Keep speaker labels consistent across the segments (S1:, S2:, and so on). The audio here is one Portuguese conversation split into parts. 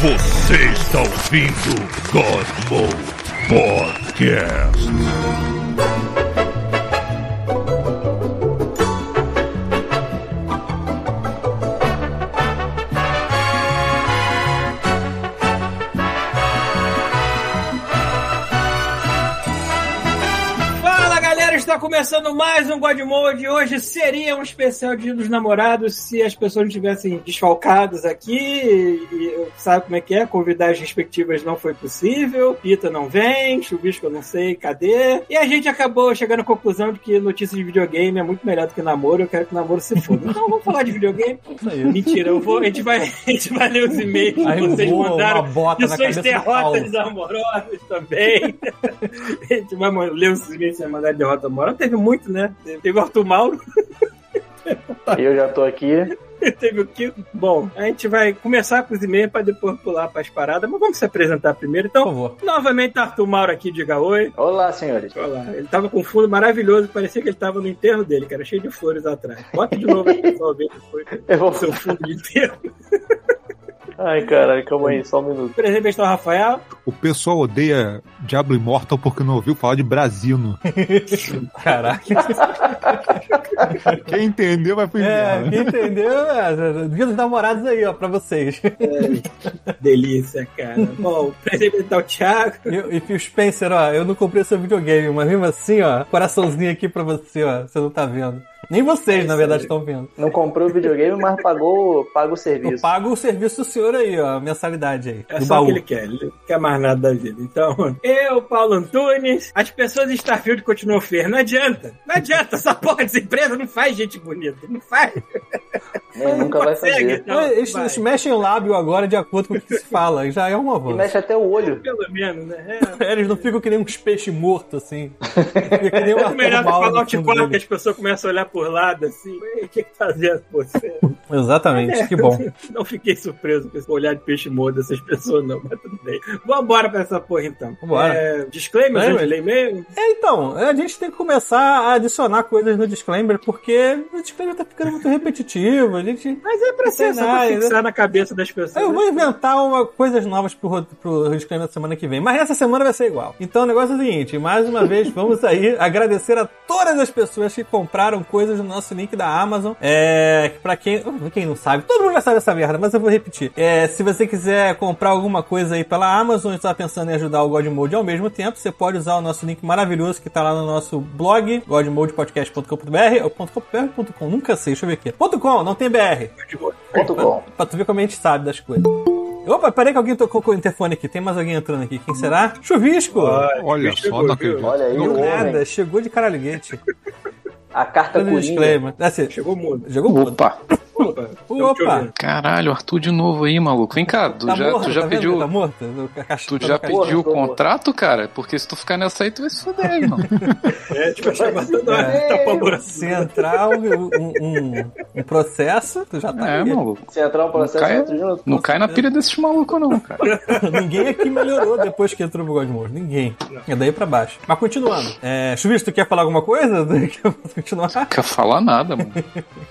S1: Você está ouvindo Godmo Podcast.
S2: Fala galera, está começando mais um Godmode. Hoje seria um especial Dia dos Namorados se as pessoas não tivessem desfalcadas aqui. E, e sabe como é que é? Convidar as respectivas não foi possível. Pita não vem, Chubisco eu não sei, cadê? E a gente acabou chegando à conclusão de que notícia de videogame é muito melhor do que namoro. Eu quero que namoro se foda. Então vamos falar de videogame.
S3: Isso aí.
S2: Mentira, eu vou, a, gente vai, a gente vai ler os e-mails que
S3: Aí
S2: vocês
S3: voa
S2: mandaram.
S3: uma bota
S2: de
S3: na
S2: suas
S3: cabeça do
S2: derrotas amorosas também. a gente vai man- ler os e-mails que vocês mandaram de derrota amorosa. Teve muito, né? Teve- Teve o Arthur Mauro,
S4: Eu já tô aqui.
S2: teve o Kiko. Bom, a gente vai começar com os e-mails para depois pular para as paradas, mas vamos se apresentar primeiro.
S3: Por
S2: Então,
S3: favor.
S2: novamente, Arthur Mauro aqui, diga oi.
S4: Olá, senhores.
S2: Olha lá, ele tava com um fundo maravilhoso, parecia que ele tava no enterro dele, cara, cheio de flores atrás. Bota de novo aí, pessoal, ver depois
S4: Eu vou...
S2: o seu fundo de enterro.
S4: Ai, caralho, calma aí, só um minuto.
S2: Por exemplo, está tá o Rafael.
S5: O pessoal odeia Diablo Immortal porque não ouviu falar de Brasino.
S3: Caraca.
S5: Quem entendeu vai pro
S3: É,
S5: inferno.
S3: quem entendeu? É, dia dos namorados aí, ó, pra vocês.
S2: Delícia, cara. Bom, por exemplo, está o Thiago.
S3: E, e Phil Spencer, ó, eu não comprei seu videogame, mas mesmo assim, ó, coraçãozinho aqui pra você, ó, você não tá vendo. Nem vocês,
S2: É
S3: na verdade, estão vendo.
S4: Não comprou o videogame, mas pagou, paga o
S3: Eu
S4: serviço.
S3: pago o serviço do senhor aí, ó, a mensalidade aí,
S2: É
S3: do
S2: só o
S3: baú.
S2: que ele quer, ele não quer mais nada da vida. Então, eu, Paulo Antunes, as pessoas de Starfield continuam feias. Não adianta, não adianta, essa porra de empresa não faz gente bonita, não faz.
S4: Nem nunca vai fazer.
S2: não,
S3: Mas É, eles,
S2: vai.
S3: eles mexem o lábio agora de acordo com o que se fala, já é um
S4: E
S3: avanço.
S4: mexe até o olho.
S2: Pelo menos, né? É.
S3: Eles não ficam que nem uns peixes mortos, assim. Fica que nem um
S2: É melhor que
S3: arco-bala no
S2: Fallout
S3: fundo
S2: 4 que
S3: dele.
S2: as pessoas começam a olhar por lado assim. "Ei, O que que tá fazendo com você?
S3: Exatamente,
S2: É
S3: que bom.
S2: Não fiquei surpreso com esse olhar de peixe morto dessas pessoas, não, mas tudo bem. Vambora pra essa porra então.
S3: Vambora.
S2: É, disclaimer,
S3: Disclaimer?
S2: gente, lei meio.
S3: É, então, a gente tem que começar a adicionar coisas no disclaimer, porque o disclaimer tá ficando muito repetitivo, a gente...
S2: Mas é pra ser,
S3: Tem
S2: só pra
S3: nada, né? É,
S2: fixar na cabeça das pessoas. né?
S3: Eu vou inventar uma, coisas novas pro, ro- pro disclaimer da semana que vem, mas essa semana vai ser igual. Então o negócio é o seguinte, mais uma vez, vamos aí agradecer a todas as pessoas que compraram coisas no nosso link da Amazon. É, pra quem, quem não sabe, todo mundo já sabe essa merda, mas eu vou repetir. É, se você quiser comprar alguma coisa aí pela Amazon e tá pensando em ajudar o Godmode ao mesmo tempo, você pode usar o nosso link maravilhoso que tá lá no nosso blog, godmodepodcast.com.br, ou .com.br.com, nunca sei, deixa eu ver aqui. .com, não tem BR.
S4: Ponto com.
S3: Pra tu ver como a gente sabe das coisas. Opa, peraí que alguém tocou com o interfone aqui. Tem mais alguém entrando aqui. Quem será? Chuvisco!
S5: Olha só, não acredito.
S4: Olha aí,
S3: Do
S4: o homem.
S3: nada, chegou de caraliguete.
S4: A carta
S3: Dando
S4: coringa.
S3: disclaimer. Assim,
S2: Chegou mudo.
S3: jogou puta.
S6: Opa!
S2: Opa.
S3: Opa!
S6: Caralho, Arthur de novo aí, maluco. Vem cá, tu
S3: Tá
S6: já,
S3: morto,
S6: tu já
S3: tá vendo?
S6: pediu.
S3: Tá morto? A caixa-
S6: Tu
S3: tá
S6: já
S3: na caixa.
S6: pediu o
S4: Porra, porra.
S6: contrato, cara? Porque se tu ficar nessa aí, tu vai se fuder, irmão.
S2: É, tipo, chamar toda hora.
S3: É.
S2: Tá pavoroso.
S3: Se entrar um, um- um- um processo, tu já tá
S6: É,
S3: aí.
S6: maluco.
S4: Se entrar um processo,
S6: Não cai-
S4: outro
S3: tá
S4: junto.
S6: Não cai na pilha desses malucos, não, cara.
S3: Ninguém aqui melhorou depois que entrou no Godmode. Ninguém. É daí pra baixo. Mas continuando. É, Chuvisco, tu quer falar alguma coisa? Quer continuar?
S6: Não quer falar nada, mano.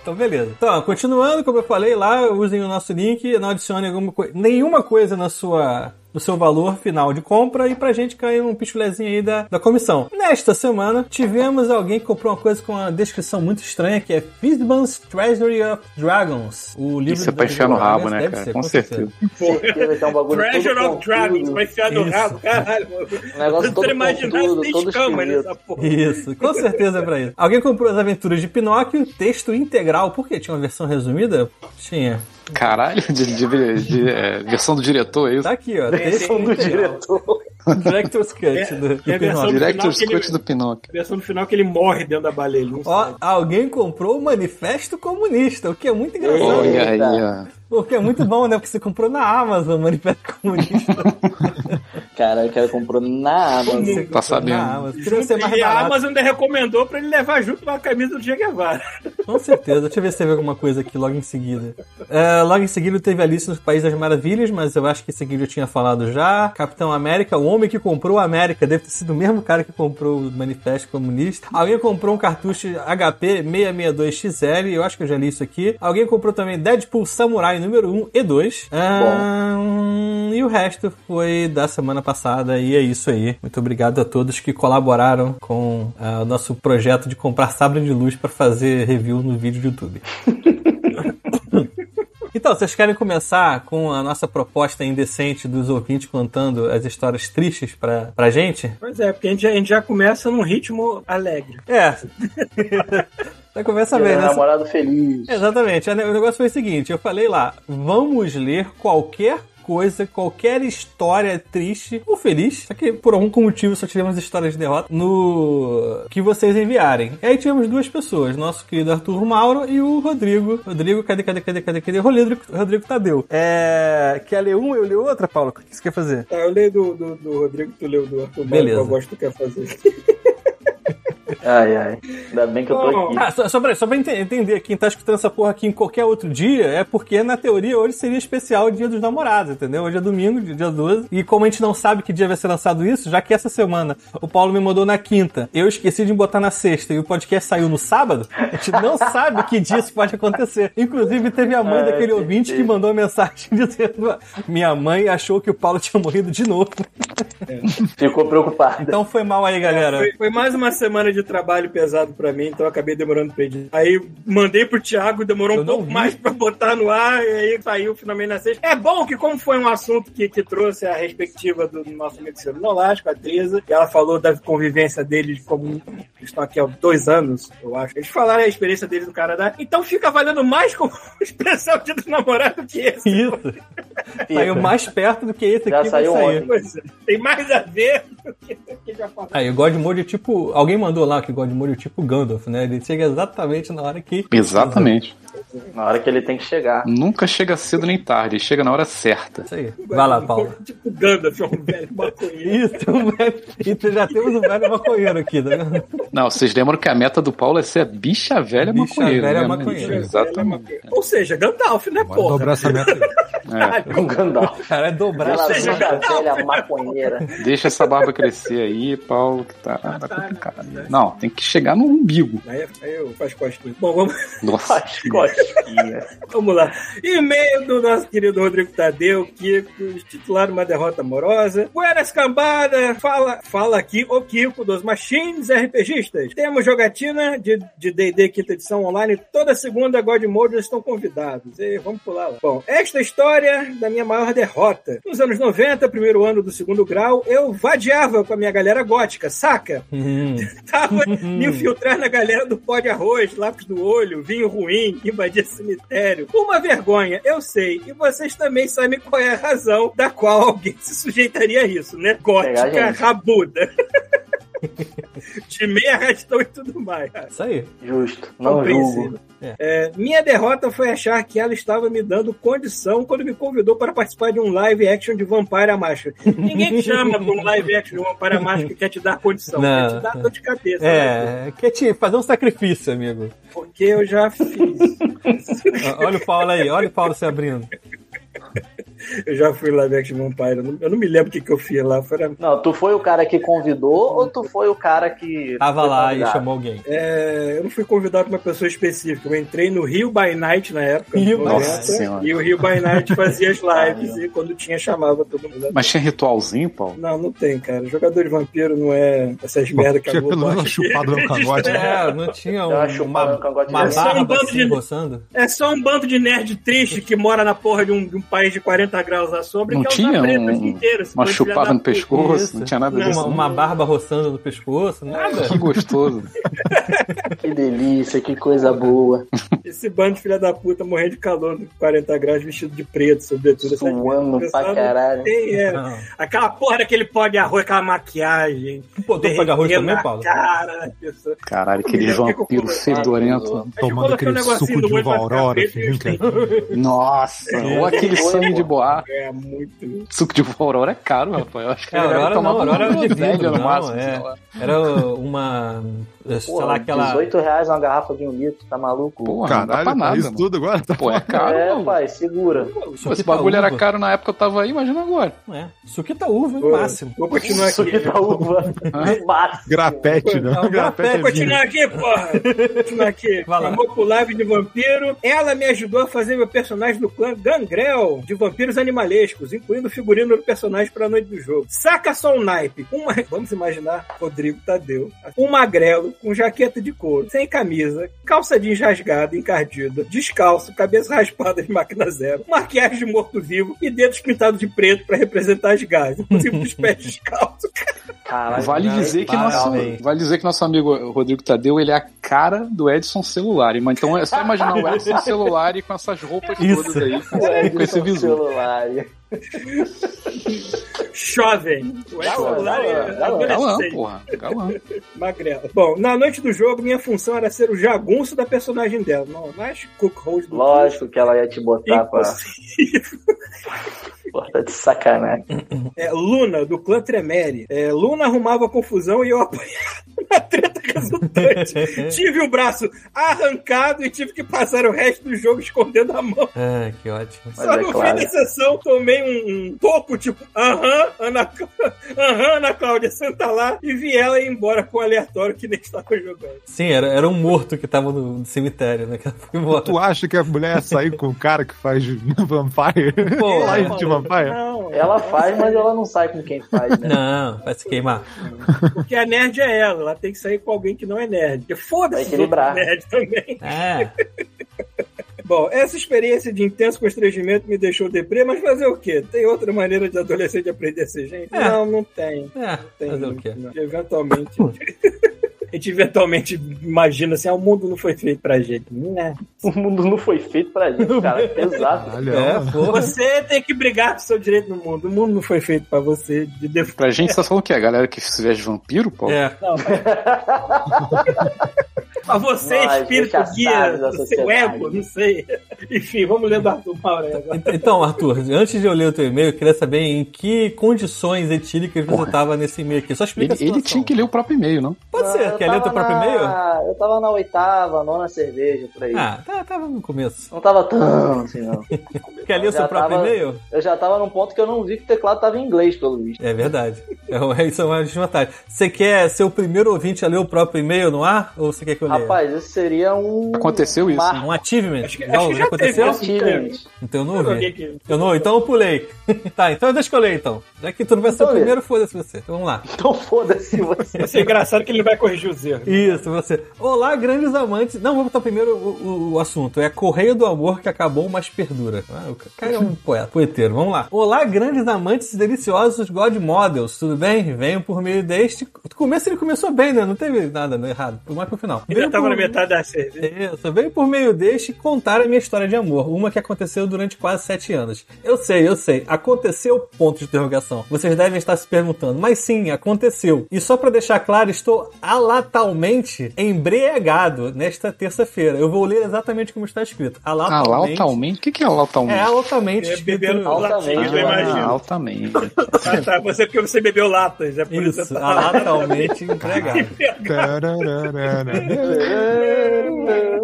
S3: Então, beleza. Então, continuando, como eu falei lá, usem o nosso link, não adicione alguma coi- nenhuma coisa na sua no seu valor final de compra e pra gente cair um pichulezinho aí da, da comissão. Nesta semana, tivemos alguém que comprou uma coisa com uma descrição muito estranha, que é Fizban's Treasury of Dragons, o livro
S6: Isso é
S3: do
S6: pra enfiar no
S3: Dungeon Dragons.
S6: rabo, né,
S3: Deve
S6: cara?
S3: ser,
S6: Com certeza.
S4: Certeza que é um bagulho
S2: Treasure
S4: todo
S2: of Dragons,
S4: confuso.
S2: vai enfiar no
S3: Isso.
S2: rabo, caralho. mano.
S4: Um negócio
S2: Você
S4: todo
S2: imaginar se
S4: confuso,
S2: tem
S4: todo
S2: escama
S4: esquisito.
S2: nessa porra.
S3: Isso, com certeza é pra isso. Alguém comprou as aventuras de Pinóquio, texto integral, por quê? Tinha uma versão resumida? Tinha.
S6: Caralho, de, de- de- é, versão do diretor, é isso?
S3: Tá aqui, ó. Texto
S2: um
S4: Do diretor.
S3: Director's Cut
S2: É,
S3: do, do
S2: é a versão
S3: Pinóquio.
S6: Director's
S2: Aquele-
S6: Cut do Pinóquio.
S2: A versão do final é que ele morre dentro da baleia. ele não
S3: Ó,
S2: sabe.
S3: alguém comprou o Manifesto Comunista, o que é muito engraçado.
S6: Olha aí,
S4: Eita.
S6: ó.
S3: O que é muito bom, né? Porque você comprou na Amazon o Manifesto
S6: Tá
S3: Comunista.
S4: Caralho, o cara comprou na Amazon.
S3: Você comprou
S6: sabendo.
S3: Na Amazon. Queria ser mais
S2: e a
S3: barato.
S2: Amazon ainda recomendou pra ele levar junto uma camisa do Che Guevara.
S3: Com certeza. Deixa eu ver se teve alguma coisa aqui logo em seguida. É, logo em seguida teve Alice no País das Maravilhas, mas eu acho que esse aqui eu já tinha falado já. Capitão América, o homem que comprou a América. Deve ter sido o mesmo cara que comprou o Manifesto Comunista. Alguém comprou um cartucho HP 662XL, eu acho que eu já li isso aqui. Alguém comprou também Deadpool Samurai número 1 e 2. Ahn, e o resto foi da semana passada, e é isso aí. Muito obrigado a todos que colaboraram com ah, o nosso projeto de comprar sabre de luz para fazer review no vídeo do YouTube. Então, vocês querem começar com a nossa proposta indecente dos ouvintes contando as histórias tristes pra, pra gente?
S2: Pois é, porque a gente, a gente já começa num ritmo alegre.
S3: É. Já começa bem,
S4: Meu
S3: né?
S4: é namorado feliz.
S3: Exatamente. O negócio foi o seguinte: eu falei lá, vamos ler qualquer coisa, qualquer história triste ou feliz, só que por algum motivo só tivemos histórias de derrota no que vocês enviarem. E aí tivemos duas pessoas, nosso querido Arthur Mauro e o Rodrigo. Rodrigo, cadê, cadê, cadê, cadê, cadê? Rodrigo, Rodrigo Tadeu. É, quer ler um, eu leio outra, Paulo? O que você quer fazer?
S2: Tá, eu leio do, do, do Rodrigo, tu leu do Arthur Mauro, que
S3: Beleza.
S2: eu gosto do que quer fazer.
S4: Ai, ai. Ainda bem que eu tô
S2: Bom,
S4: aqui.
S3: Ah, só, só pra, só pra ente- entender, quem tá escutando essa porra aqui em qualquer outro dia, é porque, na teoria, hoje seria especial Dia dos Namorados, entendeu? Hoje é domingo, dia 12. E como a gente não sabe que dia vai ser lançado isso, já que essa semana o Paulo me mandou na quinta, eu esqueci de botar na sexta e o podcast saiu no sábado, a gente não sabe que dia isso pode acontecer. Inclusive, teve a mãe
S4: Ai,
S3: daquele
S4: que
S3: ouvinte que
S4: triste.
S3: mandou uma mensagem dizendo: Minha mãe achou que o Paulo tinha morrido de novo.
S4: Ficou preocupado.
S3: Então foi mal aí, galera.
S2: Foi, foi mais uma semana de trabalho pesado pra mim, então eu acabei demorando pra editar. Aí mandei pro Thiago, demorou
S3: Eu
S2: um
S3: não
S2: pouco
S3: vi.
S2: mais pra botar no ar, e aí saiu finalmente na sexta. É bom que, como foi um assunto que, que trouxe a respectiva do nosso amigo Ciro Nolasco, a Teresa, e ela falou da convivência deles como um, eles estão aqui há dois anos, eu acho. Eles falaram a experiência deles no Canadá, então fica valendo mais como especial de do namorado que esse.
S3: Isso. Saiu mais perto do que esse
S4: Já
S3: aqui vai
S4: saiu
S3: sair.
S4: ontem.
S2: Pois é, Tem mais a ver do que, do que já falou.
S3: Aí, o Godmode é tipo. Alguém mandou lá que o Godmode é tipo Gandalf, né? Ele chega exatamente na hora que.
S6: Exatamente.
S4: Na hora que ele tem que chegar.
S6: Nunca chega cedo nem tarde, chega na hora certa.
S3: Isso aí. Vai lá, Paulo.
S2: Tipo Gandalf, um velho maconheiro.
S3: Isso, o velho- Então já temos o velho maconheiro aqui, tá vendo?
S6: Não, vocês lembram que a meta do Paulo é ser a bicha velha
S3: Bicha
S6: maconheira.
S3: velha
S6: né?
S3: maconheira.
S6: Exatamente.
S2: é Ou seja, Gandalf, né,
S5: Bora dobrar
S2: porra?
S5: essa meta aí.
S4: É, com o Gandalf.
S3: Cara, é dobrar.
S4: Ela
S2: seja
S4: velha maconheira.
S6: Deixa essa barba crescer aí, Paulo, que tá, tá complicado. Não, tem que chegar no umbigo.
S2: Aí, aí eu faz costinha. Bom, vamos,
S6: Nossa.
S4: Faz cosquinha.
S2: vamos lá. E-mail do nosso querido Rodrigo Tadeu, que titular uma derrota amorosa. Buenas cambada, fala, fala aqui o Kiko dos Machines RPGistas. Temos jogatina de de D&D quinta edição online toda segunda, God Mode estão convidados. E vamos pular lá. Bom, esta história da minha maior derrota. Nos anos 90, primeiro ano do segundo grau, eu vadiava com a minha galera gótica, saca?
S3: Hum,
S2: tava me infiltrar na galera do pó de arroz, lápis do olho, vinho ruim, que invadia cemitério. Uma vergonha, eu sei. E vocês também sabem qual é a razão da qual alguém se sujeitaria a isso, né?
S4: Pegar
S2: Gótica,
S4: a gente.
S2: rabuda. De meia arrastão e tudo mais.
S3: isso aí.
S4: Justo. Não
S2: Compreensível.
S4: julgo.
S2: É, minha derrota foi achar que ela estava me dando condição quando me convidou para participar de um live action de Vampire à Máscara. Ninguém te chama para um live action de Vampire à Máscara que quer te dar condição,
S3: Não.
S2: quer te dar dor de cabeça. né?
S3: É, quer te fazer um sacrifício, amigo.
S2: Porque eu já fiz.
S3: Ó, Olha o Paulo aí, olha o Paulo se abrindo.
S2: Eu já fui lá ver Action Vampire. Eu não, eu não me lembro o que, que eu fiz lá. Foi na-
S4: Não, tu foi o cara que convidou ou tu foi o cara que.
S3: Tava
S4: foi
S3: lá e
S4: convidado?
S3: chamou alguém.
S2: é, eu não fui convidado pra uma pessoa específica. Eu entrei no Rio by Night na época.
S3: Rio
S2: no
S3: by
S2: 90,
S6: Nossa Senhora.
S2: E o Rio by Night fazia as lives. e quando tinha, chamava todo mundo.
S6: Mas tinha ritualzinho, Paulo?
S2: Não, não tem, cara. Jogador de vampiro não é essas merda que a
S5: Tinha
S2: Globo
S5: pelo menos uma
S2: acha que-
S5: chupada no cangote.
S3: É, não tinha um,
S4: Eu acho
S3: uma,
S4: uma, cangote
S3: uma
S4: de
S2: só um
S3: barba
S2: bando
S3: assim,
S2: de-
S3: roçando?
S2: É só um bando de nerd triste que mora na porra de um, de um país de 40 graus à sombra
S6: Não
S2: e quer
S6: tinha
S2: usar preto
S6: um-
S2: o dia inteiro. esse
S6: Uma
S2: bando de filha da
S6: chupada no
S2: puta.
S6: pescoço?
S3: Isso.
S6: Não tinha nada disso.
S3: Uma,
S6: não.
S3: uma barba roçando no pescoço? Nada.
S6: Que gostoso.
S4: Que delícia, que coisa boa.
S2: Esse bando de filha da puta morrendo de calor de 40 graus vestido de preto, sobretudo. essas merda.
S4: Suando
S2: O pessoal
S4: um pra
S2: não
S4: caralho.
S2: tem, é.
S3: Não.
S2: Aquela porra daquele pó de arroz, aquela maquiagem.
S3: Botou Um pra de arroz
S2: derretendo
S3: também,
S2: a
S3: Paulo?
S2: Cara, da pessoa.
S6: Caralho,
S2: Eu
S6: aquele
S2: fico com
S6: vampiro
S2: vontade,
S6: fedorento.
S2: eu
S5: Tomando
S2: coloquei um
S5: aquele
S2: negocinho
S5: suco
S2: no
S5: de
S2: olho pra assim,
S5: uva
S2: ficar
S5: aurora.
S2: preto
S5: que é
S2: e
S5: nunca-
S6: Nossa, ou aquele sangue de boá.
S2: É muito.
S6: Suco de boa aurora é caro, rapaz. Eu acho que
S3: É,
S6: ele deve
S3: aurora
S6: tomar
S3: não, aurora
S6: uma
S3: é de vidro,
S6: velha no
S3: não,
S6: máximo.
S3: é.
S6: sei lá.
S3: Era uma sei
S4: Pô,
S3: lá, aquela.
S4: 18 reais uma garrafa de um litro, tá maluco?
S6: Porra, não dá
S5: Caralho,
S6: pra
S5: tá
S6: nada,
S5: isso
S6: mano.
S5: tudo agora?
S6: Pô, é caro,
S4: é,
S6: mano.
S4: pai, segura.
S6: Pô, esse bagulho era caro na época que eu tava aí, imagina agora.
S3: É. Suquita uva, é o
S2: Vou-
S3: máximo.
S2: Vou continuar aqui.
S4: Suquita tá uva. No máximo.
S5: Grapete, né?
S2: tá
S3: É um grapete,
S5: é vinho.
S2: Continuar aqui, porra! Continuar aqui.
S3: Vai lá.
S2: Amor por live de vampiro. Ela me ajudou a fazer meu personagem do clã Gangrel, de vampiros animalescos, incluindo o figurino do personagem pra noite do jogo. Saca só um naipe. Uma... Vamos imaginar Rodrigo Tadeu. Um magrelo, com jaqueta de couro, sem camisa, calça jeans rasgada, encardida, descalço, cabeça raspada de máquina zero, maquiagem de morto-vivo e dedos pintados de preto pra representar as gases, inclusive os pés descalços.
S4: Caralho,
S6: Vale
S4: cara,
S6: dizer, que
S4: para,
S6: nosso,
S4: velho.
S6: vale dizer que nosso amigo Rodrigo Tadeu, ele é a cara do Edson Celular. irmão. Então é só imaginar o Edson Celular e com essas roupas
S3: Isso.
S6: todas aí.
S4: O
S6: com esse
S4: Edson
S6: visual.
S4: celular.
S2: Jovem. O celular é
S4: Galã, galã,
S6: Galã,
S2: adolescente.
S6: porra. Galã.
S2: Magrela. Bom, na noite do jogo, minha função era ser o jagunço da personagem dela. Não, mais cookhold do
S4: Lógico que ela ia te botar pra
S2: Inclusive,
S4: porta de sacanagem.
S2: é, Luna, do clã Tremere. É, Luna arrumava a confusão e eu apanhava na treta resultante. tive o braço arrancado e tive que passar o resto do jogo escondendo a mão.
S3: Ah, que ótimo.
S4: Mas
S2: Só
S4: é
S2: no
S4: claro.
S2: fim da sessão tomei um, um toco, tipo, aham, Ana, Clá- aham, Ana Cláudia, senta lá, e vi ela ir embora com o aleatório que nem estava jogando.
S3: Sim, era, era um morto que tava no cemitério, né? Que ela foi embora.
S5: Tu acha que a mulher ia sair com o cara que faz vampire?
S3: Pô,
S5: Live de vampire?
S2: Não,
S4: Ela faz, mas ela não sai com quem faz, né?
S3: Não, vai se queimar.
S2: Porque a nerd é ela, ela tem que sair com alguém que não é nerd. Porque
S4: Vai
S2: Foda-se, os
S4: equilibrar.
S2: outros nerd também.
S3: É.
S2: Bom, essa experiência de intenso constrangimento me deixou deprê, mas fazer o quê? Tem outra maneira de adolescente aprender a ser gente?
S3: É.
S2: Não, não tem.
S3: É,
S2: Tem,
S3: fazer o quê?
S2: não. Eventualmente. A gente eventualmente imagina assim, ah, o mundo não foi feito pra gente. Né?
S4: O mundo não foi feito pra gente, cara. É Pesado.
S5: Olha,
S3: É,
S5: mano.
S3: porra.
S2: Você tem que brigar pro seu direito no mundo. O mundo não foi feito pra você. De def...
S6: Pra gente, tá falando o quê? A galera que se veste vampiro, Paulo?
S3: É.
S2: Não, pra você, é
S4: Nós,
S2: espírito
S4: rechaçados da
S2: guia, seu
S4: sociedade.
S2: ego, não sei. Enfim, vamos ler do Arthur né? Maurel agora.
S3: Ent- Então, Arthur, antes de eu ler o teu e-mail, eu queria saber em que condições etílicas você tava nesse e-mail aqui. Só explica a
S6: Ele, ele
S3: situação.
S6: tinha que ler o próprio e-mail, não?
S3: Pode ser,
S4: Ah, Eu
S3: quer ler o teu
S4: tava
S3: próprio
S4: na-
S3: e-mail?
S4: Eu tava na oitava, nona cerveja, por aí.
S3: Ah, tá, tava no começo.
S4: Não tava tão assim, não.
S3: Quer ler o
S4: Já
S3: seu próprio
S4: tava-
S3: e-mail?
S4: Eu já tava num ponto que eu não vi que o teclado tava em inglês, pelo visto.
S3: É verdade. É, uma- isso é uma desvantagem. Você quer ser o primeiro ouvinte a ler o próprio e-mail no ar? Ou você quer que eu leia?
S4: Rapaz, isso seria um.
S6: Aconteceu isso. né?
S4: Mar-
S3: um achievement?
S2: Acho que-
S3: já,
S2: acho que
S3: já
S2: já
S3: aconteceu?
S2: teve. né?
S4: achievement.
S3: Então eu não
S2: Eu não
S3: ouvi.
S2: li aqui.
S3: Eu não, então eu pulei. tá, então deixa que eu leio então. Já que tu não vai ser
S4: Então
S3: o
S4: lê.
S3: primeiro, foda-se você. Então vamos lá.
S4: Então foda-se você.
S2: Vai ser engraçado que ele vai corrigir os erros.
S3: Isso, você. Olá, grandes amantes. Não, vou botar primeiro o, o- o assunto. É Correio do Amor que acabou, mas perdura. Ah, o cara é um poeta, poeteiro. Vamos lá. Olá, grandes amantes e deliciosos God Models. Tudo bem? Venho por meio deste. O começo ele começou bem, né? Não teve nada né, errado. Foi mais pro final.
S2: Ele já
S3: Venho
S2: tava
S3: por-
S2: na metade da cerveja.
S3: Isso, venho por meio deste contar a minha história de amor, uma que aconteceu durante quase sete anos. Eu sei, eu sei, aconteceu, ponto de interrogação. Vocês devem estar se perguntando, mas sim, aconteceu. E só pra deixar claro, estou alatalmente embriagado nesta terça-feira. Eu vou ler exatamente como está escrito. Alatalmente.
S6: Alautalmente? Ah, O que que é Alautalmente?
S3: É, alatalmente.
S2: É,
S3: escrito-
S2: beberam
S3: É,
S2: latinhas,
S4: né?
S2: eu
S6: ah,
S2: imagino.
S6: altamente.
S2: Ah, tá, você porque você bebeu latas, é por isso.
S3: Isso, alatalmente empregado.
S5: Tarararara.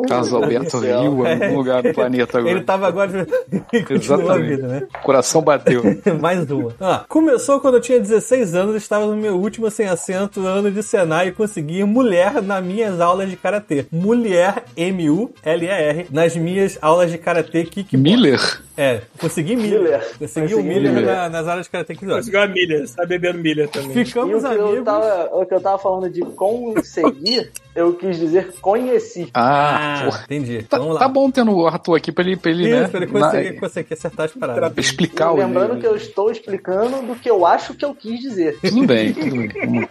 S6: Caso
S4: Céu.
S6: Alberto Rio, em algum lugar do planeta agora.
S3: Ele tava agora. Continuou a
S6: Exatamente.
S3: vida, né?
S6: O coração bateu.
S3: Mais uma. Ah, começou quando eu tinha 16 anos, estava no meu último sem assento ano de Senai e consegui mulher nas minhas aulas de karatê. Mulher, M-U-L-E-R, nas minhas aulas de karatê kickbox.
S6: Miller?
S3: É, consegui Miller.
S4: Miller.
S3: Consegui
S4: Consegui
S3: o Miller,
S6: Miller.
S3: na- nas aulas de karatê kickbox.
S2: Conseguiu a milha, você tá bebendo milha também.
S4: E o
S3: Ficamos
S4: que, eu
S3: amigos.
S4: tava, o que eu tava falando de conseguir, eu quis dizer conheci.
S6: Ah,
S3: Ah,
S6: porra.
S3: entendi. Então,
S6: Tá,
S3: Vamos lá.
S6: tá bom tendo o Arthur aqui pra ele, pra ele né?
S3: Isso, ele conseguiu,
S6: na-
S3: conseguiu acertar as paradas.
S6: explicar o
S4: Lembrando
S6: e-mail. né?
S4: que eu estou explicando do que eu acho que eu quis dizer.
S6: Tudo bem, tudo bem. Hum,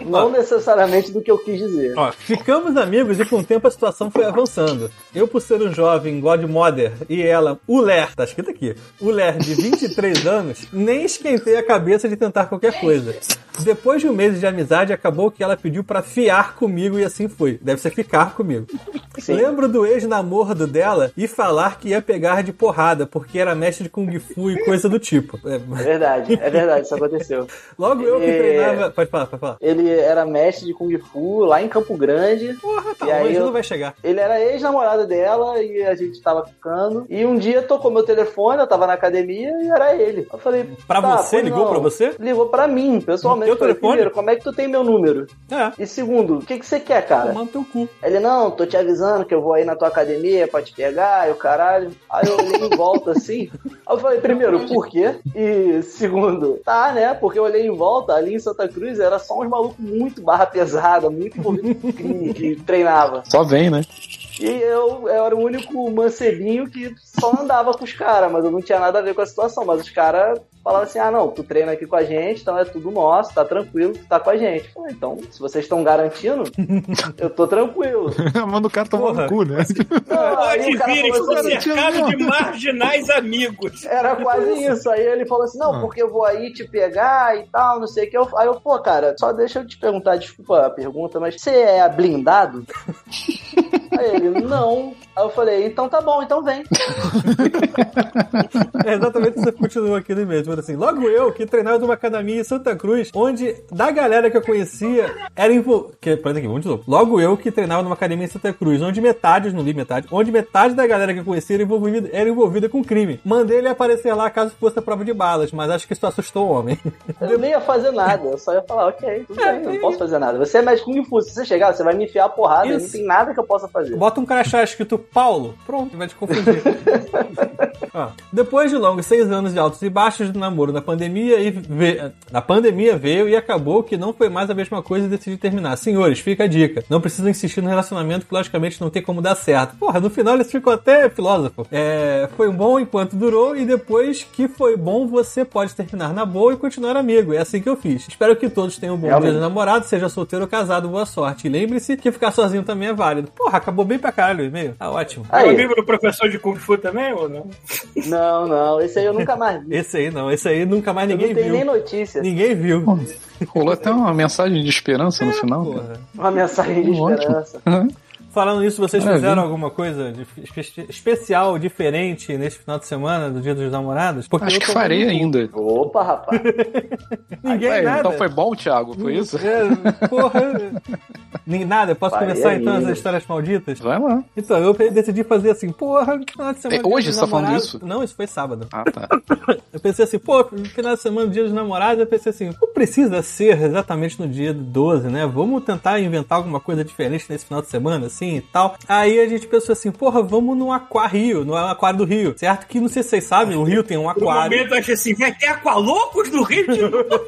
S6: Vamos lá.
S4: Não necessariamente do que eu quis dizer.
S3: Ó, ficamos amigos e com o tempo a situação foi avançando. Eu, por ser um jovem Godmother e ela, Uler, tá escrito aqui, Uler de 23 anos, nem esquentei a cabeça de tentar qualquer coisa. Depois de um mês de amizade, acabou que ela pediu pra fiar comigo e assim fui. Deve ser ficar comigo.
S4: Sim.
S3: Lembro do ex-namorado dela e falar que ia pegar de porrada, porque era mestre de Kung Fu e coisa do tipo. É,
S4: É verdade, é verdade, isso aconteceu.
S3: logo eu que
S4: É.
S3: treinava. Pode falar, pode falar.
S4: Ele era mestre de Kung Fu lá em Campo Grande.
S3: Porra, tá
S4: E aí
S3: longe,
S4: eu-
S3: não vai chegar.
S4: Ele era ex-namorado dela e a gente tava ficando. E um dia tocou meu telefone, eu tava na academia e era ele. Eu falei.
S3: Pra
S4: tá,
S3: você?
S4: pois
S3: Ligou
S4: não.
S3: pra você?
S4: Ligou pra mim, pessoalmente.
S3: No teu
S4: Eu falei,
S3: telefone?
S4: Primeiro, como é que tu tem meu número?
S3: É.
S4: E segundo, o que, que você quer, cara?
S3: Tomando teu cu.
S4: Ele, não, tô te avisando que eu vou aí na tua academia pra te pegar e o caralho. Aí eu olhei em volta assim. Aí eu falei, primeiro, por quê? E segundo, tá, né? Porque eu olhei em volta, ali em Santa Cruz era só uns malucos muito barra pesada, muito envolvido com crime, que treinava.
S6: Só vem, né?
S4: E eu, eu era o único mancebinho que só andava com os caras, mas eu não tinha nada a ver com a situação. Mas os caras falavam assim: ah, não, tu treina aqui com a gente, então é tudo nosso, tá tranquilo, tu tá com a gente. Eu falei, então, se vocês estão garantindo, eu tô tranquilo.
S5: Manda o cara tomar
S3: Porra.
S5: no cu, né?
S4: Não, aí
S2: Pode
S4: o cara
S2: vir,
S4: falou
S2: estou
S4: assim,
S2: cercado de marginais amigos.
S4: Era quase isso. Aí ele falou assim: não,
S5: Ah.
S4: porque eu vou aí te pegar e tal, não sei o que. Eu- Aí eu, pô, cara, só deixa eu te perguntar, desculpa a pergunta, mas você é blindado? aí ele, não. Aí eu falei, então tá bom, então vem.
S3: É exatamente isso que continua aqui no e-mail. Tipo assim, logo eu que treinava numa academia em Santa Cruz, onde da galera que eu conhecia era envol... que Pera aqui, vamos de novo. Logo eu que treinava numa academia em Santa Cruz, onde metade, eu não li metade, onde metade da galera que eu conhecia era envolvida, era envolvida com crime. Mandei ele aparecer lá caso fosse a prova de balas, mas acho que isso assustou o homem.
S4: Eu nem ia fazer nada, eu só ia falar, ok, tudo bem, eu
S3: e-
S4: não posso fazer nada. Você é médico Kung Fu, se você chegar, você vai me enfiar a porrada,
S3: Isso.
S4: não tem nada que eu possa fazer.
S3: Bota um crachá escrito Paulo. Pronto, vai te confundir. Ó, depois de longos seis anos de altos e baixos do namoro na pandemia, e ve- na pandemia veio e acabou que não foi mais a mesma coisa e decidi terminar. Senhores, fica a dica. Não precisa insistir no relacionamento que logicamente não tem como dar certo. Porra, no final ele ficou até filósofo. É, foi bom enquanto durou e depois que foi bom você pode terminar na boa e continuar amigo. É assim que eu fiz. Espero que todos tenham um bom dia
S4: Realmente.
S3: de namorado, seja solteiro ou casado, boa sorte. E lembre-se que ficar sozinho também é válido. Porra, acabou bem pra caralho o e-mail. Tá ótimo.
S2: É o
S4: Aí,
S2: livro do professor de Kung Fu também, ou não?
S4: não, não, esse aí eu nunca mais vi.
S3: Esse aí não, esse aí nunca mais
S4: Eu
S3: ninguém
S4: não tenho
S3: viu.
S4: nem notícia.
S3: Ninguém viu.
S6: Rolou até uma mensagem de esperança no final. cara.
S3: Porra.
S4: Uma mensagem de
S6: Ótimo.
S4: esperança.
S3: Falando nisso, vocês
S6: Maravilha.
S3: fizeram alguma coisa de- espe- especial, diferente neste final de semana, do Dia dos Namorados? Porque
S6: Acho
S3: eu
S6: que
S3: tô
S6: farei
S3: vendo
S6: ainda.
S4: Opa, rapaz.
S3: Ninguém
S6: Ué,
S3: nada.
S6: então foi bom, Thiago? Foi
S4: Hum.
S6: isso?
S3: É, porra. Nem nada, posso
S4: Farei
S3: começar então
S4: ainda.
S3: as histórias malditas?
S6: Vai lá.
S3: Então, eu pe- decidi fazer assim, porra, que final de semana.
S6: É,
S3: Dia
S6: hoje
S3: dos
S6: você tá falando
S3: Namorados.
S6: isso?
S3: Não, isso foi sábado.
S6: Ah, tá.
S3: Eu pensei assim, pô, final de semana, dia dos namorados, eu pensei assim, não precisa ser exatamente no dia 12, né? Vamos tentar inventar alguma coisa diferente nesse final de semana, assim e tal. Aí a gente pensou assim, porra, vamos no Aquarrio, no Aquário do Rio, certo? Que não sei se vocês sabem, o Rio tem um
S2: No
S3: aquário.
S2: momento eu achei assim, vai ter aqualocos no Rio de Janeiro.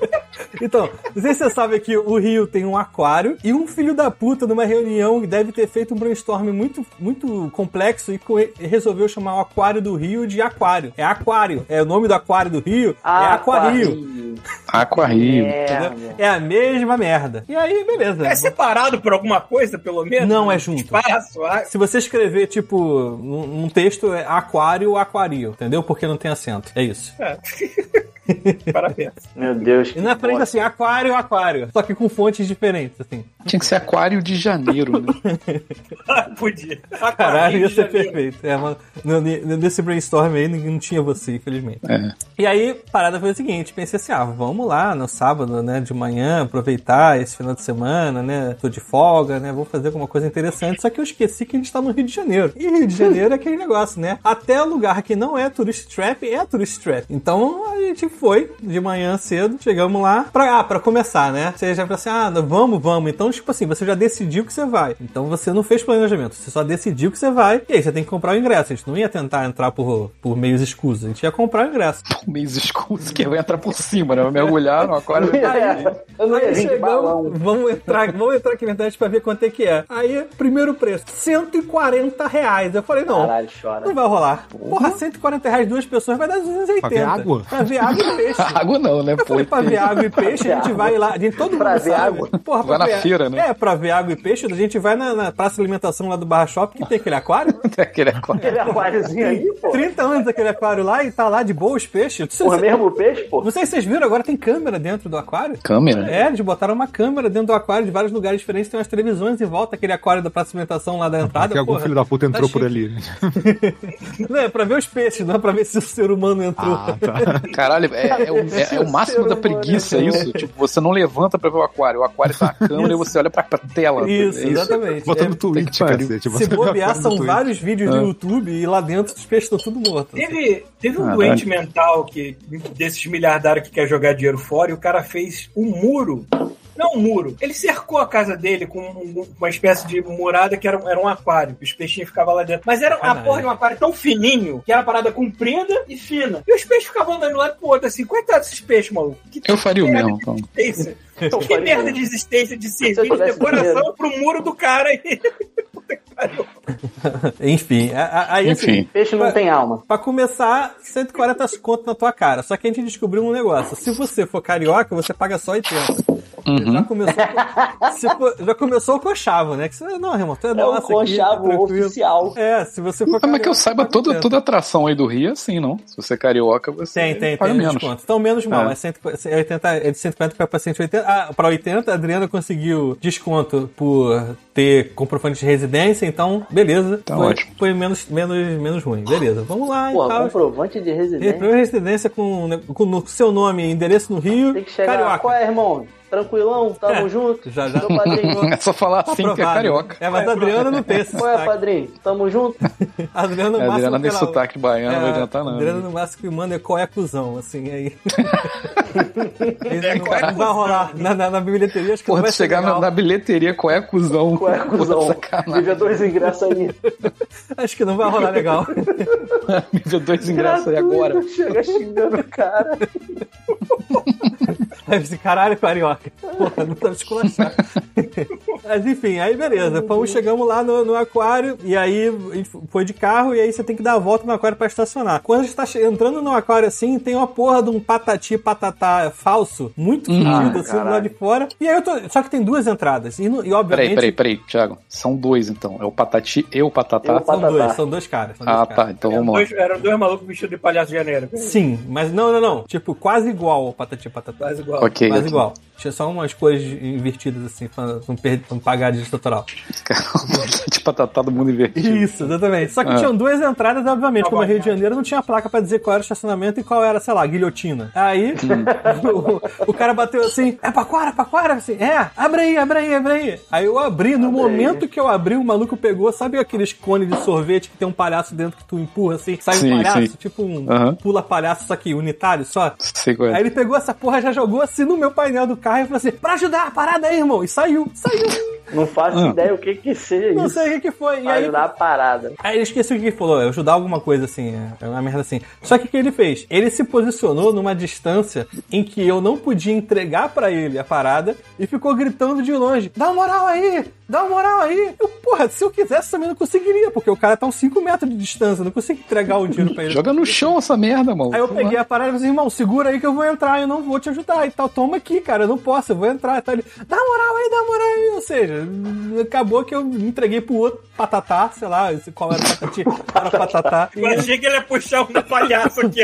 S3: Então, não sei se você sabe que o Rio tem um aquário e um filho da puta numa reunião deve ter feito um brainstorm muito, muito complexo e co- e resolveu chamar o Aquário do Rio de Aquário. É Aquário, é o nome do Aquário do Rio, é
S4: Ah,
S3: Aquario.
S6: Aquarrio.
S4: É,
S3: Entendeu? É a mesma merda. E aí, beleza.
S2: É separado por alguma coisa, pelo menos?
S3: Não, é junto.
S2: Espaço, ah,
S3: Se você escrever, tipo, um um texto, é aquário, aquario, entendeu? Porque não tem acento. É isso.
S2: parabéns.
S4: Meu Deus.
S3: E na frente, assim, aquário, aquário. Só que com fontes diferentes, assim.
S6: Tinha que ser Aquário de Janeiro, né?
S2: Ah, Podia.
S3: Caralho, ia
S2: isso
S3: ser perfeito. É, mas no- no- nesse brainstorm aí, ninguém- não tinha você, infelizmente.
S6: É.
S3: E aí, a parada foi o seguinte, pensei assim, ah, vamos lá no sábado, né, de manhã, aproveitar esse final de semana, né, tô de folga, né, vou fazer alguma coisa interessante, só que eu esqueci que a gente tá no Rio de Janeiro. E Rio de Janeiro é aquele negócio, né, até lugar que não é tourist trap, é tourist trap. Então, a gente foi de manhã cedo, chegamos lá, pra, ah, pra começar, né, você já fala assim, ah, vamos, vamos, então, tipo assim, você já decidiu que você vai, então você não fez planejamento, você só decidiu que você vai, e aí você tem que comprar o ingresso, a gente não ia tentar entrar por, por meios escusos, a gente ia comprar o ingresso.
S6: Um mês escuso que eu vou entrar por cima, né? Vai mergulhar no aquário.
S4: É, eu não ia
S3: Aí
S4: vir de balão.
S3: chegamos, vamos entrar, vamos entrar aqui na internet pra ver quanto é que é. Aí, primeiro preço, 140 reais. Eu falei, não,
S4: Caralho, Uhum. chora.
S3: não vai rolar. Porra, 140 reais duas pessoas vai dar 280.
S5: Pra ver água?
S3: Pra ver água e peixe.
S6: Água não, né?
S3: Eu
S6: Pô,
S3: falei pra ver água e peixe, a gente
S4: água.
S3: vai lá. A gente, todo
S4: Pra
S3: mundo
S4: ver
S3: sabe.
S4: água.
S3: Porra,
S6: Vai
S3: pra
S6: na
S3: ver-
S6: feira, né?
S3: É, pra ver água e peixe, a gente vai na, na praça de alimentação lá do Barra Shopping, que tem aquele aquário.
S6: aquele aquário.
S4: Aquele aquáriozinho aí, pô.
S3: 30 anos aquele aquário lá e tá lá de boa os peixes.
S4: Porra, mesmo peixe, pô.
S3: Não sei se vocês viram câmera, agora tem câmera dentro do aquário?
S6: Câmera? né?
S3: É, eles botaram uma câmera dentro do aquário de vários lugares diferentes, tem umas televisões em volta, aquele aquário da praça de alimentação lá da entrada.
S5: Porque Ah, tá, algum
S3: porra.
S5: filho da puta entrou
S3: tá
S5: por ali.
S3: Não, é pra ver os peixes, não é pra ver se o ser humano entrou.
S5: Ah, tá.
S6: Caralho, é, é o, é- é o máximo da preguiça isso. Tipo, você não levanta pra ver o aquário. O aquário tá na câmera e você olha pra, pra tela.
S3: Isso,
S6: É
S3: exatamente.
S5: Bota no
S3: É,
S5: Twitch,
S6: pariu.
S5: cacete.
S3: se
S5: bota no
S3: bobear,
S5: aquário
S3: são
S5: no Twitch.
S3: vários vídeos
S6: Ah.
S3: no YouTube e lá dentro os peixes estão tudo mortos.
S2: Teve, teve um
S6: Caralho.
S2: doente mental que, desses milhardários que quer jogar dinheiro fora e o cara fez um muro. Não um muro. Ele cercou a casa dele com um- uma espécie de murada que era, um- era um aquário. que Os peixinhos ficavam lá dentro. Mas era uma
S3: Caralho.
S2: porra de um aquário tão fininho que era uma parada comprida e fina. E os peixes ficavam andando de um lado pro outro assim. Coitado desses peixes, maluco. Que
S6: Eu faria o mesmo, então.
S2: existência.
S4: Eu
S2: Que
S4: faria
S2: merda
S4: mesmo.
S2: de existência de
S4: Se eu
S2: servir de
S4: tivesse
S2: decoração
S4: dinheiro.
S2: pro muro do cara. aí.
S3: Enfim, a- a- aí assim,
S6: Enfim.
S4: Peixe não tem alma.
S3: Pra começar, 140 conto na tua cara. Só que a gente descobriu um negócio. Se você for carioca, você paga só 80.
S6: Uhum.
S4: Uhum.
S3: Já, começou, co- se for- já começou o conchavo, né? Que você, não, remoto, é,
S4: É um
S3: nossa. aqui,
S4: conchavo
S3: tá tranquilo.
S4: oficial.
S3: É, se você for
S6: Ah, mas que eu
S3: carioca,
S6: saiba,
S3: paga
S6: toda,
S3: 80.
S6: toda atração aí do Rio é assim, não? Se você é carioca, você
S3: Tem, tem,
S6: paga
S3: tem
S6: menos.
S3: desconto. Então, menos mal.
S6: É.
S3: É, 140 é 80, é de 150 para 180. Ah, para 80, a Adriana conseguiu desconto por ter comprovante de residência, então, beleza.
S6: Tá
S3: foi,
S6: ótimo.
S3: Foi menos, menos, menos ruim. Beleza, vamos lá
S4: Pô, né?
S3: e tal.
S4: comprovante de
S3: E
S4: residência.
S3: primeira residência com, com no seu nome e endereço no Rio,
S4: Tem que chegar.
S3: carioca.
S4: Qual é, irmão? Tranquilão? Tamo
S3: É,
S4: junto?
S3: já, já.
S4: Seu padrinho.
S6: É só falar assim que é
S3: Aprovado.
S6: carioca.
S3: É, mas a Adriana não tem esse
S4: Qual é,
S3: sotaque.
S4: padrinho? Tamo junto?
S3: A Adriana, no
S6: A É,
S3: máximo,
S6: Adriana tem
S3: que ela-
S6: sotaque baiano, não vai
S3: É,
S6: adiantar não. né?
S3: A Adriana no máximo que manda é qual é cuzão, assim, aí. Isso não,
S6: qual é
S3: não vai rolar. Na, na, na bilheteria acho que não
S6: Porra,
S3: vai
S6: de
S3: ser
S6: chegar na,
S3: legal.
S6: na bilheteria, qual é cuzão?
S4: Qual é, cuzão?
S6: Porra, sacanagem.
S4: Devia dois ingressos aí.
S3: Acho que não vai rolar legal.
S6: Me deu dois ingressos aí
S4: Gratuito,
S6: agora.
S4: Chega xingando o cara.
S3: Aí eu disse, caralho, carioca. Porra, não tá esculachado. Mas enfim, aí beleza. Fomos, chegamos lá no, no aquário, e aí a gente foi de carro, e aí você tem que dar a volta no aquário pra estacionar. Quando a gente tá che- entrando no aquário assim, tem uma porra de um patati patatá falso, muito
S6: Hum.
S3: fudido
S6: Ah,
S3: assim do lado de fora. E aí eu tô. Só que tem duas entradas. E, no- e
S6: Peraí,
S3: obviamente.
S6: peraí, peraí, Thiago. São dois então. É o Patati e o
S4: E É
S6: Patatá.
S4: o
S3: São
S4: Patatá.
S3: dois, são dois caras. são dois
S6: Ah,
S3: caras.
S6: tá. Então vamos lá.
S2: Dois- Eram dois malucos vestidos de palhaço de janeiro.
S3: Sim, mas não, não, não. Tipo, quase igual ao patati patatá.
S2: Quase igual.
S6: Ok. então.
S3: Quase igual. Tinha só umas cores invertidas assim, pra não, per- pra não pagar de total.
S6: Tá de Patatá do mundo invertido.
S3: Isso, exatamente. Só que
S6: Ah.
S3: tinham duas entradas, obviamente,
S2: Tá
S3: como
S2: bom.
S3: é Rio de Janeiro não tinha placa pra dizer qual era o estacionamento e qual era, sei lá, guilhotina. Aí
S6: Hum.
S3: o, o cara bateu assim, é paquara, paquara, assim, é, abre aí, abre aí, abre aí. Aí eu abri, no momento que eu abri, o maluco pegou, sabe aqueles cones de sorvete que tem um palhaço dentro que tu empurra assim, sai
S6: Sim,
S3: um palhaço,
S6: sim.
S3: tipo um
S6: Aham.
S3: pula palhaço, só que unitário só.
S6: Sei qual é.
S3: Aí ele pegou essa porra, já jogou assim no meu painel do carro e falou assim: pra ajudar, parada aí, irmão. E saiu, saiu.
S4: Não faço
S6: Ah.
S4: ideia o que que seja
S3: Não
S4: isso.
S3: sei o que, que foi. E
S4: Vai
S3: aí,
S4: ajudar a parada.
S3: Aí É, eu esqueci o que ele falou, eu ajudar alguma coisa assim, é uma merda assim. Só que o que ele fez? Ele se posicionou numa distância em que eu não podia entregar pra ele a parada e ficou gritando de longe: dá uma moral aí, dá uma moral aí. Eu, porra, se eu quisesse também não conseguiria, porque o cara tá uns 5 metros de distância, eu não consigo entregar o dinheiro pra ele.
S6: Joga no chão essa merda, mano.
S3: Aí eu peguei a parada e falei, assim, irmão, segura aí que eu vou entrar, eu não vou te ajudar e tal. Toma aqui, cara, eu não posso, eu vou entrar e tal. Ele, dá moral aí, dá moral aí. Ou seja, acabou que eu entreguei pro outro patatá, sei lá, esse- qual era o patati, era o patatá.
S2: Eu achei que ele ia puxar um palhaço aqui.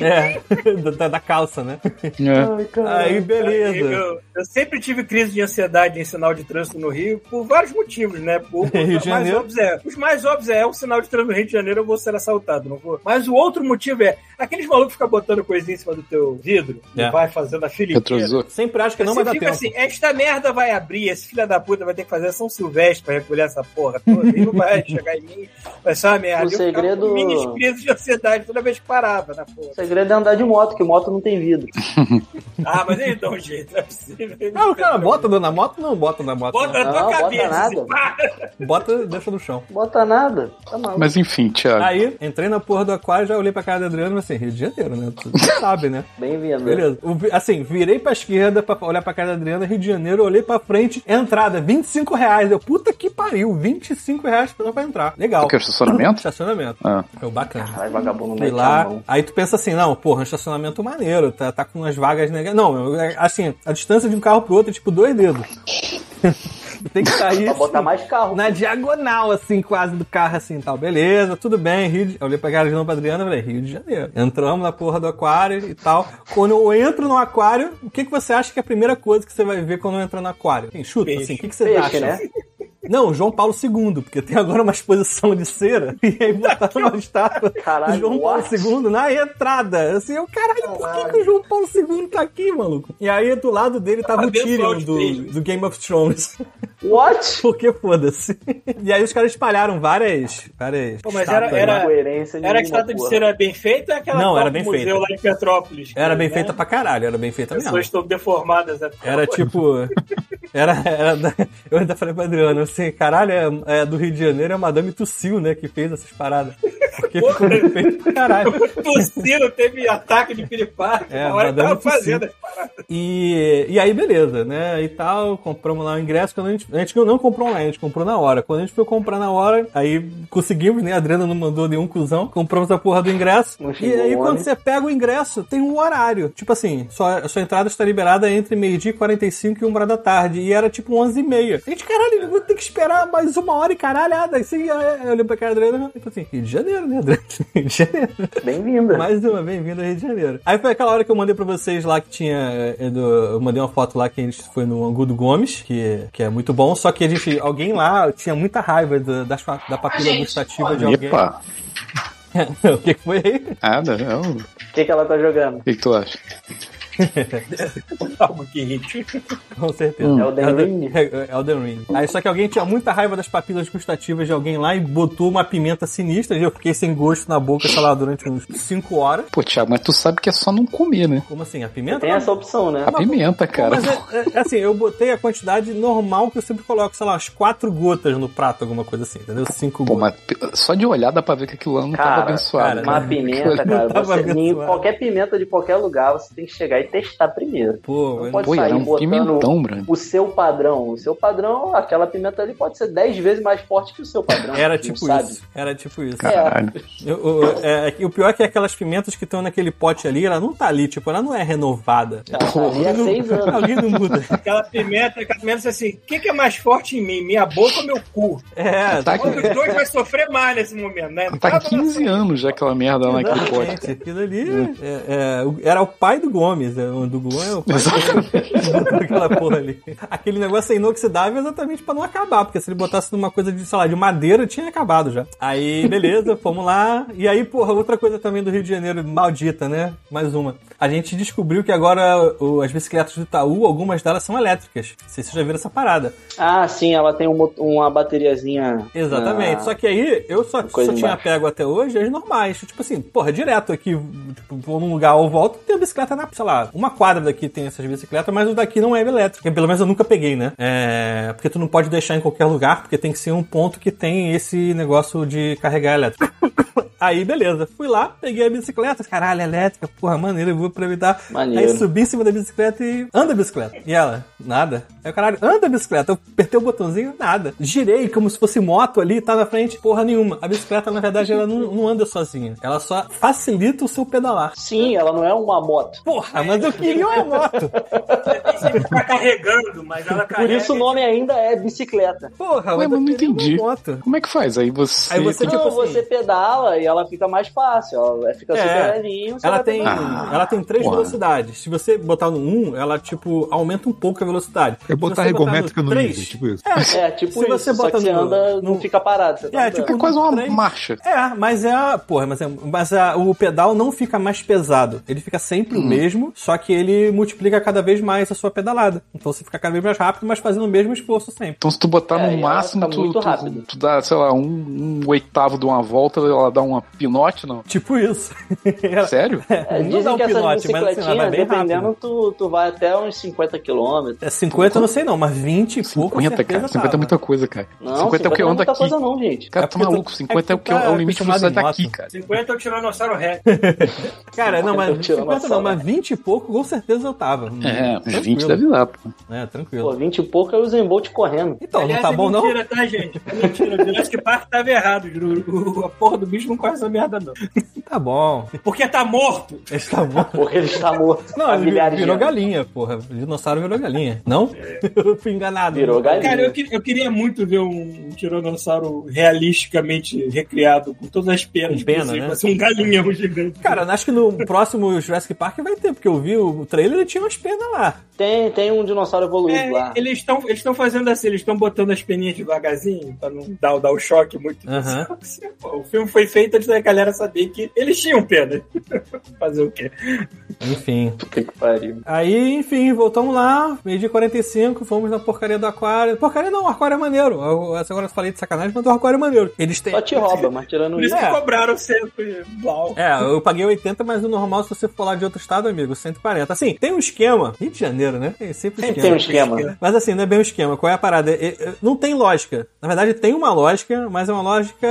S3: É, da, da calça, né?
S6: É.
S3: Aí, beleza.
S2: Eu, eu sempre tive crise de ansiedade em sinal de trânsito no Rio, por vários motivos, né? Por,
S3: Rio de
S2: os, mais
S3: Janeiro.
S2: óbvios é, os mais óbvios é, é um sinal de trânsito no Rio de Janeiro, eu vou ser assaltado, não vou. Mas o outro motivo é, aqueles malucos ficam botando coisinha em cima do teu vidro,
S3: É.
S2: e vai fazendo a filipina.
S6: Retrosou.
S3: Sempre acho que não
S2: Você
S3: vai dar
S2: fica
S3: tempo.
S2: assim, esta merda vai abrir, esse filho da puta vai ter que fazer São Silvestre pra recolher essa porra toda, ele não vai chegar em mim, vai ser uma merda.
S4: O
S2: Eu ficava com
S4: segredo-
S2: Minis crises de ansiedade toda vez que parava na porra.
S4: O segredo é andar de moto, que moto não tem vidro.
S2: Ah, mas ele dá um jeito, não é possível.
S3: Ah, o cara bota na moto? Não, bota na moto.
S2: Bota na
S4: Não,
S2: tua
S4: bota
S2: cabeça.
S4: nada.
S2: se pá.
S3: Bota, deixa no chão.
S4: Bota nada. Tá maluco.
S6: Mas enfim, Thiago.
S3: Aí, entrei na porra do aquário, já olhei pra cara do Adriano e falei assim, Rio de Janeiro, né? Tu sabe, né?
S4: Bem-vindo.
S3: Beleza. O vi- assim, virei pra esquerda pra olhar pra cara da Adriana, Rio de Janeiro, olhei pra frente, entrada, 25 reais. Eu, puta que pariu, 25 reais só pra entrar. Legal.
S6: O que? O é estacionamento?
S3: Estacionamento.
S6: Ah.
S3: É o bacana.
S4: Caralho, tá vagabundo
S3: Fui
S4: mete a
S3: lá,
S4: mão.
S3: aí tu pensa assim, não, porra, um estacionamento maneiro, tá, tá com umas vagas negativas. Não, é- assim, a distância de um carro pro outro é tipo dois dedos. Tem que sair.
S4: Pra botar mais carro.
S3: Na diagonal, assim, quase do carro, assim, tal. Beleza, tudo bem, Rio de... Eu olhei pra cara de João Adriana e falei, Rio de Janeiro. Entramos na porra do aquário e tal. Quando eu entro no aquário, o que, que você acha que é a primeira coisa que você vai ver quando entra no aquário? Assim, chuta,
S2: Peixe.
S3: assim, o que, que você acha?
S4: Peixe, né?
S3: Não, João Paulo II, porque tem agora uma exposição de cera, e aí botaram uma estátua do
S4: Caralho,
S3: João Paulo
S4: what?
S3: II na entrada. Assim, eu, caralho, por que, que o João Paulo II tá aqui, maluco? E aí do lado dele tava o
S2: Abençoar
S3: Tyrion
S2: os
S3: do,
S2: filhos.
S3: do Game of Thrones.
S4: What?
S3: Porque foda-se. E aí os caras espalharam várias. várias
S2: Pô, mas
S3: estátuas,
S2: Era-
S3: né?
S4: Coerência
S2: Era a
S4: nenhuma,
S2: estátua de
S4: porra.
S2: cera bem feita ou é aquela
S3: Não,
S2: tal
S3: era
S2: do
S3: bem
S2: museu
S3: feita.
S2: lá em Petrópolis?
S3: Era bem
S2: Né?
S3: feita pra caralho, era bem feita
S2: As
S3: mesmo.
S2: pessoas estão deformadas. Né?
S3: Era tipo. Era, era da- eu ainda falei pra Adriana, assim, caralho, é, é do Rio de Janeiro é a Madame Tussil, né, que fez essas paradas. Porque ficou bem feito pra caralho.
S2: tipo- Tossindo, teve ataque de piripá.
S3: É,
S2: na hora que tava
S3: Madame Toussaint.
S2: fazendo.
S3: E, e aí, beleza, né? E tal, compramos lá o ingresso. Quando a, gente, a gente não comprou online, a gente comprou na hora. Quando a gente foi comprar na hora, aí conseguimos, né? A Adriana não mandou nenhum cuzão. Compramos a porra do ingresso.
S4: Não
S3: E
S4: chegou
S3: aí,
S4: o
S3: quando
S4: homem.
S3: você pega o ingresso, tem um horário. Tipo assim, sua, sua entrada está liberada entre meio-dia e 45 e 1 hora da tarde. E era tipo 11 e meia. A gente, caralho, eu vou ter que esperar mais uma hora e caralhada. Assim, aí eu olhei pra cara da Adriana e falei assim: Rio de Janeiro, né, Adriana? Rio de Janeiro.
S4: Bem-vinda.
S3: Mais uma, bem-vindo ao Rio de Janeiro. Aí foi aquela hora que eu mandei pra vocês lá que tinha. é, do- eu mandei uma foto lá que a gente foi no Angu do Gomes, que, que é muito bom. Só que a gente, alguém lá tinha muita raiva da, da, da papila
S7: gente,
S3: gustativa de alguém.
S6: Epa,
S3: o que que foi aí?
S6: nada. não. O
S4: O que, que ela tá jogando?
S6: que, que tu acha?
S2: Calma, que ritmo.
S3: Com certeza.
S4: É o Dan Ring?
S3: É, é Elden Ring. Aí só que alguém tinha muita raiva das papilas gustativas de alguém lá e botou uma pimenta sinistra e eu fiquei sem gosto na boca, sei lá, durante uns 5 horas.
S6: Pô, Thiago, mas tu sabe que é só não comer, né?
S3: Como assim? A pimenta?
S4: Tem essa opção, né?
S6: A pimenta, cara.
S3: Mas é, é- assim, eu botei a quantidade normal que eu sempre coloco, sei lá, as quatro gotas no prato, alguma coisa assim, entendeu? Cinco
S6: Pô,
S3: gotas.
S6: mas só de olhar dá pra ver que aquilo lá não
S4: Cara,
S6: tava abençoado.
S3: cara,
S6: né?
S4: Uma pimenta, cara.
S3: tava
S4: Você, em
S3: abençoado.
S4: qualquer pimenta de qualquer lugar, você tem que chegar e testar primeiro.
S3: Pô,
S4: Não
S3: mas-
S4: pode
S6: Pô,
S4: sair
S6: era um
S4: botando
S6: pimentão, Bruno.
S4: o seu padrão. O seu padrão, aquela pimenta ali pode ser 10 vezes mais forte que o seu padrão.
S3: era
S4: não
S3: tipo
S4: sabe?
S3: isso. Era tipo
S4: É.
S3: isso.
S6: Caralho.
S3: Eu- eu- é, é que o pior é que aquelas pimentas que estão naquele pote ali, ela não tá ali, tipo, ela não é renovada.
S4: Ela tá ali há
S3: Não-
S4: seis anos.
S3: Ali não muda.
S2: Aquela pimenta, aquela pimenta assim, o que, que é mais forte em mim? Minha boca ou meu cu?
S3: É,
S6: Tá,
S2: Qual dos dois vai sofrer mais nesse momento, né?
S6: tá
S2: Tava
S6: 15 anos já aquela merda lá naquele pote.
S3: Gente, aquilo ali é, é, o- era o pai do Gomes, é, o do Gomes é o pai do botou aquela porra ali. Aquele negócio é inoxidável exatamente pra não acabar, porque se ele botasse numa coisa de, sei lá, de madeira, tinha acabado já. Aí, beleza, fomos lá. E aí, porra, outra coisa também do Rio de Janeiro, maldita, né? Mais uma. A gente descobriu que agora o- as bicicletas do Itaú, algumas delas são elétricas. Não sei se vocês já viram essa parada.
S4: Ah, sim, ela tem um mo- uma bateriazinha. Ah,
S3: Exatamente.
S4: na-
S3: Só que aí eu só, só
S4: Coisa
S3: tinha
S4: embaixo.
S3: pego até hoje as normais. Tipo assim, porra, direto aqui, tipo, vou num lugar ou volto, tem uma bicicleta na, sei lá, uma quadra daqui tem essas bicicletas, mas o daqui não é elétrico. Pelo menos eu nunca peguei, né? É, porque tu não pode deixar em qualquer lugar, porque tem que ser um ponto que tem esse negócio de carregar elétrico. Aí, beleza. Fui lá, peguei a bicicleta. Caralho, elétrica, porra, maneiro, eu vou aproveitar.
S4: Maneiro.
S3: Aí subi em cima da bicicleta e. Anda, bicicleta. E ela, nada. Aí, o caralho, anda, bicicleta. Eu apertei o botãozinho, nada. Girei como se fosse moto ali, tá na frente, porra nenhuma. A bicicleta, na verdade, ela não, não anda sozinha. Ela só facilita o seu pedalar.
S4: Sim, ela não é uma moto.
S3: Porra, mas eu queria uma moto.
S2: tá carregando, mas ela
S4: Por
S2: carrega.
S4: isso o nome ainda é bicicleta.
S3: Porra, mas
S6: Ué, mas
S3: eu
S6: não
S3: queria
S6: entendi.
S3: uma moto.
S6: Como é que faz? Aí você.
S3: Aí você-
S6: tem que-
S4: Não,
S3: tipo assim-
S4: você pedala e ela fica mais fácil, ó. Fica
S3: É.
S4: super levinho. você
S3: Ela
S4: vai
S3: tem,
S4: pedalando.
S6: Ah,
S3: ela tem três
S6: porra.
S3: velocidades. Se você botar no 1, ela, tipo, aumenta um pouco a velocidade.
S5: É botar
S3: Se você botar
S5: ergométrica no
S3: três,
S5: nível, tipo isso.
S4: É, tipo
S3: Se
S4: isso.
S3: você
S4: só
S3: bota
S4: que você
S3: no-
S4: anda,
S3: no-
S4: não fica parado. Você tá
S3: É,
S4: andando.
S3: tipo,
S6: É quase uma
S3: Três.
S6: marcha.
S3: É, mas é a. Porra, mas, é, mas a- o pedal não fica mais pesado. Ele fica sempre
S6: Hum.
S3: o mesmo, só que ele multiplica cada vez mais a sua pedalada. Então você fica cada vez mais rápido, mas fazendo o mesmo esforço sempre.
S6: Então se tu botar
S4: É, e
S6: no
S4: ela
S6: máximo,
S4: fica
S6: tu,
S4: muito
S6: tu-
S4: rápido.
S6: tu dá, sei lá, um, um oitavo de uma volta, ela dá uma pinote, não?
S3: Tipo isso. Ela-
S6: Sério?
S4: É,
S3: não dá
S4: dizem
S3: um
S4: que essas
S3: pinote, mas assim, ela vai
S4: bicicletinhas,
S3: bem rápido.
S4: dependendo, tu, tu vai até uns 50 km.
S3: É 50, eu não sei não, mas 20 e pouco.
S6: 50,
S3: certeza
S6: cara. 50 é
S3: tava.
S6: muita coisa, cara.
S4: Não,
S6: 50 é o que eu
S4: não é
S6: ando
S4: muita
S6: aqui.
S4: coisa não, gente.
S6: Cara,
S3: É
S6: tá
S3: porque tu-
S6: maluco.
S3: é
S6: 50 é, o
S3: porque
S6: que eu-
S3: tu
S6: é o
S3: tá
S6: limite de
S3: acostumado em
S6: velocidade daqui,
S3: moto.
S6: cara.
S2: 50 eu tirando é o Tiranossauro Rex.
S3: Cara, não, mas
S4: Tirando a
S3: 50 não,
S4: sala.
S3: mas 20 e pouco, com certeza eu tava.
S6: É, uns
S3: Tranquilo.
S6: 20 deve dar, pô.
S3: É,
S4: Pô,
S3: tranquilo.
S4: 20 e pouco é o Zembolt correndo.
S3: Então,
S2: Aliás,
S3: não
S2: é
S3: tá bom não?
S2: mentira, tá, gente? É Mentira. O Jurassic Park tava errado. Juro. O- A porra do bicho não corre essa merda, não.
S3: tá bom.
S2: Porque tá morto.
S3: Está bom.
S4: Porque ele está morto.
S3: Não,
S4: há
S3: ele
S4: milhares de
S3: virou
S4: anos. É.
S3: galinha, porra. O dinossauro virou galinha. Não? Eu fui enganado.
S4: Virou galinha.
S2: Cara, eu, que- eu queria muito ver um tiranossauro realisticamente recriado, com todas as penas.
S3: Com pena,
S2: possíveis,
S3: né?
S2: pra ser um galinhão gigante.
S3: Cara, acho que no próximo Jurassic Park vai ter, porque eu vi o trailer e tinha umas pernas lá.
S4: Tem, tem um dinossauro evoluído
S2: É,
S4: lá.
S2: eles estão eles tão fazendo assim, eles estão botando as peninhas devagarzinho pra não dar, dar o choque muito. Assim,
S3: Aham.
S2: Pô, O filme foi feito antes da galera saber que eles tinham pena. Fazer o quê?
S3: Enfim.
S4: Puta que pariu.
S3: Aí, enfim, voltamos lá, meio dia 45, fomos na porcaria do aquário. Porcaria não, o aquário é maneiro. Eu- essa agora eu falei de sacanagem, mas o aquário é maneiro. Eles têm.
S4: Só te rouba, mas tirando
S2: Por isso
S4: isso.
S3: É.
S2: que cobraram sempre. Blau.
S3: É, eu paguei 80, mas no normal, se você for lá de outro estado, amigo, 140. Assim, tem um esquema. Rio de Janeiro, né? Tem sempre
S4: Sempre
S3: esquema.
S4: tem um esquema.
S3: Mas assim, não é bem um esquema. Qual é a parada? É, é, não tem lógica. Na verdade, tem uma lógica, mas é uma lógica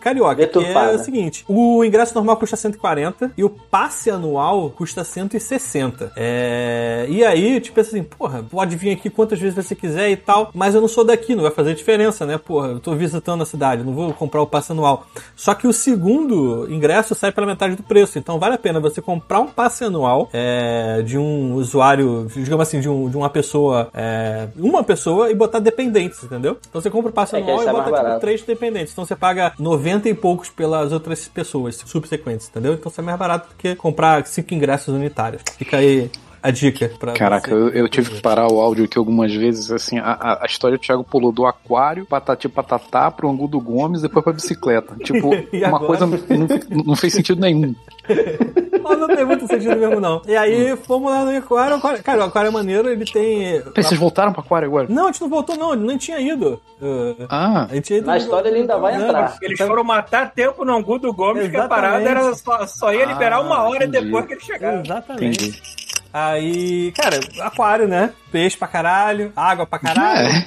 S3: carioca. Que é
S4: Deturpada.
S3: o seguinte: o ingresso normal custa 140 e o passe anual custa 160. É... E aí, tipo assim, porra, pode vir aqui quantas vezes você quiser e tal, mas eu não sou daqui, não vai fazer diferença, né? Porra, eu tô visitando a cidade, não vou comprar o passe anual. Só que o segundo ingresso sai pela metade do preço. Então vale a pena você comprar um passe anual é, de um usuário, digamos assim, de, um- de uma pessoa, é, uma pessoa e botar dependentes, entendeu? Então você compra o passe
S4: É que aí
S3: anual e
S4: sai mais
S3: bota tipo,
S4: barato.
S3: três dependentes. Então você paga 90 e poucos pelas outras pessoas subsequentes, entendeu? Então isso é mais barato do que comprar cinco ingressos unitários. Fica aí. A dica pra
S6: Caraca,
S3: você.
S6: eu, eu tive que parar o áudio aqui algumas vezes, assim, a- a, a história do Thiago pulou do aquário, patati patatá, pro angu do Gomes, depois pra bicicleta. Tipo,
S3: E
S6: uma
S3: agora?
S6: coisa não, não fez sentido nenhum.
S3: Mas não tem muito sentido mesmo, não. E aí, fomos lá no aquário. o aquário- Cara, o aquário é maneiro, ele tem.
S6: Peraí, vocês voltaram pro aquário agora?
S3: Não, a gente não voltou, não. Ele não tinha ido. Uh,
S6: Ah,
S3: a gente tinha ido-
S4: Na história ele ainda vai
S3: Não,
S4: entrar.
S2: Eles foram matar tempo no Angu do Gomes, que a parada era só, só ia liberar
S6: Ah,
S2: uma hora
S6: entendi.
S2: depois que ele chegava.
S3: Exatamente.
S6: entendi.
S3: Aí, cara, aquário, né? Peixe pra caralho, água pra caralho.
S6: É,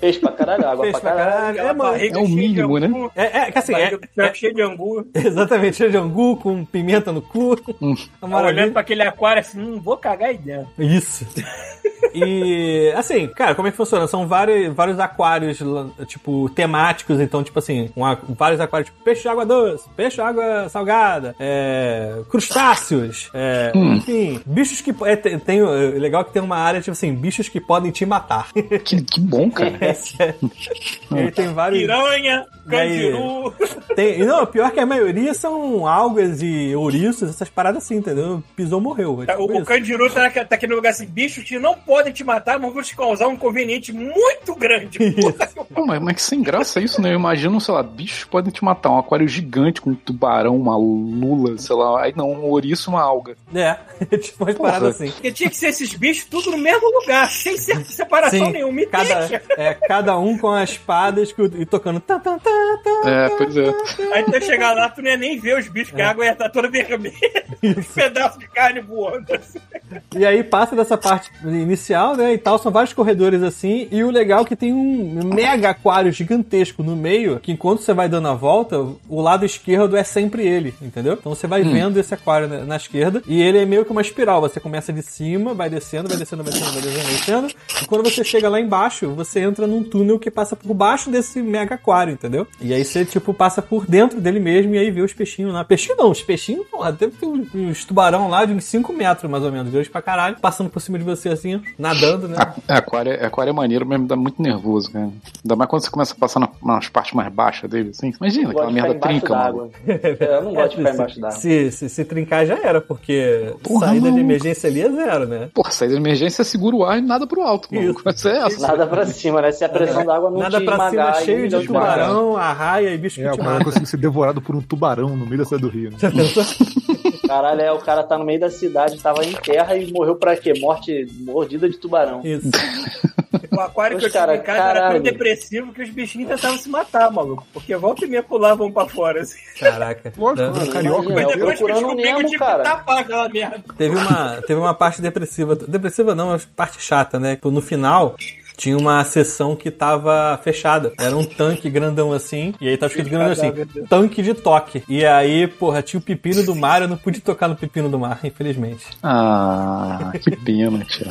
S4: Fez pra caralho, água
S3: Peixe
S4: pra
S3: pra
S4: caralho.
S3: caralho.
S2: Aquela
S3: É, mano.
S2: barriga
S6: é o
S2: cheia de
S6: mínimo, né?
S2: angu,
S3: É, é que assim, é,
S2: barriga do chefe cheia de angu.
S3: é exatamente cheio de angu com pimenta no cu.
S4: Hum.
S3: Uma
S2: Olhando
S3: maravilha.
S2: pra aquele aquário assim, hum, vou cagar aí dentro.
S3: Isso. E, assim, cara, como é que funciona? São vários, vários aquários, lá, tipo, temáticos. Então, tipo assim, um aqu- vários aquários, tipo, peixe de água doce, peixe de água salgada, é, crustáceos, é, enfim, bichos que... po- É, tem, tem- é legal que tem uma área, tipo assim, bichos que podem te matar.
S6: que, que bom, cara.
S3: É sério. Ele tem vários...
S2: Piranha,
S3: Daí-
S2: candiru.
S3: Tem, não, pior que a maioria são algas e ouriços, essas paradas assim, entendeu? Pisou, morreu. é tipo
S2: O, o
S3: isso.
S2: candiru tá, tá aqui no lugar assim, bichos que não podem te matar, mas vão te causar um inconveniente muito grande. Puta que
S6: Pô, mas, mas que sem graça é isso, né? Eu imagino, sei lá, bichos podem te matar. Um aquário gigante com um tubarão, uma lula, sei lá. Aí não, um ouriço, uma alga.
S3: É, tipo umas
S6: Porra.
S3: paradas assim.
S2: Porque tinha que ser esses bichos tudo no mesmo lugar, sem ser separação
S3: Sim,
S2: nenhuma. Me
S3: Cada,
S2: deixa.
S3: é, cada um com as espadas que- e tocando. Tá, tá, tá, tá.
S6: É, pois é.
S2: Aí tu ia chegar lá, tu não ia nem ver os bichos,
S3: É.
S2: que a água ia estar toda vermelha, um pedaço de carne voando. assim.
S3: E aí passa dessa parte inicial, né? E tal, são vários corredores assim. E o legal é que tem um mega aquário gigantesco no meio, que enquanto você vai dando a volta, o lado esquerdo é sempre ele, entendeu? Então você vai vendo esse aquário na, na esquerda e ele é meio que uma espiral. Você começa de cima, vai descendo, vai descendo, vai descendo, vai descendo, vai descendo. E quando você chega lá embaixo, você entra num túnel que passa por baixo desse mega aquário, entendeu? E aí você, tipo, passa por dentro dele mesmo e aí vê os peixinhos lá. Peixinho não, os peixinhos, porra, deve ter uns, uns tubarão lá de uns 5 metros, mais ou menos, grande pra caralho, passando por cima de você assim, nadando, né?
S6: A- Aquário, é- aquário é maneiro, mas me dá muito nervoso, cara. Ainda mais quando você começa a passar na- nas partes mais baixas dele, assim. Imagina,
S4: Eu gosto
S6: aquela
S4: de ficar
S6: merda
S4: embaixo
S6: trinca, mano.
S4: d'água. É, Eu não gosto de ficar embaixo d'água.
S3: se, se, se trincar já era, porque
S6: Porra,
S3: saída de
S6: maluco.
S3: emergência ali é zero, né?
S6: Porra, saída de emergência segura o ar e nada pro alto, mano.
S3: Isso.
S6: Essa é essa.
S4: Nada pra cima, né? Se a pressão da água não
S3: Nada
S4: te
S3: pra cima,
S4: esmagar... aí
S3: cheio
S4: não
S3: de
S4: te esmagar.
S3: tubarão, arraia e bicho
S5: É,
S3: que te
S5: o cara
S3: mata.
S5: conseguiu ser devorado por um tubarão no meio da cidade do Rio. Né?
S3: Já pensou?
S4: Caralho, é, o cara tá no meio da cidade, tava em terra e morreu pra quê? Morte, mordida de tubarão.
S3: Isso.
S2: O aquário que eu
S4: Os cara-
S2: tinha em casa era tão
S4: caralho.
S2: depressivo que os bichinhos tentavam se matar, maluco. Porque volta e meia pulavam pra fora. Assim.
S3: Caraca.
S5: Lógico,
S3: Né?
S5: né? carioca.
S4: imagina,
S2: Mas
S4: É, eu
S2: depois que eu
S4: procurando o
S2: descobri que eu
S4: Nemo,
S2: tive que
S4: cara.
S2: tapar aquela merda. tá
S3: Teve uma, teve uma parte depressiva. Depressiva não, é uma parte chata, né? Tipo, No final, tinha uma seção que tava fechada. Era um tanque grandão assim, e aí tava escrito grande assim, tanque de toque. E aí, porra, tinha o pepino do mar, eu não pude tocar no pepino do mar, infelizmente.
S6: Ah, que pena, tio.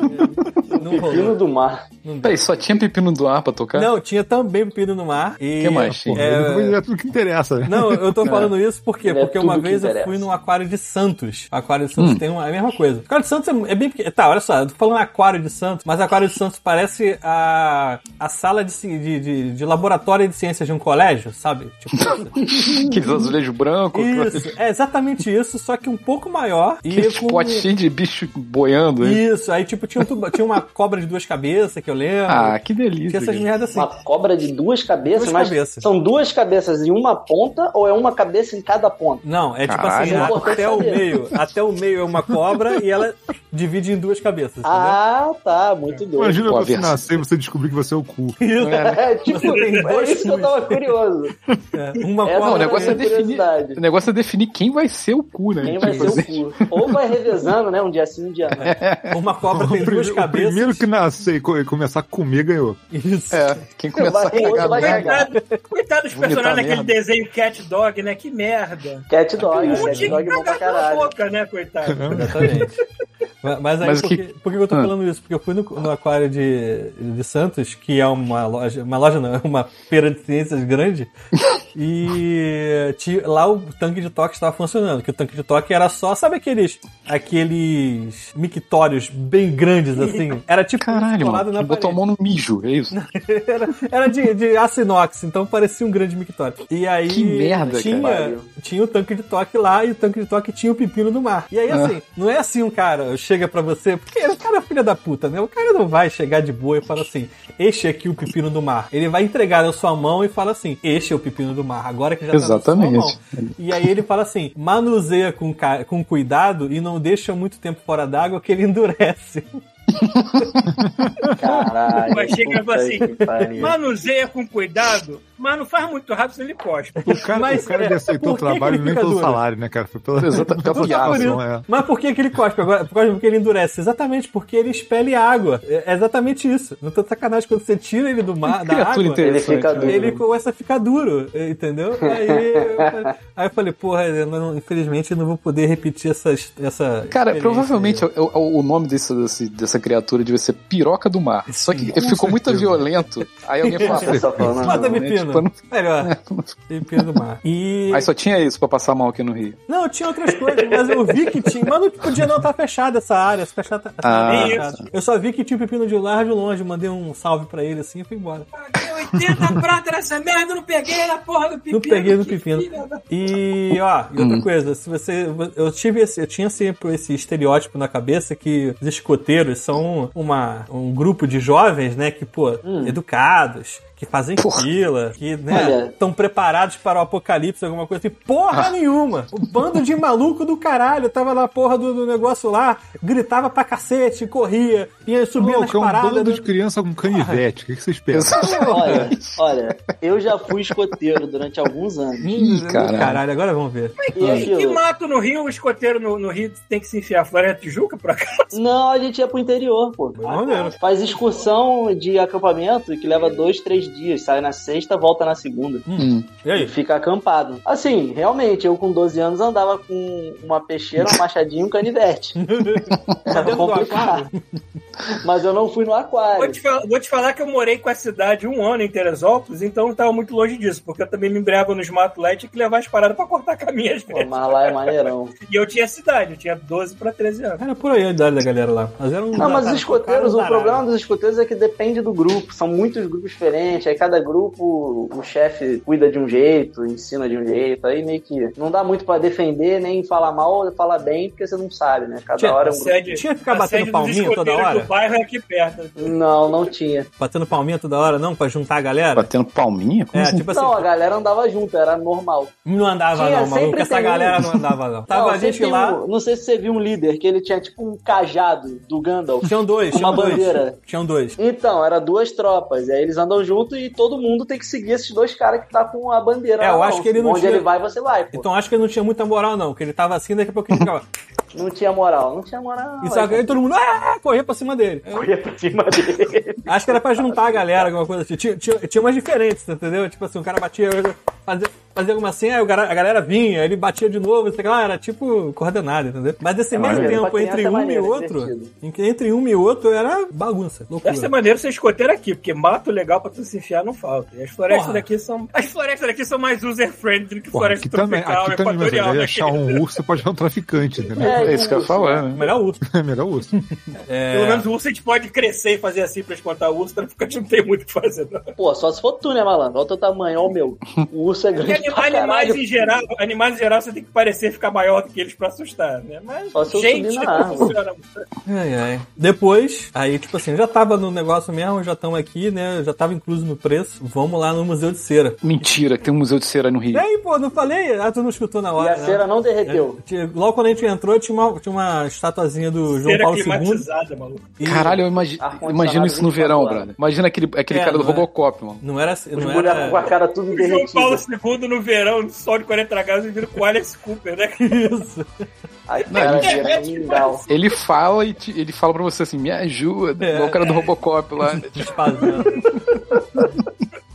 S3: Não
S4: Pepino
S3: rolou.
S4: do mar.
S3: Não, deu.
S6: Peraí, só tinha pepino do ar pra tocar?
S3: não tinha também pepino do mar. E,
S6: O que mais
S3: pô,
S6: tinha?
S5: Depois
S3: é,
S5: é tudo que interessa, né?
S3: Não, eu tô falando isso por quê?
S4: É
S3: Porque uma
S4: tudo que
S3: vez eu
S4: interessa. Hum.
S3: fui num aquário de Santos. O aquário de Santos tem uma, é a mesma coisa. O aquário de Santos é, é bem pequeno. Tá, olha só, eu tô falando aquário de Santos, mas aquário de Santos parece a, a sala de, ci- de, de, de laboratório de ciências de um colégio, sabe? Tipo,
S6: Aqueles azulejos brancos,
S3: isso, é exatamente isso, só que um pouco maior. E
S6: aqueles
S3: com-
S6: potes cheios de bicho boiando.
S4: né?
S6: hein?
S3: Isso, aí tipo, tinha, um tuba- tinha uma cobra de duas cabeças que eu lembro.
S6: Ah, que
S3: tinha
S6: delícia.
S3: essas
S6: cara.
S3: merdas assim.
S4: Uma cobra de duas cabeças,
S3: Duas
S4: mas
S3: cabeças.
S4: são duas cabeças em uma ponta ou é uma cabeça em cada ponta?
S3: Não, é tipo
S6: Caralho.
S3: assim,
S4: Importante
S3: até o
S4: saber.
S3: meio. Até o meio é uma cobra e ela divide em duas cabeças, entendeu?
S4: Ah, tá, muito doido.
S5: Imagina
S6: Pô, a
S5: você
S6: versão-
S5: nascer e você descobrir que você é o cu.
S3: Isso.
S6: né?
S4: É, tipo,
S3: Você tem
S4: é
S3: dois
S4: isso que eu tava curioso.
S3: É, uma
S4: Essa
S3: cobra.
S6: Não, o negócio
S4: Olha
S6: é
S4: a
S6: definir.
S4: curiosidade.
S6: O negócio é definir quem vai ser o cu, né?
S4: Quem vai
S6: Tipo assim,
S4: ser o cu? Ou vai revezando, né? Um dia assim, um dia não.
S6: é-
S3: Uma cobra tem
S5: O prime-
S3: duas
S5: o
S3: cabeças.
S5: primeiro que nascer e co- e começar a comer ganhou.
S3: Isso.
S6: É, quem começar
S4: Vai, o
S6: a
S4: outro
S6: cagar
S4: vai
S6: merda.
S4: cagar.
S2: Coitado, coitado dos
S6: Vomitar
S2: personagens daquele
S6: merda.
S2: desenho Cat Dog, né? Que merda.
S4: Cat Dog,
S2: Um
S4: É, Cat
S2: tinha que
S4: Dog bom pra
S2: cagar pela
S4: caralho.
S2: boca, né, coitado?
S3: Exatamente. Ma- Mas aí,
S6: Mas o
S3: por, que...
S6: que-
S3: por que eu tô
S6: Ah.
S3: falando isso? Porque eu fui no, no aquário de, de Santos, que é uma loja, uma loja não, é uma feira de ciências grande, e ti- lá o tanque de toque estava funcionando, que o tanque de toque era só, sabe aqueles, aqueles mictórios bem grandes, assim? Era tipo
S6: Caralho,
S3: colado na
S6: mano. Botou a
S3: parede.
S6: mão no mijo, é isso?
S3: Era, era de, de aço inox, então parecia um grande mictório. E aí
S6: Que merda,
S3: tinha,
S4: cara.
S3: tinha o tanque de toque lá e o tanque de toque tinha o pepino do mar. E aí,
S6: Ah.
S3: assim, não é assim um cara chega pra você, porque o cara é filho da puta, né? O cara não vai chegar de boa e fala assim: este aqui é o pepino do mar. Ele vai entregar na sua mão e fala assim: este é o pepino do mar, agora que já tá na
S6: Exatamente.
S3: sua mão. E aí ele fala assim: manuseia com, ca- com cuidado e não deixa muito tempo fora d'água que ele endurece.
S4: Caralho.
S2: Mas chega
S4: puta
S2: assim,
S4: que pariu.
S2: Manuseia com cuidado, mas não faz muito rápido, senão ele posta.
S5: O cara,
S3: Mas,
S5: o cara ele
S3: é,
S5: aceitou o
S3: por que que
S5: trabalho
S3: ele
S5: nem
S3: fica
S5: pelo
S3: duro?
S5: salário, né, cara? Foi pela,
S6: Exatamente, pela
S5: pela
S6: piada.
S5: ação,
S3: Por
S5: é.
S3: isso. Mas por que, que ele cospe agora? Por causa que ele endurece? Exatamente porque ele expele água. É exatamente isso. Não tô de sacanagem quando você tira ele do mar, da
S6: Criatura né,
S3: água.
S4: Ele
S6: interessante.
S4: fica duro.
S3: Ele começa a ficar duro, entendeu? Aí eu falei, aí eu falei, porra, eu não- infelizmente eu não vou poder repetir essa. essa
S6: Cara,
S3: experiência
S6: provavelmente é
S3: aí.
S6: o, o- o nome desse, desse- dessa criatura devia ser piroca do mar. Só que ele
S3: é
S6: ficou muito violento. Aí alguém
S4: Nossa,
S6: falou,
S4: só falando,
S3: Bota
S6: né?
S3: pepino.
S6: Tipo, não-
S3: Melhor. Pepino do mar. E.
S6: Aí só tinha isso pra passar mal aqui no Rio.
S3: Não, tinha outras coisas, mas eu vi que tinha. Mas não podia não estar fechada essa área. Essa fechada, tá- essa
S6: Ah,
S3: área tá
S2: isso.
S3: fechada. Eu só vi que tinha o pepino de lá de longe, mandei um salve pra ele assim e fui embora.
S2: Paguei 80 prata nessa merda, não peguei na porra do pepino.
S3: Não peguei no
S2: que
S3: pepino.
S2: filha da-
S3: E, ó, e
S4: Hum.
S3: outra coisa, se você. Eu tive esse, eu tinha sempre esse estereótipo na cabeça que os escoteiros são uma, um grupo de jovens, né, que, pô,
S4: Hum.
S3: educados. Que fazem
S6: Porra.
S3: fila, que né,
S4: Olha. Ah.
S3: estão preparados para o apocalipse, alguma coisa assim. Porra nenhuma! O bando de maluco do caralho tava na porra do, do negócio lá, gritava pra cacete, corria, ia subia
S5: Não,
S3: nas
S5: que é um
S3: paradas.
S5: bando
S3: né?
S5: de criança com canivete. O que, que você espera?
S4: Olha, olha, eu já fui escoteiro durante alguns anos.
S3: Ih,
S6: caralho.
S3: caralho, agora vamos ver.
S4: E
S2: E que
S4: aquilo?
S2: mato no rio, o escoteiro no, no rio tem que se enfiar fora da Tijuca pra cá.
S4: Não, a gente ia pro interior, pô.
S3: Maneiro.
S4: Faz excursão de acampamento que leva dois, três dias. Sai na sexta, volta na segunda.
S6: Hum,
S3: E aí?
S4: E fica acampado. Assim, realmente, eu com 12 anos andava com uma peixeira, um machadinho e um canivete. Era
S3: Tá Dentro do
S4: Tá complicado. Mas eu não fui no
S2: Vou
S4: aquário.
S2: te, fal- vou te falar que eu morei com a cidade um ano em Teresópolis, então não tava muito longe disso, porque eu também me embriava nos matos lá e tinha que levar as paradas pra cortar caminho às
S4: Pô,
S2: vezes.
S4: mas lá é maneirão.
S2: E eu tinha cidade, eu tinha 12 pra 13 anos.
S3: Era por aí a idade da galera lá. Mas era um
S4: Não, mas os
S3: cara,
S4: escoteiros,
S3: um
S4: o
S3: baralho.
S4: problema dos escoteiros é que depende do grupo. São muitos grupos diferentes. Aí cada grupo, o chefe cuida de um jeito, ensina de um jeito. Aí meio que não dá muito pra defender, nem falar mal ou falar bem, porque você não sabe, né? Cada
S3: Tinha-
S4: hora é um grupo.
S2: Sede-
S3: Tinha que ficar
S2: a
S3: batendo
S2: sede dos
S3: palminho toda
S2: escoteiros
S3: hora?
S2: do bairro é aqui perto.
S4: Não, não tinha.
S3: Batendo palminha toda hora, não? Pra juntar a galera?
S6: Batendo palminha? Como
S3: É,
S6: assim?
S3: tipo assim,
S4: Não, a galera andava junto, era normal.
S3: não andava
S4: tinha,
S3: não, maluco.
S4: sempre
S3: Essa
S4: tem
S3: galera
S4: um.
S3: não andava não. Tava
S4: Não,
S3: a gente
S4: sempre
S3: lá,
S4: um- não sei se você viu um líder, que ele tinha tipo um cajado do Gandalf.
S3: tinham dois,
S4: Uma
S3: tinham dois.
S4: bandeira.
S3: Tinham dois.
S4: Então, era duas tropas. E aí eles andam junto e todo mundo tem que seguir esses dois caras que tá com a bandeira.
S3: É,
S4: na
S3: eu
S4: mão.
S3: acho que ele não
S4: Onde
S3: tinha-
S4: ele vai, você vai, pô.
S3: Então acho que ele não tinha muita moral não, que ele tava assim, daqui a pouco ele ficava...
S4: Não tinha moral, não tinha moral.
S3: E só que aí todo mundo ah, corria pra cima dele. Eu
S4: É. corria pra cima dele.
S3: acho que era pra juntar a galera, alguma coisa assim. Tinha, tinha, tinha umas diferentes, tá entendeu? Tipo assim, o cara batia, fazia, fazia alguma assim, aí o gara- a galera vinha, ele batia de novo, não sei o que lá, era tipo coordenado, entendeu? Mas nesse mesmo
S4: maneiro.
S3: tempo,
S4: Pra criança
S3: entre
S4: é
S3: um e
S4: maneiro, é
S3: outro,
S4: divertido.
S3: em que entre um e outro era bagunça, loucura.
S2: Deve ser maneiro ser escoteiro aqui, porque mato legal pra tu se enfiar não falta. E as florestas
S3: Porra.
S2: daqui são. As florestas daqui são mais user-friendly que
S5: Porra,
S2: floresta
S5: aqui também,
S2: tropical,
S5: aqui também, mas
S2: equatorial,
S5: aí
S2: né?
S5: achar um urso, você pode achar um traficante, entendeu?
S6: É isso que eu ia falar, né?
S3: Melhor outro.
S5: É melhor urso.
S2: Pelo menos o urso a gente pode crescer e fazer assim pra espantar o urso, traficante não tem muito o que fazer, não.
S4: Pô, só se for tu, né, malandro? Olha o teu tamanho, olha o meu. O urso é
S2: Porque
S4: grande.
S2: anim-
S4: pra
S2: animais
S4: caralho.
S2: em geral, animais em geral, você tem que parecer ficar maior do que eles pra assustar, né? Mas
S4: Só se eu
S2: gente,
S4: subir na
S2: não
S4: árvore.
S2: funciona muito.
S3: Ai, ai. Depois, aí, tipo assim, eu já tava no negócio mesmo, já estamos aqui, né? eu Já tava incluso no preço. Vamos lá no Museu de Cera.
S6: Mentira, que tem um museu de cera no
S3: E
S6: Rio.
S3: aí, pô, não falei? Ah, tu não escutou na
S4: E
S3: hora.
S4: a cera não derreteu.
S3: né? Tinha- Logo quando a gente entrou, tinha uma, tinha uma estatuazinha do João
S2: Cera
S3: Paulo II.
S2: climatizada, maluco.
S3: E
S6: Caralho, eu imagi-
S4: Ar-condicionado
S6: imagino isso no
S4: 24
S6: verão,
S4: horas.
S6: brother. Imagina aquele, aquele
S3: É,
S6: cara do
S3: não é?
S6: Robocop, mano.
S3: Não era. assim,
S4: Os
S3: Não
S4: bonecos com a
S3: era...
S4: cara tudo
S2: João
S4: derretido.
S2: Paulo II no verão, no sol de 40 graus, eu viro com o Alex Cooper, né?
S3: Isso.
S4: Aí,
S6: Não,
S4: cara,
S3: é
S6: ele-
S4: vira um mingau.
S6: Ele fala e te- ele fala pra você assim, me ajuda.
S3: É.
S6: igual o cara do Robocop lá. né? Tipo,
S3: Espasmando.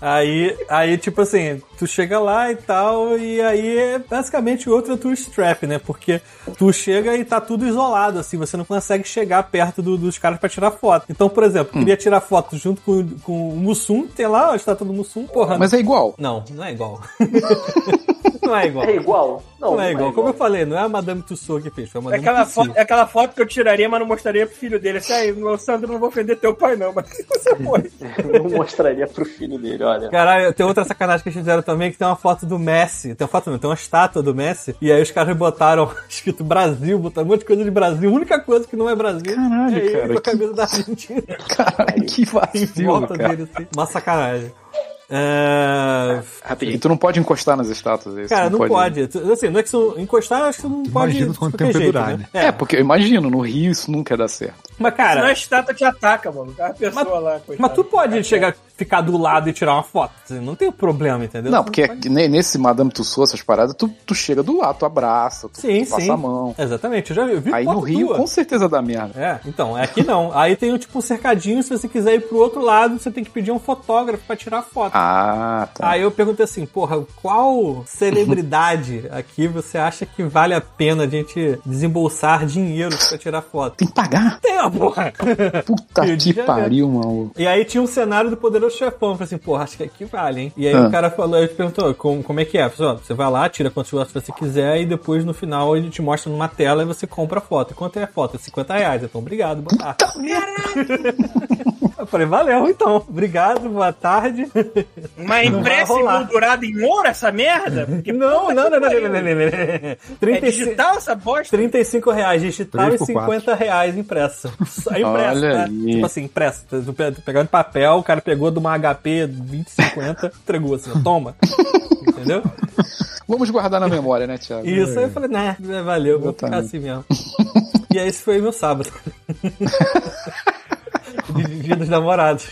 S3: Aí, aí, tipo assim, tu chega lá e tal, e aí é basicamente outra tour strap, né? Porque tu chega e tá tudo isolado, assim, você não consegue chegar perto do- dos caras pra tirar foto. Então, por exemplo, queria tirar foto junto com, com o Mussum, tem lá a estátua do Mussum, porra.
S6: Mas é igual.
S3: Não, não é igual. não é igual.
S4: É igual? Não,
S3: Não é igual. Como eu falei, não é a Madame Tussauds que fez, foi a
S2: É
S3: Madame
S2: aquela,
S3: Tussauds.
S2: foto, é aquela foto que eu tiraria, mas não mostraria pro filho dele. Assim, aí, meu Sandro, não vou ofender teu pai, não, mas você pode.
S4: Eu
S3: é?
S4: mostraria pro filho dele, olha.
S3: Caralho, tem outra sacanagem que eles fizeram também, que tem uma foto do Messi. Tem uma foto não, tem uma estátua do Messi. E aí os caras botaram escrito Brasil, botaram um monte de coisa de Brasil. A única coisa que não é Brasil
S6: Caralho,
S3: é ele
S6: cara,
S3: com a
S6: que-
S3: camisa da Argentina.
S6: Caralho, que
S3: Em
S6: vacilo,
S3: volta
S6: cara.
S3: dele, assim. Uma sacanagem. É...
S6: E tu não pode encostar nas estátuas. é isso?
S3: Cara, não pode. Assim, não é que se eu encostar, acho que não pode.
S5: Imagina
S3: de
S5: quanto
S3: qualquer
S5: tempo
S3: jeito,
S5: durar, né?
S6: É, porque eu imagino, no Rio isso nunca dá certo.
S3: Mas,
S2: Senão a
S6: é
S3: cara,
S2: estátua te ataca, mano. Tá uma pessoa lá, coitada.
S3: mas tu
S2: É,
S3: pode chegar, ficar do lado e tirar uma foto. assim, Não tem problema, entendeu?
S6: Não, porque aqui, ne- nesse Madame Tussauds, essas paradas, tu, tu chega do lado, tu abraça, tu,
S3: Sim,
S6: tu passa
S3: sim.
S6: a mão.
S3: Exatamente, eu já vi. eu vi
S6: Aí
S3: foto
S6: no Rio,
S3: tua.
S6: com certeza dá merda.
S3: É, então, é aqui não. Aí tem tipo um cercadinho, se você quiser ir pro outro lado, você tem que pedir um fotógrafo pra tirar foto.
S6: Ah, tá.
S3: Aí eu perguntei assim, porra, qual celebridade aqui você acha que vale a pena a gente desembolsar dinheiro pra tirar foto?
S6: Tem que pagar?
S3: Tem uma porra!
S6: Puta
S3: Rio de
S6: que
S3: Janeiro.
S6: pariu, maluco.
S3: E aí tinha um cenário do Poderoso Chefão. Eu falei assim, porra, acho que aqui vale, hein? E aí
S6: Ah.
S3: o cara falou, ele perguntou, como, como é que é? Eu falei, ó, você vai lá, tira quantos fotos você quiser e depois no final ele te mostra numa tela e você compra a foto. E quanto é a foto? É 50 reais. Então, obrigado, boa tarde. Eu falei, valeu então. Obrigado, boa tarde.
S2: Mas
S3: Não vai
S2: impressa
S3: rolar.
S2: moldurada em ouro essa merda? Porque
S3: Não,
S2: puta
S3: não, não,
S2: que
S3: não, não,
S2: pariu.
S3: não, não, não, não.
S2: É
S3: 35,
S2: digital essa bosta?
S3: 35 reais digital e
S5: Três por
S3: 50 reais impressa. Só impressa,
S6: Olha
S3: né?
S6: aí.
S3: Tipo assim, impressa. Tu pe- tu Pegando papel, o cara pegou de uma HP 2050, entregou assim, ó, toma. Entendeu?
S6: Vamos guardar na memória, né, Thiago?
S3: Isso, aí eu falei, né, valeu, vou ficar
S6: Exatamente.
S3: assim mesmo. E aí esse foi meu sábado. De dia dos namorados.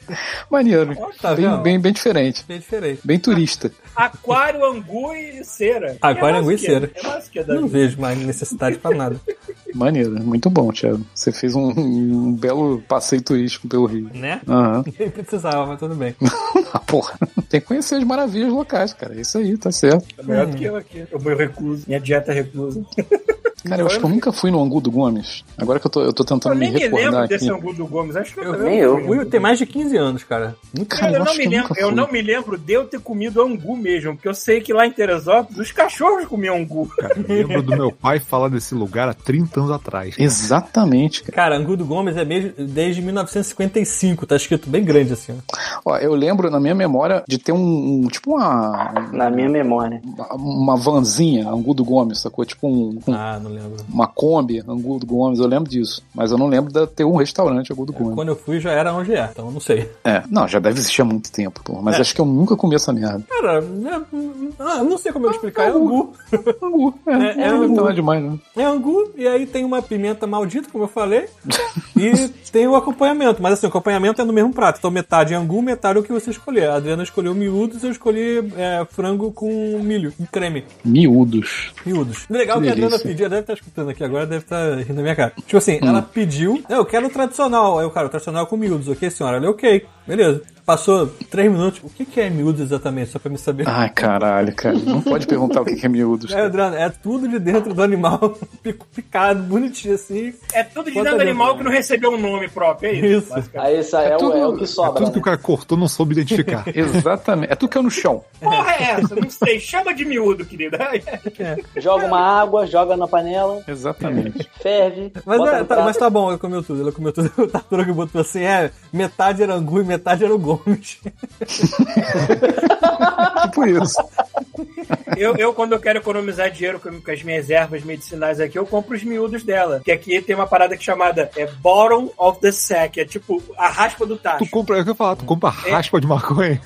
S6: Maneiro.
S3: Tá
S6: bem,
S3: vendo?
S6: bem, bem diferente.
S3: Bem diferente.
S6: Bem turista.
S2: Aquário, angu e cera.
S3: Aquário, angu e cera.
S2: É mais o que,
S3: Não
S2: Davi?
S3: vejo mais necessidade pra nada.
S6: Maneiro. Muito bom, Thiago. Você fez um, um belo passeio turístico pelo Rio.
S3: Né?
S6: Aham.
S3: Nem precisava, mas tudo bem.
S6: Ah, porra. Tem que conhecer as maravilhas locais, cara. É Isso aí, tá certo.
S2: É melhor do que eu aqui. Eu meu recluso. Minha dieta reclusa.
S6: Cara, eu acho que eu nunca fui no Angu do Gomes. Agora que eu tô, eu tô tentando
S2: Eu
S6: me
S2: nem me
S6: recordar
S2: lembro
S6: aqui.
S2: desse angu do Gomes. Acho que eu,
S4: Nem eu.
S2: fui.
S3: Will tem mais de 15 anos, cara.
S6: Cara,
S2: Cara, eu, não
S6: acho
S2: me
S6: que eu
S2: lembro,
S6: nunca
S2: eu
S6: fui.
S2: não me lembro de eu ter comido angu mesmo, porque eu sei que lá em Teresópolis os cachorros comiam angu.
S5: Cara, eu lembro do meu pai falar desse lugar há 30 anos atrás.
S6: Exatamente, cara.
S3: Cara, Angudo Gomes é mesmo desde 1955, tá escrito bem grande assim. ó.
S6: Ó, eu lembro na minha memória de ter um, um- tipo uma,
S4: Na minha memória.
S6: uma uma vanzinha, Angu do Gomes, sacou? Tipo um, um-
S3: Ah, não lembro.
S6: uma Kombi, Angu do Gomes, eu lembro disso. Mas eu não lembro de ter um restaurante Angu do Gomes.
S3: Quando eu fui já era onde é, então eu não sei.
S6: É, não, já deve existir há muito tempo, pô. Mas acho que eu nunca comi essa merda.
S3: Cara, é- ah, eu não sei como eu explicar. É Angu.
S6: Angu, é,
S3: É, é
S6: não
S3: angu.
S6: nada demais, né?
S3: É Angu, e aí tem uma pimenta maldita, como eu falei, e tem o acompanhamento. Mas assim, o acompanhamento é no mesmo prato. Então metade é Angu, comentário o que você escolher. A Adriana escolheu miúdos, eu escolhi é, frango com milho, em creme.
S6: Miúdos.
S3: Miúdos. Legal que,
S6: Que
S3: a Adriana
S6: delícia.
S3: pediu, ela deve estar escutando aqui agora, deve estar rindo da minha cara. Tipo assim, ela pediu, "É, eu quero o tradicional. Aí o cara, o tradicional é com miúdos, ok, senhora? Ela, ok, beleza. Passou três minutos, o que que é miúdos exatamente, só pra me saber.
S6: Ai, caralho, cara. Não pode perguntar o que que é miúdos.
S3: É, Adriana, é tudo de dentro do animal, pico- picado, bonitinho assim.
S2: É tudo de
S3: Bota
S2: dentro do
S3: dentro.
S2: animal que não recebeu um nome próprio, é isso.
S3: Isso.
S2: basicamente.
S4: Aí isso aí é, o, é o que
S5: é
S4: sobra.
S5: tudo que o
S4: né?
S5: cara cortou não soube identificar.
S6: Exatamente. É tu que é no chão.
S2: Porra é essa? Não sei. Chama de miúdo, querida.
S4: né? Joga uma água, joga na panela,
S6: Exatamente.
S4: ferve.
S3: Mas,
S4: bota
S3: é,
S4: no
S3: tá,
S4: prato.
S3: mas tá bom, ele comeu tudo. Ele comeu tudo. O Tartaruga botou assim: é, metade era angu e metade era o Gomes.
S6: Tipo isso.
S2: Eu, eu, quando eu quero economizar dinheiro com, com as minhas ervas medicinais aqui, eu compro os miúdos dela. Que aqui tem uma parada que chamada é bottom of the sack. É tipo a raspa do tacho.
S5: Tu compra, é o que eu ia falar, tu compra raspa de maconha.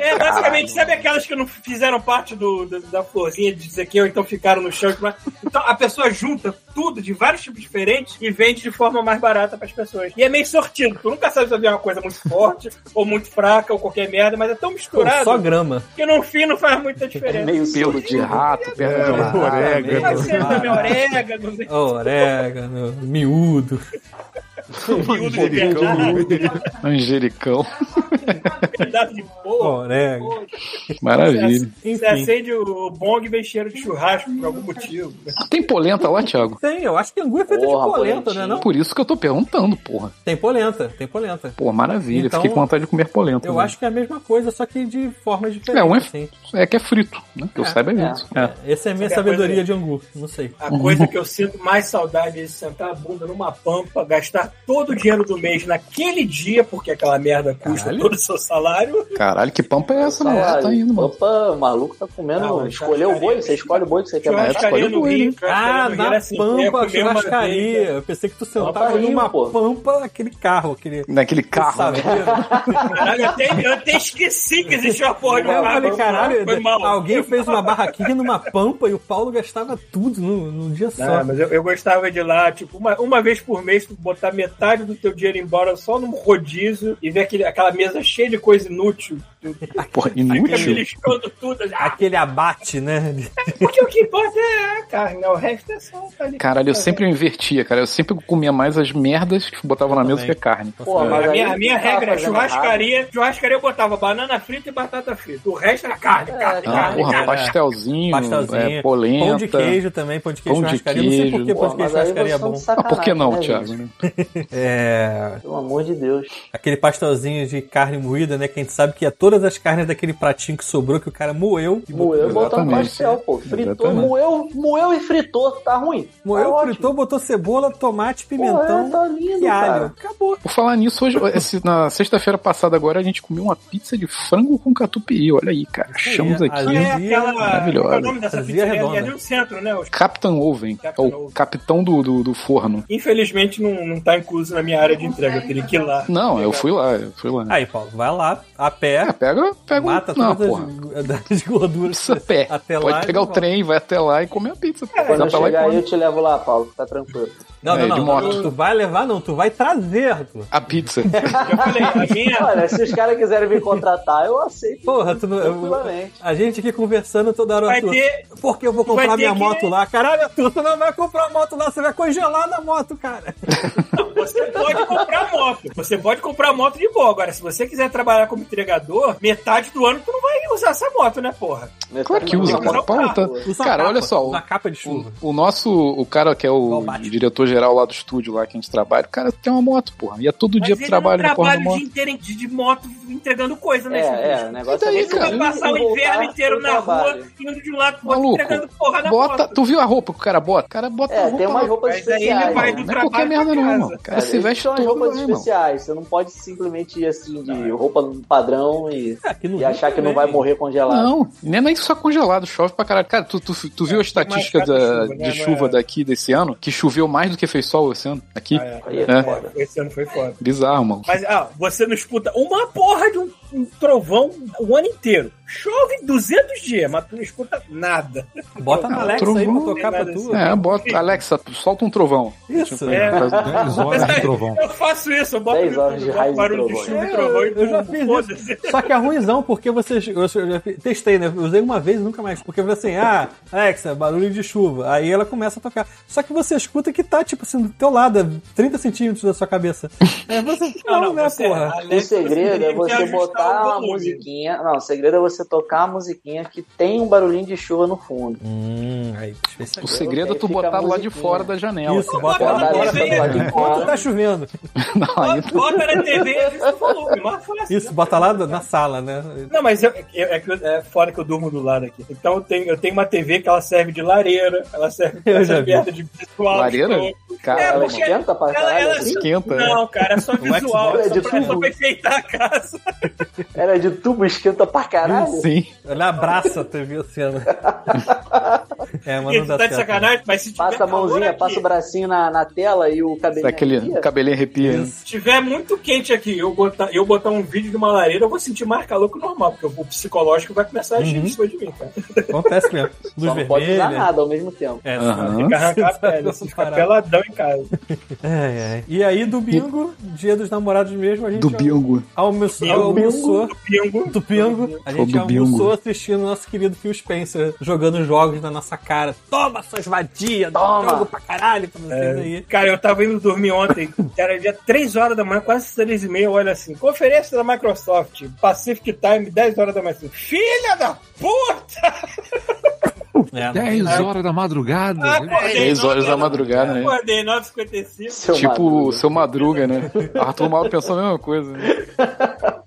S2: É, basicamente, sabe aquelas que não fizeram parte do, da, da florzinha de dizer que ou então ficaram no chão? que não é? Então a pessoa junta tudo de vários tipos diferentes e vende de forma mais barata pras pessoas. E é meio sortido. Tu nunca sabe se é uma coisa muito forte ou muito fraca ou qualquer merda, mas é tão
S3: Pô,
S2: misturado
S3: só grama.
S2: que no fim não faz muita diferença.
S4: Meio
S6: Pelo de rato, perna de
S5: É, orégano.
S6: orégano.
S2: Pode ser também orégano,
S3: Orégano, miúdo.
S2: miúdo de verdade,
S6: Angelicão.
S2: pedaço de porra.
S3: Orégano.
S2: Pô,
S6: Maravilha.
S2: Você
S3: Enfim.
S2: acende o bong e vem cheiro de churrasco por algum motivo.
S6: Tem polenta lá, Thiago?
S3: Tem, eu acho que angu é feito
S4: Porra,
S3: de polenta, né?
S4: polentinha.
S3: Não?
S6: Por isso que eu tô perguntando, porra.
S3: Tem polenta, tem polenta.
S6: Pô, maravilha.
S3: Então,
S6: Fiquei com vontade de comer polenta.
S3: Eu
S6: né?
S3: acho que é a mesma coisa, só que de formas diferentes.
S6: É, um é-
S3: assim.
S6: É que é frito, né? Que eu
S3: É,
S6: saiba é
S4: é.
S6: isso. É.
S3: Essa é a minha
S2: Sabe a coisa-
S3: sabedoria de angu, não sei.
S2: A coisa que eu sinto mais saudade é de sentar a bunda numa pampa, gastar todo o dinheiro do mês naquele dia, porque aquela merda custa
S3: Caralho.
S2: todo o seu salário.
S6: Caralho, que pampa é essa, mano?
S4: Salário.
S6: Tá indo, mano.
S4: Opa, o maluco tá
S2: Não,
S4: comendo.
S3: é
S4: Escolheu o boi, você escolhe o boi que você quer matar.
S2: Churrascaria no
S6: escolhe
S2: Rio. churrascaria
S3: Ah,
S2: no Rio
S3: na
S2: era assim, é
S3: pampa,
S2: comer uma
S3: churrascaria.
S2: vez,
S3: Eu pensei que tu
S4: Pampa
S3: sentava
S4: Rio,
S3: numa
S4: pô.
S3: pampa, aquele carro, aquele...
S6: Naquele carro.
S3: Sabe?
S6: né?
S2: Caralho, eu até, eu até esqueci que existia uma porra de
S3: Eu
S2: uma
S3: falei, caralho, né,
S2: Foi mal.
S3: alguém fez uma barraquinha numa pampa e o Paulo gastava tudo num, num dia só.
S2: Ah, mas eu, eu gostava de ir lá, tipo, uma, uma vez por mês, tu botar metade do teu dinheiro embora só num rodízio e ver aquele, aquela mesa cheia de coisa inútil. Tu
S6: Porra,
S2: fica
S6: inútil.
S2: beliscando tudo. Ah,
S3: Aquele abate, né?
S2: porque o que importa é a carne, né? O resto é só. tá ali.
S6: Caralho, eu sempre invertia, cara. Eu sempre comia mais as merdas que botavam na mesa que
S3: também.
S6: a carne.
S4: Pô, mas
S2: a
S4: aí
S2: minha, a minha
S4: tá
S2: regra é
S4: fazendo errado.
S2: churrascaria. Churrascaria eu botava banana frita e batata frita. O resto era carne, carne,
S6: Ah,
S2: carne,
S6: porra,
S2: carne.
S6: pastelzinho,
S3: é Pastelzinho,
S6: é, polenta.
S3: pão de queijo também, pão de queijo,
S6: pão de
S3: churrascaria. Não sei por que
S6: queijo.
S4: Pô,
S3: pão de queijo,
S4: mas aí
S3: churrascaria é
S4: vocês
S3: bom.
S4: são de
S6: Ah, por que não,
S4: sacanagem, né,
S6: Thiago?
S4: gente?
S6: né?
S3: É,
S4: Pelo amor de Deus.
S3: aquele pastelzinho de carne moída, né? Que a gente sabe que é todas as carnes daquele pratinho que sobrou que o cara moeu. E botou-
S4: Moeu e botou no
S6: Exatamente.
S4: pastel, pô. Fritou,
S6: Exatamente.
S4: moeu, moeu e fritou, tá ruim.
S3: Moeu,
S4: tá ótimo.
S3: fritou, botou cebola, tomate,
S4: Pô,
S3: pimentão
S4: é, tá lindo,
S3: e alho.
S4: cara.
S3: Acabou.
S6: Por falar nisso, hoje, esse- na sexta-feira passada agora, a gente comeu uma pizza de frango com catupiry. Olha aí, cara. Achamos
S3: aí,
S6: aqui
S2: É
S3: ali-
S2: aquela.
S6: Maravilhosa.
S2: Qual é o nome dessa
S3: Fazia
S2: pizza? É
S3: redonda.
S2: ali no centro, né? Os-
S6: Capitão Oven, que é
S2: Capitão
S6: o
S2: Oven.
S6: capitão do, do, do forno.
S2: Infelizmente não, não tá incluso na minha área de entrega. Eu teria que ir lá.
S6: Não, eu fui lá, eu fui lá.
S3: Aí, Paulo, vai lá, a pé,
S6: É, pega, pega
S3: mata
S6: um... Não,
S3: todas
S6: porra.
S3: as, das gorduras
S6: Pizza a pé.
S3: até lá.
S6: Pode
S3: e
S6: pegar o
S3: volta.
S6: trem, vai até lá e comer a pizza. pô.
S4: Quando
S6: Vai
S4: eu
S6: tá pra lá e
S4: chegar aí,
S6: come.
S4: eu te levo lá, Paulo. Tá tranquilo.
S3: Não,
S6: É,
S3: não,
S6: de
S3: não,
S6: moto.
S3: Tu vai levar, não. Tu vai trazer, Arthur.
S6: A pizza.
S2: Eu falei, a minha.
S4: Olha, se os caras quiserem me contratar, eu aceito.
S3: Porra, tu não. eu-
S4: Tranquilamente.
S3: A gente aqui conversando toda hora,
S2: Vai
S3: Arthur.
S2: ter-
S3: Por que eu vou
S2: vai
S3: comprar
S2: ter
S3: minha
S2: que-
S3: moto lá? Caralho, Arthur, tu não vai comprar a moto lá, você vai congelar na moto, cara.
S2: Você pode comprar moto. Você pode comprar moto de boa. Agora, se você quiser trabalhar como entregador, metade do ano tu não vai usar essa moto, né, porra?
S6: Claro que usa,
S2: Não,
S6: cara.
S2: não,
S6: Paulo tá-
S4: não,
S3: Usa a
S6: Cara,
S3: capa,
S6: olha só.
S3: Usa a
S6: o-
S3: capa de chuva.
S6: O, o nosso, o cara que é o
S3: Combate.
S6: diretor-geral lá do estúdio lá que a gente trabalha, o cara tem uma moto, porra. Ia todo dia pro
S2: ele
S3: né,
S6: trabalho
S2: não
S6: de porra de
S2: trabalha o
S6: moto.
S2: dia inteiro em- de, de moto entregando coisa, né? esse
S4: É, é,
S2: bicho?
S4: o negócio
S6: E daí,
S4: é você
S6: cara?
S2: Vai
S4: ir
S2: passar
S4: e
S2: o inverno
S4: voltar
S2: inteiro
S4: pro
S2: na
S4: trabalho.
S2: rua, indo de um lado pro outro,
S6: Maluco,
S2: entregando porra na
S6: Bota,
S2: moto.
S6: tu viu a roupa que o cara bota? O cara bota uma
S4: É,
S6: roupa.
S4: tem umas
S6: lá.
S4: roupas
S2: Mas aí ele
S4: especiais.
S2: vai
S4: né?
S2: do
S6: Não é qualquer
S2: trabalho pra
S6: merda, não,
S2: casa.
S6: mano. O cara se
S4: eles
S6: veste
S4: são as
S6: todo,
S4: roupas
S6: né, irmão? é.
S4: especiais. Você não pode simplesmente ir assim de roupa padrão e,
S3: É, aqui no
S4: e
S3: Rio
S4: achar que não
S3: também.
S4: vai morrer congelado.
S6: Não, nem, é nem só congelado, chove pra caralho. Cara, tu, tu, tu viu a estatística
S2: É, mais cara de
S6: da-
S2: chuva, né?
S6: de chuva
S2: Não é-
S6: daqui desse ano? Que choveu mais do que fez sol esse ano? Aqui?
S2: Ah,
S4: Aí é
S6: É.
S4: foda.
S2: Esse ano foi foda.
S6: Bizarro, mano.
S2: Mas, ah, você não escuta uma porra de um um trovão o ano inteiro. Chove 200 dias, mas tu não escuta nada.
S3: Bota
S6: Ah,
S3: na Alexa aí pra
S6: trovão.
S3: tocar pra
S2: Tem
S3: tu.
S2: nada
S6: É, bota. Alexa, solta um trovão.
S3: Isso.
S2: É.
S6: faz
S5: 10 horas de trovão.
S2: Eu faço isso, eu boto
S4: 10 horas de raiz e
S2: barulho de
S4: trovões.
S2: chuva e trovão. e
S3: É. eu já
S2: tudo,
S3: fiz
S2: foda-se.
S3: isso. Só que é ruimzão, porque vocês. Eu, eu já fi- testei, né? Usei uma vez e nunca mais. Porque eu falei assim, ah, Alexa, barulho de chuva. Aí ela começa a tocar. Só que você escuta que tá, tipo assim, do teu lado, a 30 centímetros da sua cabeça. Aí você. Não, né,
S2: você-
S3: porra?
S2: Alexa,
S4: O
S2: você
S4: segredo é
S2: teria que
S4: você
S2: ajustar o
S4: botar a
S2: volume.
S4: musiquinha. Não, o segredo é você tocar a musiquinha que tem um barulhinho de chuva no fundo.
S3: Hum, aí. isso aí.
S6: O segredo é tu
S4: Fica a
S6: botar lá de
S4: musiquinha.
S6: fora da janela.
S3: Isso,
S6: cara.
S3: bota lá
S4: Botar
S3: fora.
S4: essa do lado de
S3: Enquanto
S4: fora.
S3: tá chovendo.
S6: Não, aí tu-
S2: Bota na TV, ajusta o volume, mais fácil.
S3: Isso, bota lá na sala, né?
S2: Não, mas eu- eu- é, que eu- é fora que eu durmo do lado aqui. Então eu tenho, eu tenho uma TV que ela serve de lareira, ela serve
S3: Eu
S2: pra
S3: já
S2: essa
S3: vi.
S2: merda de visual.
S6: Lareira?
S2: de novo.
S6: Cara,
S4: Ela
S2: É, porque
S4: esquenta pra
S2: ela-
S4: caralho.
S2: ela-
S4: assim?
S6: esquenta. né?
S2: Não, cara, é
S3: Um
S2: só visual,
S4: Xbox
S2: é
S4: é de
S2: só pra, é só
S4: tubo.
S2: pra enfeitar a casa.
S4: Era é de tubo, esquenta pra caralho.
S6: Sim.
S3: Ela abraça a TV oceano. É, mas não
S2: Porque tu
S3: dá
S2: tá de
S3: certo.
S2: sacanagem, mas se tiver
S4: Passa a
S2: calor
S4: mãozinha,
S2: aqui,
S4: passa o bracinho na, na tela e o cabelinho.
S6: Daquele
S4: aqui.
S6: cabelinho arrepia. né?
S3: Isso.
S2: Se tiver muito quente aqui, eu botar, eu botar um vídeo de uma lareira, eu vou sentir mais calor que o normal, porque o psicológico vai começar a agir
S3: Uhum.
S2: em cima de mim, cara.
S3: Acontece mesmo.
S4: Só
S3: Luz
S4: não pode usar
S3: vermelha.
S4: nada ao mesmo tempo.
S3: É, tá
S6: Aham.
S2: Tem que arrancar a pele, se ficar peladão em casa.
S3: Ai, ai. E aí, domingo, dia dos namorados mesmo, a gente
S6: Do bingo.
S3: almoçou.
S2: Domingo.
S3: almoçou
S2: Pingo.
S3: do Pingo. A gente
S6: do bingo.
S3: almoçou assistindo o nosso querido Phil Spencer jogando jogos na nossa cara. Toma suas vadias,
S4: Toma.
S3: jogo pra caralho pra vocês aí.
S2: Cara, eu tava indo dormir ontem, era dia 3 horas da manhã, quase 3 e meia, olha assim, conferência da Microsoft, Pacific Time, 10 horas da manhã. assim, Filha da puta!
S3: É,
S5: 10 horas da madrugada.
S2: Acordei
S6: 10 É horas da
S2: nove-
S6: madrugada, né?
S2: Acordei 9h55.
S4: Seu
S6: tipo o
S4: madruga.
S6: seu Madruga, né? Arthur Mauro pensou a mesma coisa. né?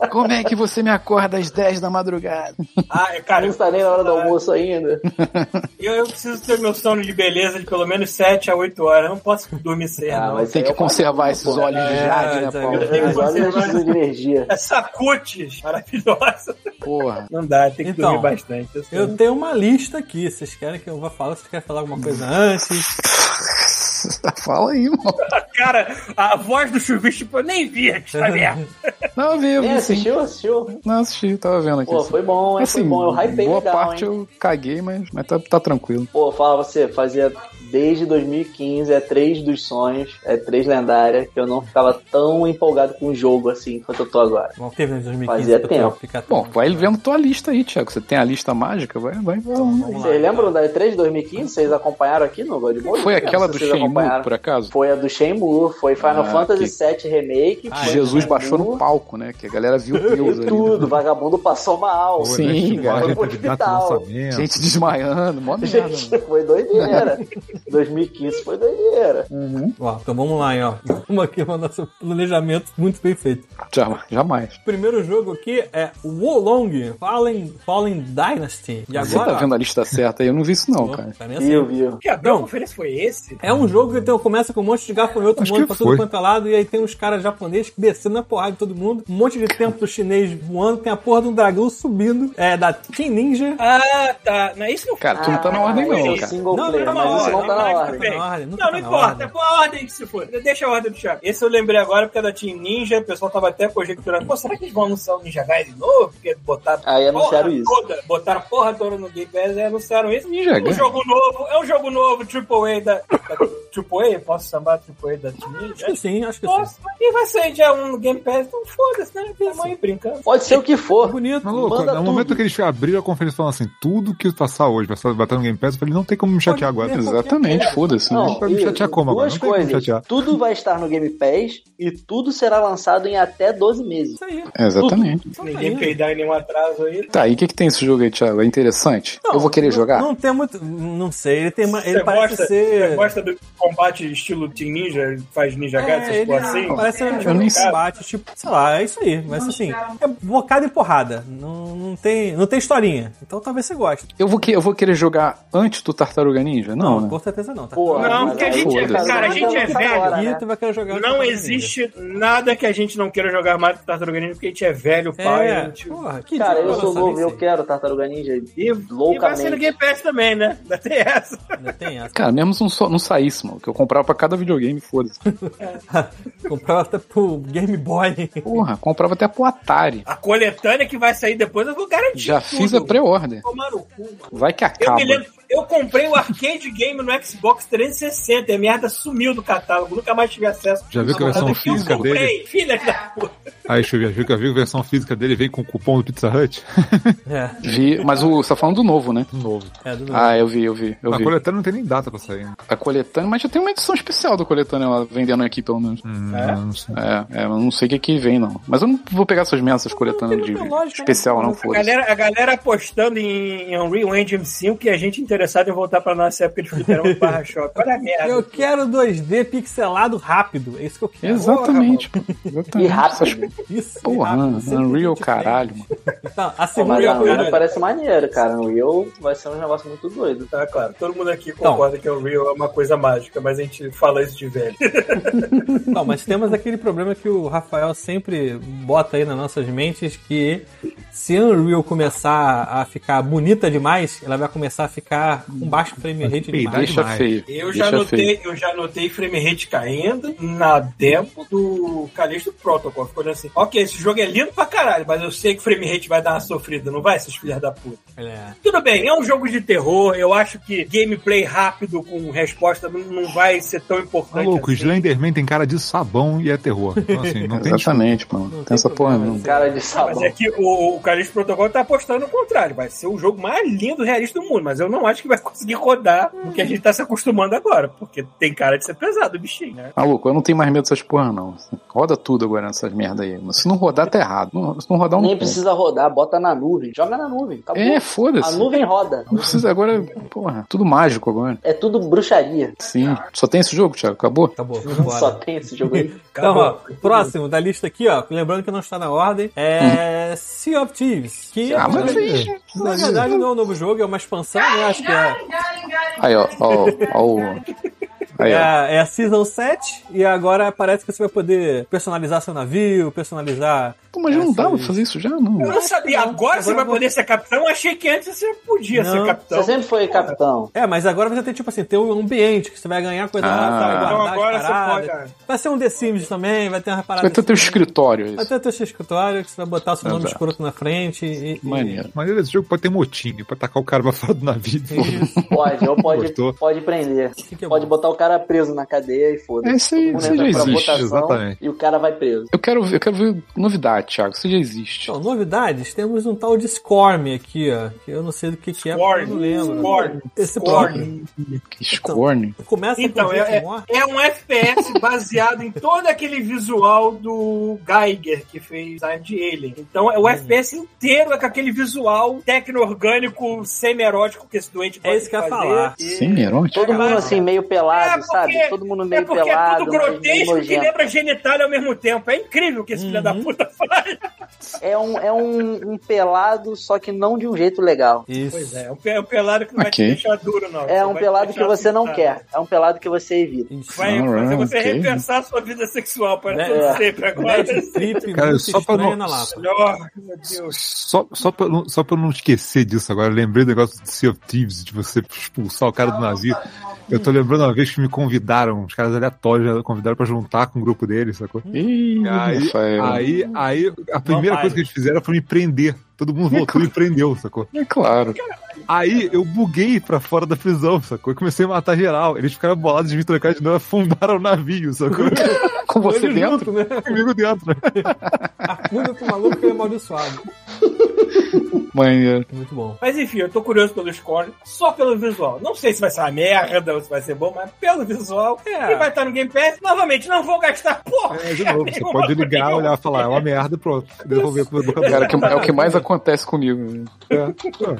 S6: Como é que você me acorda às 10 da madrugada?
S2: Ah, cara,
S4: Não está nem na hora do almoço ainda.
S2: eu, eu preciso ter meu sono de beleza de pelo menos 7 a 8 horas, eu não posso dormir cedo,
S4: Ah,
S2: não.
S4: mas
S6: É, Tem
S4: aí
S6: que
S4: eu faço,
S6: conservar esses
S4: porra.
S6: olhos de
S3: É,
S6: jade, né,
S3: isso aí.
S6: Paulo?
S4: As olhas precisam de energia.
S2: Essa cutis maravilhosa.
S6: Porra.
S2: Não dá, tem que
S3: Então,
S2: dormir bastante. assim.
S3: Eu tenho uma lista aqui. Vocês querem que eu vá falar? Vocês querem falar alguma coisa antes?
S6: Fala tá aí, mano.
S2: Cara, a voz do chuvisco, tipo, eu nem vi essa merda.
S6: Não, eu vi, eu
S4: Nem
S6: vi sim.
S4: É, assistiu? Assistiu?
S6: Não, assisti, tava vendo aqui.
S4: Pô, foi bom, hein? é, foi bom. Eu hypei
S6: Assim, boa
S4: legal,
S6: parte
S4: hein?
S6: eu caguei, mas, mas tá, tá tranquilo.
S4: Pô, fala você, fazia desde 2015, é três dos sonhos, é três lendária, que eu não ficava tão empolgado com o jogo assim quanto eu tô agora.
S3: Bom, teve em 2015
S4: Fazia
S3: pra tu
S4: tempo.
S3: ficar
S6: Bom,
S3: tão-
S6: vai vendo tua lista aí, Thiago. Você tem a lista mágica? Vai, vai.
S4: Então,
S6: vai.
S3: Vamos lá,
S4: Vocês lembram da E3 de 2015? Vocês acompanharam aqui no God Mode?
S6: então. Foi
S4: Não lembro
S6: aquela
S4: se
S6: do
S4: vocês
S6: Shenmue,
S4: acompanharam.
S6: por acaso?
S4: Foi a do Shenmue, foi Final
S6: Ah,
S4: Fantasy VII Remake.
S3: Ah,
S4: foi
S6: Jesus
S4: Shenmue,
S6: baixou no palco, né? Que a galera viu Deus
S4: E
S6: ali. né?
S4: tudo, vagabundo passou mal. assim.
S6: Sim, cara.
S5: cara.
S4: Foi pro hospital.
S6: Gente desmaiando, mó merda.
S4: Gente, foi doideira. 2015 foi doideira.
S3: Ó, então vamos lá, hein, ó. Vamos aqui o nosso planejamento muito bem feito.
S6: Jamais, jamais.
S3: O primeiro jogo aqui é Wolong Fallen, Fallen Dynasty. E
S6: Você tá
S3: agora.
S6: vendo a lista certa aí? Eu não vi isso não,
S3: ó,
S6: cara.
S3: tá nem assim.
S4: Viu, viu.
S2: Que abriu a
S3: Não.
S2: conferência foi esse?
S3: É um jogo que então, começa com um monte de gafanhoto
S5: Acho
S3: voando
S5: que
S3: pra
S5: foi.
S3: tudo quanto é lado, e aí tem uns caras japoneses descendo na porrada de todo mundo, um monte de templo chinês voando, tem a porra de um dragão subindo, é da Team Ninja.
S2: Ah, tá. Não é isso que eu
S6: Cara, tu não tá na
S4: Ah,
S6: ordem
S4: é
S6: não,
S4: isso,
S6: cara.
S4: Single
S3: Não, não
S4: player,
S3: tá na
S4: mas isso
S3: ordem,
S4: não tá
S3: não,
S4: na
S3: não,
S4: ordem.
S3: na ordem, não
S2: Não, é
S3: tá
S2: não
S3: na
S2: importa.
S3: ordem.
S2: É a ordem que se for. Deixa a ordem do Thiago. Esse eu lembrei agora porque é da Team Ninja. O pessoal tava até conjecturando. Pô, será que eles vão anunciar o Ninja Gaiden de novo? Porque botaram
S4: Aí anunciaram
S2: porra
S4: isso.
S2: toda. Botaram a porra toda no Game Pass e anunciaram isso.
S6: Ninja
S2: É um
S6: Gaiden.
S2: jogo novo. É um jogo novo. AAA da... da AAA? Posso chamar AAA da Team Ninja?
S3: Acho que sim, acho que sim.
S2: Posso. E vai sair já um no Game Pass. Então foda-se, né? Tamanho brincando.
S4: Pode ser o que for.
S3: Bonito.
S5: Maluco,
S4: Manda
S5: no É um momento
S4: tudo.
S5: que eles abriram a conferência falando assim, tudo que passar hoje vai vai estar no Game Pass, eu falei, não tem como me chatear agora.
S6: Exatamente, foda-se. né?
S4: Não,
S5: Pra me
S4: e
S5: chatear como agora?
S4: duas
S5: Não tem como me
S4: coisas.
S5: chatear.
S4: Tudo vai estar no Game Pass e tudo será lançado em até 12 meses.
S3: Isso aí.
S6: Exatamente.
S3: Então tá
S2: Ninguém
S3: aí.
S2: peidar em nenhum atraso aí.
S6: Tá, e o que, que tem esse jogo aí, Thiago? É interessante? eu vou querer
S3: não-
S6: jogar?
S3: Não tem muito. Não sei, ele tem. ma- Ele
S2: Você
S3: parece
S2: gosta, você
S3: ser.
S2: gosta do combate estilo Team Ninja? Faz Ninja Gaiden, essas
S3: É, ele
S2: porra assim?
S3: parece um
S6: Eu
S3: jogo
S6: nem
S3: de combate, tipo, sei lá, é isso aí. Mas assim, é bocado e porrada. Não, não, tem, não tem historinha. Então talvez você goste.
S6: Eu vou, que, eu vou querer jogar antes do Tartaruga Ninja? Não, né?
S3: Com certeza não, tá?
S4: Pô,
S2: Não,
S4: mas
S2: porque a
S4: aí,
S2: gente-
S4: pô,
S2: cara, a gente
S4: não
S2: é
S4: tá
S2: velho,
S4: fora,
S3: E
S4: né?
S3: tu vai querer jogar.
S2: Não existe nada que a gente não queira jogar Mario Tartaruga Ninja porque a gente é velho,
S3: É,
S2: pai. a gente-
S3: porra, que
S4: Cara, eu
S3: idiota,
S4: sou
S3: nem
S4: novo, eu
S3: sei.
S4: quero Tartaruga Ninja
S2: E, e vai ser no
S4: loucamente.
S2: Game Pass também, né? Ainda tem essa.
S3: Ainda tem essa.
S6: Cara, mesmo se não, só- não saísse, mano, que eu comprava pra cada videogame, foda-se.
S3: Comprava até pro Game Boy.
S6: Porra, comprava até pro Atari.
S2: A coletânea que vai sair depois eu vou garantir.
S6: Já
S2: tudo.
S6: fiz a pré-order.
S2: Tomar no cu, mano.
S6: Vai que
S2: Eu
S6: acaba.
S2: me lembro, eu comprei o arcade game no Xbox 360 e a merda sumiu do catálogo, nunca mais tive acesso.
S5: Já viu a versão
S2: Até que eu
S5: física
S2: comprei,
S5: dele?
S2: Filha da puta.
S5: Aí, deixa eu ver, viu que a versão física dele vem com o cupom do Pizza Hut?
S3: É,
S6: Vi, mas o, você tá falando do novo, né?
S5: Novo.
S3: é do
S6: Ah, eu vi, eu vi, eu
S5: A
S6: vi.
S5: coletânea não tem nem data pra sair. né?
S6: A coletânea, mas já tem uma edição especial da coletânea lá vendendo aqui, pelo menos.
S5: Hum,
S2: É?
S5: não sei.
S6: É, é, eu não sei o que que vem, não. Mas eu não vou pegar essas merdas, essas
S3: não
S6: coletâneas
S3: tem
S6: de
S3: muita lógica,
S6: especial,
S3: né?
S6: não,
S2: A
S6: foda-se.
S2: galera, a galera apostando em, em Unreal Engine 5 e a gente interessado em voltar pra nossa época de fliperão do barra shop. Olha a merda.
S3: Eu quero 2D pixelado rápido. É isso que eu quero.
S6: Exatamente, pô.
S4: E
S6: Exatamente.
S4: rápido.
S3: Isso.
S6: Porra,
S3: rápido,
S6: Unreal,
S3: 120
S6: caralho, mano.
S3: frames. Tá, a
S4: Pô, Mas
S3: segunda
S4: a Unreal
S3: coisa.
S4: parece maneiro, cara. O Will vai ser um negócio muito doido.
S2: Tá claro, todo mundo aqui
S3: Então.
S2: concorda que o Unreal é uma coisa mágica, mas a gente fala isso de velho.
S3: Não, mas temos aquele problema que o Rafael sempre bota aí nas nossas mentes que se a Unreal começar a ficar bonita demais, ela vai começar a ficar com baixo frame
S5: Peidar
S3: rate demais.
S6: Deixa
S5: demais.
S6: feio.
S2: Eu
S6: deixa
S2: já,
S6: feio.
S2: notei, eu já notei frame rate caindo na demo do Calixto Protocol. Ficou assim, ok, esse jogo é lindo pra caralho, mas eu sei que frame rate vai dar uma sofrida, não vai, esses filhas da puta?
S3: É.
S2: Tudo bem, é um jogo de terror, eu acho que gameplay rápido com resposta não- não vai ser tão
S5: Tá
S2: importante
S5: louco, o
S2: assim.
S5: Slenderman tem cara de sabão e é terror. Então, assim, não tem
S6: Exatamente, mano.
S3: Não
S6: Tem essa
S3: tem
S6: porra,
S3: problema,
S6: não.
S4: Cara de
S2: Ah, mas
S4: sabão.
S2: é que o, o Calixto Protocol tá apostando o contrário. Vai ser o jogo mais lindo e realista do mundo. Mas eu não acho que vai conseguir rodar o que a gente tá se acostumando agora. Porque tem cara de ser pesado o bichinho, né?
S6: Maluco, eu não tenho mais medo dessas porra, não. Roda tudo agora nessas merda aí. Mas se não rodar, tá errado. Não- se não rodar, eu não.
S4: Nem precisa rodar, bota na nuvem. Joga na nuvem. Acabou.
S6: É,
S4: a
S6: foda-se.
S4: nuvem roda.
S6: Não precisa agora, porra. Tudo mágico agora.
S4: É tudo bruxaria.
S6: Sim. Só tem esse jogo, Thiago? Acabou?
S3: Acabou, vambora.
S4: Só tem esse jogo aí.
S3: Então, ó, próximo da lista aqui, ó. Lembrando que não está na ordem. É. Sea of Thieves. Que
S6: Ah, mas fez.
S3: na verdade não é um novo jogo, é uma expansão, né? Acho que é.
S6: Aí, ó, ó, ó, o- Aí,
S3: É
S6: ó.
S3: a, é a Season 7 e agora parece que você vai poder personalizar seu navio, personalizar.
S6: Pô, mas já não dava pra fazer isso já, não.
S2: Eu não sabia. Agora você vai poder ser capitão? Eu achei que antes você podia
S3: Não.
S2: ser capitão.
S4: Você sempre foi capitão.
S3: É, mas agora você tem tipo assim, tem um ambiente que você vai ganhar coisa
S6: Ah.
S3: lá, você vai
S2: Então
S3: guardar
S2: agora
S3: as
S2: você
S3: paradas.
S2: pode. ah,
S3: Vai ser um The Sims também, vai ter uma parada.
S6: Vai ter teu escritório,
S3: Vai
S6: isso.
S3: ter teu escritório que você vai botar o seu nome
S6: Exato.
S3: escroto na frente e. e-
S6: Maneiro.
S5: Maneiro, esse jogo pode ter motim, pode tacar o cara pra fora do navio.
S3: Isso,
S4: Pode, ou pode,
S5: Gostou?
S4: pode prender.
S3: isso que é
S4: Pode
S3: bom.
S4: botar o cara preso na cadeia e foda-se.
S6: É, isso
S4: Todo
S6: aí,
S4: mundo
S6: isso aí já
S4: entra pra
S6: existe.
S4: votação
S5: exatamente.
S4: E o cara vai preso.
S6: Eu quero, ver- eu quero ver novidade, Thiago. Isso já existe.
S3: Então, novidades, temos um tal de Scorm aqui, ó. Que eu não sei do que, que é, porque eu não
S2: Scorn,
S3: lembro.
S2: Scorn,
S3: Esse
S2: Scorn.
S6: Que escorne.
S3: Começa
S2: Então,
S3: com gente
S2: é, é-
S3: morta.
S2: é um FPS baseado em todo aquele visual do Geiger, que fez a de Alien. Então,
S3: Hum.
S2: é o FPS inteiro é com aquele visual tecno-orgânico, semi-erótico que esse doente
S3: É
S2: gosta
S3: isso que eu ia
S2: de fazer.
S3: falar.
S2: E-
S6: Sem erótico.
S4: Todo mundo
S2: Caralho.
S4: assim, meio
S2: É,
S4: pelado,
S2: porque-
S4: sabe? Todo mundo
S2: É
S4: meio
S2: porque é
S4: pelado.
S2: tudo
S4: meio- meio
S2: grotesco que
S4: nojento. Uhum.
S2: lembra genitália ao mesmo tempo. É incrível o que esse filho da puta faz.
S4: É, um, é um, um pelado, só que não de um jeito legal.
S3: Isso.
S2: Pois é, é um pe- é um pelado que não vai
S6: Ok.
S2: te deixar duro, não.
S4: É
S2: Você
S4: um
S2: vai
S4: pelado
S2: te
S4: que
S2: deixar
S4: você não
S2: assustado.
S4: quer. É um pelado que você evita.
S3: Isso.
S2: Vai fazer
S6: Alright,
S2: você
S6: ok.
S2: repensar a sua vida sexual para
S3: Né?
S4: É.
S2: todo sempre agora.
S3: Bad trip,
S5: Cara,
S3: muito
S5: só pra
S3: estranho
S5: não-
S3: na Lapa.
S2: Melhor, meu Deus.
S5: Só, só, pra, eu não- só pra eu não esquecer disso agora, eu lembrei do negócio do Sea of Thieves, de você expulsar o cara do navio. Eu tô lembrando uma vez que me convidaram, os caras aleatórios me convidaram pra juntar com o grupo deles, sacou?
S6: Ih,
S5: Aí,
S6: Rafael.
S5: aí, aí a primeira
S3: vai.
S5: coisa que eles fizeram foi me prender. Todo mundo voltou e me prendeu, sacou?
S6: É claro.
S5: Aí eu buguei pra fora da prisão, sacou? E comecei a matar geral. Eles ficaram bolados de me trocar de novo, afundaram o navio, sacou?
S6: Com você
S3: Olho
S6: dentro.
S3: junto, né?
S5: Comigo dentro.
S3: Acuda pro maluco que ele é amaldiçoado.
S6: Maneiro.
S3: Muito bom.
S2: Mas enfim, eu tô curioso pelo score, só pelo visual. Não sei se vai ser uma merda ou se vai ser bom, mas pelo visual.
S3: É.
S2: E vai estar no Game Pass. Novamente, não vou gastar porra.
S5: É, de novo, você pode ligar, olhar e falar, é uma merda, pronto. Devolver pro boca
S6: Cara, que- é o que mais acontece comigo. né?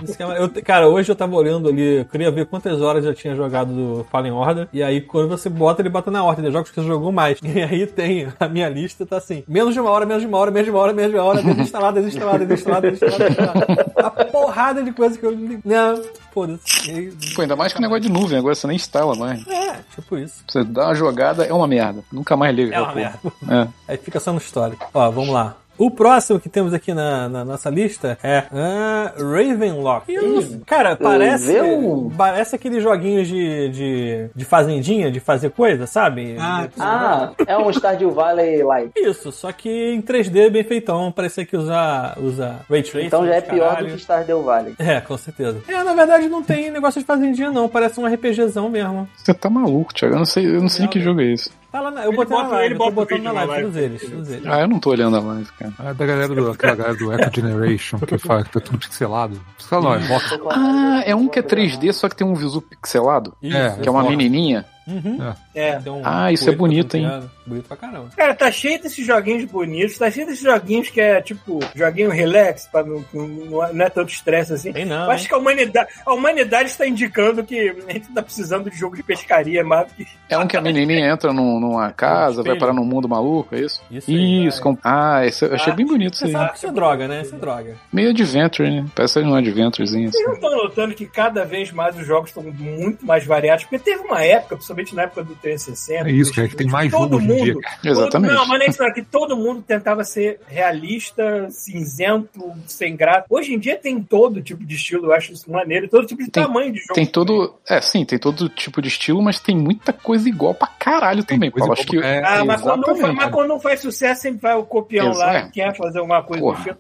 S3: Isso que é uma- eu- cara, hoje eu tava olhando ali, eu queria ver quantas horas eu tinha jogado do Fallen Order. E aí, quando você bota, ele bota na ordem dos jogos que você jogou mais. E aí tem, a minha lista tá assim: menos de uma hora, menos de uma hora, menos de uma hora, menos de uma hora, desinstalado, desinstalado, desinstalado, desinstalado. desinstalado. A porrada de coisa que eu. li- Não, foda-se.
S6: Pô, ainda mais que o negócio de nuvem, agora você nem instala mais.
S3: É, tipo isso.
S6: Você dá uma jogada, é uma merda. Nunca mais liga.
S3: É uma
S6: aquela
S3: merda.
S6: porra. É.
S3: Aí fica só no histórico. Ó, vamos lá. O próximo que temos aqui na, na nossa lista é ah, Ravenlock. E eu não- Cara, parece,
S4: Raven?
S3: parece aqueles joguinhos de, de, de fazendinha, de fazer coisa, sabe?
S2: Ah,
S4: Ah, é um Stardew Valley Light.
S3: Isso, só que em 3D bem feitão, parece que usa, usa Ray Tracing.
S4: Então já é
S3: os
S4: pior do
S3: caralho.
S4: que Stardew Valley.
S3: É, com certeza. É, na verdade não tem negócio de fazendinha não, parece um RPGzão mesmo.
S6: Você tá maluco, Thiago. Eu não sei, eu não sei de que jogo é esse.
S3: Tá lá na, eu
S2: Ele
S3: botei na
S2: bota-
S3: live,
S2: ele
S3: eu tô
S2: bota o
S3: botando
S2: vídeo é
S3: na
S2: na
S3: live,
S2: live.
S3: todos eles, todos eles.
S6: Ah, eu não tô olhando a live, cara.
S5: É da galera do, aquela galera do Echo Generation, que fala que tá tudo pixelado. Pixelado não, é mock.
S6: Ah, é um que é 3D, só que tem um visu pixelado.
S5: É,
S6: Que é uma menininha.
S3: Uhum.
S2: É.
S3: Tem um
S6: Ah, isso é
S3: coelho
S6: bonito, hein?
S3: fazendinha, Bonito pra caramba.
S2: Cara, tá cheio desses joguinhos bonitos, tá cheio desses joguinhos que é tipo joguinho relax, pra não, não, não é tanto estresse assim.
S3: Tem não,
S2: Eu acho
S3: hein?
S2: que a humanidade, a humanidade está indicando que a gente tá precisando de jogo de pescaria mais do que.
S6: É um que a menininha entra num- numa casa, vai
S3: espelho.
S6: parar num mundo maluco, é isso?
S3: Isso aí,
S6: Isso, com... ah, esse, eu achei bem bonito isso
S3: Você
S6: aí.
S3: sabe que isso é droga, né? Isso é droga.
S6: Meio adventure, né? Parece um adventurezinho assim.
S2: Vocês não estão notando que cada vez mais os jogos estão muito mais variados? Porque teve uma época, principalmente na época do 360.
S5: É isso,
S2: do
S5: cara, que tem mais jogo
S2: todo
S5: hoje em dia,
S2: mundo.
S6: Exatamente.
S2: Todo, não, mas nem isso, é que todo mundo tentava ser realista, cinzento, sem graça. Hoje em dia tem todo tipo de estilo, eu acho isso maneiro, todo tipo de
S6: Tem-
S2: tamanho de jogo.
S6: Tem todo. É, sim, tem todo tipo de estilo, mas tem muita coisa igual pra caralho também,
S5: coisa
S6: Paulo. Acho que.
S5: igual- é,
S2: Ah, mas quando, não fa-
S6: Exatamente.
S2: mas quando não faz sucesso, sempre vai o copião
S6: Exato.
S2: lá que quer fazer alguma coisa do
S6: Porra.
S2: estilo.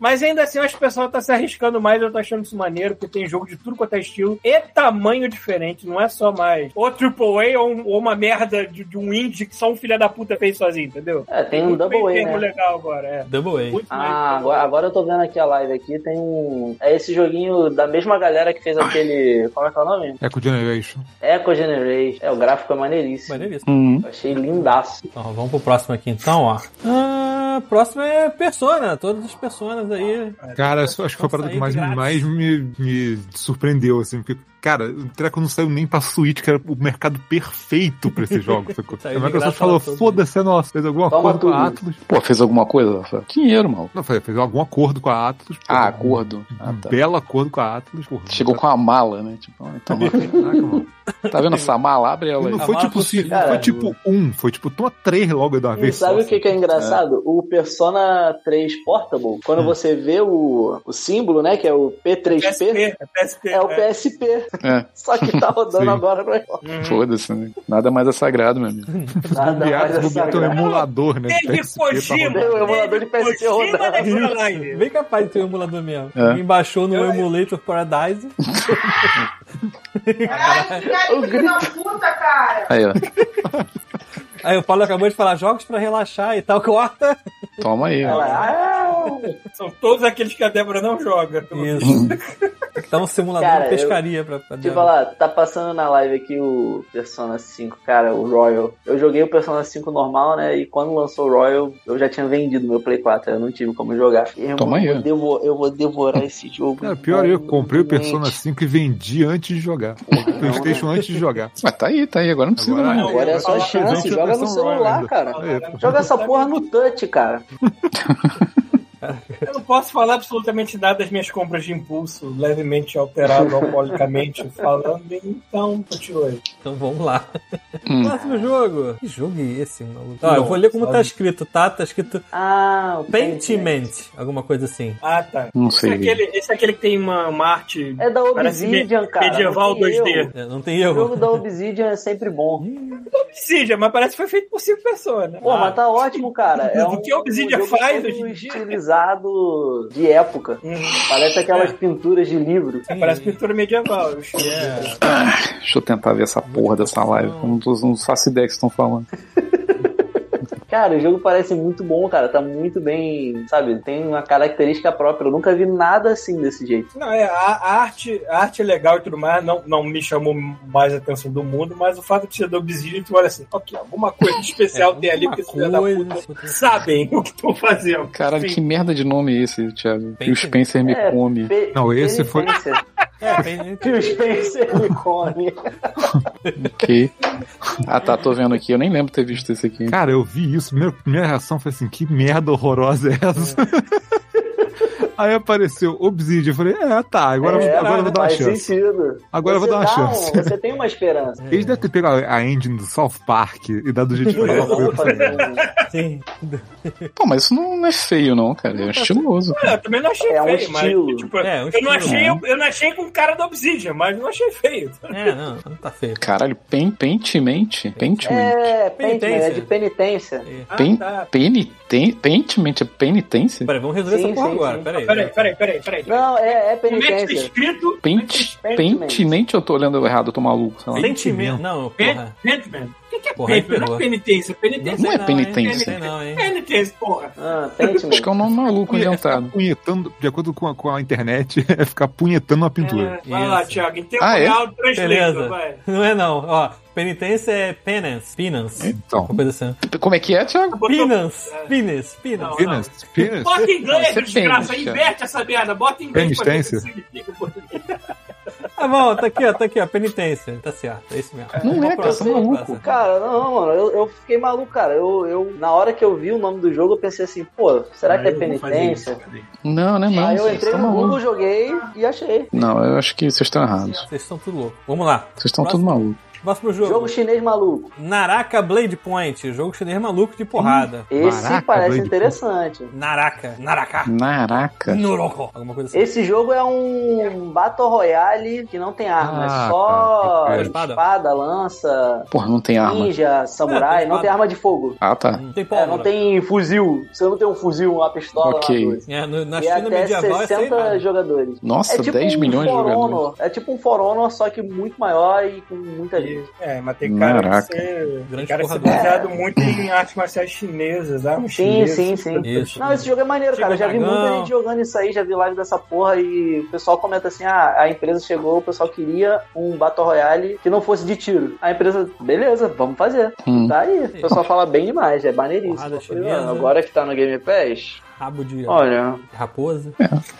S2: Mas ainda assim, eu acho que o pessoal tá se arriscando mais, eu tô achando isso maneiro, porque tem jogo de tudo quanto é estilo e tamanho diferente, não é só mais ou AAA ou, um- ou uma merda de, de um indie que só um filho da puta fez sozinho, entendeu?
S4: É, tem um
S2: Muito
S4: Double
S2: bem
S4: A,
S2: termo
S4: né?
S2: legal agora, é.
S3: Double A.
S2: Muito mais-
S4: Ah, agora, agora eu tô vendo aqui a live aqui, tem um... É esse joguinho da mesma galera que fez aquele... Como é que é o nome?
S5: Echo Generation.
S4: Eco Generation. É, o gráfico é maneiríssimo.
S3: Maneiríssimo.
S6: Uhum.
S4: Eu Achei lindaço.
S3: Então, vamos pro próximo aqui então, ó. Ah, próximo é Persona, todas as personas aí.
S5: Cara, isso acho que foi a parada que mais, mais me, me surpreendeu, assim, porque, cara, o Treco não saiu nem pra Switch, que era o mercado perfeito pra esse jogo. sacou?
S4: Tá
S3: Saiu
S5: A
S3: de
S5: Microsoft
S3: graça
S5: falou,
S3: pra todo
S5: foda-se, é nossa, fez algum
S4: Toma
S5: acordo com a
S4: tudo.
S5: Atlas.
S6: Pô, fez alguma coisa? Rafael? Dinheiro, mal.
S5: Não, falei, fez algum acordo com a Atlas. pô,
S6: Ah,
S5: um
S6: acordo. Ah, tá.
S5: Belo acordo com a Atlas. Porra,
S6: Chegou com a mala, né? Tipo, ah, então,
S5: Caraca, mano.
S6: tá vendo essa mala? Abre ela
S5: E
S6: aí.
S5: não foi
S3: Amarra
S5: tipo,
S3: o
S5: se,
S3: fio,
S5: não foi
S4: Então, cara.
S5: tipo um, foi tipo, toma três logo de uma
S4: E
S5: vez.
S4: sabe
S5: só,
S4: o que, que
S6: assim, né?
S4: é engraçado? O Persona 3 Portable,
S6: É.
S4: quando você vê o, o símbolo, né, que é o P3P,
S2: PSP, é PSP.
S4: é o PSP.
S6: É.
S4: Só que tá rodando
S5: Sim.
S4: agora pra Europa.
S2: Uhum.
S6: Foda-se, né? Nada mais é sagrado, meu amigo.
S5: assim.
S4: Nada mais
S5: Viado,
S4: essa
S5: botou um
S4: graça.
S5: emulador, né?
S2: Teve
S5: PSP pra rodar.
S2: Kojima.
S4: rodando. Meu emulador de
S2: teve
S4: PSP
S2: Kojima
S4: rodando.
S2: nessa live.
S3: Bem capaz de ter um emulador mesmo.
S6: É.
S3: Me baixou no Emulator Paradise.
S7: Caralho, que cara,
S4: O
S7: filho da puta, cara.
S6: Aí, ó.
S3: Aí o Paulo acabou de falar jogos pra relaxar e tal, corta.
S6: Toma aí. ó.
S4: Ela, ah,
S2: São todos aqueles que a Débora não joga.
S3: Isso. Então um simulador
S4: Cara,
S3: de
S4: eu-
S3: pescaria pra, pra
S4: Deixa eu falar, tá passando na live aqui o Persona 5, cara, o Royal. Eu joguei o Persona 5 normal, né? E quando lançou o Royal, eu já tinha vendido meu Play 4, eu não tive como jogar. E, irmão,
S6: Toma aí.
S4: Eu, vou devo- eu vou devorar esse jogo.
S5: Cara, pior eu comprei o
S4: Gente,
S5: Persona 5 e vendi antes de jogar. Playstation antes de jogar.
S6: Mas tá aí, tá aí. Agora não precisa
S5: Agora
S6: mais.
S5: não.
S4: Agora é só
S2: Agora
S4: chance,
S5: eu
S4: joga no
S5: versão
S4: celular,
S5: Royal.
S4: cara.
S5: Aí, pô.
S4: Joga essa porra no touch, cara.
S2: Eu não posso falar absolutamente nada das minhas compras de impulso, levemente alterado, alcoolicamente falando, então continua aí.
S3: Então vamos lá.
S6: Hum.
S3: Próximo jogo. Que jogo é esse, maluco? Ó, eu vou ler como tá escrito, tá? Tá escrito
S4: Ah, o
S3: Pentiment, alguma coisa assim.
S2: Ah, tá.
S6: Não
S2: Esse é,
S6: sei.
S2: aquele, esse é aquele que tem uma, uma arte
S4: É da
S2: Parece
S4: Obsidian,
S2: me-
S4: cara. não
S2: medieval
S4: tem
S2: 2D.
S4: erro.
S3: É, não tem
S4: O jogo
S3: erro.
S4: da Obsidian é sempre bom.
S2: Obsidian, mas parece que foi feito por cinco pessoas, né?
S4: Pô, mas
S5: Ah.
S4: tá ótimo, cara. É
S2: O
S4: um-
S2: que a Obsidian
S4: um jogo
S2: faz
S4: todo
S2: hoje em dia?
S4: estilizado de época.
S5: Uhum.
S2: Hum,
S4: Parece
S5: É.
S4: aquelas pinturas de livro.
S2: é, parece pintura medieval. eu acho.
S3: Yeah.
S6: Deixa eu tentar ver essa porra dessa live. Eu Não, tô, não faço ideia do que vocês estão falando.
S4: Cara, o jogo parece muito bom, cara. Tá muito bem, sabe? Tem uma característica própria. Eu nunca vi nada assim desse jeito.
S2: Não, é, a, a arte, a arte é legal e tudo mais, não, não me chamou mais a atenção do mundo, mas o fato de ser da Obsidian, tu olha assim, ok, alguma coisa de
S3: É,
S2: especial tem ali, porque esse filho da puta
S3: assim.
S2: sabem o que estão fazendo.
S6: Caralho,
S2: Sim.
S6: que merda de nome é esse, Thiago? Que o
S3: Pense-
S6: Spencer me
S4: É.
S6: come.
S4: Pe-
S5: Não, esse foi-
S4: Spencer.
S3: É, tem-
S4: Phil Spencer me come.
S6: Ok. Ah, tá, tô vendo aqui. Eu nem lembro ter visto esse aqui.
S5: Cara, eu vi isso, minha primeira reação foi assim, que merda horrorosa é essa? Aí apareceu Obsidian. Eu falei, é, tá, agora,
S4: É,
S5: agora eu vou dar uma
S4: faz
S5: chance.
S4: sentido.
S5: Agora eu vou
S4: Você
S5: dar uma
S4: dá
S5: chance.
S4: um- você tem uma esperança.
S5: Eles devem ter pego a a engine do South Park e dado do jeito que
S4: Eles vão fazer. um-
S5: um
S3: Sim.
S6: Pô, mas isso não é feio, não, cara. É estiloso.
S2: Ah, Eu também não achei
S4: É um
S2: feio,
S4: estilo.
S2: mas. Tipo,
S3: É, um
S2: eu, não
S3: estilo,
S2: achei, eu, eu não achei com cara do Obsidian, mas não achei feio.
S3: É, não, não tá feio.
S6: Caralho, pen, pentimente? Pentiment?
S4: É, penitência. É de penitência.
S2: Ah,
S6: Pen,
S2: tá.
S6: peniten, pentiment é penitência?
S3: Peraí, vamos resolver
S4: Sim,
S3: essa porra
S4: sim,
S3: agora.
S4: sim.
S3: Peraí.
S2: Peraí, peraí, peraí, peraí.
S4: Não, é, é
S2: Como é que tá
S4: penitência.
S2: escrito?
S6: Pente,
S4: Pentiment.
S6: pentinente eu tô olhando errado, eu tô maluco, sei lá.
S3: Sentimento. Não, porra.
S2: Pentman? O que que é
S3: Porra, aí
S2: Pentman? Não
S3: pegou.
S2: é penitência. Penitência
S6: Não é
S3: hein?
S6: penitência.
S3: Não sei não, hein?
S2: Penitência, porra.
S4: Ah, penitência.
S6: Acho que é um nome maluco inventado.
S5: punhetando, de acordo com a, com a internet, é ficar punhetando uma pintura.
S2: É, vai lá,
S3: Isso.
S2: Thiago. Em tempo
S6: Ah, é?
S2: real, translita,
S3: Beleza.
S2: vai.
S3: Não é não. Ó, penitência é penance.
S4: É.
S6: É
S3: Penance.
S5: Então,
S3: Uma coisa assim.
S6: Como é que é, Thiago?
S2: Botou-
S3: Penance. Penance.
S2: Não,
S3: Penance.
S5: penis, penis.
S2: Bota em inglês,
S6: Não, isso é
S2: desgraça.
S6: pênis, cara.
S2: Inverte essa merda. Bota em inglês pra ver o que
S5: Penitência?
S2: significa em português.
S3: Tá bom, tá aqui, ó. Tá aqui, ó. Penitência. Tá certo. É isso mesmo.
S6: Não
S3: Vamos
S6: é,
S3: pra
S6: cara, você é
S3: próxima,
S6: maluco.
S3: passa.
S4: Cara, não, mano, eu, eu fiquei maluco, cara. Eu, eu, na hora que eu vi o nome do jogo, eu pensei assim, pô, será
S3: Ah,
S4: que é penitência?
S6: Não, né, não.
S4: Aí Ah, eu
S6: vocês
S4: entrei
S6: estão
S4: no
S6: malucos.
S4: Google, joguei e achei.
S6: Não, eu acho que vocês estão errados.
S3: Vocês estão tudo louco. Vamos lá.
S6: Vocês estão
S3: Próximo.
S6: tudo malucos.
S3: Próximo jogo.
S4: Jogo chinês maluco.
S3: Naraka Blade Point. Jogo chinês maluco de porrada.
S4: Esse
S5: Caraca,
S4: parece
S5: doido.
S4: interessante.
S3: Naraka. Naraka.
S6: Naraca.
S3: Noroko. Alguma coisa assim.
S4: Esse jogo é um Battle Royale que não tem arma,
S5: Ah,
S4: é só
S5: cara,
S3: espada.
S4: espada. lança,
S6: Porra, não tem arma.
S4: ninja, samurai,
S3: É,
S4: não
S3: espada.
S4: tem arma de fogo.
S6: Ah, tá.
S3: Não tem
S4: É,
S3: pólvora.
S4: não tem fuzil. Você não tem um fuzil, uma pistola,
S6: Ok.
S4: uma coisa.
S3: É, no- na
S4: E é
S3: China
S4: até
S3: medieval é sem
S4: 60
S3: nada.
S4: jogadores.
S6: Nossa,
S4: tipo
S6: 10 milhões de
S4: For
S6: jogadores.
S4: Honor. É tipo um For Honor, só que muito maior e com muita gente.
S2: É, mas tem cara
S6: Maraca.
S2: de ser,
S3: Grande
S2: tem cara de ser
S3: porrador.
S2: baseado muito em artes marciais chinesas, armas
S4: Sim,
S2: chinesas.
S4: sim, sim.
S3: Isso.
S4: Não, esse jogo é maneiro,
S3: Chega
S4: cara. Já vi
S3: dragão.
S4: muita gente jogando isso aí, já vi live dessa porra e o pessoal comenta assim: ah, a empresa chegou, o pessoal queria um Battle Royale que não fosse de tiro. A empresa, beleza, vamos fazer.
S6: Hum.
S4: Tá aí. O pessoal fala bem demais, é maneiríssimo.
S3: Porrada
S4: Eu falei,
S3: chinesa.
S4: "Mano, Agora que tá no Game Pass,
S3: Rabo de
S4: olha,
S3: raposa.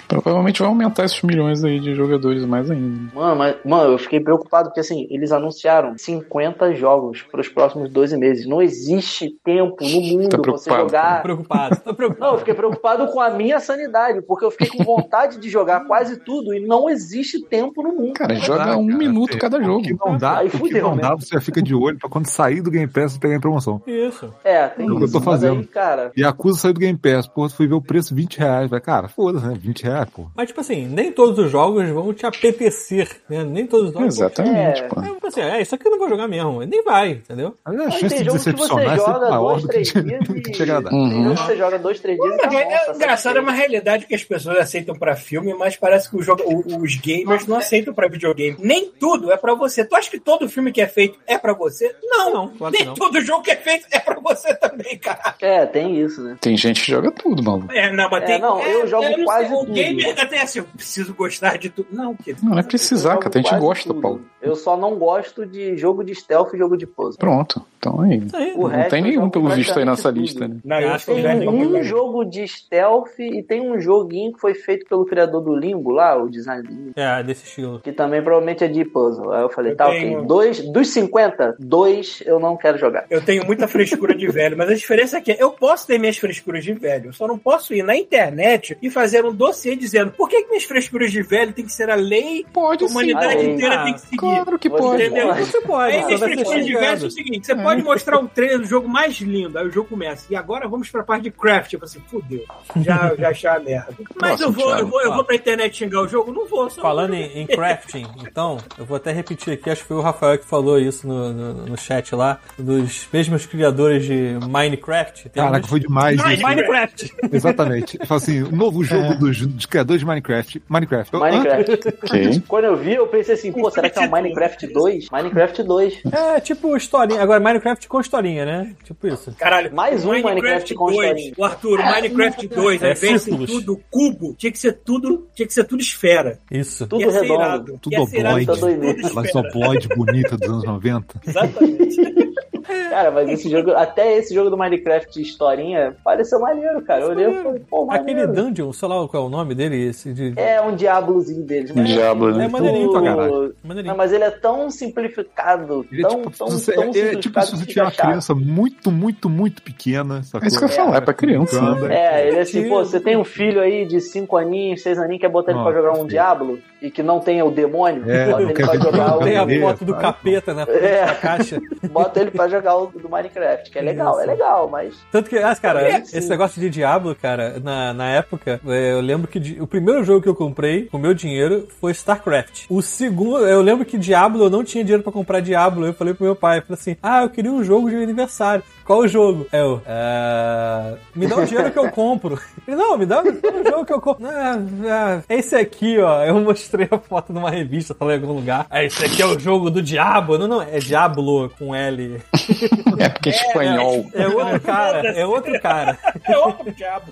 S6: Provavelmente vai aumentar esses milhões aí de jogadores mais ainda.
S4: Mano, mas, mano, eu fiquei preocupado porque assim, eles anunciaram 50 jogos para os próximos 12 meses. Não existe tempo no mundo
S6: Tá
S4: pra você
S6: preocupado,
S3: Tô
S4: jogar.
S3: preocupado. Tô
S4: Não, eu
S3: preocupado.
S4: fiquei preocupado com a minha sanidade, porque eu fiquei com vontade de jogar quase tudo e não existe tempo no mundo.
S6: Cara, joga
S5: Caraca,
S6: um
S5: cara,
S6: minuto
S5: assim,
S6: cada jogo.
S5: O que não dá,
S4: Aí
S5: o que
S4: fudeu,
S5: não
S4: né?
S5: dá, você já fica de olho pra quando sair do Game Pass você pegar em promoção.
S3: Isso.
S4: É, tem
S5: É o que eu
S4: isso.
S5: tô fazendo.
S4: Mas aí, cara,
S5: E acusa saiu do Game Pass, pô, tu foi ver o preço 20 reais. Vai, cara, foda-se, né? 20 reais, pô.
S3: Mas, tipo assim, nem todos os jogos vão te apetecer, né? Nem todos os jogos.
S6: Exatamente,
S4: É.
S6: pô.
S3: Vão... É, tipo assim, é, isso aqui eu não vou jogar mesmo. Nem vai, entendeu?
S5: Mas a
S4: aí
S5: chance
S4: tem
S5: de
S4: jogo Ah, Um que
S5: decepcionar
S4: você
S5: é sempre
S4: joga
S5: maior
S4: dois,
S5: do que
S4: três
S5: te,
S4: dias
S5: do que te agradar.
S4: e. Tem
S6: Uhum.
S4: jogo que você joga dois, três dias e tá bom,
S2: É,
S4: tá
S2: é engraçado, é uma realidade que as pessoas aceitam pra filme, mas parece que o jogo- o- os gamers
S4: é
S2: não aceitam pra videogame. Nem tudo é pra você. Tu acha que todo filme que é feito é pra você? Não.
S3: Não, claro que
S2: Nem
S3: não.
S2: todo jogo que é feito é pra você também, cara.
S4: É, tem isso, né?
S6: Tem gente que joga tudo, maluco.
S2: É, não, mas
S4: É,
S2: tem,
S4: não, eu jogo
S2: não
S4: quase
S2: sei,
S4: tudo.
S2: O gamer até assim, eu preciso gostar de tudo. Não, que
S6: Não, não é
S4: Eu
S6: precisar,
S4: jogo
S6: cara. Tem gente que
S4: quase
S6: gosta,
S4: tudo.
S6: Paulo.
S4: Eu só não gosto de jogo de stealth e jogo de puzzle.
S6: Pronto. Então aí.
S3: Isso aí.
S4: O
S6: Não
S4: resto
S6: tem
S4: eu
S6: nenhum,
S4: jogo
S6: pelo visto, aí nessa
S4: praticamente
S6: lista,
S4: tudo.
S6: né?
S2: Não,
S3: eu
S2: eu
S3: acho que
S2: sou
S3: eu já
S4: Tem
S3: jogo
S4: um jogo de stealth e tem um joguinho que foi feito pelo criador do Limbo lá, o design do Limbo,
S3: É, desse estilo.
S4: que também provavelmente é de puzzle. Aí eu falei,
S2: Eu
S4: tá,
S2: tenho-
S4: ok. Dois, dos 50, dois eu não quero jogar.
S2: Eu tenho muita frescura de velho, mas a diferença é que eu posso ter minhas frescuras de velho, eu só não posso ir na internet e fazer um dossiê dizendo por que, que minhas frescuras de velho tem que ser a lei que
S6: Pode
S2: a
S6: sim.
S2: humanidade
S4: Ah,
S2: inteira
S3: ah,
S2: tem que seguir.
S6: Claro que pode.
S2: Entendeu?
S3: Você pode,
S2: Aí
S3: você
S2: tem
S3: vai ser
S2: frescuras de velho é
S3: xingado.
S2: o seguinte: você pode mostrar um trailer do jogo mais lindo, aí o jogo começa. E agora vamos pra parte de craft. Tipo assim, fudeu, já, já achei a merda. Mas
S6: Nossa,
S2: eu vou, eu
S6: Thiago,
S2: vou, eu
S3: fala.
S2: vou pra internet xingar o jogo? Não vou, só
S3: Falando em, em crafting, então, eu vou até repetir aqui, acho que foi o Rafael que falou isso no, no, no chat lá, dos mesmos criadores de Minecraft. Tem
S5: Caraca,
S3: uns-
S5: foi demais isso.
S3: Minecraft!
S5: Exatamente. Fala assim, o novo jogo dos, dos criadores de Minecraft. Minecraft. Eu, hã?
S4: Minecraft.
S6: Ok.
S4: Quando eu vi, eu pensei assim, pô, será que é o Minecraft 2? Minecraft 2.
S3: É, tipo historinha. Agora, Minecraft com historinha, né? Tipo isso.
S2: Caralho,
S4: Mais um Minecraft com
S2: 2.
S4: historinha.
S2: O Arthur, o Minecraft 2, ao
S3: É,
S2: invés de
S3: círculos.
S2: tudo cubo, tinha que ser tudo, tinha que ser tudo esfera. é
S3: Isso.
S4: Tudo
S2: Ia ser
S4: redondo.
S2: irado.
S5: Tudo
S2: Ia ser irado,
S5: ovoide.
S2: tudo
S4: Tudo
S5: Aquela
S2: esfera.
S5: só bonita dos anos 90.
S2: Exatamente.
S4: Cara, mas esse jogo, até esse jogo do Minecraft de historinha, pareceu maneiro, cara. Eu olhei e falei, pô,
S3: Aquele
S4: maneiro.
S3: dungeon, sei lá qual é o nome dele, esse de.
S4: É um diablozinho deles. mas
S6: Diablo,
S4: assim,
S6: né?
S3: É maneirinho
S5: pra
S3: caralho.
S4: Não,
S3: Maneirinho.
S4: mas ele é tão simplificado,
S5: Ele é
S4: tão,
S5: tipo,
S4: tão,
S5: se você,
S4: tão
S5: é- é
S4: simplificado
S5: tipo
S4: que
S5: se você
S4: fica
S5: tiver uma
S4: chato.
S5: criança muito, muito, muito pequena.
S6: É isso que eu ia falar, é pra criança, né?
S4: É, ele é assim, pô, você tem um filho aí de 5 aninhos, 6 aninhos, quer botar ele pra
S5: Ó,
S4: jogar um
S5: perfeito.
S4: Diablo e que não tenha o demônio,
S5: É,
S4: bota
S5: não
S4: ele
S5: quer
S4: pra
S5: ver
S4: jogar
S5: demônio.
S3: Tem
S4: o.
S3: a
S5: Maneiro,
S3: foto do
S5: sabe?
S3: capeta na frente
S4: É.
S3: da caixa.
S4: Bota ele pra jogar o do Minecraft, que é legal, é legal, mas.
S3: Tanto que, ah, cara,
S4: É, sim.
S3: esse negócio de Diablo, cara, na, na época, é, eu lembro que di- o primeiro jogo que eu comprei com meu dinheiro foi StarCraft. O segundo, eu lembro que Diablo, eu não tinha dinheiro pra comprar Diablo. Eu falei pro meu pai, eu falei assim: ah, eu queria um jogo de aniversário. Qual o jogo? É o. "Ah, me dá o dinheiro que eu compro. Ele, não, me dá um jogo que eu compro. Ah, ah, esse aqui, ó. Eu mostrei a foto numa revista, falei em algum lugar. Ah, esse aqui é o jogo do Diabo. Não, não, é Diablo com L.
S6: É porque é espanhol.
S3: É outro cara, é outro cara.
S2: É outro diabo.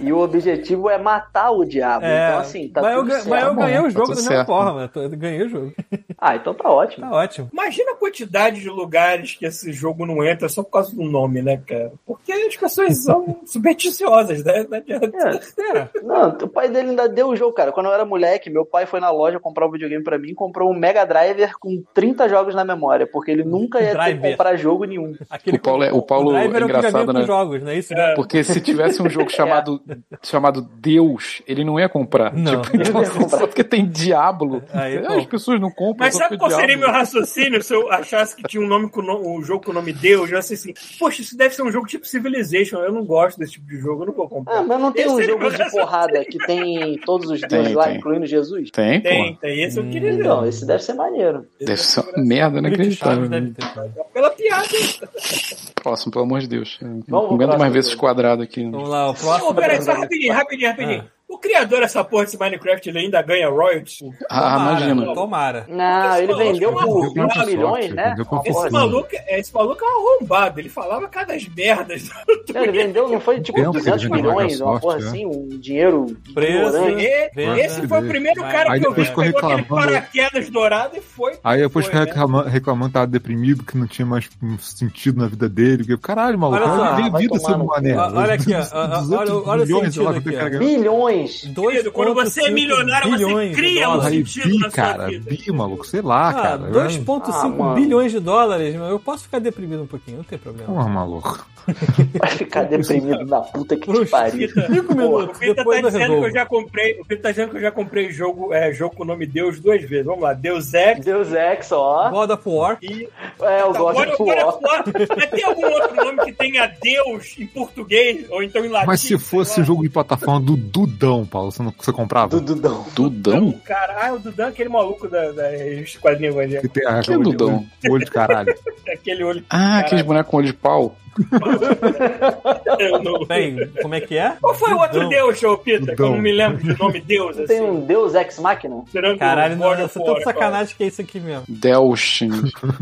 S4: E o objetivo é matar o diabo. então, assim, tá
S3: É, mas, eu,
S4: tudo
S3: ga-
S4: certo.
S3: mas eu
S6: Tá
S3: ganhei
S6: bom,
S3: o jogo
S6: tá
S3: da
S6: tudo
S3: mesma
S6: certo.
S3: forma. eu tô- Eu ganhei o jogo.
S4: Ah, então tá ótimo.
S3: Tá ótimo.
S2: Imagina a quantidade de lugares que esse jogo não entra só por causa do nome, né, cara? Porque as pessoas são supersticiosas, né? Não adianta.
S4: É. Não, o pai dele ainda deu o jogo, cara. Quando eu era moleque, meu pai foi na loja comprar um videogame pra mim, comprou um Mega Driver com 30 jogos na memória, porque ele nunca ia ter que
S3: Driver.
S4: comprar jogo nenhum.
S3: Aquele
S6: O Paulo é- o Paulo
S3: driver
S6: é
S3: o que já vem
S6: engraçado,
S3: com
S6: né?
S3: jogos, não é isso? né?
S6: Porque se tivesse um jogo chamado, chamado Deus, ele não ia comprar.
S3: Não.
S6: Tipo, então,
S4: Não ia
S6: assim,
S4: comprar.
S6: só porque tem diabo.
S3: Aí,
S6: Ah,
S3: pô.
S6: as pessoas não compram.
S2: Mas
S6: só
S2: sabe
S6: porque
S2: qual seria
S6: diabo.
S2: meu raciocínio se eu achasse que tinha um nome com no- um jogo com o nome Deus? Eu ia ser assim, poxa, isso deve ser um jogo tipo Civilization, eu não gosto desse tipo de jogo, eu não vou comprar.
S4: Ah, mas não tem
S2: Esse
S4: um
S2: é
S4: jogo
S2: meu
S4: de porrada que tem todos os deuses
S6: Tem,
S4: lá,
S6: tem.
S4: incluindo Jesus?
S6: Tem, pô.
S2: tem, tem, esse eu queria ver.
S4: Então, esse deve ser maneiro.
S6: Deve ser uma merda inacreditável.
S3: Deve ter.
S2: Pela piada.
S6: Próximo, pelo amor de Deus. Eu
S4: pro
S6: Não aguento mais
S4: próximo
S6: ver esses
S4: jogo.
S6: quadrados aqui.
S3: Vamos lá, o
S2: Ô,
S3: próximo.
S2: peraí, só rapidinho, rapidinho, rapidinho.
S4: Ah.
S2: O criador dessa porra desse Minecraft, ele ainda ganha royalties?
S6: Ah,
S3: Tomara, né?
S6: imagina.
S3: Tomara.
S4: Não,
S2: Esse
S4: ele
S2: maluco
S4: vendeu
S2: é
S4: por
S2: maluco,
S4: 20
S5: né?
S4: milhões, né?
S5: Vendeu por
S4: Uma
S5: pouco.
S2: Esse
S4: porra
S2: maluco, esse maluco é um arrombado, ele falava cada merdas.
S4: assim. Não, ele vendeu, não foi tipo
S5: Tempo que ele
S4: 200
S5: vendeu pra
S4: milhões, uma
S5: Microsoft,
S4: porra
S5: né?
S4: assim, um dinheiro
S3: Preço.
S4: ignorante.
S2: E-
S3: Venda.
S2: esse foi o primeiro
S3: Vai.
S2: cara
S5: Aí
S2: que eu vi
S5: depois
S2: que
S5: ficou
S2: pegou aquele
S5: reclamando.
S2: paraquedas dourado e foi.
S5: Aí depois
S2: foi,
S5: fica
S2: né?
S5: reclamando, reclamando, tava deprimido, que não tinha mais um sentido na vida dele. Porque, caralho, maluco,
S3: Olha só,
S5: olha a
S4: vai
S5: vida
S4: tomar
S5: sendo
S4: no cu.
S5: maneiro.
S3: Olha aqui, ó, ó, olha o- olha o sentido aqui, ó.
S4: Bilhões!
S2: Querido, quando você é
S3: 2,5
S2: milionário, você
S3: bilhões de
S2: cria um
S3: dólares.
S5: Aí,
S2: sentido na
S5: bi,
S2: sua
S5: cara,
S2: vida.
S5: bi, maluco, sei lá,
S3: Ah,
S5: cara.
S3: 2,5
S4: Ah, mano.
S3: bilhões de dólares, mano, eu posso ficar deprimido um pouquinho, não tem problema.
S5: Porra, maluco.
S4: Vai ficar deprimido na puta que te
S3: Puxa
S4: pariu.
S2: vida.
S3: Cinco
S2: O
S3: minutos,
S2: Pita tá
S3: depois eu
S2: dizendo que eu
S3: resolvo.
S2: já comprei. O Pita tá dizendo que eu já comprei jogo, é, jogo com o nome Deus duas vezes. Vamos lá, Deus é Ex
S4: Deus Ex, ó.
S3: God of War.
S2: e.
S4: É, o God
S2: Agora
S4: of
S2: eu quero
S4: War.
S2: falar. Mas tem algum outro nome que tenha Deus em português ou então em latim?
S5: Mas se fosse
S2: sei lá?
S5: jogo de plataforma do Dudão, Paulo, você, não, você comprava?
S4: Dududão.
S6: Dudão?
S2: Cara, ah, é o Dudan, aquele maluco da, da revista quadrinho evangélico.
S5: Que tem a-
S6: Que é Dudão?
S5: o Olho de caralho.
S2: Aquele olho
S6: Ah, aqueles bonecos com olho de pau.
S2: eu não-
S3: Bem, como é que é?
S2: Qual foi o outro
S3: Dudão.
S2: Deus, ô Pita? Que eu não
S5: Dudão.
S2: me lembro de nome Deus, assim.
S4: Tem um Deus Ex Machina?
S2: tirando o
S3: Caralho, não,
S2: God of
S3: você
S2: War,
S3: tá de sacanagem que é isso aqui mesmo.
S6: Delchin.
S2: agora.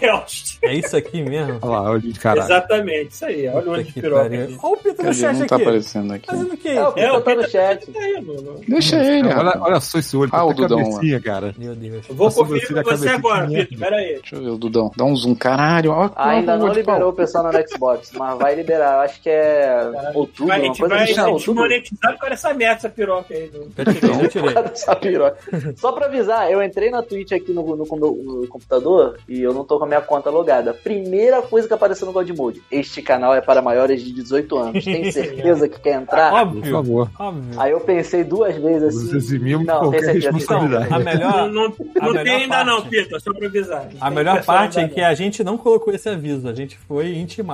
S2: Deus.
S3: É isso aqui mesmo?
S5: Olha lá, olho de caralho.
S2: Exatamente, isso aí. Olha o olho
S3: Puta
S2: de
S3: que
S2: piroca.
S3: pariu.
S2: aqui.
S3: Olha o Pita no
S6: Cadê?
S3: chat
S6: Não tá
S3: aqui.
S6: aparecendo aqui.
S3: Fazendo o que?
S4: É, o
S2: É,
S4: Pita
S2: o
S4: tá no
S2: Pita tá
S4: chat.
S2: tá aí, mano.
S6: Deixa ele,
S5: É, Olha,
S6: rapaz.
S5: olha só esse olho,
S6: Ah, o
S5: ah,
S6: Dudão, né?
S5: cabecinha, cara.
S3: Meu Deus.
S2: Eu Vou
S5: Nossa,
S2: conferir
S5: você
S2: com
S5: já
S2: você
S5: acabei de
S2: agora,
S5: comer.
S2: Pita. Pera aí.
S6: Deixa eu ver o Dudão. Dá um zoom. Caralho, olha
S4: Ah, ainda não liberou o pessoal no Xbox, mas vai liberar. Acho que é outubro,
S2: Vai, a
S4: uma
S2: gente
S4: coisa
S2: vai
S4: assim. Não, outubro.
S2: desmonetizar por essa merda, essa piroca aí. Não.
S3: Já tirei, já tirei.
S4: Essa piroca. Só pra avisar, eu entrei na Twitch aqui no, no- no- no computador e eu não tô com a minha conta logada. Primeira coisa que apareceu no God Mode: Este canal é para maiores de 18 anos. Tem certeza que quer entrar?
S5: Por
S3: Óbvio,
S5: favor.
S3: óbvio.
S4: Aí eu pensei duas vezes
S5: Vocês
S4: assim.
S5: eximimos de
S4: Não, tem
S5: qualquer
S4: certeza.
S5: responsabilidade.
S3: Então, A
S2: Não,
S3: melhor,
S2: não,
S3: a
S2: não
S3: melhor
S2: tem ainda
S3: parte.
S2: não, Pita, só pra avisar.
S3: a melhor parte é que a gente não colocou esse aviso, a gente foi intimado.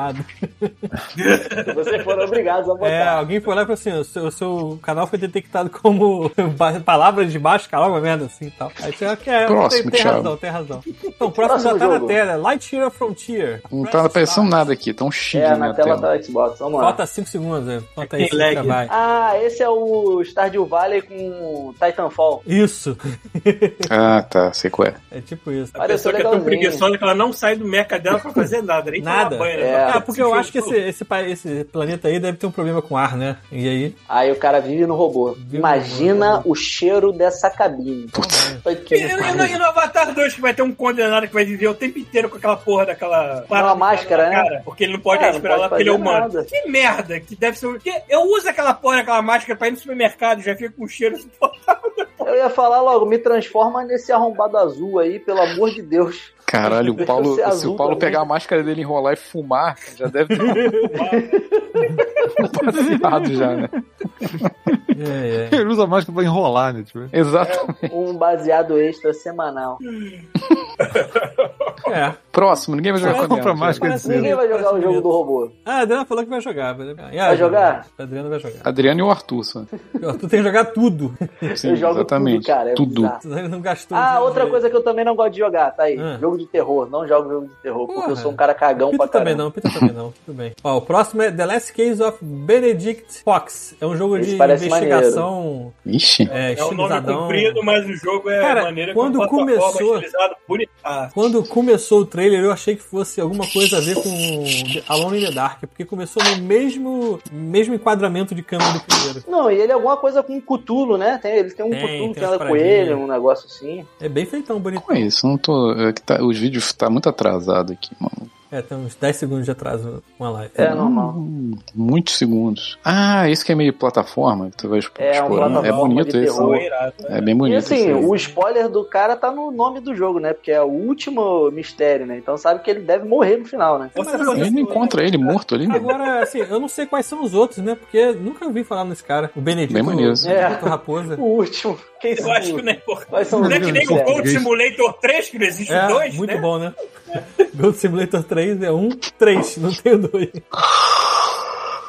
S4: Vocês foram obrigados a
S3: É,
S4: botar.
S3: alguém foi lá e falou assim: o seu, o seu canal foi detectado como ba- palavra de baixo canal, uma merda assim e tal. Aí você fala que é,
S6: Próximo,
S3: tem, tem
S6: Thiago.
S3: razão, tem razão. Então, o próximo já
S4: Próximo
S3: tá na
S4: jogo.
S3: tela: Lightyear Frontier.
S6: Não tá aparecendo nada aqui. Tá um X
S4: É,
S6: na
S4: na
S6: minha
S4: tela
S6: tela.
S4: tá o Xbox, vamos lá.
S3: Falta 5 segundos, né? Falta
S2: Tem
S3: isso
S2: lag.
S3: já vai.
S4: Ah, esse é o Stardew Valley com Titanfall.
S3: Isso,
S6: Ah, tá. Sei qual é.
S3: é tipo isso.
S2: A pessoa
S4: Pareceu
S2: que é tão
S4: legalzinho.
S2: preguiçosa que ela não sai do meca dela pra fazer nada. Nem
S3: Nada.
S2: tomar banho, né?
S4: É,
S3: É,
S4: É,
S3: porque eu acho que esse, esse, pa- esse planeta aí deve ter um problema com ar, né? E aí.
S4: Aí o cara vive no robô.
S3: Vive no
S4: Imagina o cheiro dessa cabine. Puta que
S2: E, e no,
S4: pariu.
S2: e no Avatar 2 que vai ter um condenado que vai viver o tempo inteiro com aquela porra daquela parada na
S4: máscara, né?
S2: cara, Porque ele não pode
S4: É, não
S2: respirar
S4: pode
S2: lá porque ele é
S4: fazer
S2: humano.
S4: nada.
S2: Que merda que deve ser. Porque eu uso aquela porra daquela máscara pra ir no supermercado, já fico com o cheiro insuportável.
S4: Eu ia falar logo, me transforma nesse arrombado azul aí, pelo amor de Deus.
S6: Caralho, o
S4: Deve
S6: Paulo,
S4: ser
S6: se o
S4: é azul né?
S6: Paulo
S4: também.
S6: pegar a máscara dele, enrolar e fumar, já deve ter passeado já, né?
S3: É, é.
S5: Ele usa máscara pra enrolar, né? Tipo,
S6: Exato.
S4: Um baseado extra semanal.
S3: É.
S6: Próximo, ninguém vai jogar
S5: Só
S6: com
S5: compra
S6: a
S5: mais que-
S3: Parece
S4: Ninguém vai
S3: parece
S4: jogar o jogo
S3: bonito.
S4: do robô.
S3: Ah, a Adriana falou que vai jogar. Vai jogar. E a
S4: Vai jogar?
S3: A Adriana vai jogar.
S6: Adriano e o Arthur, só.
S3: Tu tem que jogar tudo.
S6: Sim,
S4: eu jogo
S6: exatamente.
S4: tudo, cara. É
S6: tudo.
S4: bizarro.
S3: Tu não gastou.
S4: Ah,
S3: dinheiro
S4: outra
S3: direito.
S4: coisa que eu também não gosto de jogar, tá aí.
S3: Ah.
S4: Jogo de terror. Não jogo jogo de terror, porque eu
S3: Porra.
S4: sou um cara cagão
S3: Pita
S4: pra
S3: também
S4: caramba.
S3: não, Pita também não. Tudo bem. Ó, o próximo é The Last Case of Benedict Fox. É um jogo
S4: Esse
S3: de
S4: parece
S3: investigação
S6: Ixi.
S3: é,
S2: É um nome
S3: estilizadão.
S2: comprido, mas o jogo é
S3: Cara,
S2: maneira
S3: quando começou-
S2: estilizado bonita. Ah,
S3: Quando começou o trailer, eu achei que fosse alguma coisa a ver com Alone in the Dark, porque começou no mesmo, mesmo enquadramento de câmera do primeiro.
S4: Não, e ele é alguma coisa com cutulo, né? Tem, ele tem um
S3: Tem,
S4: cutulo
S3: tem
S4: que anda
S3: umas
S4: com ele,
S3: paradinhas.
S4: um negócio assim.
S3: É bem feitão, bonito.
S6: Como é isso? Eu Não tô, é que tá, os vídeos tá muito atrasado aqui, mano.
S3: É, tem uns 10 segundos de atraso com a live.
S4: É normal.
S6: Hum, muitos segundos. Ah, isso que é meio plataforma que tu vai exp-
S4: É, uma
S6: explorando. É
S4: plataforma
S6: bonito
S4: de
S6: esse.
S4: terror.
S2: foi
S6: né?
S2: irado.
S6: É bem bonito.
S4: E assim,
S6: esse.
S4: o spoiler do cara tá no nome do jogo, né? Porque é o último mistério, né? Então sabe que ele deve morrer no final, né?
S2: Você
S3: mas assim,
S2: foi-
S6: Ele não encontra ele morto ali. né?
S3: Agora, assim, eu não sei quais são os outros, né? Porque nunca ouvi falar nesse cara. O Benedito,
S6: Bem maneiro.
S3: o Benedito Raposa.
S4: É. O último. Quem
S2: Eu acho que não é importante.
S4: Quais são
S2: Não
S4: os
S2: é que nem o
S4: misérios?
S2: Gold Simulator 3, que não existe
S3: É,
S2: dois,
S3: muito
S2: né?
S3: bom, né? Gold Simulator 3 é um, três, não tem o dois.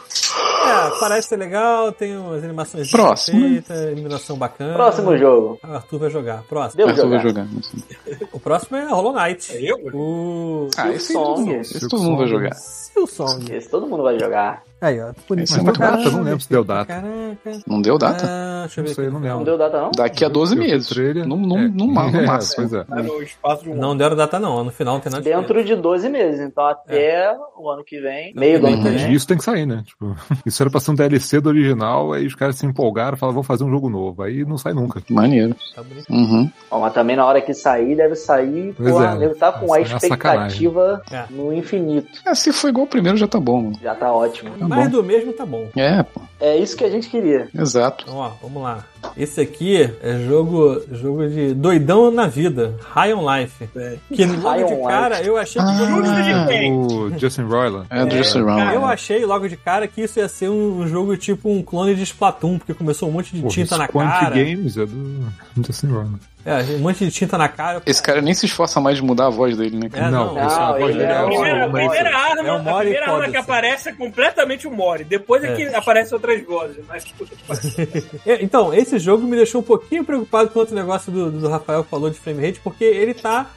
S3: É, parece ser legal, tem umas animações
S6: Próximo.
S3: bem feitas, iluminação bacana.
S4: Próximo jogo.
S3: Ah, Arthur vai jogar. Próximo.
S4: Deu
S6: Arthur vai
S4: jogar.
S6: jogar.
S3: O próximo é Hollow Knight.
S2: É eu?
S3: O
S6: Ah, esse,
S4: Silksong.
S6: esse todo mundo vai jogar.
S3: Silsong.
S4: Esse todo mundo vai jogar.
S3: Aí, ó. Bonito.
S6: Esse é
S3: pra
S5: muito
S3: caralho.
S5: data, não lembro se deu data.
S3: Caraca.
S6: Não deu data?
S3: Ah, deixa eu
S5: Não
S3: ver
S5: sei,
S3: aqui.
S5: não
S4: Não
S5: lembro.
S4: deu data, não?
S6: Daqui a 12 é meses.
S5: é Trailer.
S6: No, no, no, ma- no
S5: É,
S6: máximo.
S5: Pois é.
S2: Tá no espaço de um
S3: Não deram data, não. No final não tem nada de
S4: Dentro de 12 meses. Então até o ano que vem,
S3: Ano
S4: meio
S3: que
S4: do
S3: vem
S4: ano que
S3: tem.
S4: vem.
S5: E isso tem que sair, né? Tipo, isso era pra ser um DLC do original, aí os caras se empolgaram e falaram, vamos fazer um jogo novo. Aí não sai nunca.
S6: Maneiro.
S3: Tá bonito.
S6: Uhum.
S4: Ó, mas também na hora que sair, deve sair.
S5: Pois
S4: Porra,
S5: é.
S4: deve estar com a
S5: Isso é uma sacanagem.
S4: expectativa
S3: É.
S4: no infinito.
S6: É, se for igual o primeiro, já tá bom.
S4: Já tá ótimo.
S6: Tá
S3: Mais
S6: bom.
S3: do mesmo tá bom.
S6: É, pô.
S4: É isso que a gente queria.
S6: Exato.
S3: Então, ó, vamos lá. Esse aqui é jogo, jogo de doidão na vida. High on Life.
S2: É.
S3: Que logo
S4: High
S3: de
S4: on
S3: cara eu achei que.
S2: Ah. Tem.
S5: O Justin Roiland.
S6: É, Just Around.
S3: Eu achei logo de cara que isso ia ser um jogo tipo um clone de Splatoon, porque começou um monte de
S5: Pô,
S3: tinta na
S5: Quantic
S3: cara.
S5: Games é do Justin Roiland.
S3: É, um monte de tinta na cara.
S6: Esse cara nem se esforça mais de mudar a voz dele, né, cara?
S3: É, não.
S5: não, esse é
S4: Não,
S5: a voz
S4: ele
S5: dele.
S4: é
S5: É
S4: o-
S2: Primeira, a
S5: o
S2: primeira arma,
S3: É o
S2: a
S3: Mori
S2: primeira arma
S3: Códice.
S2: que aparece é completamente o Mori. Depois é, que aparecem outras vozes. Mas puta que pariu.
S3: É, Então, esse jogo me deixou um pouquinho preocupado com outro negócio do, do Rafael que falou de frame rate, porque ele tá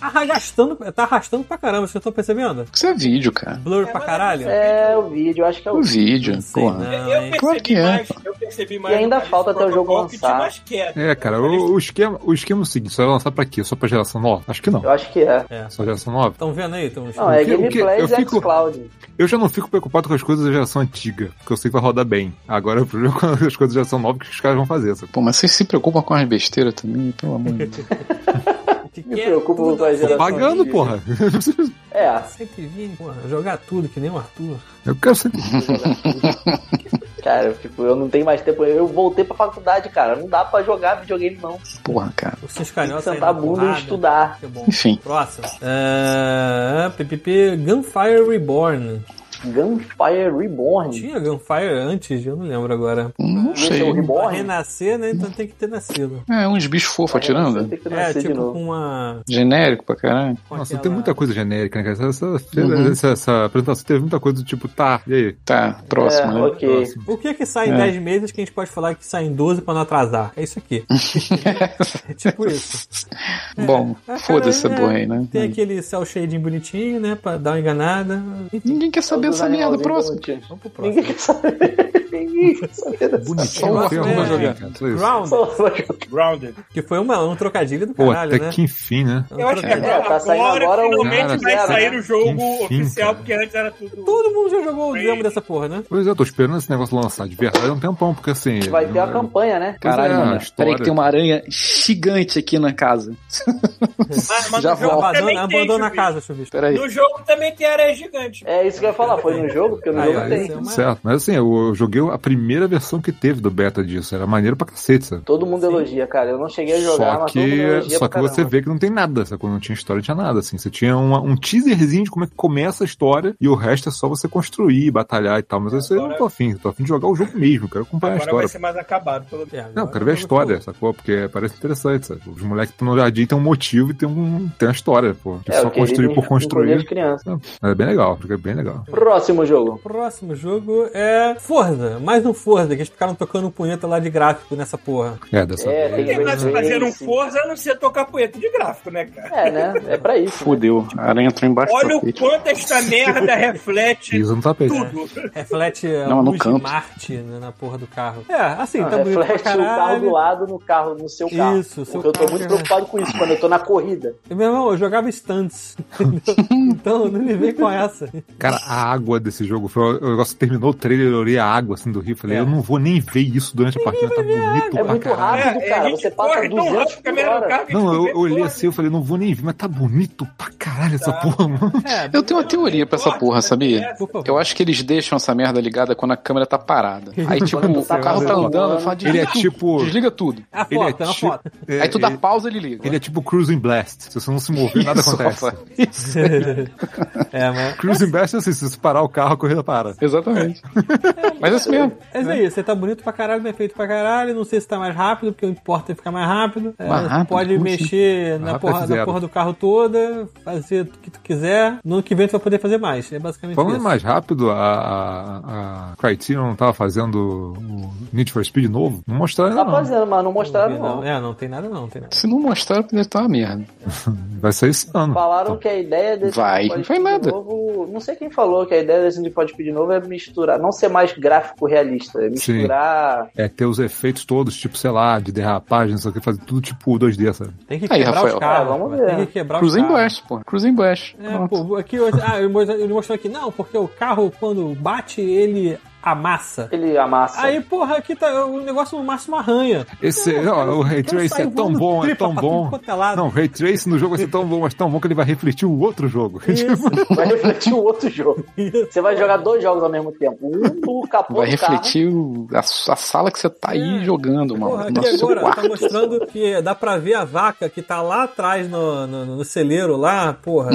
S3: arrastando, tá arrastando pra caramba, vocês estão percebendo?
S6: Isso é vídeo, cara.
S3: Blur pra caralho?
S4: É o vídeo, eu acho que é o
S6: O
S4: vídeo.
S6: vídeo,
S3: Não sei,
S6: porra.
S3: não,
S2: eu
S3: hein?
S2: percebi
S6: Claro que é.
S2: mais, eu percebi mais.
S4: E ainda
S2: no
S4: falta até o jogo
S2: Protocol que tinha
S4: lançar.
S2: mais queda.
S5: É, cara, o, o esquema, o esquema é o seguinte, só vai lançar pra quê? Só pra geração nova? Acho que não.
S4: Eu acho que é.
S3: É.
S5: Só geração nova.
S3: Estão vendo aí? Tão...
S4: Não, é
S5: O que- o que-
S4: Gameplay
S5: eu
S4: e
S5: fico-
S4: Xcloud.
S5: Eu já não fico preocupado com as coisas da geração antiga, porque eu sei que vai rodar bem. Agora o problema é com as coisas da geração nova que os caras vão fazer. sabe?
S6: Pô, mas vocês se preocupam com as besteiras também, pelo amor de Deus.
S3: Que
S4: Me
S3: que é
S4: preocupo
S3: tudo
S4: com a
S3: assim,
S5: Tô
S4: geração.
S5: pagando, porra.
S4: É,
S3: 120, porra, jogar tudo que nem o Arthur.
S5: Eu quero ser.
S4: cara, tipo, eu não tenho mais tempo. Eu voltei pra faculdade, cara. Não dá pra jogar videogame, não.
S6: Porra, cara.
S3: O Cis
S4: Tem que
S3: Canhota
S4: sentar a bunda e estudar.
S3: Que bom.
S6: Enfim.
S3: Próximo. É... PPP Gunfire Reborn.
S4: Gunfire Reborn.
S3: Tinha Gunfire antes, eu não lembro agora.
S6: Não
S4: Esse é o
S6: sei.
S3: Pra
S4: Reborn?
S3: renascer, né? Então tem que ter nascido.
S6: É, uns bichos fofos
S4: Você
S6: atirando.
S4: tem que
S3: É,
S4: nascer de
S3: tipo
S4: novo.
S3: com uma.
S6: Genérico pra caralho.
S3: com
S5: Nossa,
S3: aquela-
S5: tem muita coisa genérica, né, cara? Essa, essa-
S6: Uhum.
S5: essa- essa apresentação teve muita coisa do tipo, tá, e aí?
S6: Tá, próximo,
S4: É,
S6: né?
S4: ok.
S5: Próximo.
S3: O que que sai em
S6: É.
S3: 10 meses que a gente pode falar que sai em 12 pra não atrasar? É isso aqui. é tipo isso.
S6: Bom,
S3: É,
S6: foda-se essa
S3: cara, é,
S6: porra aí, né?
S3: Tem aquele cel shading bonitinho, né? Pra dar uma enganada. Enfim,
S6: Ninguém quer saber essa merda,
S4: animalzinhos
S6: próximo.
S4: bonitinhos.
S6: Vamos pro próximo.
S4: um Ninguém quer saber. Ninguém quer saber dessa
S5: Bonitinho,
S6: Só o
S5: tem
S6: Rafael
S5: uma
S6: vai
S5: coisa,
S6: jogar.
S5: cara, só isso.
S3: Ground,
S4: Só- só- É,
S2: Grounded.
S3: que foi uma- um trocadilho do
S5: Pô,
S3: caralho,
S5: até
S3: né?
S5: que enfim, né?
S3: É um
S2: Eu acho que
S3: trocadilho.
S2: agora,
S4: tá saindo agora um-
S2: finalmente
S5: Cara,
S2: vai
S4: zero,
S2: sair
S4: né?
S2: o jogo
S5: Enfim,
S2: oficial,
S5: cara.
S2: porque antes era tudo.
S3: Todo mundo já jogou o demo dessa porra, né?
S5: Pois é, eu tô esperando esse negócio lançar de verdade há um tempão, porque assim.
S4: Vai ter a
S5: eu-
S4: campanha, né?
S5: Pois
S6: Caralho,
S5: é, a
S6: mano. Peraí
S5: história.
S6: que tem uma aranha gigante aqui na casa.
S2: Mas, mas
S6: Já
S2: no jogo
S6: volto.
S2: também
S3: Abandona,
S2: tem,
S3: abandona a
S2: Chubi.
S3: casa, chuvisco.
S6: Peraí.
S2: No jogo também tem areia gigante.
S4: É isso que eu ia falar, foi no jogo, porque no
S3: Aí,
S4: jogo
S3: ó,
S4: tem.
S3: esse é uma-
S5: Certo, mas assim, eu eu joguei a primeira versão que teve do beta disso. Era maneiro pra cacete, sabe?
S4: Todo mundo elogia, cara. Eu não cheguei a jogar,
S5: Só
S4: mas todo mundo
S5: que,
S4: elogia
S5: só que
S4: pra
S5: você
S4: caramba.
S5: vê que não tem nada, sacou? Não tinha história, não tinha nada, assim. Você tinha uma- um teaserzinho de como é que começa a história e o resto é só você construir, batalhar e tal. Mas isso eu não tô afim, eu tô afim de jogar o jogo mesmo, quero acompanhar
S2: Agora
S5: a
S2: vai
S5: história.
S2: ser mais acabado. Pelo...
S3: É, agora
S5: Não, eu quero ver a
S3: eu vou-
S5: história, sacou? Porque parece interessante, sabe? Os moleques que estão no jardim tem um motivo e tem, um, tem uma história, pô. Que
S4: É,
S5: só
S4: eu queria
S5: construir
S4: um-
S5: por
S4: um poder de
S5: construir.
S4: criança.
S5: É bem legal, fica bem legal.
S4: Próximo jogo.
S3: Próximo jogo é Forza, mais um Forza, que eles ficaram tocando punheta lá de gráfico nessa porra.
S5: É, dessa
S4: É,
S5: vez.
S4: tem
S2: Tem mais
S4: Sim.
S2: fazer um força a não ser tocar punheta de gráfico, né, cara?
S4: É, né? É pra isso. né?
S6: Fudeu. A aranha entrou embaixo do
S2: Olha o
S6: tapete.
S2: quanto esta merda reflete
S5: Isso no tapete.
S2: tudo.
S3: Reflete a
S6: Não, no
S3: luz de
S6: canto.
S3: Marte né, na porra do carro. É, assim, tá bonito pra
S4: Ah, Reflete o carro do
S3: caralho.
S4: lado no carro, no seu carro.
S3: Isso, seu
S4: Porque eu tô
S3: carro,
S4: muito
S3: né?
S4: preocupado com isso quando eu tô na corrida.
S3: Meu irmão, eu jogava stunts. então, não me vem com essa.
S5: Cara, a água desse jogo foi o negócio que terminou o trailer, eu olhei a água assim do rio, falei,
S3: É.
S5: eu não vou nem ver isso durante a partida, tá bonito
S4: É
S5: pra
S4: muito
S5: caralho.
S4: rápido,
S2: É, é,
S4: cara.
S2: a gente
S4: Você passa
S2: corre tão
S4: 200
S2: rápido que a
S4: por
S2: câmera do
S4: hora.
S2: carro. que a gente
S5: Não, eu,
S2: vê
S5: eu olhei
S2: corre.
S5: assim, eu falei, não vou nem ver, mas tá bonito pra caralho essa
S2: Tá.
S5: porra, mano.
S3: É,
S6: Eu tenho uma teoria pra essa porra, sabia?
S3: por favor.
S6: Eu acho que eles deixam essa merda ligada quando a câmera tá parada. Aí, tipo,
S4: Quando
S6: o
S4: tá
S6: carro tá
S4: parado,
S6: andando,
S4: mano.
S6: fala,
S5: Ele é
S6: desliga tudo.
S5: tipo.
S6: Desliga tudo.
S3: A
S5: Ele é
S3: foto, é na
S5: ti-
S3: foto.
S5: é,
S6: Aí tu dá
S5: ele-
S6: pausa e ele liga.
S5: Ele é tipo Cruising Blast. Se você não se mover, nada
S6: Isso,
S5: acontece.
S6: Rafael.
S3: É, mas.
S5: Cruising Blast é assim, se você parar o carro, a corrida para.
S6: Exatamente. Mas é isso mesmo.
S3: É isso aí, você tá bonito pra caralho, bem feito pra caralho. Não sei se tá mais rápido, porque o importante é ficar mais rápido. É,
S6: Mais rápido?
S3: pode
S6: Como
S3: mexer
S5: Mais
S3: na
S5: rápido é
S3: porra, na
S5: zero.
S3: porra do carro toda, fazer o que tu quiser. No ano que vem tu vai poder fazer mais. É basicamente
S5: Falando
S3: isso.
S5: mais rápido, a, a, a Criterion não tava fazendo o Need for Speed novo? Não mostraram ainda,
S4: Tá
S5: não.
S4: fazendo, mas não mostraram, não.
S3: É, não tem nada, não, tem nada.
S6: Se não mostrar, deve estar uma merda.
S5: Vai sair esse ano.
S4: Falaram que a ideia desse tipo
S6: Vai,
S4: Need for
S6: não foi
S4: Speed
S6: nada.
S4: Novo, não sei quem falou que a ideia desse Need for Speed novo é misturar, não ser mais gráfico realista, é
S5: Sim.
S4: misturar
S5: É ter os efeitos todos, tipo, sei lá, de derrapagem, não sei o que, fazer tudo tipo 2D, sabe?
S3: Tem que
S6: Aí,
S3: quebrar
S6: Rafael.
S3: os carros.
S4: Ah, vamos
S3: pô,
S4: ver.
S3: Tem que quebrar
S6: Cruising
S3: os carros.
S6: Blast, pô. Cruising Blast.
S3: É,
S6: Pronto.
S3: pô, aqui, eu- ah, ele mostrou- ele mostrou aqui, não, porque o carro, quando bate, ele amassa.
S4: ele amassa.
S3: Aí, porra, aqui tá. O negócio no máximo arranha.
S5: Esse,
S3: Não,
S5: ó,
S3: cara,
S5: o
S3: eu
S5: Ray
S3: quero
S5: Trace
S3: sair
S5: é tão
S3: voando
S5: bom, é
S3: tripa
S5: tão
S3: pra tudo
S5: bom.
S3: quanto é lado.
S5: Não, Ray Trace no jogo vai ser tão bom, mas tão bom que ele vai refletir o outro jogo. Tipo,
S3: Isso.
S4: Vai refletir o outro jogo. Você vai jogar dois jogos ao mesmo tempo. Um no capô
S6: Vai
S4: do carro.
S6: refletir o- a, a sala que você tá aí
S3: É.
S6: jogando, mano.
S3: Porra,
S6: no
S3: aqui
S6: seu
S3: agora
S6: quarto.
S3: tá mostrando que dá pra ver a vaca que tá lá atrás no, no, no celeiro lá, porra.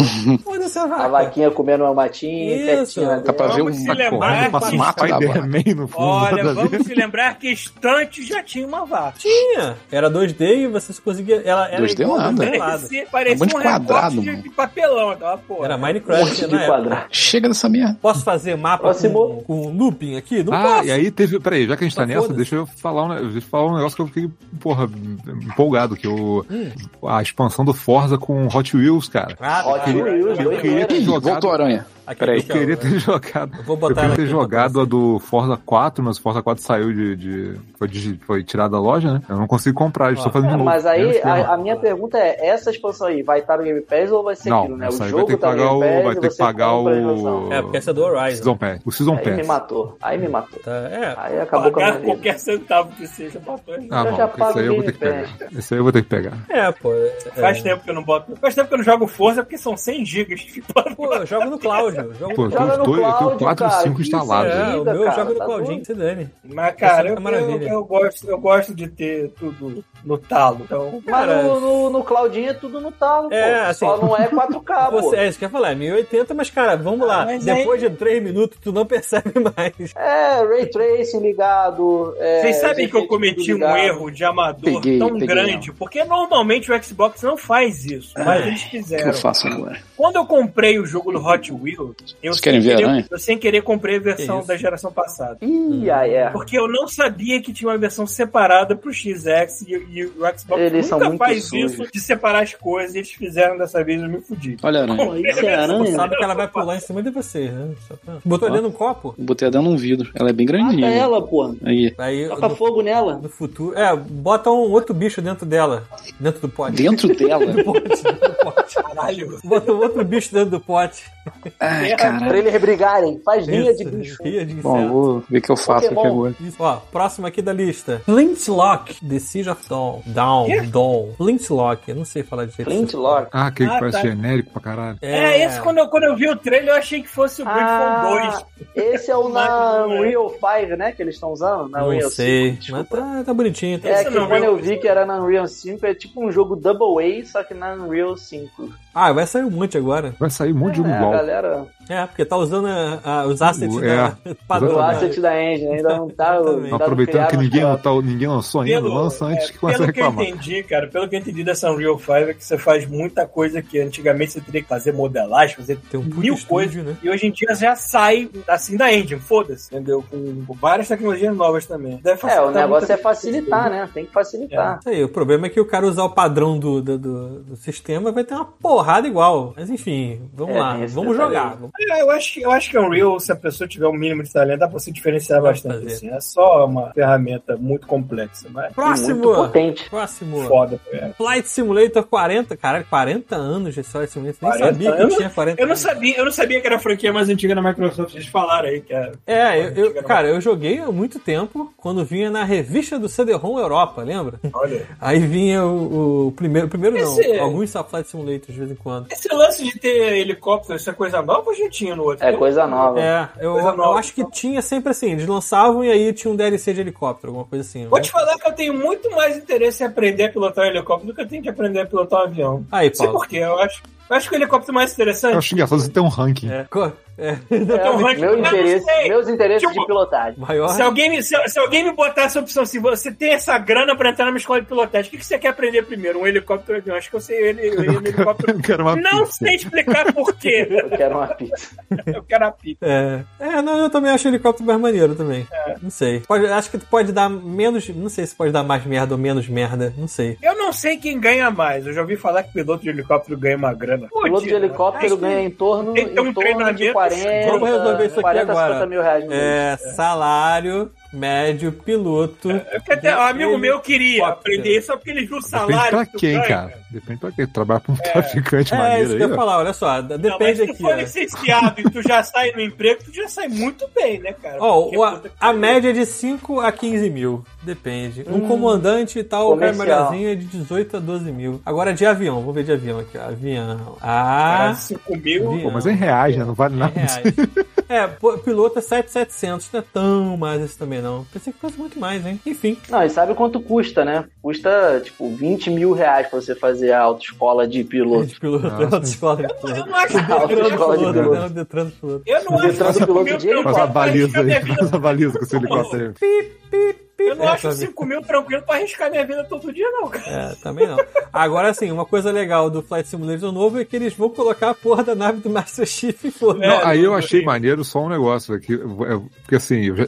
S3: Olha essa
S4: A
S3: vaca.
S4: vaquinha comendo uma matinha,
S3: Isso.
S4: quietinha. né? lá
S6: Dá pra
S4: dentro.
S6: ver um
S2: Vamos se
S3: é
S2: lembrar
S6: correndo, passa
S3: que-
S6: um mapa da barra.
S5: Spider-Man no fundo. nada
S2: Olha,
S5: a ver.
S2: vamos se lembrar que estante já tinha uma vaca.
S3: Tinha. Era 2D e você conseguia. Ela era
S6: 2D
S3: igual ao
S6: nada.
S3: lado.
S2: Parecia, parecia
S6: Tá bom de
S2: um recorte
S6: quadrado,
S2: de,
S6: mano.
S2: de papelão, tava porra.
S3: Era
S4: Um Monte
S3: Minecraft né,
S4: de
S3: na época.
S4: quadrado.
S6: Chega dessa merda.
S3: Posso fazer mapa com,
S4: Próximo.
S3: com um looping aqui? Não
S5: Ah,
S3: posso.
S5: e aí teve. Peraí, já que a gente tá
S3: Tá
S5: nessa,
S3: foda-se.
S5: deixa eu falar um, deixa eu falar um negócio que eu fiquei, porra, empolgado, que o,
S3: Hum.
S5: a expansão do Forza com Hot Wheels, cara.
S3: Ah, tá.
S4: Ótimo, Will,
S5: Eu queria
S4: doideira.
S5: ter
S6: Ih,
S5: jogado.
S6: voltou a aranha.
S3: Aqui,
S6: Peraí.
S5: Eu
S3: deixa eu-
S5: queria ter jogado.
S3: Eu vou
S5: Eu
S4: Tá,
S3: botar
S5: queria
S3: ela
S5: ter
S3: aqui,
S5: jogado
S3: botar
S5: a do Forza 4, mas o Forza 4 saiu de. de- foi, de- foi tirado da loja, né? Eu não consigo comprar, eles
S3: Ó.
S5: estão fazendo. um
S4: É,
S5: novo.
S4: Mas
S5: Eu não
S4: aí,
S5: sei, não.
S4: a, a minha pergunta é, essa expansão aí, vai estar no Game Pass ou vai ser
S5: Não,
S4: aquilo, né? O
S5: essa aí
S4: jogo
S5: vai ter que
S4: tá no
S5: pagar
S4: Game
S5: o.
S4: Pass,
S5: Vai ter que
S4: você
S5: pagar
S4: compra a ilusão.
S5: o.
S3: É, porque essa é do Horizon.
S5: Season Pass. O Season
S4: Aí me
S5: Pass.
S4: matou, aí me matou.
S3: Tá, é.
S4: Aí acabou com a
S2: Pagar
S4: minha vida.
S2: qualquer centavo que seja pra trás.
S5: Ah,
S4: Eu
S5: bom,
S4: já pago
S5: esse aí eu vou ter que
S4: Game Pass.
S5: pegar. Esse aí eu vou ter que pegar.
S3: É, pô. é-
S2: Faz tempo que eu não boto. Faz tempo que eu não jogo força porque são 100 gigas. Tipo,
S3: Pô, eu jogo no Cláudio. eu Jogo
S5: Pô,
S3: no
S5: eu tenho
S4: Joga
S5: os
S4: no
S5: dois, eu tenho
S4: Cláudio,
S5: 4
S4: cara,
S5: 5
S4: isso
S5: instalados.
S4: é-
S3: É, o meu eu
S4: cara,
S3: jogo no
S4: tá
S3: Claudinho,
S4: bom.
S3: se dane.
S2: mas, cara,
S3: Essa é
S2: eu,
S3: uma maravilha.
S2: eu, eu gosto, eu gosto de ter tudo no talo. Então,
S4: Mas
S3: Cara,
S4: no, no, no Claudinho é tudo no talo,
S3: É,
S4: pô.
S3: assim,
S4: Só não é 4K, pô.
S3: Você, é isso que eu ia falar, é 1080, mas cara, vamos lá.
S2: Ah, mas
S3: Depois de 3 minutos, tu não percebe mais.
S4: É, Ray Tracing ligado. é,
S2: Vocês sabem
S4: gente
S2: que eu cometi um
S4: ligado.
S2: erro de amador
S6: Peguei,
S2: tão
S6: peguei,
S2: grande, porque normalmente o Xbox não faz isso, mas eles
S6: O que eu
S2: fizeram.
S6: faço agora?
S2: Quando eu comprei o jogo do Hot Wheels, exemplo, eu
S6: Vocês querem
S2: sem
S6: ver
S2: querer-
S6: aranha?
S2: eu sem querer comprei a
S3: Que
S2: versão
S3: isso.
S2: da geração passada.
S4: Ih, ai, é.
S2: Porque eu não sabia que tinha uma versão separada pro XX e, e o Xbox
S4: Eles são
S2: nunca
S4: muito
S2: faz
S4: sujos.
S2: isso de separar as coisas e eles fizeram dessa vez eu me fudi.
S6: Olha a aranha.
S4: Pô, Isso é
S5: um
S4: aranha?
S3: Sabe que ela vai pular em cima de você, né? Só pra- Botou dentro de um copo?
S6: Botei ela num vidro. Ela é bem
S4: Mata
S6: grandinha.
S4: ela, porra.
S6: Aí.
S3: Aí
S4: Toca
S3: no,
S4: fogo nela.
S3: no futuro. É, bota um outro bicho dentro dela. Dentro do pote.
S6: Dentro dela.
S3: do pote, dentro do pote.
S2: Caralho.
S3: Bota um outro bicho dentro do pote.
S2: É,
S6: Ai, caralho.
S4: Pra eles brigarem. Faz linha de
S3: Isso,
S4: bicho.
S3: Ria de
S6: Bom,
S3: inseto.
S6: vou ver o que eu faço aqui
S4: Pokémon.
S6: agora.
S3: Isso. Ó, próximo aqui da lista. Flintlock, The Siege of Dawn.
S2: Quê?
S3: Down, Dawn. Flintlock, eu não sei falar direito.
S4: Flintlock.
S5: Ah, aquele
S2: Ah,
S5: que parece
S2: tá.
S5: genérico pra caralho.
S2: É, esse quando eu, quando eu vi o trailer eu achei que fosse o Grateful 2.
S4: Ah, esse é o na Unreal 5, né? Que eles estão usando? Na
S3: Não
S4: Unreal
S3: sei,
S4: 5.
S3: mas
S4: desculpa.
S3: tá, tá bonitinho. Tá
S4: É
S2: Esse
S4: que
S2: não,
S4: quando
S2: Unreal
S4: eu vi que era na Unreal 5, é tipo um jogo Double A, só que na Unreal 5.
S3: Ah, vai sair um monte agora.
S5: Vai sair um monte de jogo
S4: É, a
S5: igual.
S4: galera,
S3: É, porque tá usando a- a- os assets
S5: É.
S4: o
S3: da
S5: Exatamente.
S3: padrão. né?
S4: asset da Engine ainda não tá...
S3: Ah, Exatamente.
S4: ainda não
S5: Aproveitando que
S4: criaram
S5: ninguém,
S4: as
S5: não tá, ninguém lançou ainda, lança antes
S2: é,
S5: que comece a
S2: pelo que eu
S5: reclamar.
S2: entendi, cara, pelo que eu entendi dessa Unreal 5 é que você faz muita coisa que antigamente você teria que fazer modelagem, fazer
S3: Tem um puto
S2: mil coisas.
S3: estúdio, né?
S2: E hoje em dia já sai assim da engine, foda-se, entendeu? Com várias tecnologias novas também. Deve
S4: É,
S2: facilitar
S4: o negócio
S2: muito
S4: é facilitar, né? Tem que facilitar.
S3: Isso aí, o problema é que o cara usar o padrão do, do, do- do sistema vai ter uma porrada igual. Mas enfim, vamos
S4: É,
S3: lá,
S4: tem esse
S3: vamos
S4: detalhe
S3: jogar.
S4: aí.
S3: Vamos-
S2: É, eu acho, que- eu acho que Unreal, se a pessoa tiver o mínimo de talento, dá pra se diferenciar
S3: Dá pra
S2: bastante.
S3: fazer.
S2: assim. É só uma ferramenta muito complexa, mas
S4: E
S3: Próximo!
S4: Muito potente.
S3: Próximo!
S2: foda. É.
S3: Flight Simulator 40, caralho, 40 anos de Flight Simulator. Nem
S2: 40
S3: sabia que
S2: anos?
S3: tinha 40
S2: Eu não
S3: anos.
S2: sabia, eu não sabia que era a franquia mais antiga da Microsoft. Eles falaram aí que é.
S3: É, eu, eu-
S2: Antiga da-
S3: cara, eu joguei há muito tempo, quando vinha na revista do CD-ROM Europa, lembra?
S2: Olha.
S3: Aí vinha o, o primeiro, o primeiro não,
S2: Esse- é
S3: alguns só Flight Simulator de vez em quando.
S2: Esse lance de ter helicóptero, isso é coisa nova ou já tinha no outro?
S4: É coisa nova.
S3: É, eu,
S2: Coisa
S3: eu
S2: nova.
S3: acho que tinha sempre assim, eles lançavam e aí tinha um DLC de helicóptero, alguma coisa assim.
S2: Vou
S3: né?
S2: te falar que eu tenho muito mais interesse em aprender a pilotar um helicóptero do que eu tenho que aprender a pilotar um avião.
S3: Aí,
S2: Não sei
S3: Paulo.
S2: por quê, eu acho, eu acho que o helicóptero é mais
S5: Eu
S2: interessante.
S5: acho engraçado você ter um ranking.
S3: É, co- é,
S4: É,
S2: um ranking-
S4: meu
S2: Eu não
S4: interesse,
S2: sei.
S4: meus interesses
S2: Tipo-
S4: de pilotagem.
S3: maior.
S2: Se alguém, me, se, se alguém me botar essa opção, se você tem essa grana pra entrar numa escola de pilotagem, o que, que você quer aprender primeiro? Um helicóptero ou um avião? Acho que eu sei ele, ele- helicóptero.
S5: Eu quero uma
S2: Não
S5: pizza.
S2: sei explicar por quê.
S4: Eu quero uma pizza.
S2: Eu quero a pizza.
S3: É. é, não, eu também acho helicóptero mais maneiro também.
S2: É.
S3: Não sei. Pode- acho que pode dar menos. Não sei se pode dar mais merda ou menos merda. Não sei.
S2: Eu não sei quem ganha mais. Eu já ouvi falar que piloto de helicóptero ganha uma grana. né?
S4: O piloto de
S2: Fodida.
S4: helicóptero
S2: Acho que-
S4: ganha em torno,
S2: tem que ter um
S4: em torno de
S2: treinamento.
S4: 40,
S3: Vamos resolver isso aqui
S4: 40 a
S3: agora.
S4: 50 mil reais no mês.
S3: É, salário, médio, piloto.
S2: É porque até um amigo meu queria
S3: Helicóptero.
S2: aprender isso só porque eles viram o
S3: Tá
S5: Depende
S2: salário.
S5: pra
S2: que tu
S5: quem,
S2: ganha.
S5: cara. Depende pra quem. Trabalhar pra um traficante
S3: É,
S5: maneiro
S3: isso que eu
S5: aí,
S3: ia
S5: ó.
S3: falar, olha só,
S2: Não, mas
S3: depende
S2: se tu
S3: aqui.
S2: for
S3: né?
S2: licenciado e tu já sai no emprego, tu já sai muito bem, né, cara?
S3: Ó,
S2: Porque,
S3: o- a,
S2: puta que
S3: a
S2: pariu.
S3: média é de 5 a 15 mil, depende.
S5: Hum,
S3: um comandante e tal, o cara
S4: comercial.
S3: melhorzinho é de 18 a 12 mil. Agora de avião, vamos ver de avião aqui, ó. Avião.
S2: Cara,
S3: Ah,
S2: 5 mil.
S3: avião.
S5: Pô, mas é em reais, né? Não vale
S3: É
S5: nada.
S3: reais. É, pô, piloto é 7,700, não é tão mais isso também não. Pensei que fosse muito mais, hein? Enfim,
S4: Não, e sabe quanto custa, né? Custa, tipo, 20 mil reais pra você fazer a autoescola de piloto.
S3: de piloto, é
S5: Nossa.
S3: autoescola de
S2: Eu
S3: piloto. É
S2: não acho
S4: Autoescola de
S3: Autoescola de
S4: piloto.
S3: piloto, é Detran de piloto.
S2: Eu não acho
S4: Detrás do
S2: cinco
S4: piloto
S2: mil
S4: de helicóptero.
S5: Faz a
S2: tranquilo pra
S5: baliza
S2: arriscar minha
S5: aí. Faz
S2: vida.
S5: a baliza com esse helicóptero aí.
S2: Eu não
S3: É,
S2: acho
S3: pra ver.
S2: 5 mil tranquilo pra arriscar minha vida todo dia, não, cara.
S3: É, também não. Agora sim, uma coisa legal do Flight Simulator novo é que eles vão colocar a porra da nave do Master Chief e foda.
S2: É,
S5: Aí eu achei
S2: eu-
S5: maneiro só um negócio aqui. Porque assim, eu já-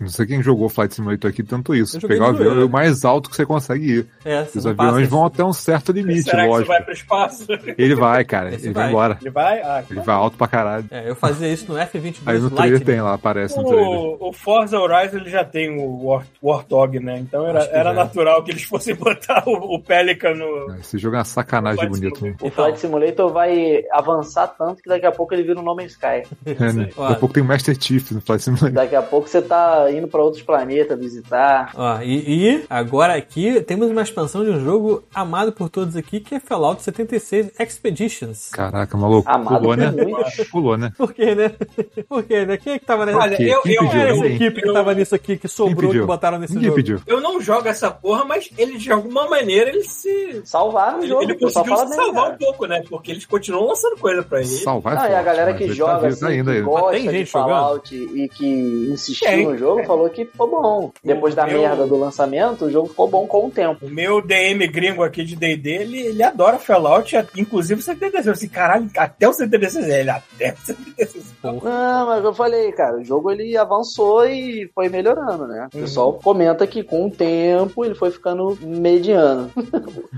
S5: não sei quem jogou Flight Simulator aqui tanto isso.
S3: Eu joguei
S5: Pegar o
S3: de
S5: avião
S3: zoeira.
S5: é o mais alto que você consegue ir.
S3: É, você
S5: Os
S3: não
S5: aviões
S3: passa
S5: vão até um certo limite,
S2: Será que isso
S5: lógico.
S2: vai pro espaço?
S5: Ele vai, cara.
S3: Esse
S5: ele vai
S3: vai.
S5: embora.
S2: Ele vai? Ah,
S5: Ele vai alto pra caralho.
S3: É, eu fazia isso no F-22
S5: Aí no trailer
S3: Lightning.
S5: tem né? lá, aparece no trailer.
S2: o, o Forza Horizon ele já tem o War- Warthog, né? Então era,
S3: Acho que
S2: era
S3: já.
S2: natural que eles fossem botar o, o Pelican no.
S5: Ah, Esse jogo é uma sacanagem
S2: Flight
S5: bonito. né?
S2: Simulator.
S4: O
S3: Então.
S4: Flight Simulator vai avançar tanto que daqui a pouco ele vira o No Man's Sky.
S5: É, né?
S3: Ó.
S5: Daqui a pouco tem o Master Chief no Flight Simulator.
S4: Daqui a pouco você tá indo pra outros planetas visitar.
S3: Ó, e, e agora aqui temos uma expansão de um jogo amado por todos aqui, que é Fallout 76 Expeditions.
S5: Caraca, maluco.
S4: Amado
S5: Pulou,
S4: por
S5: né?
S4: muitos.
S5: Pulou, né?
S3: Por quê, né? Por quê, né? Quem é que tava nessa
S2: Olha,
S5: quê?
S2: eu,
S5: Quem
S2: eu,
S5: pediu?
S3: Quem era
S2: eu,
S3: essa
S5: Ninguém.
S3: equipe que tava nisso aqui, que
S5: Quem
S3: sobrou,
S5: pediu?
S3: que botaram nesse
S5: Ninguém
S3: jogo.
S5: pediu.
S2: Eu não jogo essa porra, mas ele, de alguma maneira, ele se.
S4: Salvaram o
S2: Ele,
S4: jogo,
S2: ele
S4: pô, só
S2: conseguiu
S4: fala
S2: se
S4: bem,
S2: salvar
S4: cara.
S2: um pouco, né? Porque eles continuam lançando coisa pra ele.
S5: Salvar é
S4: Ah, e a
S5: forte,
S4: galera
S5: mas
S4: que
S5: ele tá
S4: joga,
S5: vivo
S4: assim,
S5: ainda,
S4: que
S5: ele.
S4: gosta
S3: Mas tem
S4: de
S3: gente jogando?
S4: Fallout e que insistiu
S2: Tem.
S4: no jogo, falou que ficou bom. Depois da
S2: Eu-
S4: merda do lançamento, o jogo ficou bom com o tempo.
S2: O meu DM gringo aqui de D&D, ele, ele adora Fallout, inclusive o 76. Eu assim, caralho, até o 76, ele até o 76.
S4: Não, mas eu falei, cara, o jogo ele avançou e foi melhorando, né?
S3: Uhum.
S4: O pessoal comenta que com o tempo ele foi ficando mediano.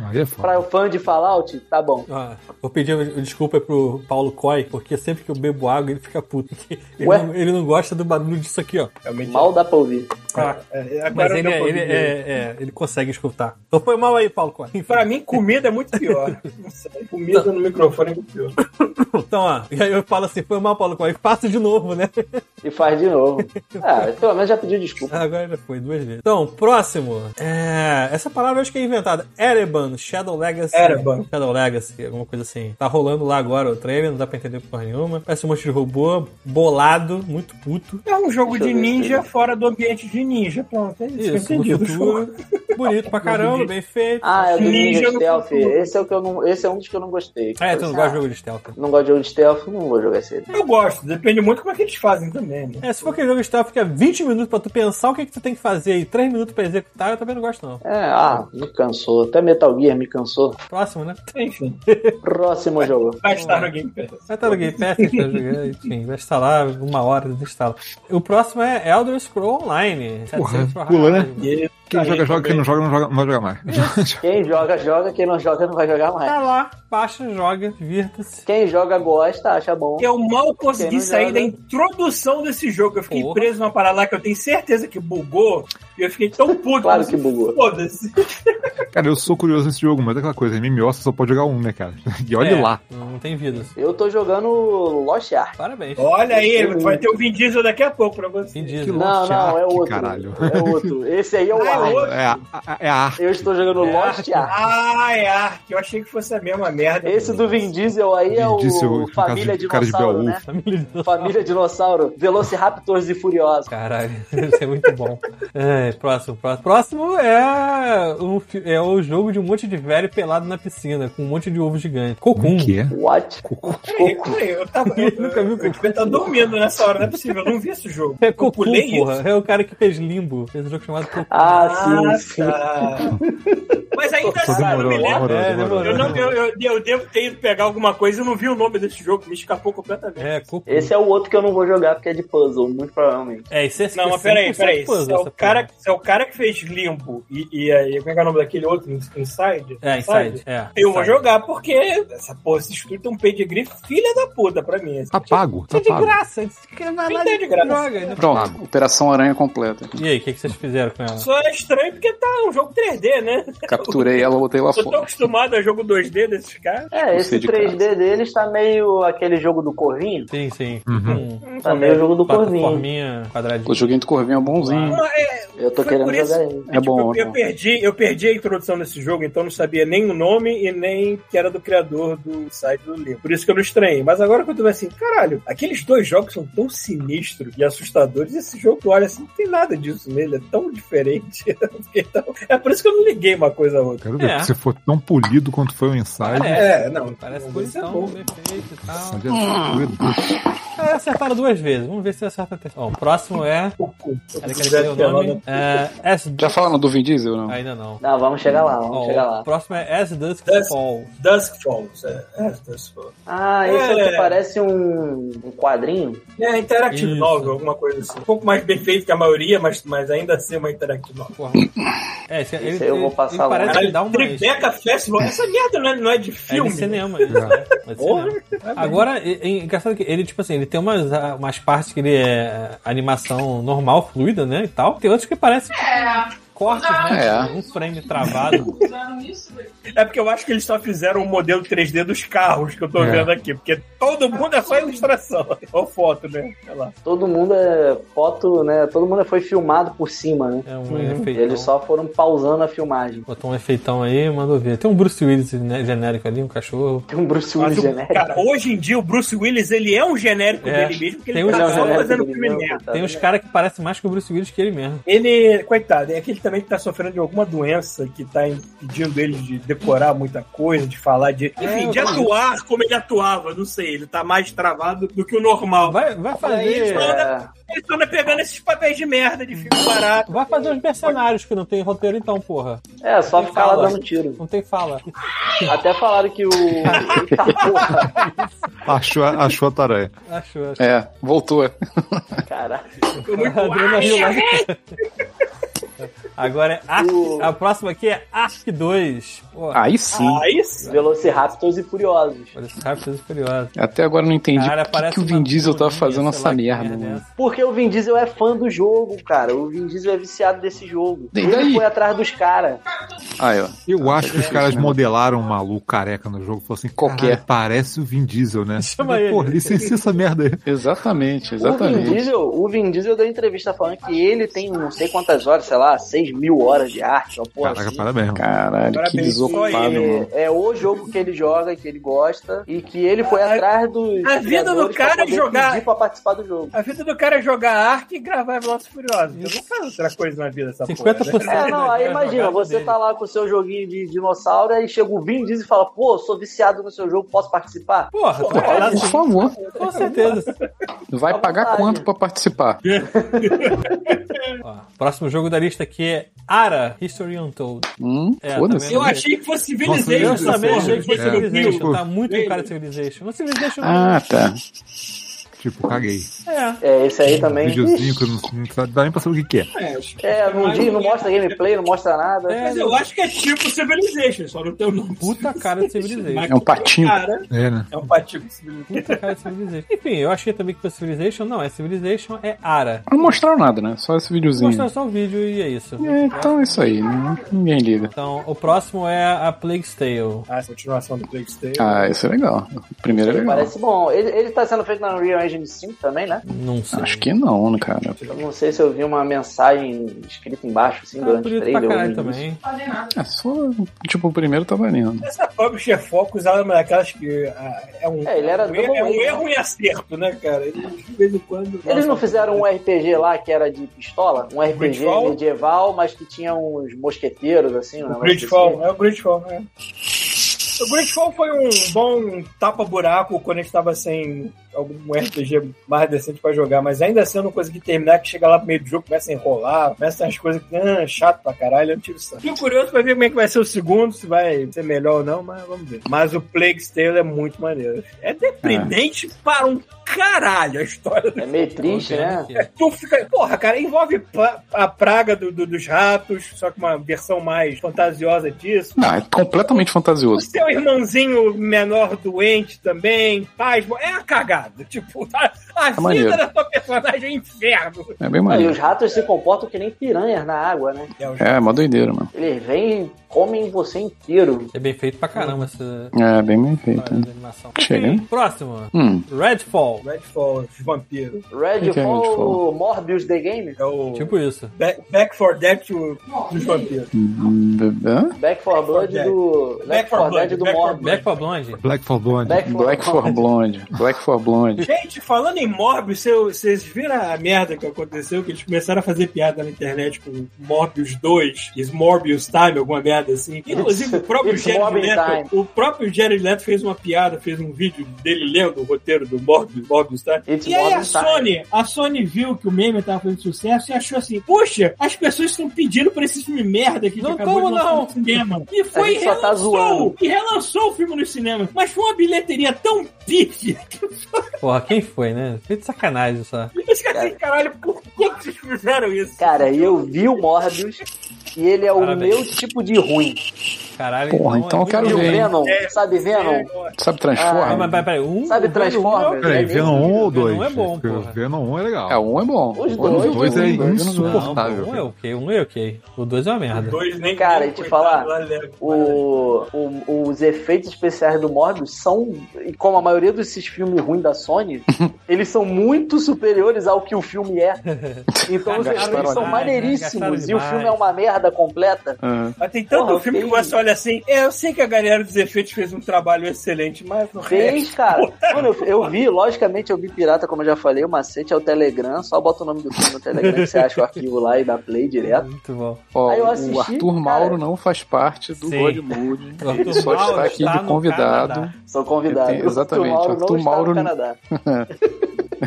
S5: Aí é foda.
S4: Pra o fã de Fallout, tá bom.
S3: Ah, vou pedir desculpa pro Paulo Coy, porque sempre que eu bebo água ele fica puto. Ele,
S4: Ué?
S3: não, ele não gosta do barulho disso aqui, ó.
S2: Realmente,
S4: Mal dá pra ouvir.
S2: Ah, é,
S3: Mas
S2: agora eu
S3: ele,
S2: não
S3: é, ele,
S2: consigo.
S3: é, é, ele consegue escutar. Então foi mal aí, Paulo Coy.
S2: Pra mim, comida é muito pior. Não sei, comida no microfone é muito pior.
S3: Então, ó, e aí eu falo assim, foi mal, Paulo Coy. Faço de novo, né?
S4: E faz de novo. Ah, pelo menos já pediu desculpa.
S3: Ah, Agora já foi, duas vezes. Então, próximo. É, essa palavra eu acho que é inventada. Ereban, Shadow Legacy.
S2: Ereban.
S3: Shadow Legacy, alguma coisa assim. Tá rolando lá agora o trailer, não dá pra entender porra nenhuma. Parece um monte de robô, bolado, muito puto.
S2: É um jogo
S4: Deixa eu
S2: de
S4: ver se
S2: ninja
S4: eu-
S2: fora do ambiente de ninja. Pronto, é isso, que eu
S3: Isso, no
S2: entendi. do jogo.
S3: futuro. Bonito pra caramba, bem feito.
S4: Ah, é do
S2: Ninja
S4: Ninja
S2: no
S4: Stealth.
S2: futuro.
S4: Esse é, o que eu não, esse é um dos que eu não gostei.
S3: Ah, é, tu não
S4: Ah,
S3: gosta de jogo de stealth.
S4: Não gosto de jogo de stealth, não vou jogar esse.
S2: Eu gosto, depende muito como é que eles fazem também. Né?
S3: É, se for aquele jogo de stealth que é 20 minutos pra tu pensar o que, que tu tem que fazer e 3 minutos pra executar, eu também não gosto não.
S4: É, ah, me cansou. Até Metal Gear me cansou.
S3: Próximo, né?
S2: Enfim,
S4: Próximo jogo.
S2: vai estar no Game Pass.
S3: Vai estar tá no Game Pass, vai jogar, enfim, vai instalar uma hora, instala. O próximo é Elder Scroll Online. Tá
S5: Porra,
S3: 700 for
S5: pula, né?
S3: Hardware.
S2: E
S5: Quem
S2: tá
S5: joga,
S2: aí
S5: joga.
S2: também.
S5: Quem não joga, não, joga, não vai jogar mais.
S4: Quem joga, joga. Quem não joga, não vai jogar mais.
S3: Tá lá, baixa, joga, divirta-se.
S4: Quem joga, gosta, acha bom.
S2: Eu mal
S4: Quem
S2: consegui
S4: não
S2: sair
S4: joga?
S2: da introdução desse jogo. Eu fiquei
S3: Porra.
S2: preso numa parada lá que eu tenho certeza que bugou. E eu fiquei tão puto.
S4: Claro
S2: assim,
S4: que bugou.
S2: Foda-se.
S5: Cara, eu sou curioso nesse jogo, mas é aquela coisa, MMO você só pode jogar um, né, cara? E olha
S3: É,
S5: lá.
S3: Não tem vidas.
S4: Eu tô jogando Lost Ark.
S3: Parabéns.
S2: Olha aí, vai ter o Vin Diesel daqui a pouco pra você.
S3: Tem dias,
S5: que
S3: né?
S5: louco.
S4: Não,
S5: Lost
S4: não, é
S5: Ark,
S4: outro.
S5: caralho.
S4: É outro. Esse aí é o
S2: Ah, é
S4: Ark.
S2: outro?
S5: É a, a- é a arte.
S4: Eu estou jogando
S3: É
S4: Lost Ark.
S2: Ah, é Ark. Eu achei que fosse a mesma merda.
S4: Esse do Vin Diesel aí é
S5: Vin Diesel,
S4: o
S5: com cara de-
S4: Família
S5: cara de
S4: Dinossauro, né?
S5: Beowulf.
S3: Família de
S4: Família Dinossauro, Velociraptors e Furiosos.
S3: Caralho, isso é muito bom. É, próximo, próximo. Próximo é, um, fi- é o jogo de um monte de velho pelado na piscina, com um monte de ovo gigante. Cocum.
S4: um.
S5: Como que é?
S4: What?
S2: Peraí, peraí, eu tava. Eu,
S3: é Ele nunca viu
S2: eu, eu devia estar dormindo nessa hora, não é possível. Eu não vi esse jogo.
S3: É
S2: Eu
S3: Cocum,
S2: pulei isso.
S3: porra. É o cara que fez Limbo. Fez um jogo chamado Cocum.
S4: Ah, sim, sim.
S2: tá. Mas ainda
S5: Pô,
S2: assim, eu não me lembro.
S5: demorou,
S3: É,
S5: demorou.
S2: Eu, não, eu, eu, eu devo ter ido pegar alguma coisa e não vi o nome desse jogo, me escapou completamente.
S3: É, Cocum.
S4: Esse é o outro que eu não vou jogar porque é de puzzle, muito provavelmente.
S3: É, esse é
S2: Não, mas
S3: 100%
S2: peraí, peraí. Se
S3: puzzle,
S2: é,
S3: essa
S2: o cara,
S3: porra.
S2: se é o cara que fez Limbo e, e, aí, como é que é o nome daquele outro? Inside?
S3: É, Inside. É,
S2: Eu vou
S3: Inside.
S2: jogar porque essa porra, esse estúdio tem um pedigree filha da puta pra mim.
S6: Ah.
S5: Tá pago, tá
S3: Isso é de
S5: pago.
S3: graça. Isso que vai lá
S2: Ainda é de graça.
S3: Droga.
S6: Pronto, Operação Aranha completa.
S3: E aí, o que, que vocês fizeram com ela?
S2: Só é estranho porque tá um jogo 3D, né?
S6: Capturei ela, botei lá
S2: Eu tô
S6: fora.
S2: acostumado a jogo 2D desses caras.
S4: É,
S6: Gostei
S4: esse
S6: de
S4: 3D
S3: assim.
S4: deles tá meio aquele jogo do Corvinho.
S3: Sim, sim.
S5: Uhum.
S3: Um-
S2: Então,
S4: Tá meio jogo do Corvinho.
S3: Plataforminha
S6: O
S3: quadradinha.
S6: joguinho do Corvinho é bonzinho.
S2: Mas, é,
S4: Eu tô
S2: Foi
S4: querendo
S2: por isso-
S4: jogar ele.
S6: É bom,
S2: tipo, eu,
S6: é
S2: eu
S6: bom.
S2: perdi, eu perdi a introdução desse jogo, então não sabia nem o nome e nem que era do criador do site do livro. Por isso que eu não estranhei. Mas agora quando eu tô assim, caralho, aqueles dois jogos são tão sinistros e assustadores, esse jogo tu olha assim, não tem nada disso nele, é tão diferente. então, é por isso que eu não liguei uma coisa a outra.
S5: Quero ver,
S3: É.
S5: se for tão polido quanto foi o Inside,
S2: É, não.
S3: Parece
S2: não,
S3: posição,
S2: isso
S3: bem feito e tal.
S5: onde é-
S3: É, acertaram duas vezes. Vamos ver se acerta a terceira. Bom, o próximo é. Cadê que ele o nome?
S2: né?
S3: É, As
S6: Já falaram do Vin Diesel, não?
S3: Ainda não.
S4: Não, vamos chegar lá, vamos
S3: Ó,
S4: chegar
S3: O
S4: lá.
S3: próximo é As Dusk
S2: Dusk.
S3: Fall.
S2: Dusk Falls, é. é, Dusk Falls.
S4: Ah, esse é, o que
S2: É.
S4: parece um, um quadrinho.
S2: É, Interactive
S3: Isso.
S2: Novel, alguma coisa assim. Um pouco mais bem feito que a maioria, mas, mas ainda assim uma Interactive Novel.
S3: Porra. É, esse, ele,
S4: eu vou passar
S3: ele parece
S4: longe.
S3: que
S2: Caralho,
S3: ele dá uma.
S2: Tribeca Festival. Essa merda não é, não é de
S3: É de
S2: filme.
S3: cinema. isso,
S5: É.
S3: né? É de
S2: Porra.
S3: cinema. Agora, é, é engraçado que ele, tipo assim, ele tem umas, ah, é, umas partes que ele é animação normal, fluida, né? E tal. Tem outras que parece
S7: É,
S3: cortes, né?
S6: É.
S3: Um frame travado.
S7: Usaram isso, velho.
S2: É porque eu acho que eles só fizeram um modelo 3D dos carros que eu tô
S5: É.
S2: vendo aqui, porque todo mundo é só ilustração. Ou foto, né? Sei lá.
S4: Todo mundo é foto, né? Todo mundo foi filmado por cima, né?
S3: É um efeitão.
S4: Eles só foram pausando a filmagem.
S3: Botou um efeitão aí, mandou ver. Tem um Bruce Willis né, genérico ali, um cachorro.
S4: Tem um Bruce
S2: Mas
S4: Willis
S2: o-
S4: genérico.
S2: cara, hoje em dia o Bruce Willis ele é um genérico
S3: É.
S2: dele mesmo, porque
S3: Tem
S2: ele
S3: um
S2: tá só
S3: genérico
S2: fazendo
S4: dele
S2: filme
S4: mesmo,
S2: merda.
S4: tá
S3: Tem uns
S4: vendo?
S3: caras que parecem mais que o Bruce Willis que ele mesmo.
S2: Ele, coitado, é aquele também que tá sofrendo de alguma doença que tá impedindo ele de decorar muita coisa, de falar, de. Enfim, de atuar como ele atuava, não sei, ele tá mais travado do que o normal.
S3: Vai, vai
S4: Aí,
S3: fazer.
S4: é,
S2: Ele só anda pegando esses papéis de merda de filme barato.
S3: Vai fazer os mercenários que não tem roteiro então, porra.
S4: é, só
S3: Quem
S4: ficar lá
S3: fala?
S4: dando tiro.
S3: Não tem fala.
S4: Até falaram que o. Eita porra!
S5: Achou, a- achou a tareia.
S3: Acho, acho.
S6: É, voltou.
S4: Caralho.
S2: Ficou muito
S3: A Adriana riu lá.
S2: Ai,
S3: Agora é Ark,
S4: O-
S3: a próxima aqui é Ark 2. Pô,
S6: Aí sim.
S2: Aí sim.
S4: Velociraptors e Furiosos.
S3: parece rápido e furioso.
S6: Até agora eu não entendi
S3: Cara,
S6: por que,
S3: parece
S6: que o
S3: uma
S6: Vin Diesel tava
S3: turminha,
S6: fazendo
S3: sei
S6: essa
S3: lá, que
S6: merda,
S3: merda é
S6: mano.
S3: essa.
S4: Porque o Vin Diesel é fã do jogo, cara. O Vin Diesel é viciado desse jogo.
S6: E daí?
S4: Ele foi atrás dos caras.
S6: Aí, ó.
S5: Eu acho que os caras modelaram um maluco careca no jogo. Falaram assim,
S6: né? Qualquer.
S5: "Caralho, Parece o Vin Diesel, né?
S3: Chama ele.
S5: Porra, licencia essa merda aí.
S6: Exatamente,
S4: O Vin,
S6: exatamente.
S4: Diesel, o Vin Diesel deu entrevista falando que ele tem não sei quantas horas, sei lá, 6 mil horas de arte, uma porra
S5: Caraca,
S4: assim.
S5: parabéns. mano.
S6: Caralho, que
S2: Parabéns, só
S6: desocupado,
S2: ele.
S6: mano.
S4: É, é o jogo que ele joga, que ele gosta, e que ele foi atrás dos.
S2: a vida do
S4: criadores
S2: cara
S4: pra
S2: é
S4: poder
S2: jogar.
S4: pedir Pra participar do jogo.
S2: A vida do cara é jogar Ark e gravar Velozes e Furiosos. Eu não faço outra coisa na vida, essa porra.
S3: 50%
S2: né?
S4: É, não, aí
S3: É,
S4: imagina,
S3: jogado
S4: você
S3: dele.
S4: tá lá com o seu joguinho de dinossauro, aí chega o Vin Diesel e fala, pô, sou viciado no seu jogo, posso participar?
S3: Porra, tu vai lá
S6: Por
S3: assim,
S6: favor,
S3: com certeza.
S6: vai
S4: Fica à
S6: pagar
S4: vontade.
S6: quanto pra participar?
S3: Ó, próximo jogo da lista aqui é Ara, History Untold.
S6: Hum,
S3: É,
S6: foda-se.
S3: tá
S2: Eu achei que fosse
S5: Nossa,
S2: Civilization.
S3: Eu
S5: Civilization.
S3: também
S2: porra.
S3: achei que foi
S5: É.
S3: Civilization,
S5: Tipo-
S3: tá muito com cara de Civilization. Mas Civilization
S6: Ah, tá.
S5: Tipo, caguei.
S3: é.
S4: É, esse aí também.
S5: Videozinho que eu não, não sabe- dá nem pra saber o que, que é.
S4: É, não, diz, não mostra gameplay, não mostra nada.
S3: É,
S2: Mas eu acho que é tipo Civilization, só não tem o nome.
S3: Puta cara de Civilization.
S6: É um patinho.
S2: Cara,
S5: É, né?
S2: é um patinho de Civilization.
S3: Puta cara de Civilization. Enfim, eu achei também que foi Civilization. Não, é Civilization, é Ara.
S6: Não mostraram nada, né? Só esse videozinho.
S3: Mostrando só o vídeo e é isso.
S6: É, então é isso aí. né? Ninguém liga.
S3: Então, o próximo é a Plague Tale.
S2: Ah, essa continuação do Plague Tale.
S6: Ah, isso é legal. O primeiro é
S4: Ele
S6: legal.
S4: parece bom. Ele, ele tá sendo feito na Unreal Engine 5 também, né?
S3: Não sei.
S6: Acho que não, né, cara.
S4: Eu não sei se eu vi uma mensagem escrita embaixo, assim,
S3: Ah,
S4: durante o
S3: bonito pra
S4: trailer. ou
S3: caralho
S4: no início.
S3: também.
S7: Fazer nada.
S6: É só. Tipo, o primeiro tá valendo.
S2: Essa publisher Focus ela é uma daquelas que ah, é um,
S4: É, ele era
S2: é um, erro,
S4: Double
S2: é um
S4: A, né?
S2: erro e acerto, né, cara? Ele, de vez em quando.
S4: Eles não fizeram um RPG lá que era de pistola? Um RPG
S2: Gridfall?
S4: medieval, mas que tinha uns mosqueteiros, assim, um
S2: O
S4: negócio
S2: Gridfall, é o Gridfall, é. O Gridfall foi um bom tapa-buraco quando a gente tava sem algum RPG mais decente pra jogar, mas ainda assim eu não consegui terminar, que chega lá pro meio do jogo, começa a enrolar, começa as coisas que, ah, chato pra caralho, eu não tive saco. Fico curioso pra ver como é que vai ser o segundo, se vai ser melhor ou não, mas vamos ver. Mas o Plague's Tale é muito maneiro. É deprimente para um caralho a história
S4: assim. É meio triste, né?
S3: Aqui.
S2: Tu fica. Porra, cara, envolve pra- a praga do- do- dos ratos, só que uma versão mais fantasiosa disso.
S6: Ah, é completamente
S2: O
S6: fantasioso.
S2: seu irmãozinho menor doente também, pasmo. É a cagada. Tipo, a,
S4: Tá
S2: a vida
S6: maneiro.
S2: da tua personagem é um inferno.
S6: É
S4: Ah,
S6: bem
S4: E
S6: maneiro.
S4: os ratos se comportam que nem piranhas na água, né?
S6: É, mó doideira, mano.
S4: Eles vêm e comem você inteiro.
S3: É bem feito pra caramba essa
S6: É, bem bem feito.
S3: história de animação.
S6: Chega.
S3: Enfim, Próximo.
S6: Hum,
S3: Redfall.
S2: Redfall, os vampiros.
S6: O que é Redfall?
S4: Redfall, Morbius The Game,
S2: É o.
S3: Tipo isso.
S2: Back, Back for Dead o- dos vampiros.
S6: hã?
S4: Back 4 Blood
S2: Dead.
S4: do. Back 4 Dead do
S2: Back 4
S4: Morbius.
S3: Back for Blonde.
S5: Black for Blonde.
S4: for
S6: Black for Blonde. Black for Blonde.
S2: Gente, falando em Morbius, eu- vocês viram a merda que aconteceu? Que eles começaram a fazer piada na internet com Morbius 2, is Morbius Time, alguma merda assim. Inclusive, o próprio
S4: It's
S2: Jared
S4: Morbius
S2: Leto, o próprio Jared Leto fez uma piada, fez um vídeo dele lendo o roteiro do Morbius, Morbius Time.
S4: It's
S2: e aí a
S4: Morbius tá- Time.
S2: Sony, a Sony viu que o meme tava fazendo sucesso e achou assim, puxa, as pessoas estão pedindo pra esse filme merda que a gente
S3: Não
S2: acabou
S3: tamo,
S2: de lançar
S3: não.
S2: no cinema. E foi e
S4: gente só tá
S2: relançou,
S4: zoando.
S2: e relançou o filme no cinema. Mas foi uma bilheteria tão pífia
S3: Porra, quem foi, né? Feito de sacanagem só.
S2: os caras
S4: É.
S2: assim, caralho, por que que vocês fizeram isso?
S4: Cara, eu vi o Morbius e ele é o
S3: Parabéns.
S4: meu tipo de ruim.
S3: Caralho,
S6: Porra, então eu
S3: é
S6: quero
S4: E o
S3: muito-
S6: ver, hein?
S4: Venom, sabe
S2: É,
S4: Venom?
S6: Sabe
S3: Ah, mas
S6: Transformers?
S3: peraí, peraí, um,
S4: Sabe
S3: um-
S4: Transformers?
S5: Peraí,
S4: É,
S5: Venom 1 ou
S3: Venom
S5: 2?
S3: é bom,
S5: Porque
S3: porra.
S5: Venom 1 é legal.
S6: É, um é bom.
S4: Ah, Os
S6: Um
S4: dois,
S6: é
S5: dois
S6: bom,
S5: é
S6: um bom.
S5: insuportável.
S3: Não, um é ok, um é ok. O dois é uma merda.
S2: Dois nem
S4: Cara,
S2: nem
S4: e te
S2: coitado
S4: falar,
S2: lá leva.
S4: O, o- os efeitos especiais do Morbius são, e como a maioria desses filmes ruins da Sony, eles são muito superiores ao que o filme é. Então os
S6: Gastaram
S4: efeitos são
S3: demais, né?
S4: maneiríssimos
S3: Gastaram
S4: e o
S3: demais.
S4: filme é uma merda completa.
S6: Ah,
S2: Mas tem tanto
S4: Porra,
S2: filme que
S4: tem-
S2: você olha assim. é, Eu sei que a galera dos efeitos fez um trabalho excelente, mas é." no resto.
S4: Fez, cara. Mano, eu, eu vi, logicamente, eu vi pirata, como eu já falei, o macete é o Telegram, só bota o nome do filme no Telegram que você acha o arquivo lá e dá play direto.
S3: Muito bom.
S6: ó,
S4: Aí eu
S6: o
S4: assisti,
S6: Arthur
S4: cara.
S6: Mauro não faz parte do
S3: Sim.
S6: God Mood.
S3: O Arthur
S6: Ele só
S3: Mauro
S6: está aqui
S3: está
S6: de
S3: no
S6: convidado.
S3: Canadá.
S4: Sou convidado.
S6: Tem- exatamente,
S4: O Arthur Mauro não
S6: Arthur Mauro-
S4: está no Canadá.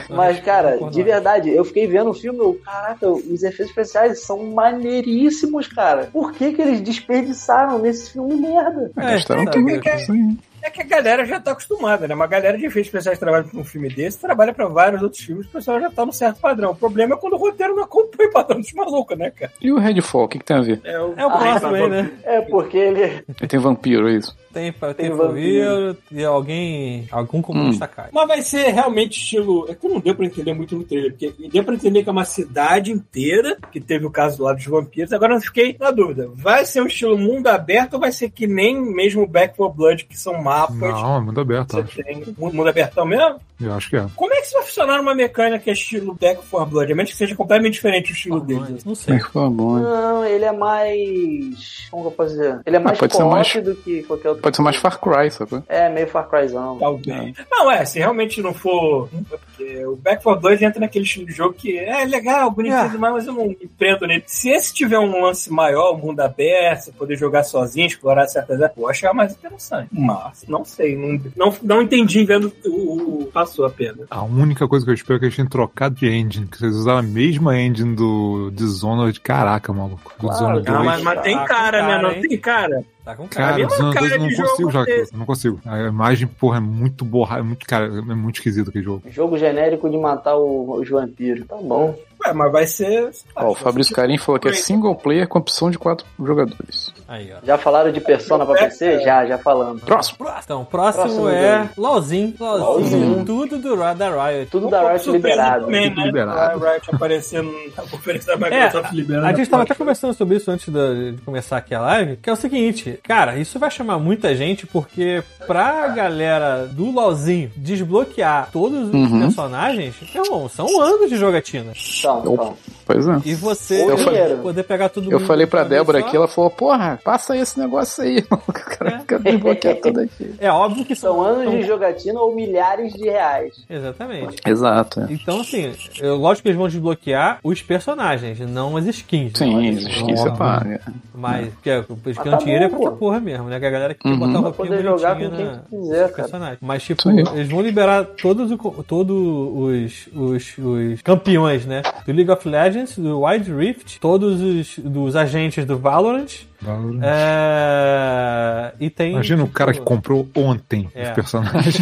S4: Mas, cara, de verdade, eu fiquei vendo o filme, eu, caraca, os efeitos especiais são maneiríssimos, cara. Por que que eles desperdiçaram nesse filme merda?
S6: Ah, Gastaram
S3: É,
S6: tudo.
S2: é, é.
S6: isso aí.
S2: É que a galera já tá acostumada, né? Uma galera de efeitos especiais que trabalha pra um filme desse, trabalha pra vários outros filmes, o pessoal já tá num certo padrão. O problema é quando o roteiro não acompanha o padrão dos malucos, né, cara?
S6: E o Redfall, o que, que tem a ver?
S2: É o,
S3: É o próximo aí, né?
S4: É porque ele...
S6: Tem vampiro, é isso?
S3: Tem, tem,
S4: Tem
S3: vampiro e alguém. Algum
S6: Hum.
S3: comunista cai.
S2: Mas vai ser realmente estilo. É que não deu pra entender muito no trailer, porque deu pra entender que é uma cidade inteira que teve o caso do lado dos vampiros. Agora eu fiquei na dúvida: vai ser um estilo mundo aberto ou vai ser que nem mesmo Back for Blood, que são mapas?
S5: Não, é muito
S2: que
S5: aberto, eu acho.
S2: Você tem mundo abertão mesmo?
S5: Eu acho que é.
S2: Como é que isso vai funcionar numa mecânica que é estilo Back for Blood? A menos que seja completamente diferente o estilo deles.
S3: Ah, Não
S6: Como
S3: sei.
S6: é que foi bom?
S4: Não, ele é mais... Como que eu posso dizer? Ele é mais
S6: Ah, pode ser
S4: co-op
S6: mais-
S4: do que qualquer outro.
S6: Pode ser mais Far Cry, sabe?
S4: É, meio Far Cryzão.
S2: Talvez. Não, é, se realmente não for. é porque o Back 4 Blood entra naquele estilo de jogo que é legal, bonitinho
S3: Ah.
S2: e demais, mas eu não me prendo nele. Se esse tiver um lance maior, um mundo aberto, você poder jogar sozinho, explorar certas áreas, eu vou achar mais interessante. Mas, não sei, não, não, não entendi vendo o, o- passou a pena.
S5: A única coisa que eu espero é que eles tenham trocado de engine, que vocês usaram a mesma engine do Dishonored. Caraca, maluco. Do Dishonored
S4: Não,
S2: Ah,
S5: 2.
S4: mas- mas tem
S3: cara, né? Não
S2: tem cara.
S3: Tá com cara.
S5: Cara,
S2: Cara,
S5: o Dishonored
S2: cara
S5: 2 eu
S2: de
S5: não
S2: jogo
S5: consigo jogar aquilo,
S2: desse.
S5: não consigo. A imagem, porra, é muito borrada, é muito, cara, é muito esquisito aquele jogo.
S4: Jogo genérico de matar o- os vampiros. Tá bom.
S2: Ué, mas vai ser.
S6: Ó, o Fabrício Carim falou que é single player com opção de quatro jogadores.
S3: Aí, ó.
S4: Já falaram de Persona pra PC? Já, já falamos.
S6: Próximo!
S3: Então, o próximo,
S4: Próximo
S3: é LOLzinho. LOLzinho,
S4: LOLzinho.
S3: tudo do, Ra- da Riot.
S4: Tudo da Riot liberado.
S2: Superman, né?
S5: liberado.
S2: A Riot aparecendo na conferência da Microsoft liberando.
S3: É, A gente estava até conversando sobre isso antes da- de começar aqui a live, que é o seguinte, cara, isso vai chamar muita gente porque pra galera do LoLzinho desbloquear todos os
S6: Uhum.
S3: personagens, irmão, são anos de jogatina.
S4: Então, então.
S6: Pois é.
S3: E você
S4: Eu falei-
S3: poder pegar tudo
S6: Eu falei pra Débora aqui, ela falou, porra, passa esse negócio aí, mano. O cara fica desbloqueado tudo aqui.
S3: É óbvio que são,
S4: São anos
S3: são-
S4: de jogatina ou milhares de reais.
S3: Exatamente.
S6: Exato. é.
S3: Então, assim, eu- lógico que eles vão desbloquear os personagens, não as skins. né?
S6: Sim,
S3: Mas-
S6: justiça paga.
S3: Mas, porque os
S4: tá
S3: cantinheiros é
S4: bom,
S3: pra essa
S4: pô.
S3: porra mesmo, né? Que a galera quer
S6: Uhum.
S3: botar a
S4: Pra
S3: roupinha
S4: poder jogar
S3: bonitinha
S4: com quem
S6: né?
S3: na...
S4: tu quiser, cara.
S3: personagem. Mas, tipo,
S6: Isso aí.
S3: eles vão liberar todos, o, co- todos os, os, os campeões, né? Do League of Legends, do Wild Rift, todos os dos agentes do Valorant.
S5: Valorant.
S3: é, E tem.
S5: Imagina o
S3: tipo,
S5: cara que comprou ontem
S3: É.
S5: os personagens.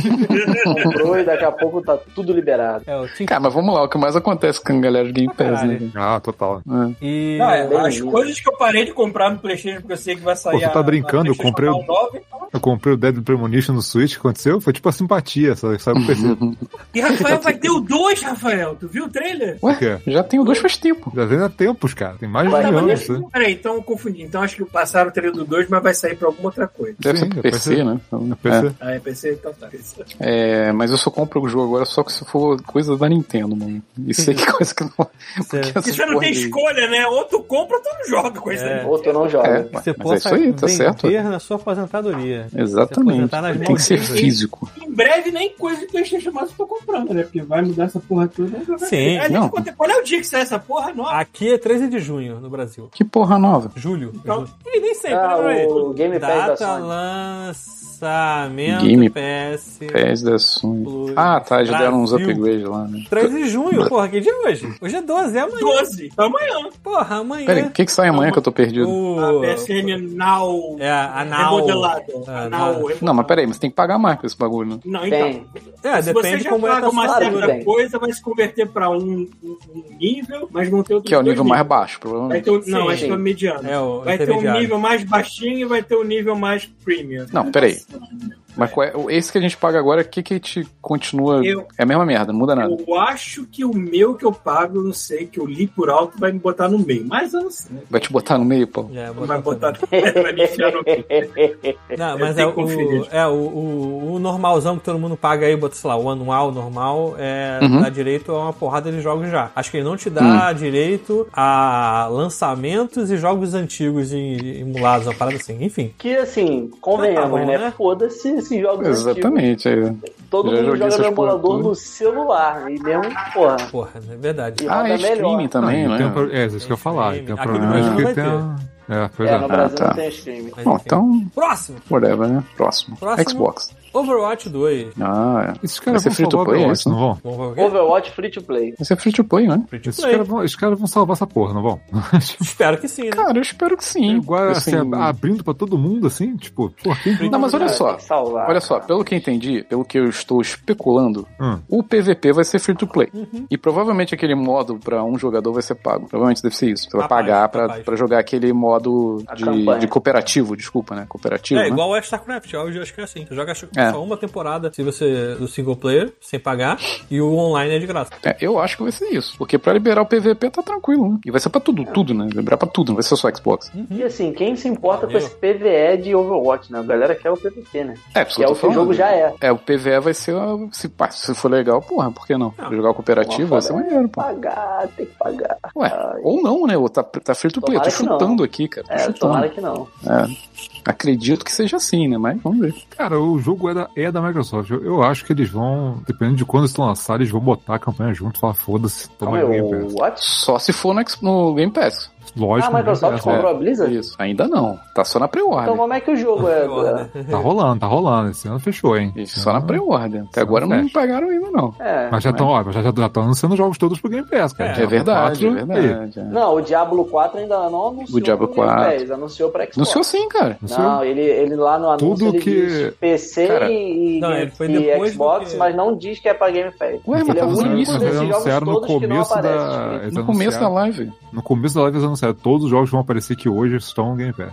S4: Comprou Tá e daqui a pouco tá tudo liberado.
S3: É, o Team
S6: Cara, mas vamos lá, o que mais acontece com a galera de Game Pass, né?
S3: Caralho.
S5: ah, total.
S6: É.
S3: E.
S2: Não, é,
S4: Bem
S2: as
S4: lindo.
S2: coisas que eu parei de comprar no PlayStation, porque eu sei que vai sair.
S5: Pô, você
S2: a-
S5: tá
S2: a
S5: brincando, eu
S2: PlayStation
S5: comprei o-
S2: Now 9, então-
S5: Eu comprei o Dead Premonition no Switch, o que aconteceu? Foi tipo a simpatia, sabe? Sabe o PC?
S2: E
S5: tá
S2: Rafael vai ter o 2, Rafael. Tu viu o trailer?
S5: O quê?
S6: Ué, já tenho dois faz tempo.
S5: Já vem há tempos, cara. Tem mais de
S4: Vai,
S5: mil
S4: mas
S5: anos,
S4: deixa-
S5: né?
S2: Peraí, então eu confundi. Então acho que passaram o trailer do 2, mas vai sair pra alguma outra coisa.
S6: Deve
S5: Sim,
S6: ser pro
S5: deve
S6: PC,
S5: ser.
S6: né? Então,
S5: É PC.
S2: Ah, é PC, então tá. PC.
S6: é. É, mas eu só compro o jogo agora só que se for coisa da Nintendo, mano. Isso aí que é coisa que não. Porque
S3: Isso
S2: Porque
S6: essas
S2: você não
S6: porra
S2: tem
S6: de-
S2: escolha, né? Ou tu compra ou tu não joga com isso
S3: É.
S2: aí.
S4: Ou tu não
S2: né?
S6: É,
S4: joga.
S3: Você
S6: mas é
S3: possa
S6: isso aí, tá
S3: vender né?
S6: certo?
S3: na sua aposentadoria. Se
S6: Exatamente.
S3: aposentar nas
S6: Tem que ser
S3: mãos dele.
S6: físico.
S2: Em breve, nem coisa de PlayStation mais eu tô comprando, né? Porque vai mudar essa porra toda. né?
S3: Sim.
S2: Aí,
S6: Não.
S2: quando- Qual é o dia que sai essa porra? Nossa.
S3: Aqui é 13 de junho no Brasil.
S6: Que porra nova.
S3: Julho.
S2: Então-
S3: Julho. Ih, nem sei,
S4: Ah,
S3: peraí.
S4: o Game Pass da
S3: Data
S4: Sony.
S3: lança. Lançamento
S6: Game
S3: PS.
S6: Pés da Sony. Ah, tá, já deram uns
S3: Brasil.
S6: upgrades lá, né?
S3: 3 de junho, porra, que dia é hoje? Hoje é 12, é amanhã.
S2: 12, amanhã.
S3: Porra, amanhã.
S6: Peraí, o que que sai amanhã que eu tô perdido?
S3: o...
S2: A PSN Now
S3: É, a Now.
S2: remodelada.
S3: Ah,
S2: A Now
S3: não.
S2: remodelada.
S6: Não, mas peraí, mas tem que pagar mais pra esse bagulho, né?
S2: Não, então.
S4: Tem.
S2: Se
S3: É,
S2: você
S3: depende
S2: já
S3: como é
S2: paga
S3: que
S2: uma
S4: claro,
S2: certa
S4: bem.
S2: coisa, vai se converter pra um, um- um nível, mas vão ter outro
S6: Que é o nível mais baixo, provavelmente.
S2: Vai ter, um- não,
S3: Sim,
S2: acho que é o mediano.
S3: É, o
S2: vai ter um
S3: intermediário.
S2: nível mais baixinho e vai ter um nível mais premium.
S6: Não, peraí. Mas qual é- esse que a gente paga agora, o que que te continua...
S2: Eu-
S6: É a mesma merda, não muda nada.
S2: Eu acho que o meu que eu pago, eu não sei, que eu li por alto, vai me botar no meio. Mas eu não sei. né?
S6: Vai te botar no meio, pô.
S3: É, bota-
S2: Vai botar vai me enfiar no meio.
S3: Não,
S2: Eu
S3: mas é,
S2: tenho
S3: o,
S2: que conferir.
S3: é o, o, o normalzão que todo mundo paga aí, bota, sei lá, o anual normal, é,
S6: Uhum. Hum.
S3: dá direito a uma porrada de jogos já. Acho que ele não te dá direito a lançamentos e jogos antigos em- emulados, uma parada assim. Enfim.
S4: Que assim, convenhamos,
S3: Tá bom,
S4: né?
S3: né?
S4: Foda-se esses jogos antigos.
S6: Exatamente. é.
S4: Todo
S6: Já
S4: mundo
S6: joguei
S4: joga no
S6: essas porra
S4: emulador
S6: tudo.
S4: no celular. E mesmo, porra.
S3: Porra, é verdade.
S4: E
S6: Ah,
S4: roda
S6: é streaming
S4: melhor.
S6: também,
S5: Não, e
S6: né?
S5: tem um pro- É, isso que eu ia falar.
S3: Aqui
S5: Tem um
S3: no
S5: problema
S6: Brasil
S5: acho que
S3: não
S5: tem
S3: vai
S5: uma... É, pois
S4: É, no
S5: é.
S4: Brasil
S6: tá.
S4: não tem streaming.
S3: Mas,
S6: Bom,
S3: enfim.
S6: então,
S3: Próximo!
S6: whatever, né? Próximo.
S3: Próximo.
S6: Xbox.
S3: Overwatch 2.
S6: Ah, é.
S5: Esses caras
S6: Vai
S5: vão
S6: ser free to
S5: salvar o
S6: play, é
S5: Overwatch,
S6: isso?
S5: não vão?
S3: Vamos ver o quê?
S4: Overwatch free to play.
S6: Vai ser free to play, né?
S3: Free to
S5: Esses
S3: play.
S5: caras vão, esses caras vão salvar essa porra, não vão?
S3: Espero que sim, né?
S6: Cara, eu espero que sim.
S5: Agora,
S6: Assim,
S5: assim, abrindo pra todo mundo, assim, tipo, porra, quem
S6: Não, mas olha só.
S4: Tem que salvar.
S6: Olha só, pelo que eu entendi, pelo que eu estou especulando,
S5: Hum.
S6: o PVP vai ser free to play. E provavelmente aquele modo pra um jogador vai ser pago. Provavelmente deve ser isso. Você vai
S3: Capaz,
S6: pagar
S3: capaz.
S6: pra, pra jogar aquele modo
S4: A
S6: de,
S4: campanha.
S6: de cooperativo, desculpa, né? Cooperativo.
S3: É
S6: né?
S3: igual o StarCraft, eu acho que é assim. Você joga acho que
S6: É.
S3: só uma temporada se você do single player, sem pagar, e o online é de graça.
S6: É, eu acho que vai ser isso. Porque pra liberar o PVP tá tranquilo, né? E vai ser pra tudo, tudo, né? Liberar pra tudo, não vai ser só Xbox.
S4: E assim, quem se importa
S3: Valeu.
S4: com esse PVE de Overwatch, né? A galera quer o PVP, né?
S6: É, por isso
S4: Que é
S6: eu
S4: o
S6: tô
S4: que o jogo
S6: falando.
S4: já é.
S6: É, o PVE vai ser. a- Se, pá, se for legal, porra, por que não? Jogar o cooperativo vai ser maneiro, pô.
S4: Pagar, tem que pagar.
S6: Ué, ou não, né? Ou tá, tá free to play.
S4: Tomara
S6: Tô
S4: que não.
S6: chutando aqui, cara. Tô
S4: É,
S6: chutando.
S4: tomara que não.
S6: Acredito que seja assim, né? Mas vamos ver.
S5: Cara, o jogo é da, é da Microsoft. Eu, eu acho que eles vão, dependendo de quando eles estão lançados, eles vão botar a campanha junto e falar, foda-se, toma
S4: Calma
S5: aí
S4: aí,
S5: o Game Pass.
S4: o Watch?
S6: Só se for no, X- no Game Pass.
S5: Lógico, né? é-
S4: Ah, a
S5: Game
S4: Microsoft
S5: Pass,
S4: comprou a Blizzard?
S6: Isso. Ainda não. Tá só na
S4: É. Então
S6: pre-order.
S4: como é que o jogo é?
S3: Agora,
S4: é-
S5: é. Tá rolando, tá rolando. Esse ano fechou, hein?
S6: Isso,
S5: Esse
S6: só na
S5: ano-
S6: pre-order. Até
S5: Uhum. Só
S6: agora
S5: no
S6: não
S5: Pass.
S6: pagaram ainda, não.
S4: É.
S5: Mas já estão, ó, já estão anunciando os jogos todos pro Game Pass, cara.
S3: É,
S5: Já
S6: É
S5: tá
S6: verdade,
S5: quatro
S6: é
S5: aí.
S6: verdade. é.
S4: Não, o Diablo 4 ainda não anunciou.
S6: O Diablo
S4: pro Game
S6: 4.
S4: Pass, anunciou pra Xbox.
S6: Anunciou sim, cara.
S5: Não sei.
S4: Não, ele, ele lá no anúncio
S5: Tudo
S4: ele
S5: que-
S4: diz PC
S6: Cara,
S4: e,
S3: não,
S4: e-
S3: ele foi
S4: e
S3: depois do
S4: Xbox,
S3: que-
S4: mas não diz que é pra Game Pass.
S6: Ué, mas
S4: ele
S6: tá
S4: é o
S6: tava no
S4: único
S6: início,
S5: eles
S4: desses jogos
S5: anunciaram no
S4: todos que não
S5: começo
S4: aparece.
S5: da.
S4: escrito.
S5: eles
S6: No começo da
S5: anunciaram-
S6: live.
S5: No começo da live eles anunciaram todos os jogos que vão aparecer que hoje estão no Game Pass.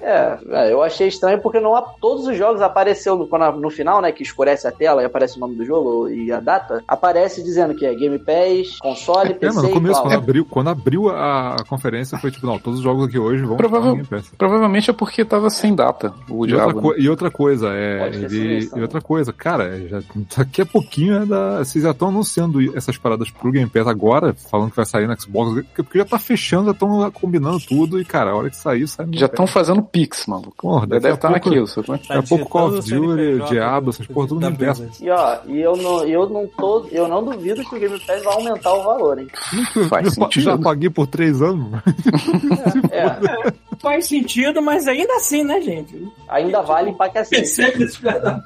S4: É, é, eu achei estranho porque não, a- todos os jogos apareceu no, quando- no final, né, que escurece a tela e aparece o nome do jogo e a data, aparece dizendo que é Game Pass, console,
S5: É,
S4: PC
S5: mano,
S4: e
S5: no começo,
S4: tal.
S5: quando abriu, quando abriu a, a conferência, foi tipo, não, todos os jogos aqui hoje vão estar
S6: Provável-
S5: no Game Pass.
S6: Provavelmente é porque tava sem data, o
S5: E outra,
S6: diabo. né?
S5: co- e outra coisa, é.
S4: Pode ter sido
S5: ele-
S4: isso
S5: e
S4: também.
S5: outra coisa, cara, é, já- daqui a pouquinho é da- vocês já estão anunciando essas paradas pro Game Pass agora, falando que vai sair no Xbox, porque- porque já tá fechando, já estão combinando tudo, e cara, a hora que sair, sai no
S6: Já
S5: Game
S6: estão fazendo pix, maluco.
S5: Porra,
S6: Já
S5: daqui
S6: deve tá
S5: a
S6: estar
S5: um pouco-
S6: naquilo, sacou?
S5: Daqui a pouco
S3: digitando
S5: Call of
S3: Tá o né? CNPJ
S5: Duty, Diablo, essas
S3: do-
S5: porra, tudo
S3: da
S5: no Game Pass.
S3: Blizzard.
S4: E ó, e eu não, eu não tô, eu não duvido que o Game Pass vai aumentar o valor, hein?
S5: Nunca-
S6: Faz
S5: já, pa-
S6: sentido.
S5: já paguei por três anos.
S4: É,
S2: Faz sentido, mas ainda assim, né, gente?
S4: ainda vale pra cacete.
S2: Percebe esse filho da-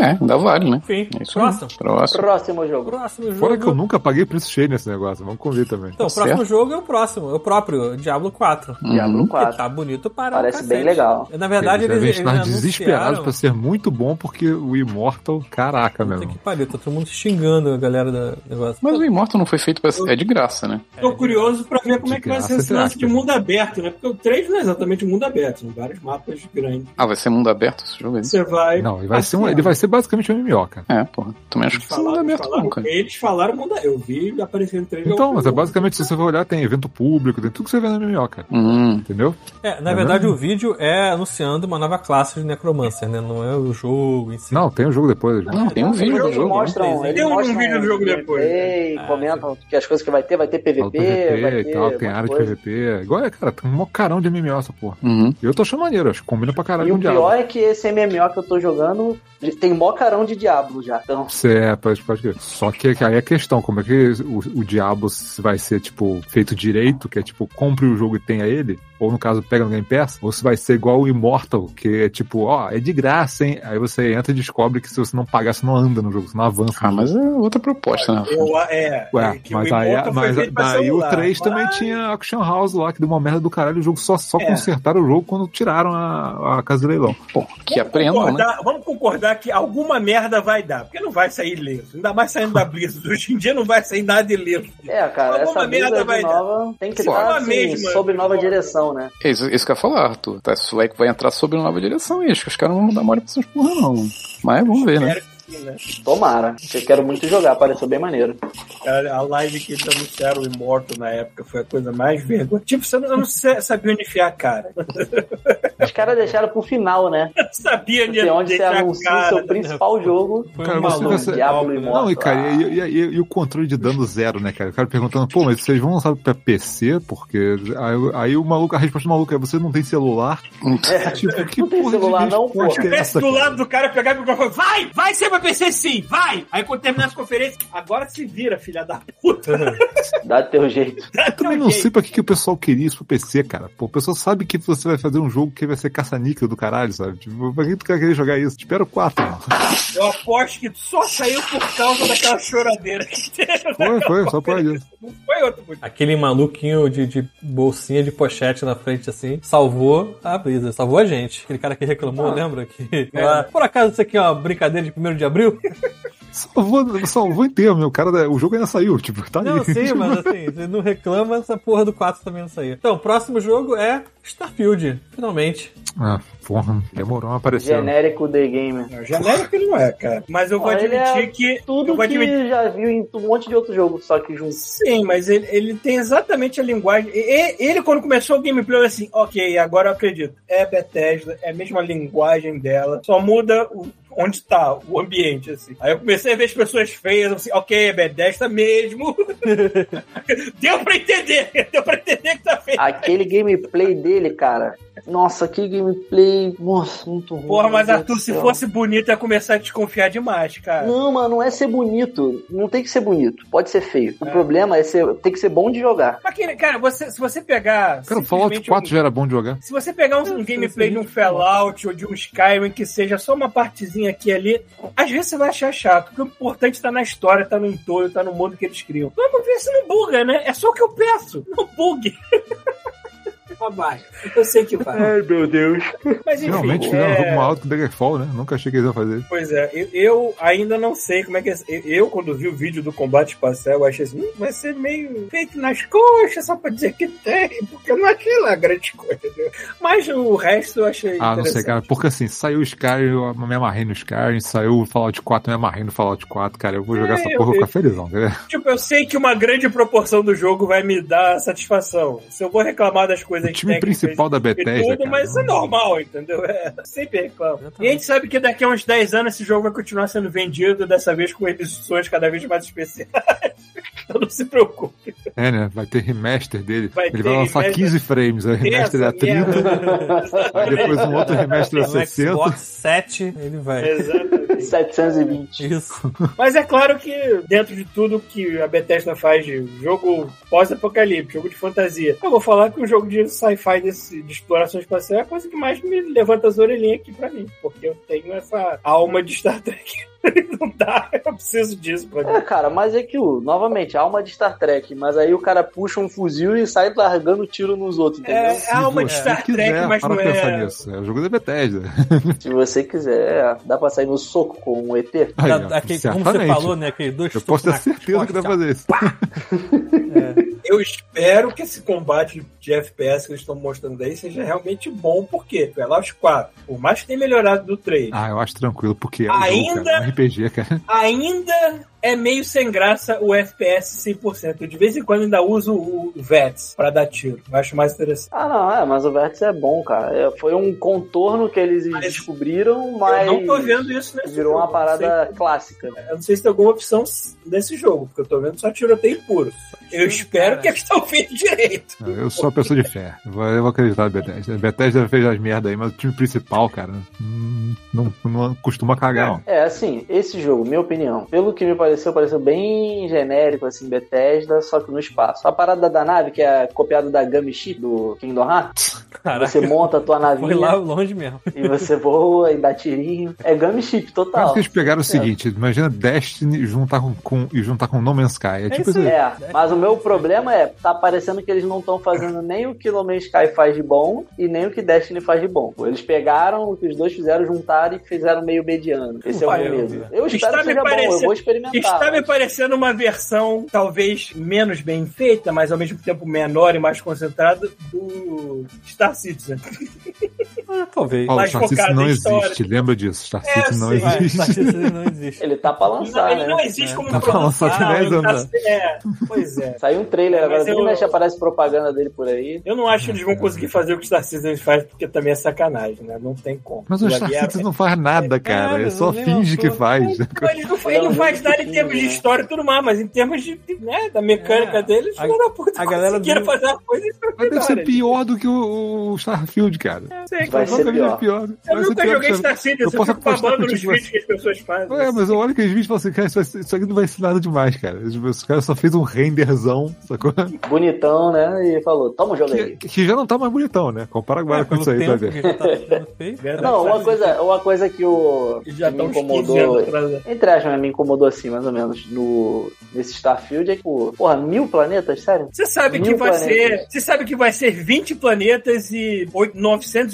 S6: É, ainda vale, né?
S3: Enfim,
S6: É isso aí.
S3: próximo.
S6: Próximo.
S4: Próximo jogo.
S3: Próximo jogo.
S5: Fora que eu nunca tá paguei preço cheio nesse negócio, vamos convir também.
S3: Então, o
S6: Certo.
S3: próximo jogo é o próximo, é o próprio, Diablo 4.
S5: Hum,
S4: Diablo
S6: Uhum.
S4: 4.
S3: Que tá bonito para
S4: Parece
S3: o cacete. É,
S4: bem legal.
S3: Na verdade,
S5: eles
S3: eles,
S5: devem
S3: eles
S5: estar desesperados
S3: anunciaram...
S5: pra ser muito bom, porque o Immortal, caraca, meu
S3: Puta que
S5: irmão.
S3: pariu, tá todo mundo xingando a galera do negócio.
S6: Mas o Immortal não foi feito pra. É de graça, né?
S2: Tô curioso pra ver como
S5: De
S2: é que vai ser
S5: graça,
S2: esse lance
S5: graça.
S2: de mundo aberto, né? Porque o 3 não é exatamente mundo aberto, são vários mapas grandes.
S6: Ah, vai ser mundo aberto esse jogo aí?
S2: Você vai. assim,
S5: Não, ele vai, ser um,
S3: é.
S5: ele vai um ser basicamente um MMO, cara.
S6: É, porra. Também acho que
S2: Eles
S6: vai ser mundo
S2: falaram, eles
S6: aberto, não,
S2: falaram,
S6: cara.
S2: eles falaram mundo aberto. Eu vi aparecendo três
S5: Então, mas é
S2: basicamente.
S5: basicamente, se você for olhar, tem evento público, tem tudo que você vê no MMO, cara.
S6: Hum,
S5: Entendeu?
S3: É, na
S5: É
S3: verdade, o vídeo é anunciando uma nova classe de Necromancer, né? Não é o jogo em si.
S5: Não, tem o jogo depois.
S6: não, tem um vídeo do
S4: Eles
S6: jogo. né?
S4: mostram,
S3: Tem
S4: eles
S2: um
S4: mostram
S2: vídeo do jogo depois,
S4: gameplay,
S3: né?
S4: Comentam
S5: Ah,
S4: que as coisas que vai ter, vai ter
S5: Fala do
S4: PVP, vai
S5: PVP
S4: ter
S5: e tal, tem
S4: umas
S5: área de
S4: coisas.
S5: PVP. Agora, cara, tem um mó carão de MMO essa porra.
S6: Uhum.
S5: E eu tô achando maneiro, acho que combina pra caralho
S4: E
S5: com
S4: o
S5: o diabo.
S4: pior é que esse MMO que eu tô jogando tem tem mó carão de diabo já. Então,
S5: Cê, é, pode, pode crer. Só que aí é a questão, como é que o, o diabo se vai ser, tipo, feito direito, que é tipo, compre o jogo e tenha ele, ou no caso, pega no Game Pass, ou se vai ser igual o Immortal, que é tipo, ó, é de graça, hein? Aí você entra e descobre que se você não pagar, você não anda no jogo, você não avança.
S6: Ah, mas é outra proposta, né?
S2: Eu, é,
S5: Ué,
S2: que o
S5: mas aí,
S2: Immortal foi
S5: mas
S2: feito pra
S5: daí o
S2: celular,
S5: 3
S2: mas-
S5: também tinha Action House lá, que deu uma merda do caralho, o jogo só, só
S2: É.
S5: consertaram o jogo quando tiraram a, a casa de leilão.
S6: Pô, que aprendam, né?
S2: concordar, Vamos concordar que alguma merda vai dar, porque não vai sair ileso. Ainda mais saindo da Blizzard. Hoje em dia não vai sair nada ileso.
S4: é, cara,
S2: Alguma
S4: essa
S2: merda
S4: merda
S2: vai dar.
S4: nova tem que
S2: Se for
S4: estar
S2: a
S4: assim,
S2: mesma,
S4: sob nova
S2: embora.
S4: direção, né?
S6: É isso, isso que eu ia falar, Arthur. Tá, isso vai, vai entrar sob uma nova direção aí. Acho que os caras não vão dar mole pra essas porra, não. Mas vamos ver, né?
S2: Espero que sim, né?
S4: Tomara. Eu quero muito jogar, pareceu bem maneiro.
S2: Cara, a live que eles anunciaram o Immortal na época foi a coisa mais vergonha. Tipo, você não- eu não sa- sabia onde enfiar a cara. Eu
S4: Os caras deixaram pro final, né?
S2: não sabia onde
S4: Que é onde você
S2: enfiar a
S4: anuncia o
S2: cara.
S4: seu principal jogo.
S3: Foi
S5: Cara,
S3: um
S5: você-
S3: maluco.
S5: você-
S4: Diablo
S3: né?
S4: Immortal.
S5: Não, e cara, e, e- e- e o controle de dano zero, né, cara? O cara perguntando, pô, mas vocês vão lançar pra PC? Porque. Aí, aí o maluco, a resposta do maluco é: você não tem celular?
S2: É.
S5: Tipo, que
S4: Não tem
S5: porra de
S4: celular não,
S5: resposta
S4: porra.
S5: é
S2: Tivesse
S5: essa,
S2: do
S5: cara?
S2: lado do cara pegar o microfone, vai, vai ser pra PC sim, vai! Aí quando terminar as conferências, agora se vira, filha da puta.
S4: Dá teu jeito.
S5: Eu também não sei pra que, que o pessoal queria isso pro PC, cara. Pô, o pessoal sabe que você vai fazer um jogo que vai ser caça-níquel do caralho, sabe? Tipo, pra que tu quer querer jogar isso? Espera o 4, mano.
S2: Eu É aposto que só saiu por causa daquela choradeira que teve.
S5: Foi, foi, só pode.
S2: Não foi outro motivo.
S3: Aquele maluquinho de, de bolsinha de pochete na frente, assim, salvou a Blizzard, salvou a gente. Aquele cara que reclamou,
S5: Ah.
S3: lembra? Que,
S5: É.
S3: lá, Por acaso isso aqui é uma brincadeira de 1 de abril?
S5: Salvou, salvou inteiro, meu. O cara, né, o jogo ainda saiu, tipo, tá
S3: Não,
S5: ali.
S3: sim, mas assim, você não reclama, essa porra do 4 também não saiu. Então, o próximo jogo é Starfield, finalmente.
S5: Ah, porra, demorou, mas apareceu.
S4: Genérico The Gamer.
S2: Não, genérico ele não é, cara. Mas eu vou
S4: Olha, é
S2: admitir que.
S4: Tudo
S2: eu vou
S4: que
S2: admitir.
S4: já viu em um monte de outro jogo, só que junto.
S2: Sim, mas ele, ele tem exatamente a linguagem. e- e- ele, quando começou o gameplay, eu assim, ok, agora eu acredito. É Bethesda, é a mesma linguagem dela, só muda o- onde tá o ambiente, assim. Aí eu comecei a ver as pessoas feias, eu assim, ok, é Bethesda mesmo. deu pra entender, deu pra entender que tá feio.
S4: Aquele gameplay dele, cara. Nossa, que gameplay. Nossa, muito ruim.
S2: Porra, mas
S4: meu Deus
S2: Arthur,
S4: do
S2: se
S4: céu.
S2: fosse bonito, ia começar a desconfiar demais, cara.
S4: Não, mano, não é ser bonito. Não tem que ser bonito. Pode ser feio. O problema é ser. Tem que ser bom de jogar.
S2: Mas, que- cara, você, se você pegar.
S5: Cara, o Fallout
S2: simplesmente
S5: 4
S2: um-
S5: já era bom de
S4: né?
S5: jogar.
S2: Se você pegar um, um gameplay de um Fallout ou de um Skyrim que seja só uma partezinha aqui e ali, às vezes você vai achar chato, porque o importante tá na história, tá no entorno, tá no mundo que eles criam. Vamos ver se não buga, né? É só o que eu peço. Não bugue. Ah, vai. Eu sei que vai.
S4: Ai, meu Deus. né?
S2: Mas enfim. é,
S5: Finalmente fizeram um jogo mais alto que o Daggerfall, né? Nunca achei que eles iam fazer.
S2: Pois é, eu, eu ainda não sei como é que é. eu- Eu, quando vi o vídeo do combate espacial, eu achei assim, hum, vai ser meio feito nas coxas, só pra dizer que tem, porque eu não é achei lá grande coisa. entendeu? Mas o resto eu achei.
S5: Ah, não sei,
S2: interessante.
S5: cara. Porque assim, saiu o Skyrim, eu me amarrei no Skyrim, saiu o Fallout 4, eu me amarrei no Fallout 4, cara. Eu vou jogar
S2: É,
S5: essa
S2: eu
S5: porra, eu
S2: vi.
S5: vou ficar felizão, cara.
S2: Tipo, eu sei que uma grande proporção do jogo vai me dar satisfação. Se eu vou reclamar das coisas
S5: O time
S2: técnicas
S5: principal da
S2: e
S5: Bethesda,
S2: tudo,
S5: cara.
S2: mas isso é normal, entendeu? É, sempre reclamo. E a gente sabe que daqui a uns 10 anos esse jogo vai continuar sendo vendido, dessa vez com edições cada vez mais especiais. Então não se preocupe.
S5: É, né? Vai ter remaster dele.
S2: Vai
S5: Ele
S2: ter
S5: vai lançar
S2: remaster.
S5: 15 frames, aí o remaster é a
S2: Essa
S5: 30, aí depois um outro remaster é
S3: No
S5: 60.
S3: Xbox 7, ele
S2: É.
S3: vai.
S2: Exatamente.
S4: 720.
S3: Isso.
S2: Mas é claro que dentro de tudo que a Bethesda faz de jogo pós-apocalipse, jogo de fantasia, eu vou falar que o jogo de sci-fi desse, de exploração espacial é a coisa que mais me levanta as orelhinhas aqui pra mim, porque eu tenho essa alma de Star Trek. Não dá, eu preciso disso pra mim.
S4: É, cara, mas é que, o novamente, a alma de Star Trek, mas aí o cara puxa um fuzil e sai largando tiro nos outros, entendeu?
S2: É, é a alma de
S5: Se
S2: Star
S5: quiser,
S2: Trek, mas
S5: para
S2: não
S5: pensar
S2: é.
S5: nisso. É o jogo da Bethesda.
S3: Tá,
S4: Se você quiser, dá pra sair no soco com um ET.
S5: Aí, ó,
S3: Da- aquele- tá, como você
S5: certamente.
S3: falou, né? Aquele dois
S5: Eu posso ter certeza que dá pra fazer isso.
S2: Eu espero que esse combate de FPS que eles estão mostrando aí seja realmente bom, porque é Fallout 4, por mais que tenha melhorado do 3,
S5: Ah, eu acho tranquilo, porque é um jogo,
S2: Ainda-
S5: cara, é um RPG, cara.
S2: ainda é meio sem graça o FPS 100%. Eu de vez em quando ainda uso o VETS pra dar tiro. Eu acho mais interessante.
S4: Ah, não, é, mas o Vértice é bom, cara. É, foi um contorno que eles
S2: Mas-
S4: descobriram, mas.
S2: Eu não tô vendo isso nesse
S4: Virou
S2: jogo.
S4: uma parada
S2: Não sei-
S4: clássica.
S2: eu não sei se tem alguma opção desse jogo, porque eu tô vendo só tiroteio puro. Eu espero que eles estão vindo direito.
S5: Eu sou uma pessoa de fé. Eu vou, eu vou acreditar na Bethesda. A Bethesda fez as merdas aí, mas o time principal, cara, hum, não, não costuma cagar, não.
S4: É, assim, esse jogo, minha opinião, pelo que me pareceu, pareceu bem genérico, assim, Bethesda, só que no espaço. A parada da nave, que é copiada da Gummy Ship do Kingdom Hearts,
S3: Caraca,
S4: você monta a tua
S3: foi lá
S4: navinha
S3: longe mesmo.
S4: e você voa e dá tirinho. É Gummy Ship,
S5: Parece
S4: total.
S5: que eles
S2: é.
S5: pegaram o seguinte, imagina Destiny juntar com, com- e juntar com No Man's Sky. É, tipo isso.
S4: É, mas o meu problema é, tá parecendo que eles não estão fazendo nem o que No Man's Sky faz de bom e nem o que Destiny faz de bom. Eles pegaram o que os dois fizeram, juntaram e fizeram meio mediano. Esse é o
S3: Valeu,
S4: meu medo. Eu
S2: Está
S4: espero que
S2: me
S4: seja bom, eu
S2: parecendo-
S4: vou experimentar.
S2: Está me
S4: mas-
S2: parecendo uma versão talvez menos bem feita, mas ao mesmo tempo menor e mais concentrada do Star Citizen.
S3: Ah, talvez.
S5: Paulo,
S2: mais
S5: Star Citizen
S2: focado
S5: não
S2: em história. É
S5: existe, lembra disso. Star Citizen não
S2: sim.
S3: Vai,
S5: existe.
S3: Batista não existe.
S4: Ele tá pra lançar,
S2: ele
S4: né?
S2: não é existe como
S5: Tá falando só que
S2: produção,
S5: 10
S2: ele tá-
S5: anos,
S2: é, pois é.
S4: Saiu um trailer agora,
S2: Mas
S4: vira
S2: eu-
S4: e mexe aparece propaganda dele por aí.
S2: Eu não acho que eles
S5: É.
S2: vão conseguir fazer o que o Star Citizen faz, porque também é sacanagem, né? Não tem como. é
S5: Mas o
S2: Já
S5: Star
S2: vieram-
S5: Citizen não faz nada,
S2: É,
S5: cara. Ele só
S3: nem
S5: finge que
S3: lançou.
S5: faz. né?
S2: Mas Ele não, fa- ele não faz nada em termos de história e tudo mais, mas em termos de, de- né, da mecânica
S3: É,
S2: deles,
S3: a-
S2: filho da puta,
S3: a galera
S2: conseguiram
S3: do-
S2: fazer uma coisa e foi né?
S5: Mas deve ser
S2: melhor,
S5: pior do que o, o Starfield, cara.
S2: né? Não sei,
S4: Vai
S2: cara.
S4: ser
S5: Provavelmente
S4: pior.
S5: é pior.
S2: Eu
S5: Vai ser
S2: nunca
S5: pior
S2: joguei
S5: que
S2: Star Citizen, eu
S5: Eu posso
S2: fico
S5: apostar
S2: babando nos
S5: contigo,
S2: vídeos que as pessoas fazem.
S5: É, mas eu olho aqueles vídeos e falo assim, cara, isso, vai- isso aqui não vai ser nada demais, cara. Os caras só fez um renderzão, sacou?
S4: Bonitão, né? E falou, toma o jogo aí.
S5: Que, que já não tá mais bonitão, né? Compara agora
S3: É,
S5: com
S3: pelo
S5: isso aí, vai
S3: tempo
S5: ver.
S3: que já tá sendo feito.
S2: Verdade.
S4: Não, uma coisa, uma coisa que o
S2: Eles já
S4: que
S2: estão
S4: me
S2: uns 15 anos
S4: incomodou.
S2: atrás. né?
S4: Entre aspas, mas me incomodou assim, mais ou menos, no, nesse Starfield é que, pô, porra, mil planetas, sério?
S2: Você sabe que
S4: Mil
S2: vai ser.
S4: planetas.
S2: Você sabe que vai ser 20 planetas e oito-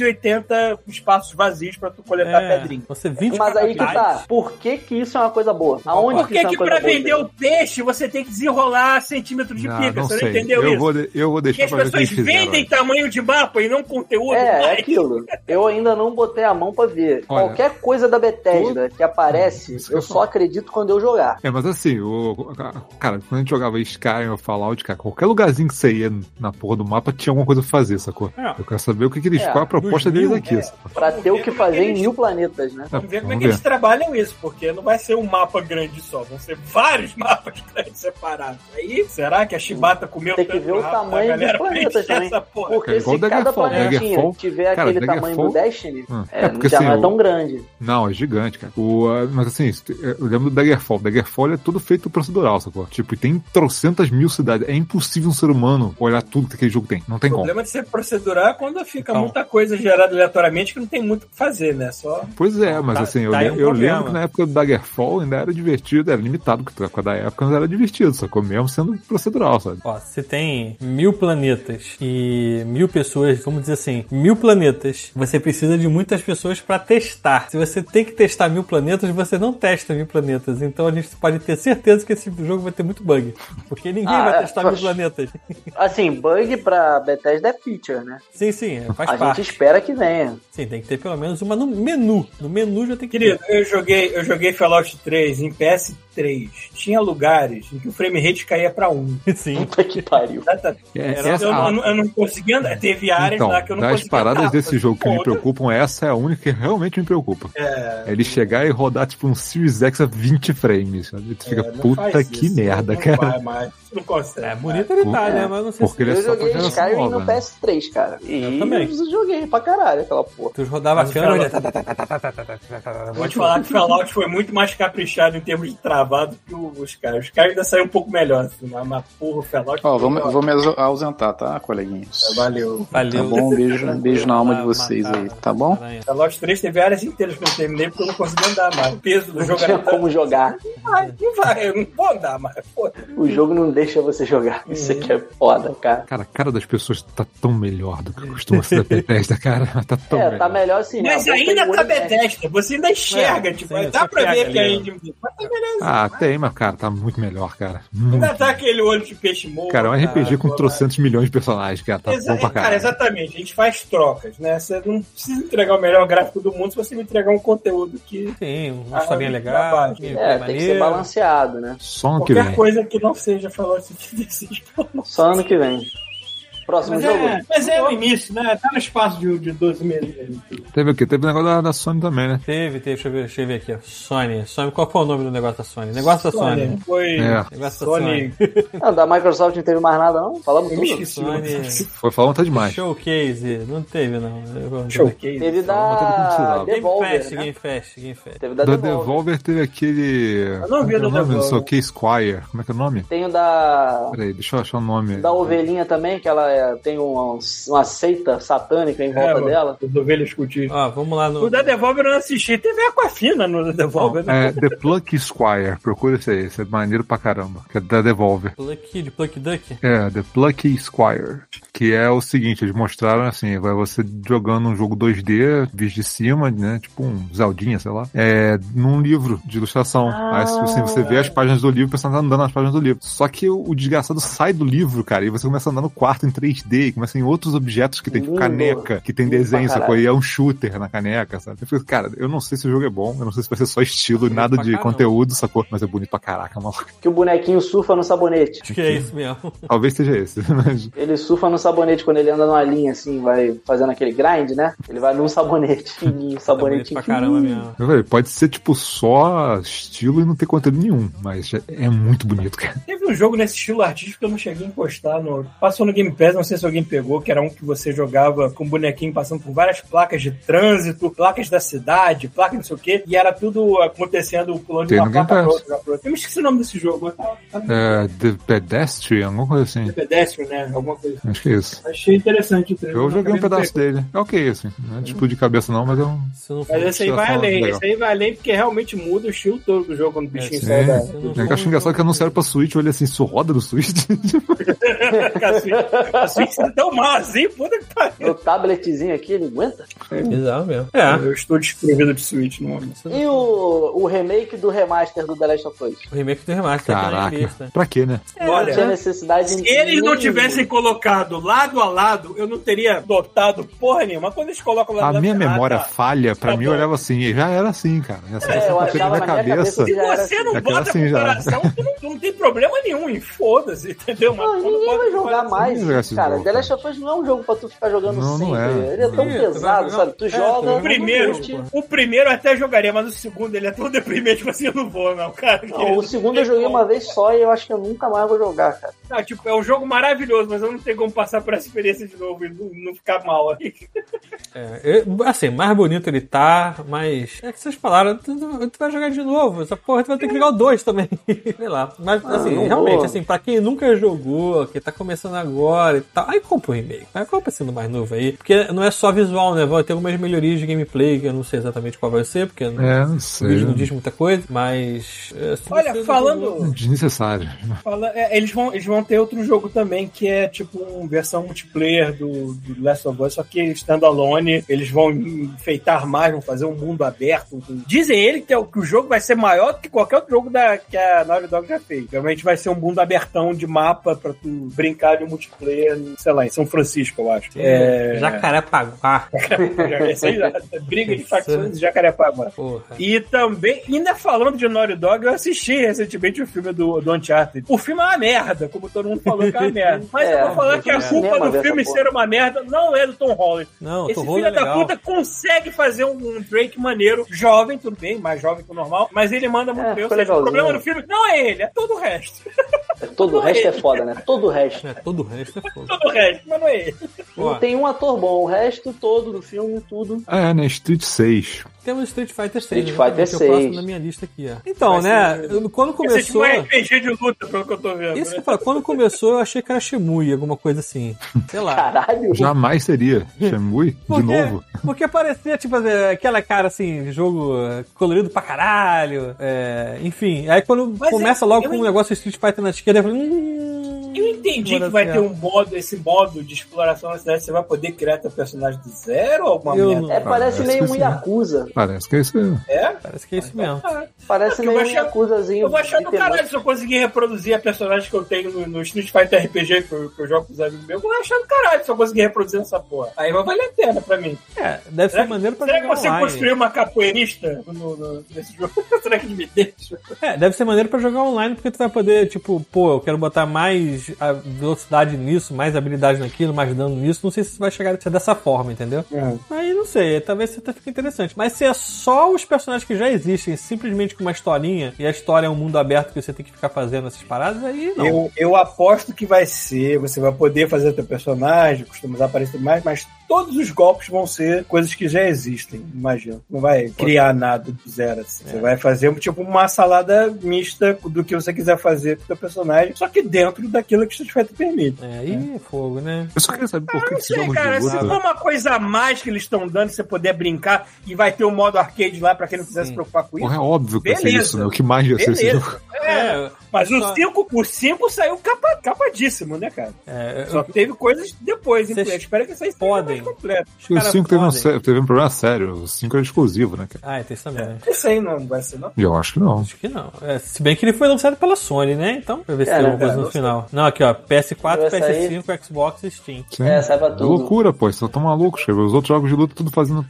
S2: 980 espaços vazios pra tu coletar
S5: É.
S2: pedrinha.
S3: É, Você 20
S4: é Mas aí que tá,
S3: capitais.
S4: por que que isso é uma coisa boa?
S2: Por
S4: Aonde isso
S2: que,
S4: é uma
S2: que
S4: coisa
S2: pra
S4: boa?
S2: vender o peixe você tem que desenrolar centímetro de
S5: Não,
S2: pica?
S5: Ah, não
S2: Você não
S5: sei.
S2: entendeu
S5: eu,
S2: isso?
S5: Vou de- eu vou
S2: Porque
S5: deixar
S2: as
S5: pra ver o que
S2: pessoas
S5: eles fizeram. né?
S2: vendem tamanho de mapa e não conteúdo.
S4: É, é
S2: Ai,
S4: aquilo. Eu ainda não botei a mão pra ver.
S5: Olha,
S4: Qualquer coisa da Bethesda que aparece,
S5: Isso que
S4: eu
S5: eu
S4: só
S5: falo.
S4: acredito quando eu jogar.
S5: É, mas assim, o, cara, quando a gente jogava Skyrim ou Fallout, cara, qualquer lugarzinho que você ia na porra do mapa tinha alguma coisa pra fazer, sacou?
S3: É.
S5: Eu quero saber o que, que eles.
S4: É,
S5: qual a proposta
S3: dos
S5: deles
S3: mil,
S5: aqui,
S2: é.
S5: sacou?
S4: Pra ter o
S2: ver como é que
S4: que fazer em
S2: eles-
S4: mil planetas, né?
S2: Vamos ver como é que eles trabalham isso, porque não vai ser um mapa grande só, vão ser vários mapas grandes separados. Aí, será que a Chibata comeu
S4: Tem que
S2: tanto
S4: ver o
S2: rato da
S4: tamanho dos
S2: galera pra
S4: planetas
S2: encher
S4: também.
S2: essa porra?
S4: Porque
S5: É igual
S4: se
S5: o
S4: cada
S5: Daggerfall.
S4: planetinha
S5: Daggerfall-
S4: tiver
S5: cara,
S4: aquele tamanho do
S5: Daggerfall-
S4: Destiny,
S5: Hum.
S4: é,
S5: É, porque,
S4: já
S5: assim,
S4: não é
S5: o-
S4: tão grande.
S5: Não, é gigante, cara. O, ah, mas assim, isso- eu lembro do Daggerfall. Daggerfall é tudo feito procedural, sacou? Tipo, e tem trocentas mil cidades. É impossível um ser humano olhar tudo que aquele jogo tem. Não tem
S2: O
S5: como.
S2: problema de ser procedural é quando fica
S3: Então.
S2: muita coisa gerada aleatoriamente que não tem muito o que fazer, né? Só.
S5: Pois é, mas
S3: Tá-
S5: assim, eu,
S3: tá aí
S5: le-
S3: um
S5: eu
S3: problema.
S5: lembro que na época do Daggerfall ainda era divertido, era limitado, porque com a da época mas era divertido, sacou? Mesmo sendo procedural, sabe?
S3: Ó, você tem mil planetas e mil pessoas, vamos dizer assim, mil planetas. Você precisa de muitas pessoas pra testar. Se você tem que testar mil planetas, você não testa mil planetas. Então a gente pode ter certeza que esse jogo vai ter muito bug. Porque ninguém
S4: Ah,
S3: vai
S4: é,
S3: testar
S4: poxa.
S3: mil planetas.
S4: Assim, bug pra Bethesda é feature, né?
S3: Sim, sim, é, faz
S4: a
S3: parte.
S4: gente espera que venha.
S3: Sim, tem que ter pelo menos uma no menu. No menu já tem que ter.
S2: Querido, eu joguei, eu joguei Fallout 3 em PS3. Tinha lugares em que o frame rate caía pra 1.
S3: Sim.
S4: Puta que pariu.
S5: É,
S3: Era-
S5: essa-
S2: Eu,
S5: ah,
S2: não, eu não conseguia andar. Teve áreas
S5: então,
S2: lá que eu não
S5: das
S2: conseguia
S5: paradas
S2: andar.
S5: desse jogo que me
S2: Foda.
S5: preocupam, essa é a única que realmente me preocupa. É. Ele chegar e rodar tipo um Series X a 20 frames. sabe? Tu fica,
S2: É, não
S5: puta
S2: faz
S5: que
S2: isso,
S5: merda,
S2: não
S5: cara.
S2: Vai mais, não consegue.
S3: É bonito ele tá, né? Mas não sei
S5: Porque
S3: se
S5: ele
S4: Eu
S5: é só pra
S4: joguei
S5: geração
S4: Skyrim
S5: nova.
S4: no
S5: né?
S4: PS3, cara. E
S3: Eu também.
S4: joguei pra caralho aquela porra.
S3: tu rodava a
S2: Mas o
S3: câmera.
S2: cara-
S3: já tá, tá, tá, tá, tá, tá, tá, tá, tá, tá,
S2: Vou te falar que Fallout foi muito mais caprichado em termos de travado que os caras. Os caras ainda saíram um pouco melhor, assim, mas, mas porra, o Fallout.
S6: Ó, vou, me- vou me aus- ausentar, tá,
S2: É,
S6: coleguinhas?
S2: Valeu.
S6: Tá
S3: Valeu.
S6: bom, um beijo, um beijo na alma de vocês aí, tá bom?
S2: Fallout 3 teve áreas inteiras que eu não terminei porque eu não consegui andar mais. O peso do
S4: Não
S2: jogo
S4: tinha
S2: era tão.
S4: como jogar.
S2: Ai, não vai, eu não vou andar mais. Pô,
S4: O jogo não deixa você
S5: Uhum.
S4: jogar. Isso aqui é foda, cara.
S5: Cara, a cara das pessoas tá tão melhor do que costuma ser da Bethesda, cara. Tá tão
S4: é,
S5: melhor.
S4: tá melhor assim. né?
S2: Mas
S4: A boca e
S2: ainda
S4: o
S2: tá
S4: olho mexe.
S2: Bethesda, você ainda enxerga,
S3: É,
S2: tipo,
S3: sim,
S2: dá
S3: você
S2: pra
S3: pega
S2: ver que
S3: ali,
S2: a
S3: ó.
S2: engine. Mas tá melhor.
S5: Ah, tem, mas cara, tá muito melhor, cara. Muito.
S2: Ainda tá aquele olho de peixe morto.
S5: Cara, é um RPG com
S2: pô,
S5: trocentos milhões de personagens, cara. Tá
S2: Exa-
S5: bom pra
S2: cara,
S5: caralho.
S2: exatamente. A gente faz trocas, né? Você não precisa entregar o melhor gráfico do mundo se você me entregar um conteúdo que
S3: Sim, um
S2: Ah,
S3: historinha
S2: tá
S3: legal.
S2: baixo.
S3: gameplay
S4: É, tem que ser ser balanceado, né?
S5: Só ano que
S2: Qualquer
S5: vem.
S2: coisa que não seja Fallout 76.
S4: Só ano que vem. Próximo
S2: Mas
S4: jogo.
S2: é, mas é o início, né? Tá no espaço de, de 12 meses. mesmo.
S5: Teve o quê? Teve o negócio da, da Sony também, né?
S3: Teve, teve, deixa eu ver, deixa eu ver aqui, ó. Sony. Sony, qual foi o nome do negócio da Sony? Negócio da Sony.
S2: Sony, Foi.
S5: É.
S3: Negócio
S2: Sony.
S3: da Sony.
S4: Ah, da Microsoft não teve mais nada, não? Falamos tudo.
S3: Sony.
S5: Foi falando tá demais.
S3: Showcase. Não teve, não. Eu vou-
S2: Showcase.
S4: Teve
S5: Não, teve como
S4: da
S5: precisava.
S3: Game
S4: Devolver,
S3: Fest,
S4: né?
S3: Game Fest, Game Fest.
S4: Teve da
S5: Da
S4: Devolver.
S5: Devolver teve aquele.
S2: Eu não vi
S5: Como é que é
S2: da
S5: o nome?
S2: Devolver.
S5: Não sei o que, Squire. Como é que é o nome?
S4: Tem o da...
S5: Peraí, deixa eu achar o nome.
S2: um-
S4: Da ovelhinha também, que ela é- tem uma, uma seita satânica em
S2: É,
S4: volta dela.
S2: Os ovelhas cultistas.
S3: Ó, vamos lá no...
S2: O da Devolver eu não assisti. Teve Aquafina no da Devolver, né?
S5: É, The Pluck Squire. Procura isso aí. Isso é maneiro pra caramba. Que é da Devolver.
S3: Plucky, de Plucky Duck.
S5: É, The Plucky Squire. Que é o seguinte, eles mostraram assim, vai você jogando um jogo 2D, visto de cima, né? Tipo um Zeldinha, sei lá. É, num livro de ilustração. Aí assim, você vê as páginas do livro, pensando andando nas páginas do livro. Só que o, o desgraçado sai do livro, cara, e você começa a andar no quarto em 3D, e começa em outros objetos que tem, tipo
S4: Lindo.
S5: caneca, que tem
S4: Lindo pra
S5: desenho,
S4: caralho.
S5: sacou? E é um shooter na caneca, sabe? Eu falei, cara, eu não sei se o jogo é bom, eu não sei se vai ser só estilo,
S3: Bonito
S5: nada
S3: pra
S5: de
S3: caramba.
S5: conteúdo, sacou? Mas é bonito pra caraca, maluco.
S4: Que o bonequinho surfa no sabonete.
S3: Acho que é isso mesmo.
S4: Tá
S5: Talvez seja esse, mas
S4: Ele surfa no sabonete quando ele anda numa linha, assim, vai fazendo aquele grind, né? Ele vai num sabonete fininho,
S3: Tá bonito
S4: sabonete
S3: pra
S4: fininho.
S3: caramba mesmo.
S5: Eu falei, pode ser tipo só estilo e não ter conteúdo nenhum, mas é muito bonito, cara.
S2: Teve um jogo nesse estilo artístico que eu não cheguei a encostar. No... Passou no Game Pass, não sei se alguém pegou, que era um que você jogava com um bonequinho passando por várias placas de trânsito, placas da cidade, placas não sei o quê, e era tudo acontecendo pulando de
S5: Tem
S2: uma
S5: no Game
S2: placa pra
S5: Pass.
S2: outra. pra outra. Eu me esqueci o nome desse jogo. Tá, tá no
S5: É, The Pedestrian, alguma coisa assim.
S2: pedestre, né? Alguma coisa.
S5: Acho que é isso.
S2: Achei interessante. o trailer,
S5: Eu
S2: mas
S5: joguei um
S2: acabei não
S5: pedaço dele. É ok, assim. Não é tipo de cabeça não, mas é um.
S3: Se não for,
S2: Mas esse aí vai
S5: Tiração
S2: além,
S5: legal.
S2: esse aí vai além porque realmente muda o estilo todo do jogo quando o bichinho
S3: É,
S2: sai
S5: sim.
S2: da
S3: se não
S5: É
S3: for-
S5: que eu acho engraçado que anunciaram pra Switch, eu olhei assim, isso roda no Switch?
S2: cacete. Assim, isso é tão má assim, puta que pariu.
S4: O tabletzinho aqui, ele aguenta.
S3: Bizarro mesmo. É.
S2: Eu estou desprovido de Switch no momento.
S4: E o, o remake do remaster do The Last of Us?
S3: O remake do remaster. tá aqui na
S5: Caraca.
S3: lista.
S5: Pra quê, né?
S4: Não É, tinha
S2: Olha,
S4: necessidade
S2: se eles não
S4: nenhuma.
S2: tivessem colocado lado a lado, eu não teria notado porra nenhuma. Quando eles colocam lado
S5: A minha
S2: lado,
S5: memória
S2: ah, tá.
S5: falha, pra
S2: Tá
S5: mim
S2: bom.
S5: eu olhava assim, e já era assim, cara. Essa
S4: É, eu
S5: sensação chega
S4: achava
S5: na
S4: na minha
S5: cabeça.
S4: cabeça
S2: Se
S4: já era
S2: você não
S5: assim. Já
S2: bota
S5: era assim, já.
S2: comparação, tu não, tu não tem problema nenhum. E foda-se, entendeu? Mas
S4: Não,
S2: quando
S4: ninguém
S2: bota
S4: vai jogar
S2: comparação-
S4: mais.
S5: Ninguém vai jogar esse
S4: Cara,
S5: jogo,
S4: The Last of Us não é um jogo pra tu ficar jogando
S5: Não, não
S4: sempre.
S5: é.
S4: Ele é tão
S3: Sim, tu vai
S4: pesado,
S3: jogar-
S4: sabe? Tu
S3: É, tu
S4: joga.
S3: vai
S2: O primeiro, o primeiro eu até jogaria, mas o segundo ele é tão deprimente, mas eu não vou, não, cara.
S4: Não, o segundo eu joguei uma vez só e eu acho que eu nunca mais vou jogar, cara.
S2: Ah, tipo, é um jogo maravilhoso, mas eu não tenho como passar por essa experiência de novo e não, não ficar mal aí.
S3: É, eu- assim, mais bonito ele tá, mas. É que vocês falaram, tu, tu- tu vai jogar de novo. Essa porra, tu vai ter que jogar o 2 também. Sei lá. Mas,
S2: Ah,
S3: assim,
S4: não
S3: realmente,
S4: vou.
S3: assim, pra quem nunca jogou, que tá começando agora e tal, aí compra o remake. Aí compra sendo mais novo aí. Porque não é só visual, né? Vai ter algumas melhorias de gameplay, que eu não sei exatamente qual vai ser, porque não-
S5: É, não
S3: o
S5: sei.
S3: vídeo não diz muita coisa, mas. é, se
S2: Olha,
S3: você não
S2: falando-
S3: jogou-
S5: Desnecessário.
S2: Fala- é, eles, vão, eles vão ter outro jogo também, que é tipo uma versão multiplayer do, do Last of Us, só que standalone. Eles vão enfeitar mais, vão fazer um mundo aberto. um- Dizem ele que, é o, que o jogo vai ser maior do que qualquer outro jogo da, que a Naughty Dog já fez. Realmente vai ser um mundo abertão de mapa pra tu brincar de multiplayer, sei lá, em São Francisco, eu acho. É,
S3: Jacarepaguá.
S2: esse aí, é, briga de facções de Jacarepaguá.
S3: Porra.
S2: E também, ainda falando de Naughty Dog, eu assisti recentemente o filme do, do Uncharted. O filme é uma merda, como todo mundo falou que é uma merda. Mas eu
S4: É,
S2: vou falar que a
S4: é.
S2: culpa
S4: Cinema
S2: do
S4: dessa
S2: filme
S4: porra.
S2: ser uma merda não é do Tom Holland.
S3: Não,
S2: Esse
S3: tô rolando
S2: filho da
S3: legal.
S2: puta consegue fazer um, um Drake maneiro, jovem, tudo bem, mais jovem que o normal, mas ele manda muito
S4: É,
S2: bem. Ou
S4: ficou
S2: seja, o
S4: legalzinho.
S2: problema do filme não é ele, é todo o resto.
S4: Todo o resto é foda, né? Todo o resto.
S3: É, todo o resto é foda.
S2: Todo o resto, mas não é ele.
S3: Ó,
S4: Tem um ator bom, o resto todo do filme, tudo.
S5: É, né? Street 6.
S3: Temos Street Fighter 6.
S4: Street Fighter
S3: exatamente, é o próximo
S4: 6.
S3: na minha lista aqui, ó. Então,
S2: Vai
S3: né, eu- quando
S2: Esse é tipo
S3: começou...
S2: um RPG de luta, pelo que eu tô vendo.
S3: Isso que
S2: né?
S3: eu falo, quando começou eu achei que era Shemui, alguma coisa assim. Sei lá.
S4: Caralho.
S5: Jamais seria. Shenmue, de
S3: Porque-
S5: novo.
S3: Porque parecia, tipo, é, aquela cara assim, jogo é, colorido pra caralho. é, enfim, aí quando
S2: Mas
S3: começa
S2: é-
S3: logo
S2: eu
S3: com um
S2: en-
S3: negócio Street Fighter na esquerda, eu falei, hum.
S2: eu entendi que vai ter um modo, esse modo de exploração na cidade, você vai poder criar teu personagem do zero ou alguma
S3: Eu
S2: merda?
S3: não-
S4: É, parece
S5: parece
S4: meio
S5: que
S4: um
S5: sim, né?
S4: Yakuza.
S5: Parece que isso é
S2: É?
S3: Parece que é isso mesmo.
S4: Parece
S2: Eu vou
S4: meio um
S2: achar-
S4: Yakuzazinho.
S2: Eu vou achar do
S4: de temática.
S2: caralho se eu conseguir reproduzir a personagem que eu tenho no, no Street Fighter RPG que eu, que eu jogo com os amigos meus. Eu vou achar do caralho se eu conseguir reproduzir essa porra. Aí vai valer a pena pra mim.
S3: É, deve ser maneiro pra
S2: Será que
S3: jogar
S2: você
S3: online.
S2: construir uma capoeirista no, no- nesse jogo? Será que ele me deixa?
S3: É, deve ser maneiro pra jogar online, porque tu vai poder, tipo, pô, eu quero botar mais a velocidade nisso, mais habilidade naquilo, mais dano nisso. Não sei se vai chegar a ser dessa forma, entendeu? Aí não sei, talvez isso até fique interessante. Mas se é só os personagens que já existem, simplesmente com uma historinha, e a história é um mundo aberto que você tem que ficar fazendo essas paradas, aí não.
S2: Eu, eu aposto que vai ser, você vai poder fazer teu personagem, customizar aparecer mais, mas todos os golpes vão ser coisas que já existem, imagino. Não vai criar nada do zero assim.
S5: É.
S2: Você vai fazer tipo uma salada mista do que você quiser fazer pro teu personagem, só que dentro daquilo que o Street Fighter permite.
S3: É, aí é fogo, né?
S5: Eu só queria saber por que
S2: Não
S5: esse
S2: sei,
S5: jogo
S2: cara.
S5: de
S2: Se for
S5: luta.
S2: uma coisa a mais que eles estão dando, você poder brincar e vai ter o modo arcade lá pra quem não quiser se preocupar com isso.
S5: Porra, é óbvio que ia ser
S2: Beleza.
S5: isso, né? O que mais ia ser esse
S2: Beleza.
S5: jogo?
S2: É, mas
S3: só-
S2: o 5 por 5 saiu capa, capadíssimo, né, cara?
S3: É, eu-
S2: Só teve coisas depois, hein?
S3: Vocês
S2: Eu Espero que isso aí seja
S3: podem.
S2: mais completo.
S3: os
S5: E o
S3: caras
S5: 5 teve, um,
S3: podem.
S5: sé- teve um problema sério. O 5 era exclusivo, né, cara?
S3: Ah, é, tem isso também, né?
S2: Isso aí não vai ser, não.
S5: E eu acho que não.
S3: Acho que não. É, se bem que ele foi lançado pela Sony, né? Então, pra ver se
S4: É,
S3: tem
S4: né,
S3: alguma coisa
S2: cara,
S3: no
S2: não
S3: final. Não, aqui, ó. PS4,
S4: Vai sair-
S3: PS5, Xbox e Steam.
S5: Sim.
S4: É, sai pra tudo.
S5: loucura, pô. Vocês só tão malucos, cara. Os outros jogos de luta, tudo fazendo.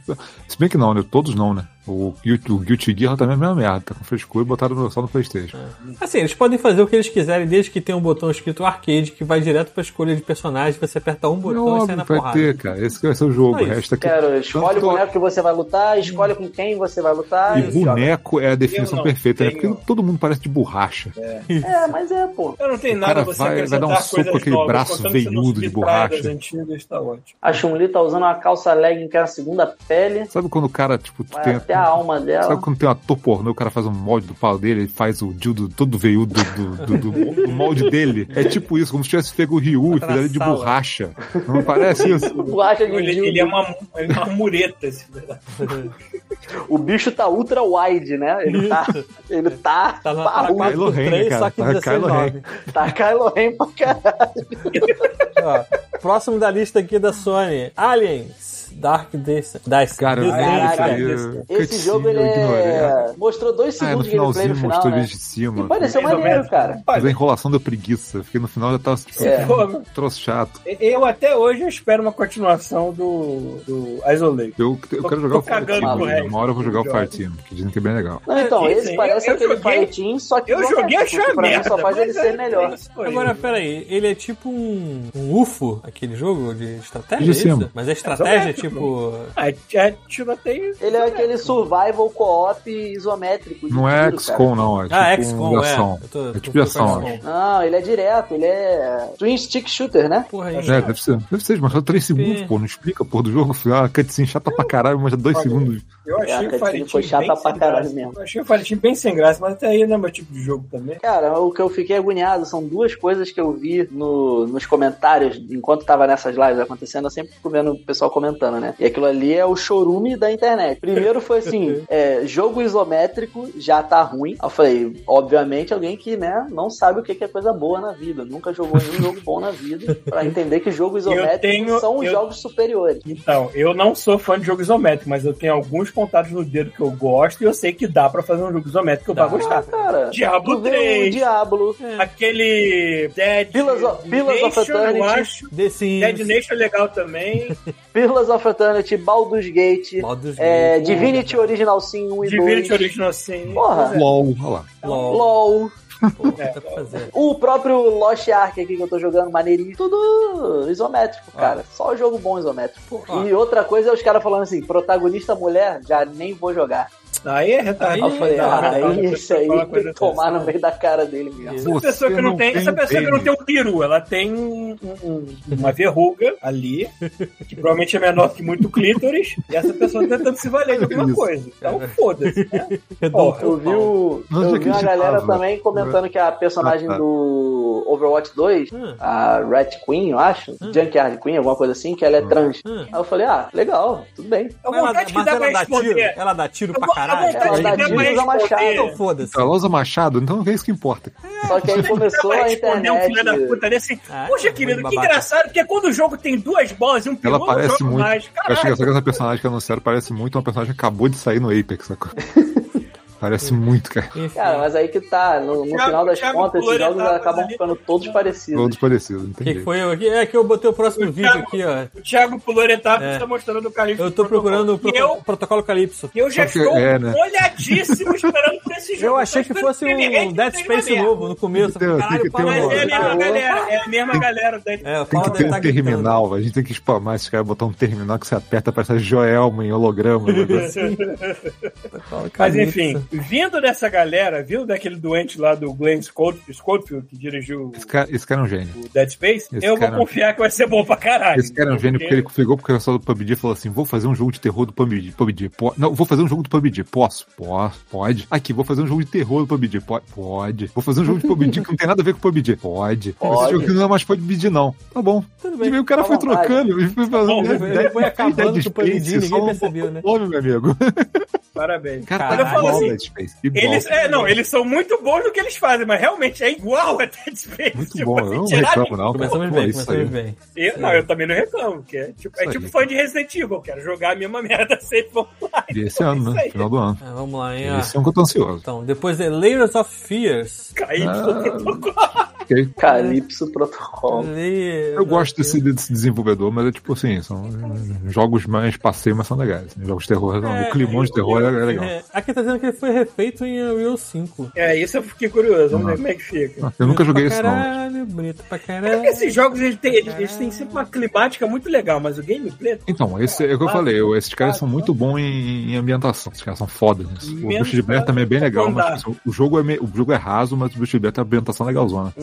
S5: Se bem que não, né? Todos não, né? O, Guilty- o Guilty Gear também é a mesma merda. Tá com frescura e botaram no- só no PlayStation. É
S3: Assim, eles podem fazer o que eles quiserem, desde que tenha um botão escrito arcade, que vai direto pra escolha de personagem, você aperta um
S5: É
S3: botão e sai
S5: óbvio,
S3: na
S5: vai
S3: porrada.
S5: ter, cara. Esse que vai ser o jogo.
S3: Só
S5: O resto é que.
S4: Quero, escolhe o
S5: Tanto-
S4: boneco que você vai lutar, escolhe com quem você vai lutar.
S5: E
S4: e joga.
S5: boneco é a definição
S2: não
S5: perfeita, né? Porque
S2: tenho.
S5: todo mundo parece de borracha.
S4: É, mas é, pô.
S2: Eu não tenho
S5: O
S2: nada
S5: cara
S2: a você
S5: vai- vai
S2: acrescentar
S5: dar um soco
S2: coisas
S5: com aquele
S2: novas,
S5: braço
S2: contando que você não
S5: veiudo de
S2: se
S5: borracha.
S2: trai das antigas, tá ótimo.
S4: A Chun-Li tá usando uma calça legging que é a segunda pele.
S5: Sabe quando o cara, tipo, tu
S4: Vai
S5: tem.
S4: até a alma dela.
S5: Sabe quando tem um ator pornô, o cara faz um molde do pau dele, ele faz o dildo todo veiudo do, do, do- do molde dele? É tipo isso, como se tivesse pego o Ryu e
S3: Tá
S5: fez ele
S3: na
S5: de
S3: sala.
S5: borracha. Não parece isso?
S4: Borracha de
S2: Ele,
S4: dildo.
S2: ele é uma, ele é uma mureta, esse verdade.
S4: O bicho tá ultra wide, né? Ele tá. Ele
S2: É.
S4: tá.
S3: Tá na tá
S4: parrudo,
S3: 4
S5: Kylo Ren,
S3: três,
S5: cara.
S3: só que
S5: Tá
S3: 16
S5: Kylo Ren.
S3: nove.
S4: tá Kylo Ren pra caralho.
S3: Ó, Próximo da lista aqui da Sony, Aliens Dark Descent. Descent.
S5: Cara, eu
S3: Descent,
S5: vi isso
S4: Caraca,
S5: aí.
S3: cara.
S5: eu-
S4: Esse
S5: cutscene,
S4: jogo ele
S5: eu ignorei.
S4: é. Mostrou dois
S5: Ah, no
S4: segundos de gameplay
S5: finalzinho
S4: no final.
S5: mostrou
S4: Né?
S5: eles de cima.
S4: E pareceu
S2: Mais ou
S4: maneiro,
S2: menos. né?
S4: cara.
S5: Mas a enrolação da preguiça. Fiquei no final já tava tipo,
S4: É.
S2: Pô,
S5: troço chato.
S2: eu até hoje eu espero uma continuação do, do Isolate.
S5: Eu, eu
S2: Tô-
S5: quero jogar
S2: tô
S5: o Fire
S2: cagando
S5: Team.
S4: pro
S5: né?
S2: resto
S5: Uma hora eu vou jogar o
S2: do
S5: Fire
S2: jogo.
S5: Team, que dizem que é bem legal.
S4: Não, então,
S2: Esse
S4: esse
S2: aí,
S4: parece
S2: assim, eu- eu
S4: aquele
S2: joguei-
S4: Fireteam, só que
S2: Eu
S4: não
S2: joguei
S4: é,
S2: achei a
S4: pra mim
S2: merda.
S4: só faz ele
S2: mas
S4: ser
S2: é-
S4: melhor.
S2: é isso aí.
S3: Agora, peraí, ele é tipo um, um UFO, aquele jogo de estratégia,
S5: De
S3: é isso?
S5: cima.
S3: Mas é estratégia,
S2: Isométrico.
S3: tipo...
S2: Ah, é, tipo, tem
S4: Ele é aquele survival co-op isométrico. de
S5: Não é
S4: tiro, cara.
S5: XCOM, não. É tipo
S3: Ah,
S5: um
S3: XCOM, é.
S5: ação.
S3: Eu tô-
S5: É
S3: tô
S5: tipo
S3: com
S5: ação,
S3: XCOM.
S5: acho.
S4: Não, ele é direto, ele é twin stick shooter, né?
S3: Porra, aí.
S5: É, deve ser. Deve ser, mas só 3 segundos, pô. Não explica, pô, do jogo. Afinal, a cutscene chata pra caralho, mas já 2 segundos.
S2: Eu achei
S4: Caraca,
S2: o Faritim
S4: foi chata
S2: bem
S4: pra
S2: sem
S4: caralho
S2: graça.
S4: mesmo.
S2: Eu achei o Faritim bem sem graça, mas até aí não é meu tipo de jogo também.
S4: Cara, o que eu fiquei agoniado são duas coisas que eu vi no- nos comentários enquanto tava nessas lives acontecendo. Eu sempre fico vendo o pessoal comentando, né? E aquilo ali é o chorume da internet. Primeiro foi assim: é, jogo isométrico já tá ruim. Aí Eu falei, obviamente, alguém que, né, não sabe o que que é coisa boa na vida. Nunca jogou nenhum jogo bom na vida pra entender que jogo isométrico
S2: tenho-
S4: são os
S2: eu-
S4: jogos superiores.
S2: Então, eu não sou fã de jogo isométrico, mas eu tenho alguns contatos no dedo que eu gosto e eu sei que dá pra fazer um jogo isométrico que eu
S3: Dá.
S2: vá gostar.
S4: Ah, cara.
S2: Diablo
S4: Tu vê o
S2: 3,
S4: Diablo.
S2: aquele Dead
S4: Pillars of- Pillars of
S2: Nation, eu
S4: Eternity.
S2: acho.
S3: The Sims.
S2: Dead Nation é legal também.
S4: Pillars of Eternity, Baldur's Gate,
S3: Baldur's
S4: é,
S3: Gate.
S4: Divinity Original Sin 1 e 2.
S2: Divinity Original Sin.
S4: Porra.
S5: LOL, olha lá.
S3: LOL.
S4: LOL,
S3: Pô, dá tá
S2: É.
S3: pra fazer.
S4: o próprio Lost Ark aqui que eu tô jogando, maneirinho, tudo isométrico,
S2: Ah.
S4: cara. Só jogo bom isométrico.
S3: Ó.
S4: E outra coisa é os caras falando assim, protagonista mulher, já nem vou jogar.
S2: Aí é retardado.
S4: Aí eu falei,
S2: Não,
S4: ah,
S2: retardado,
S4: isso aí
S2: fala
S4: tem
S2: coisa
S4: que tomar
S2: dessa.
S4: no meio da cara dele mesmo.
S2: Essa pessoa que não tem, essa pessoa que não
S5: pênis.
S2: tem um peru, ela tem um- um- uma verruga ali, que provavelmente é menor que muito clítoris, e essa pessoa tá tentando se valer de alguma
S5: Isso.
S2: coisa. Então foda-se. né?
S3: Redondo.
S2: Ó,
S4: Eu vi, o,
S5: Não
S4: eu vi uma
S5: acreditava.
S4: galera também comentando que a personagem
S5: né? Ah, tá.
S4: do Overwatch 2,
S3: Hum.
S4: a Rat Queen, eu acho,
S2: Hum.
S4: Junkyard Queen, alguma coisa assim, que ela é trans.
S3: Hum.
S4: Aí eu falei, ah, legal, tudo bem.
S2: A
S3: Mas ela,
S2: É vontade que
S3: mas
S2: dá pra
S3: ela dá tiro,
S2: responder.
S3: ela dá tiro
S2: A
S3: pra
S2: vo-
S3: caralho.
S2: vontade
S3: Ela
S2: de
S3: tá
S2: ver
S3: diva,
S2: pra
S4: Dilma
S2: responder.
S4: Machado.
S3: então Foda-se.
S5: Talosa Machado, então é isso que importa.
S4: Só que aí começou
S2: Pra
S4: a
S2: responder um filho da
S4: internet.
S2: puta desse.
S3: Ah,
S2: Puxa,
S3: é
S2: querido,
S3: muito
S2: que
S3: babaca.
S2: engraçado, porque quando o jogo tem duas bolas e um
S5: Ela
S2: piloto,
S5: parece muito.
S2: mais.
S5: eu acho
S2: Caralho,
S5: engraçado que essa personagem que anunciaram parece muito uma personagem que acabou de sair no Apex, sacou? parece muito, cara.
S3: Enfim.
S4: Cara, mas aí que tá, no, no
S2: Thiago-
S4: final das
S2: Thiago
S4: contas, esses
S2: Flores tá
S4: jogos
S2: tava
S4: acabam
S2: ali.
S4: ficando todos parecidos.
S5: Todos parecidos, não
S3: O
S5: tem
S3: que, que
S5: jeito.
S3: foi eu aqui? É que eu botei o
S2: Então,
S3: próximo vídeo aqui, ó.
S2: o Thiago pulou a etapa
S3: É.
S2: está mostrando o Calypso.
S3: Eu tô procurando o pro-
S2: E eu,
S3: protocolo Calypso.
S2: e eu já
S5: Só que-
S2: estou
S5: é, né?
S2: molhadíssimo esperando por esse jogo.
S3: Eu achei
S2: Só
S3: que fosse
S2: espero que ele
S3: um
S2: entre
S3: Dead
S2: no
S3: Space
S2: cinema.
S3: novo no começo.
S5: Tem- tem-
S3: Caralho,
S5: tem-
S3: fala
S5: tem
S2: Mas é a
S5: um-
S2: mesma
S4: Opa.
S2: galera, é a mesma galera. da-
S3: É,
S5: Tem
S3: fala
S5: que
S2: tá
S5: ter um terminal, a gente tem que spamar esses caras, botar um terminal que você aperta pra essa Joelma em holograma. um negócio assim.
S2: Mas enfim, vindo dessa galera, vindo daquele doente lá do Glenn Scott- Scofield, que dirigiu
S5: esse, cara, esse cara é um gênio.
S2: o Dead Space,
S5: Esse
S2: eu vou
S5: cara- é um
S2: confiar que vai ser bom pra caralho.
S5: Esse cara é um gênio porque ele pegou pro pessoal do PUBG e falou assim: vou fazer um jogo de terror do PUBG. PUBG po- não, vou fazer um jogo do PUBG. Posso? Posso? Pode. Aqui, vou fazer um jogo de terror do PUBG. Po- Pode. Vou fazer um jogo de PUBG que não tem nada a ver com PUBG. Pode. Esse
S4: Pode.
S5: jogo aqui não é mais PUBG, não. Tá bom.
S3: Tudo
S5: E
S3: bem.
S5: meio o cara
S4: Tá
S5: foi
S4: vontade.
S5: trocando. E foi
S2: bom,
S5: fazendo.
S3: ele é foi
S5: um
S3: acabando com o PUBG, ninguém percebeu, né?
S5: Nome, um meu amigo.
S2: Parabéns.
S5: Cara,
S3: Mas eu
S5: tá
S2: falo
S5: igual
S2: assim,
S5: Dead Space. Igual.
S2: Eles, é, não, eles são muito bons no que eles fazem, mas realmente é igual a Dead Space.
S5: Muito
S2: Tipo,
S5: bom,
S2: assim,
S5: eu não
S2: tiraram-
S5: reclamo, não. cara.
S3: Começamos
S5: Pô,
S3: bem,
S5: isso
S3: começamos
S5: aí.
S3: bem.
S2: Eu, não, eu também não reclamo, que é tipo, é
S5: Isso
S2: tipo
S5: aí.
S2: fã de Resident Evil, eu quero jogar a mesma merda sempre, vamos lá.
S5: E esse ano,
S2: Isso
S5: né?
S2: aí.
S5: Final do ano.
S3: Ah, vamos lá, hein? ó.
S5: Esse é um que eu tô ansioso.
S3: Então, depois de Layers of Fears.
S2: Caí
S5: Ah.
S2: de protocolo.
S5: Porque
S4: Calypso Protocol.
S3: Layer
S5: Eu gosto
S3: of
S5: desse, desse desenvolvedor, mas é tipo assim, são jogos mais passeio, mas são legais. assim. Jogos de terror, não.
S3: É,
S5: o climão de terror é, é
S3: Fears.
S5: legal.
S3: É, aqui tá dizendo que ele foi refeito em Unreal 5.
S2: É, isso eu fiquei curioso, vamos ver como é que fica.
S5: Ah, Eu nunca joguei
S3: pra
S5: esse não.
S3: caralho, bonito pra
S2: É
S3: caralho.
S2: que esses jogos eles têm, eles, eles têm sempre uma climática muito legal, mas o gameplay
S5: Então, esse é o que eu falei, eu- esses caras são muito bons em, em ambientação. Esses caras são foda. Né? O
S2: Menos
S5: Bruxa de Blair também é bem legal,
S2: andar.
S5: mas tipo, assim, o jogo é, meio- o jogo é raso, mas o Bruxa de Blair tem uma ambientação legalzona.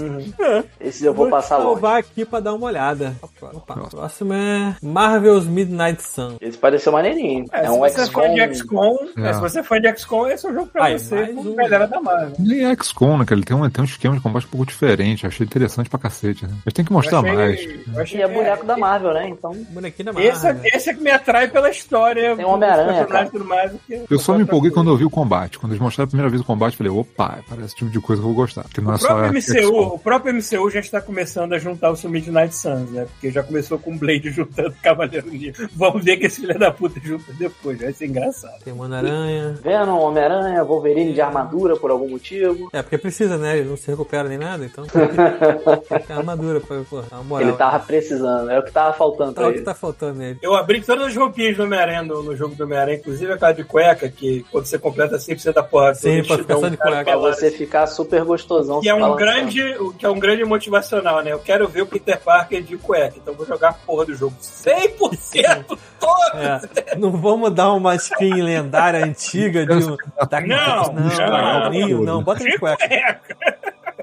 S4: Esse eu vou passar
S3: Vou
S4: longe.
S3: salvar aqui pra dar uma olhada. Opa, o próximo é Marvel's Midnight Sun.
S4: Esse pareceu maneirinho. É,
S2: se
S4: um
S2: você é fã de
S4: XCOM.
S2: XCOM,
S5: É. Ah,
S2: é, se você é fã de XCOM, esse é um jogo pra
S3: Aí,
S2: você,
S3: mais
S2: com
S3: um.
S2: a galera da Marvel.
S5: Nem é XCOM, né, cara? Ele tem um, tem um esquema de combate um pouco diferente. Achei interessante pra cacete, né? Mas tem que mostrar
S2: Eu
S5: mais.
S2: achei- eu achei-
S4: E é boneco da Marvel, né? Então,
S3: Bonequinho da Marvel.
S2: Esse, esse é que me atrai pela história,
S4: Tem um Homem-Aranha,
S2: dos personagens
S4: cara.
S2: e tudo mais. do que-
S5: Eu só me empolguei quando eu vi o combate. Quando eles mostraram a primeira vez o combate, eu falei, opa, parece o tipo de coisa que eu vou gostar. Porque não é
S2: O
S5: só
S2: próprio, MCU,
S5: XCOM.
S2: o próprio MCU já está começando a juntar o seu Midnight Suns, né? Porque já começou com o Blade juntando o Cavaleiro Negro. Vamos ver que esse filho da puta junta depois, vai ser engraçado.
S3: Tem Mano-Aranha.
S4: Venom, Homem-Aranha, Wolverine de armadura por algum motivo.
S3: É, porque precisa, né? Ele não se recupera nem nada, então. Tem armadura pra pô, dar uma moral.
S5: tá
S4: Ele tava precisando, é o que tava faltando
S3: Tá
S4: pra
S3: o que
S4: ele.
S3: tá faltando nele.
S2: Eu abri todas as roupinhas do Homem-Aranha no, no jogo do Homem-Aranha, inclusive aquela de cueca, que quando você completa 100% da porra,
S3: Sim,
S2: eles te
S3: pode ficar
S2: dão
S3: só
S2: um
S3: de
S2: cara
S3: cueca. né?
S4: Pra
S2: pelado.
S4: você ficar super gostosão.
S2: Que é
S4: se
S2: um
S4: balançando.
S2: grande, o que é um grande motivacional, né? Eu quero ver o Peter Parker de cueca, então eu vou jogar a porra do jogo 100% todo.
S3: É, não vamos dar uma skin lendária antiga de um. Da...
S2: Não,
S3: não,
S2: não.
S3: não, não, bota de cueca.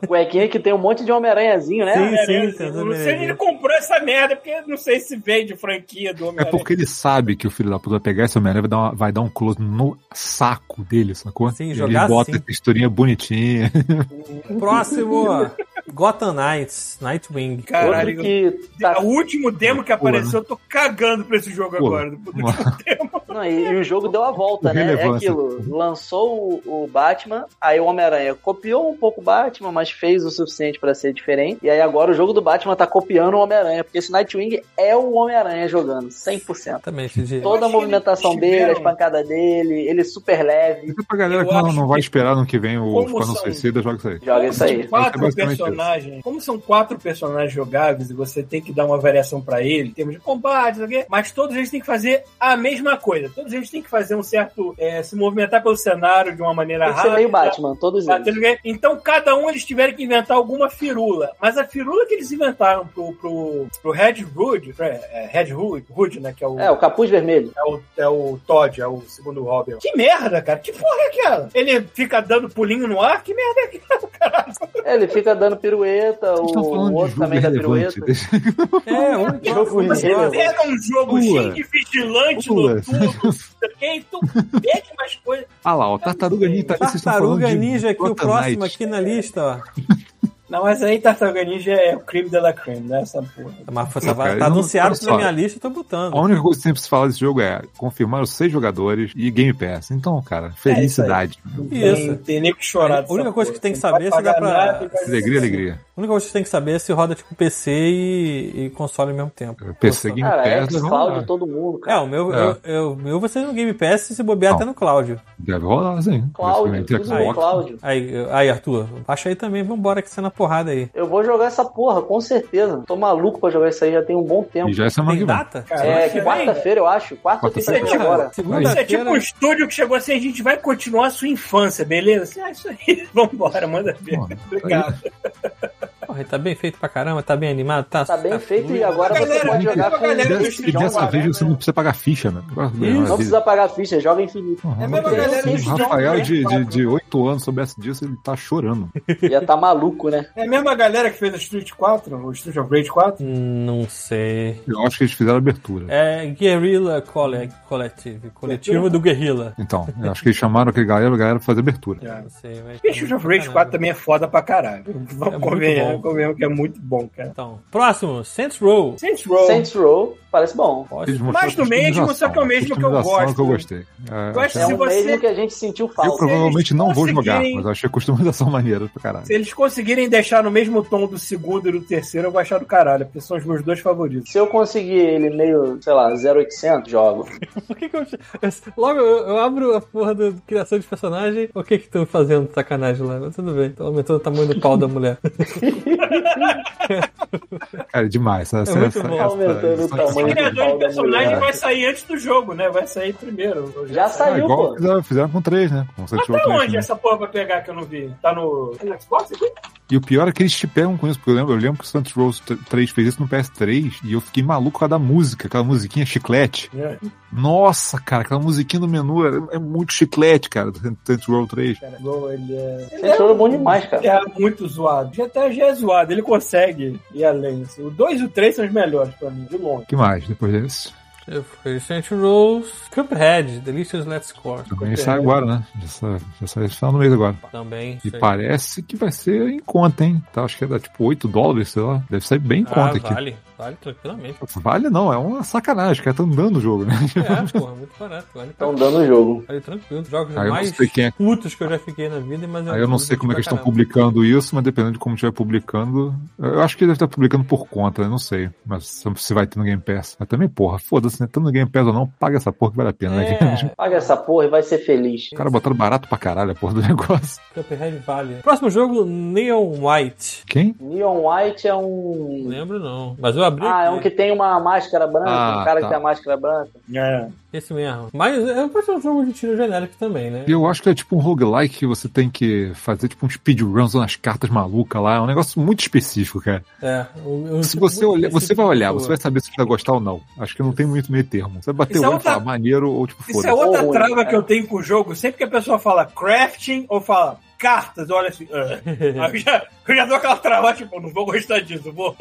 S4: Cuequinha que tem um monte de Homem-Aranhazinho, né?
S3: Sim,
S2: Eu
S3: sim,
S2: É, não sei se ele
S3: sim.
S2: comprou essa merda, porque eu não sei se vende franquia do
S5: É
S2: Homem-Aranha.
S5: porque ele sabe que o filho da puta vai pegar esse Homem-Aranha e vai, dar uma- vai dar um close no saco dele, sacou?
S3: Sim,
S5: ele
S3: jogar
S5: bota
S3: sim.
S5: a texturinha bonitinha.
S3: Próximo, Gotham Knights, Nightwing.
S2: Caralho, É um
S4: Outro que tá-
S2: o último demo que
S5: Pô, né?
S2: apareceu, eu tô cagando pra esse jogo
S5: Pô,
S2: agora. Puta que
S4: Não, e, e o jogo deu a volta, né? É
S5: Relevância.
S4: aquilo. Lançou o, o Batman, aí o Homem-Aranha copiou um pouco o Batman, mas fez o suficiente pra ser diferente. E aí agora o jogo do Batman tá copiando o Homem-Aranha, porque esse Nightwing é o Homem-Aranha jogando, 100%.
S3: Exatamente, de...
S4: Toda a
S2: acho que
S4: movimentação
S2: eles
S4: dele,
S2: tiveram-
S4: as pancadas dele, ele é super leve.
S5: Até pra galera
S2: Eu
S5: que não,
S2: acho
S5: não vai esperar no que vem o
S2: Como
S5: Esquadrão
S2: são?
S5: Suicida, joga isso aí.
S4: Joga isso aí.
S2: São quatro
S5: É basicamente
S2: personagens. Como são quatro personagens jogáveis e você tem que dar uma variação pra ele, em termos de combate, não sei o quê, mas todos eles têm que fazer a mesma coisa. Todos eles têm que fazer um certo. eh, se movimentar pelo cenário de uma maneira
S4: Tem que ser
S2: rápida.
S4: meio né? Batman, todos
S2: bater
S4: eles.
S2: no game. Então, cada um eles tiveram que inventar alguma firula. Mas a firula que eles inventaram pro, pro, pro Red Hood, pra- é, Red Hood, Hood, né? Que é o,
S4: É, o capuz vermelho.
S2: é o, é o Todd, é o segundo Robin. Que merda, cara. Que porra é aquela? Ele fica dando pulinho no ar? Que merda é aquela, caralho?
S4: É, ele fica dando pirueta, o,
S5: Vocês estão
S4: o
S5: falando de
S4: outro
S5: jogo
S4: também dá pirueta. é,
S5: relevante. né?
S3: É, um
S4: Jogo
S2: Você
S4: relevante.
S2: pega um jogo
S5: Pula.
S2: cheio de vigilante
S5: Pula.
S2: noturno, não sei o quê, e tu pega umas coisas.
S5: Ah lá, o Tartaruga Ninja. tá ali, vocês estão falando
S3: Tartaruga
S5: de
S3: Ninja aqui, o
S5: Gotham
S3: próximo
S5: Knights.
S3: aqui na lista, ó.
S2: Não, mas aí Tartaruga Ninja é o crime de la crime, né? Essa porra.
S3: Mas foi- tá,
S5: cara,
S3: tá
S5: eu não-
S3: anunciado
S5: olha
S3: isso na
S5: só.
S3: minha lista, eu tô botando.
S5: A única coisa que sempre se fala desse jogo é confirmar os seis jogadores e Game Pass. Então, cara, felicidade.
S2: Não
S3: Isso.
S2: Tem, tem nem o que chorar.
S3: A única
S2: dessa
S3: coisa
S2: porra.
S3: que tem que
S2: Você não
S3: saber
S2: vai
S3: é se dá
S2: pagar
S3: pra-
S2: nada e vai-
S5: alegria, alegria.
S3: A única coisa que você tem que saber é se roda tipo PC e, e console ao mesmo tempo.
S5: PC
S3: Console.
S5: Game
S4: Cara,
S5: Pass, vamos lá.
S4: Xcloud é todo mundo,
S3: É,
S4: cara.
S3: o meu,
S5: É.
S3: Eu, eu- o meu vai ser no Game Pass e se bobear
S5: Não.
S3: até no Cláudio.
S5: Deve rolar, sim.
S4: Cláudio,
S5: Entre
S4: tudo no
S5: É, Xbox. né?
S4: Cláudio.
S3: Aí, aí, Arthur, baixa aí também, vambora que você é na porrada aí.
S4: Eu vou jogar essa porra, com certeza. Tô maluco pra jogar isso aí já tem um bom tempo.
S5: E já é semana
S3: Tem
S5: que vem.
S3: data?
S2: Cara,
S4: É,
S2: Semana que vem,
S4: quarta-feira, eu acho. Quarta ou
S5: Quarta-feira.
S4: quinta-feira agora.
S2: Isso é tipo
S3: Segunda-feira.
S2: um estúdio que chegou assim, a gente vai continuar a sua infância, beleza? Assim, ah, isso aí, vambora, manda ver.
S5: Mano, tá aí.
S2: Obrigado.
S3: Porra, tá bem feito pra caramba, tá bem animado, tá.
S4: Tá bem feito e
S3: fluido.
S4: agora você
S2: Galera,
S4: pode
S5: galera,
S4: jogar com
S2: galera,
S4: o
S2: galera,
S5: E
S4: John
S5: dessa
S4: Baré.
S5: vez você não precisa pagar ficha, né?
S4: Não precisa pagar ficha, joga infinito.
S5: Uhum.
S2: É a mesma
S5: Se
S2: galera é
S5: o
S2: que joga
S5: Rafael
S2: Play
S5: de, de,
S2: 4,
S5: de 8 anos soubesse disso, ele tá chorando.
S4: Ia tá maluco, né?
S2: É a mesma galera que fez o Street 4, o Street of Rage 4?
S3: Não sei.
S5: Eu acho que eles fizeram abertura.
S3: É Guerrilla Colle- Collective. Coletivo do Guerrilla.
S5: Então, eu acho que eles chamaram aquele galera, a galera pra fazer abertura.
S2: Já.
S3: Não sei, mas. tá
S2: E Street of Rage 4 também é foda pra caralho. Vamos
S3: É muito
S2: convenhamos,
S3: bom.
S2: convenhamos que é muito bom, cara.
S3: Então, próximo, Saints Row.
S2: Saints Row.
S4: Saints Row, parece bom.
S3: Pode
S5: Eles mostraram
S2: Mas no mesmo, só que é o mesmo que eu
S5: customização
S2: gosto.
S5: que eu gostei. É,
S2: Eu acho
S4: É
S2: Se
S4: o
S2: você-
S4: mesmo que a gente sentiu
S5: eu
S4: falta.
S5: provavelmente não vou jogar,
S2: conseguirem-
S5: mas eu achei a customização maneira pra caralho.
S2: Se eles conseguirem deixar no mesmo tom do segundo e do terceiro, eu vou achar do caralho, porque são os meus dois favoritos.
S4: Se eu conseguir ele meio, sei lá, 0800, jogo.
S3: Por que, que eu. eu- Logo eu, eu abro a porra da criação de personagem. O que que estão fazendo de sacanagem lá? Mas tudo bem, tô aumentando o tamanho do pau da mulher.
S5: Cara, é demais. Essa,
S3: muito
S5: essa,
S3: bom.
S5: essa-
S4: Aumentando o
S5: essa-
S4: tamanho.
S5: essa-
S2: Criador de né?
S4: Paulo da
S2: personagem
S4: mulher.
S2: vai sair antes do jogo, né? Vai sair primeiro.
S4: Já
S5: Ah,
S4: saiu,
S5: igual
S4: pô.
S5: fizeram, fizeram com 3, né?
S2: é-
S5: Com
S2: Mas
S5: Saints Row
S2: pra
S5: 3,
S2: onde
S5: né?
S2: essa porra vai pegar que eu não vi? Tá no, tá no Xbox?
S5: E o pior é que eles te pegam com isso, porque eu lembro, eu lembro que o Saints Row 3 fez isso no PS3 e eu fiquei maluco com a da música, aquela musiquinha chiclete.
S2: É,
S5: Nossa, cara, aquela musiquinha do menu é, é muito chiclete, cara, do Saints Row 3.
S2: Cara, Gol, ele é...
S4: Saints Row é bom demais, cara.
S2: Ele é muito zoado. Já até já é zoado, ele consegue ir além. assim. O 2 e o 3 são os melhores pra mim, de longe.
S5: que mais depois desse?
S3: Eu fui Saints Row, Cuphead, Delicious Let's Score.
S5: Também sai agora, né? Já sai, já sai final do mês agora.
S3: Também.
S5: E
S3: sei.
S5: parece que vai ser em conta, hein? Tá, acho que era tipo 8 dólares, sei lá. Deve sair bem em
S3: ah,
S5: conta aqui.
S3: vale, vale tranquilamente.
S5: Vale não, é uma sacanagem, o cara tá andando o jogo, né?
S3: É, porra, muito barato. Vale, pra-
S4: Estão dando o jogo.
S3: vale tranquilo. Jogos
S5: Aí eu não
S3: mais
S5: sei quem é-
S3: putos que eu já fiquei na vida, mas
S5: Aí eu não sei como é que eles
S3: pra
S5: estão publicando isso, mas dependendo de como estiver publicando. Eu acho que deve estar publicando por conta, eu não sei. Mas se- se vai ter no Game Pass. Mas também, porra, foda-se, né? Tanto no Game Pass ou não, paga essa porra que vale a pena, né?
S3: caralho. É,
S4: Paga essa porra e vai ser feliz.
S5: O cara botaram barato pra caralho a porra do negócio.
S3: Cuphead vale. Próximo jogo, Neon White.
S5: Quem?
S4: Neon White é
S3: Não
S4: um.
S3: lembro não, mas eu abri
S4: Ah, é
S3: aqui.
S4: um que tem uma máscara branca,
S5: né? Ah,
S4: um cara
S5: tá.
S4: que tem a máscara branca.
S2: É.
S3: Esse mesmo. Mas é pode ser um jogo de tiro genérico também, né?
S5: E eu acho que é tipo um roguelike que você tem que fazer tipo um speedruns nas cartas malucas lá. É um negócio muito específico, cara.
S3: É. um- um
S5: Se
S3: tipo
S5: você
S3: muito
S5: olhar, você vai
S3: específico.
S5: olhar, você vai saber se você vai gostar ou não. Acho que não tem muito meio termo. Você vai bater
S2: Isso
S5: o
S2: é
S5: olho e
S2: outra-
S5: falar maneiro ou tipo
S2: Isso
S5: foda-se.
S2: é outra
S4: Porra,
S2: trava
S4: cara.
S2: que eu tenho com o jogo. Sempre que a pessoa fala crafting ou fala cartas, olha assim. ah. Aí eu, já, eu já dou aquela trava, tipo, não vou gostar disso, vou.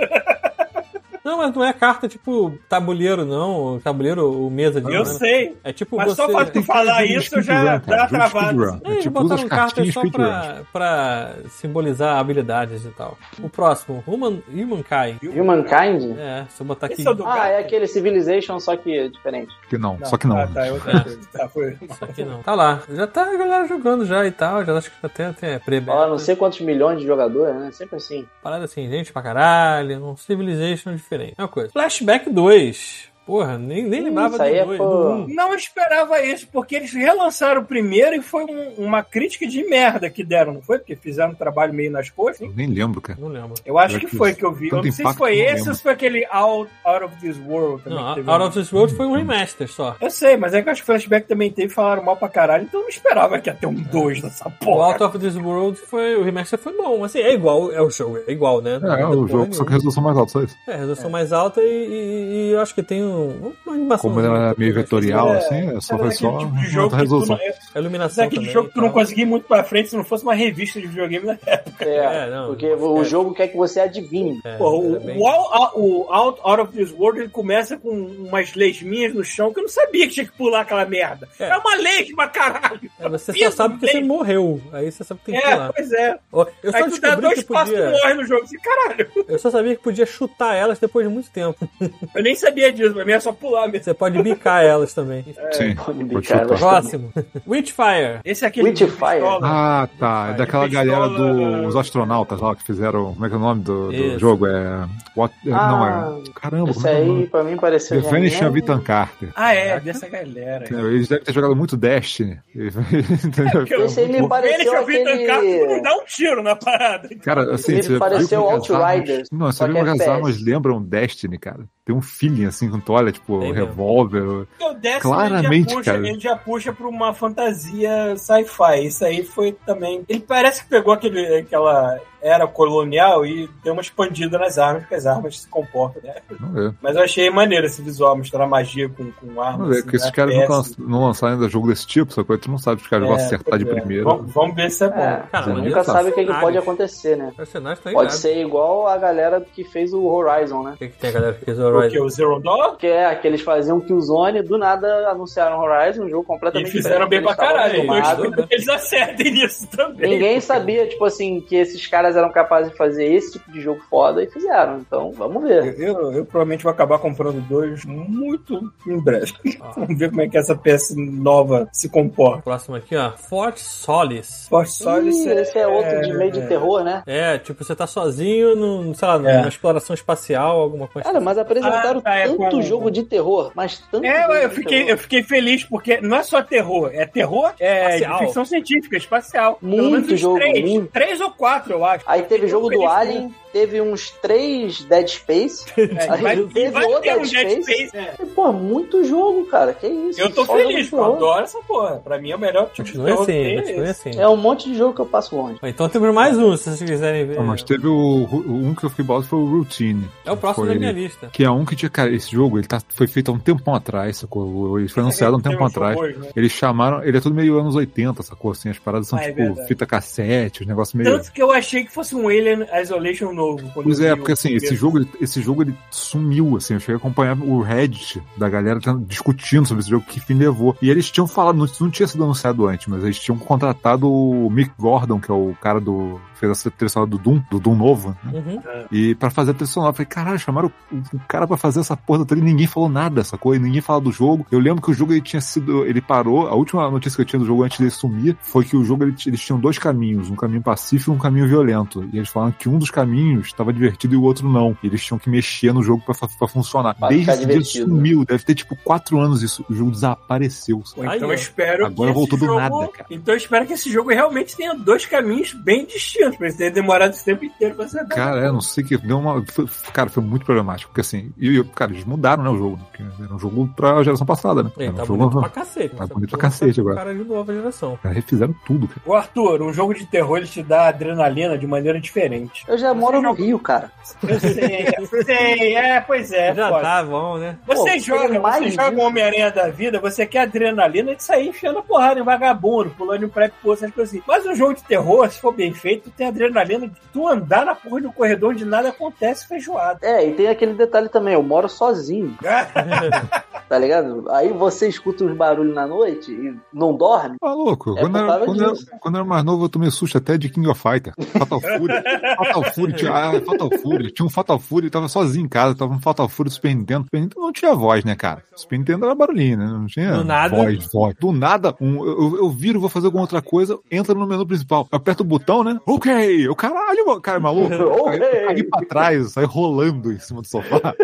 S3: Não, mas não é carta tipo tabuleiro, não. ou Tabuleiro ou mesa de.
S2: Eu
S3: né?
S2: sei.
S3: É tipo
S2: Mas
S3: você.
S2: só pra tu
S5: Tem
S2: falar
S5: cara de
S2: isso, eu já
S5: speedrun,
S2: dá
S5: cara, jogo de
S2: travado.
S5: speedrun.
S3: É,
S5: É
S3: eles
S5: tipo, usa
S3: botaram
S5: as
S3: cartas
S5: cartinhas
S3: só
S5: speedruns.
S3: pra, pra simbolizar habilidades e tal. O próximo, Human, Humankind.
S4: Humankind?
S3: É, se eu botar aqui.
S2: Esse é o do
S4: Ah, é aquele Civilization, só que diferente.
S5: Que não, só que não.
S2: Ah, tá, é outra coisa. Tá, foi.
S3: Isso aqui não. Tá lá. Já tá a galera jogando já e tal. Já é acho que até até pre
S4: Ó, não sei quantos milhões de jogadores, né? Sempre assim.
S3: Parada assim, gente pra caralho. Um Civilization diferente. É uma coisa. Flashback 2. Porra, nem, nem
S4: Ih,
S3: lembrava
S4: isso aí é
S3: do 2.
S4: pô-
S3: do um.
S2: Não esperava isso, porque eles relançaram o primeiro e foi um- uma crítica de merda que deram, não foi? Porque fizeram um trabalho meio nas coxas.
S5: Eu nem lembro, cara.
S3: Não lembro.
S2: Eu acho
S5: Será
S2: que
S5: que
S2: foi
S5: isso-
S2: que eu vi. Eu
S5: tanto
S2: não sei se
S5: impacto
S2: foi
S5: que eu não
S2: esse ou se foi aquele Out, Out of This World também.
S3: Não,
S2: que
S3: Out
S2: teve
S3: of This World foi
S4: Uhum.
S3: um remaster só.
S2: Eu sei, mas é que eu acho que o flashback também teve, falaram mal pra caralho, então eu não esperava que ia ter
S5: É.
S2: um 2 nessa
S3: O
S2: porra.
S3: Out of This World foi. O remaster foi bom. Assim, é igual, é o jogo, é igual, né? Não
S5: É,
S3: muda
S5: o
S3: porra
S5: jogo, só
S4: É.
S5: que
S3: nenhuma.
S5: a resolução mais alta, só isso.
S3: É, resolução mais alta e, e- e eu acho que tem um, um, uma animação.
S5: Como ela é meio vetorial, assim, é só
S2: Era
S5: foi
S2: daquele
S5: só
S2: tipo de
S5: uma
S2: jogo que tu
S5: resolução.
S2: não, é,
S3: A iluminação
S2: daquele
S3: também
S2: jogo que
S3: e
S2: tu não
S3: tal.
S2: conseguia ir muito pra frente se não fosse uma revista de videogame né? da época.
S4: É,
S3: É, não.
S4: porque o
S3: É.
S4: jogo quer que você adivinhe.
S3: É,
S2: Pô,
S3: era
S2: o,
S3: bem-
S2: o Out- o Out, Out of This World ele começa com umas lesminhas no chão que eu não sabia que tinha que pular aquela merda.
S3: É.
S2: É, uma lesma, caralho!
S3: É, você só
S2: Piso
S3: sabe que você
S2: dele.
S3: morreu. Aí você sabe que tem que
S2: É,
S3: pular.
S2: pois é.
S3: Ó, Eu só
S2: Aí tu dá
S3: descobri
S2: dois
S3: que
S2: passos e
S3: podia.
S2: morre no jogo. Assim, caralho,
S3: Eu só sabia que podia chutar elas depois de muito tempo.
S2: eu nem sabia disso, pra mim é só pular mesmo.
S3: Você pode bicar elas também.
S4: É,
S5: Sim.
S4: Pode né?
S5: Pode
S4: brincar,
S5: chutar.
S4: mas-
S3: Próximo. Witchfire.
S2: Esse aqui é aquele
S4: Witchfire.
S2: pistola.
S5: Ah, tá. É daquela
S2: Pistola-
S5: galera dos astronautas lá que fizeram. Como é que é o nome do, do
S3: Isso.
S5: jogo? É. What- é,
S4: Ah,
S5: não, é. Caramba,
S4: Isso
S5: como é que é o
S4: aí
S5: nome?
S4: pra mim pareceu.
S5: The Vanishing of
S4: Renan.
S5: Ethan Carter.
S2: Ah, é, dessa galera.
S5: Entendeu? Eles devem ter jogado muito Destiny. Entendeu?
S2: porque eu-
S4: Esse aí me
S2: Ele que
S4: pareceu
S2: eu vi tancar, tu não
S4: aquele.
S2: dá um tiro na parada.
S5: Cara, assim,
S4: Ele
S5: você
S4: pareceu
S5: viu como que as
S4: Outriders,
S5: armas- Não,
S4: só
S5: você viu
S4: que é
S5: como é que as
S4: FPS.
S5: armas lembram um Destiny, cara. Tem um feeling assim quando tu olha, tipo,
S3: Tem mesmo.
S5: revólver. é,
S2: Porque o Destiny Então, ele
S5: Claramente,
S2: já puxa,
S5: cara.
S2: ele já puxa pra uma fantasia sci-fi. Isso aí foi também. Ele parece que pegou aquele, aquela era colonial e deu uma expandida nas armas, porque as armas se comportam, né?
S5: Não é.
S2: Mas eu achei maneiro esse visual, misturar magia com, com armas.
S5: Não é,
S2: assim,
S5: porque esses
S2: né?
S5: caras nunca
S2: PS.
S5: lan- não lançaram ainda jogo desse tipo, só que tu não sabe se os caras vão
S2: É,
S5: acertar de
S2: pois é.
S5: primeira.
S2: Vamos, vamos ver se é bom.
S4: É,
S3: Cara,
S5: Você
S3: mas
S4: nunca
S3: eles são
S4: sabe o que, que pode
S3: cenários.
S4: acontecer, né?
S3: Os personagens tá estão
S4: Pode
S3: irados.
S4: ser igual a galera que fez o Horizon, né?
S3: O que, que tem a galera que fez o
S2: Porque
S3: Horizon?
S2: o Zero Dawn
S4: Que é, que eles faziam Killzone, do nada anunciaram Horizon, um jogo
S2: e
S4: completamente
S2: fizeram bem
S4: diferente.
S2: pra
S4: eles estavam
S2: caralho.
S4: né?
S2: Eu
S4: acostumados.
S2: espero que eles acertem nisso também.
S4: Ninguém sabia, tipo assim, que esses caras eram capazes de fazer esse tipo de jogo foda e fizeram. Então, vamos ver.
S2: Eu, eu- eu provavelmente vou acabar comprando dois muito em breve. Vamos ver como é que essa peça nova se comporta.
S3: Próximo aqui, ó. Fort Solis.
S2: Forte só
S4: Ih,
S2: isso
S4: esse é outro de meio de terror, né?
S3: É, tipo, você tá sozinho, num, sei lá, numa
S2: É.
S3: exploração espacial, alguma coisa
S4: Cara, mas apresentaram
S2: Ah, tá, é
S4: tanto
S2: com-
S4: jogo de terror, mas tanto.
S2: É,
S4: jogo
S2: eu
S4: de
S2: fiquei,
S4: terror.
S2: eu fiquei feliz, porque não é só terror, é terror é,
S3: Espacial.
S2: de ficção científica, espacial.
S4: Muito
S2: Pelo menos uns
S4: jogo,
S2: três,
S4: muito.
S2: três ou quatro, eu acho.
S4: Aí teve
S2: Eu
S4: jogo do
S2: feliz, né?
S4: Alien, teve uns três Dead Space.
S2: É,
S4: Aí
S2: vai,
S4: teve
S2: vai
S4: o
S2: ter um
S4: Dead
S2: Dead
S4: Space.
S2: Space. é.
S4: E, Pô, muito jogo, cara. Que isso?
S2: Eu tô
S4: só
S2: feliz,
S4: jogo de
S2: eu
S4: terror.
S2: adoro essa porra. Pra mim é o melhor tipo de
S3: Continue
S2: terror que
S3: assim,
S2: tem
S3: continue
S2: esse.
S3: assim.
S4: É um monte de jogo que eu passo longe.
S3: Bom, Então temos mais um, se vocês quiserem ver.
S5: Não, Ah, mas teve o, o- um que eu fiquei balado foi o Routine.
S3: É o próximo
S5: Foi-
S3: da minha lista.
S5: Que é um que tinha. Cara, esse jogo ele tá, foi feito há um tempão atrás, sacou? Ele foi anunciado há um
S2: É, Tem
S5: tempo
S2: uns
S5: atrás.
S2: robôs, né?
S5: Eles chamaram. Ele é tudo meio anos 80, sacou? Assim, as paradas são
S2: Ah, é
S5: tipo
S2: verdade.
S5: fita cassete, os negócios meio.
S2: Tanto que eu achei que fosse um Alien Isolation novo. quando
S5: Pois
S2: eu vi
S5: é,
S2: o
S5: porque assim, esse
S2: primeiro.
S5: jogo, ele- esse jogo ele sumiu, assim, eu cheguei a acompanhar o Reddit da galera tendo- discutindo sobre esse jogo, que fim levou. E eles tinham falado, não, isso não tinha sido anunciado antes, mas eles tinham contratado o Mick Gordon, que é o cara do... fez a trilha sonora do Doom, do Doom novo, né?
S3: Uhum.
S5: E pra fazer a trilha sonora, eu falei, caralho, chamaram o, o cara pra fazer essa porra da trilha e ninguém falou nada, sacou? E ninguém falou do jogo. Eu lembro que o jogo ele tinha sido. Ele parou. A última notícia que eu tinha do jogo antes dele sumir foi que o jogo ele t- eles tinham dois caminhos, um caminho pacífico e um caminho violento. E eles falaram que um dos caminhos estava divertido e o outro não. E eles tinham que mexer no jogo pra, fa- pra funcionar.
S4: Pra
S5: Desde
S4: ficar
S5: esse dia
S4: divertido. né?
S5: sumiu. Deve ter tipo quatro anos isso. O jogo desapareceu.
S2: Pô,
S5: sacou?
S3: Aí,
S2: Então
S3: ó.
S2: eu espero
S5: Agora
S2: que
S5: voltou
S2: esse
S5: do
S2: jogo,
S5: nada, cara.
S2: Então eu espero que esse jogo realmente tenha dois caminhos bem distintos, pra ele ter demorado esse tempo inteiro pra ser
S5: Cara, eu não sei que deu uma. foi- cara, foi muito problemático. Porque assim, e, e, cara, eles mudaram, né, o jogo. Porque era um jogo pra geração passada, né?
S3: Ele
S5: Era
S3: tá
S5: um
S3: bonito
S5: jogo.
S3: pra cacete.
S5: tá
S3: Essa
S5: bonito pra
S3: porra
S5: cacete
S3: tá com
S5: agora.
S3: Cara de nova geração.
S5: Cara, refizeram tudo, cara.
S2: Ô, Arthur, um jogo de terror ele te dá adrenalina de maneira diferente.
S4: Eu já moro no Rio, cara.
S2: Eu sei, eu sei, é, pois é.
S3: Já
S2: foda.
S3: tá bom, né?
S2: Você
S4: Pô, tem
S2: joga,
S4: mais
S2: você joga
S4: disso.
S2: um Homem-Aranha da vida, você quer adrenalina de sair enfiando a porrada em vagabundo, pulando em pré poço, essas coisas assim. Mas um jogo de terror, se for bem feito, tu tem adrenalina de tu andar na porra do corredor onde nada acontece feijoada.
S4: É, e tem aquele detalhe também, eu moro sozinho,
S2: É.
S3: É,
S4: tá ligado? Aí você escuta uns barulhos na noite e não dorme.
S5: Tá louco.
S4: É
S5: quando,
S4: por causa
S5: era, quando, era-
S4: disso.
S5: quando eu era mais novo, eu tomei susto até de King of Fighter. Fatal Fury. Fatal Fury. Tinha, ah, Fatal Fury. Tinha um Fatal Fury, eu tava sozinho em casa, tava um Fatal Fury Super Nintendo. Super Nintendo não tinha voz, né, cara? Super Nintendo era barulhinho, né? Não tinha
S3: Do nada.
S5: voz, voz. Do nada, um, eu, eu- eu viro, vou fazer alguma outra coisa, entra no menu principal. Eu aperto o botão, né? Ok! Eu, caralho, mano, cara, é maluco. Eu caí- Eu caí pra trás, saí rolando em cima do sofá.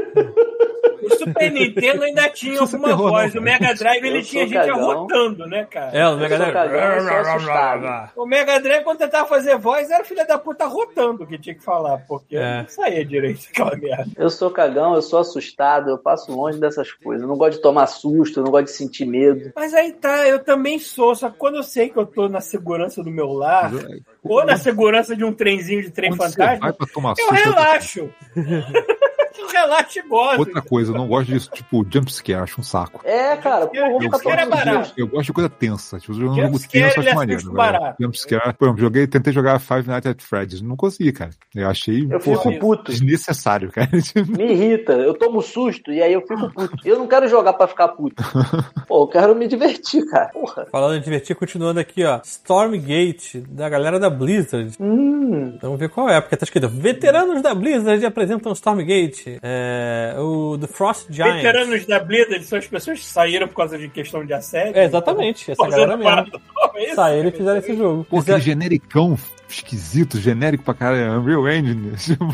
S2: O Super Nintendo ainda tinha
S5: Isso é
S2: alguma
S5: terror,
S2: voz,
S5: não,
S2: o Mega Drive ele
S4: Eu
S2: tinha
S4: sou
S2: gente
S4: cagão.
S2: arrotando, né, cara?
S3: É, o Mega
S4: Eu sou
S3: Drive.
S4: cagão, eu sou assustado.
S2: O Mega Drive, quando tentava fazer voz, era o filho da puta arrotando que tinha que falar, porque
S3: É.
S2: não saía direito aquela merda.
S4: Eu sou cagão, eu sou assustado, eu passo longe dessas coisas. Eu não gosto de tomar susto, eu não gosto de sentir medo.
S2: Mas aí tá, eu também sou, só que quando eu sei que eu tô na segurança do meu lar, ou na segurança de um trenzinho de trem
S5: Quando você
S2: fantasma,
S5: vai pra tomar
S2: eu
S5: susto,
S2: relaxo. um relato gosta.
S5: Outra coisa, eu não gosto disso, tipo, jumpscare, acho um saco.
S4: É, cara, porra, vou ficar
S5: Eu gosto,
S2: Jumpscare é
S5: de-
S2: barato.
S5: eu gosto de coisa tensa. Tipo, jogar um
S2: Jumpscare,
S5: jogo tenso,
S2: ele
S5: acho
S2: é
S5: maneiro.
S2: sempre
S5: velho.
S2: barato.
S5: Jumpscare. Por exemplo, joguei, tentei jogar Five Nights at Freddy's. Não consegui, cara. Eu achei
S4: Eu
S5: porra,
S4: fico puto.
S5: desnecessário, cara. Tipo,
S4: Me irrita, eu tomo susto e aí eu fico puto. Eu não quero jogar pra ficar puto. Pô, eu quero me divertir, cara. Porra.
S3: Falando em divertir, continuando aqui, ó. Stormgate, da galera da Blizzard.
S4: Hum,
S3: Vamos ver qual é, porque tá escrito Veteranos da Blizzard apresentam Stormgate. É, o The Frost Giants.
S2: Veteranos da Blizzard são as pessoas que saíram por causa de questão de assédio.
S3: É, exatamente, essa
S2: Fazendo
S3: galera mesmo.
S2: paradão, é isso?
S3: Saíram e fizeram esse jogo.
S5: Pô, aquele
S3: Fizeram-
S5: genericão esquisito, genérico pra caralho. é Unreal Engine. Tipo,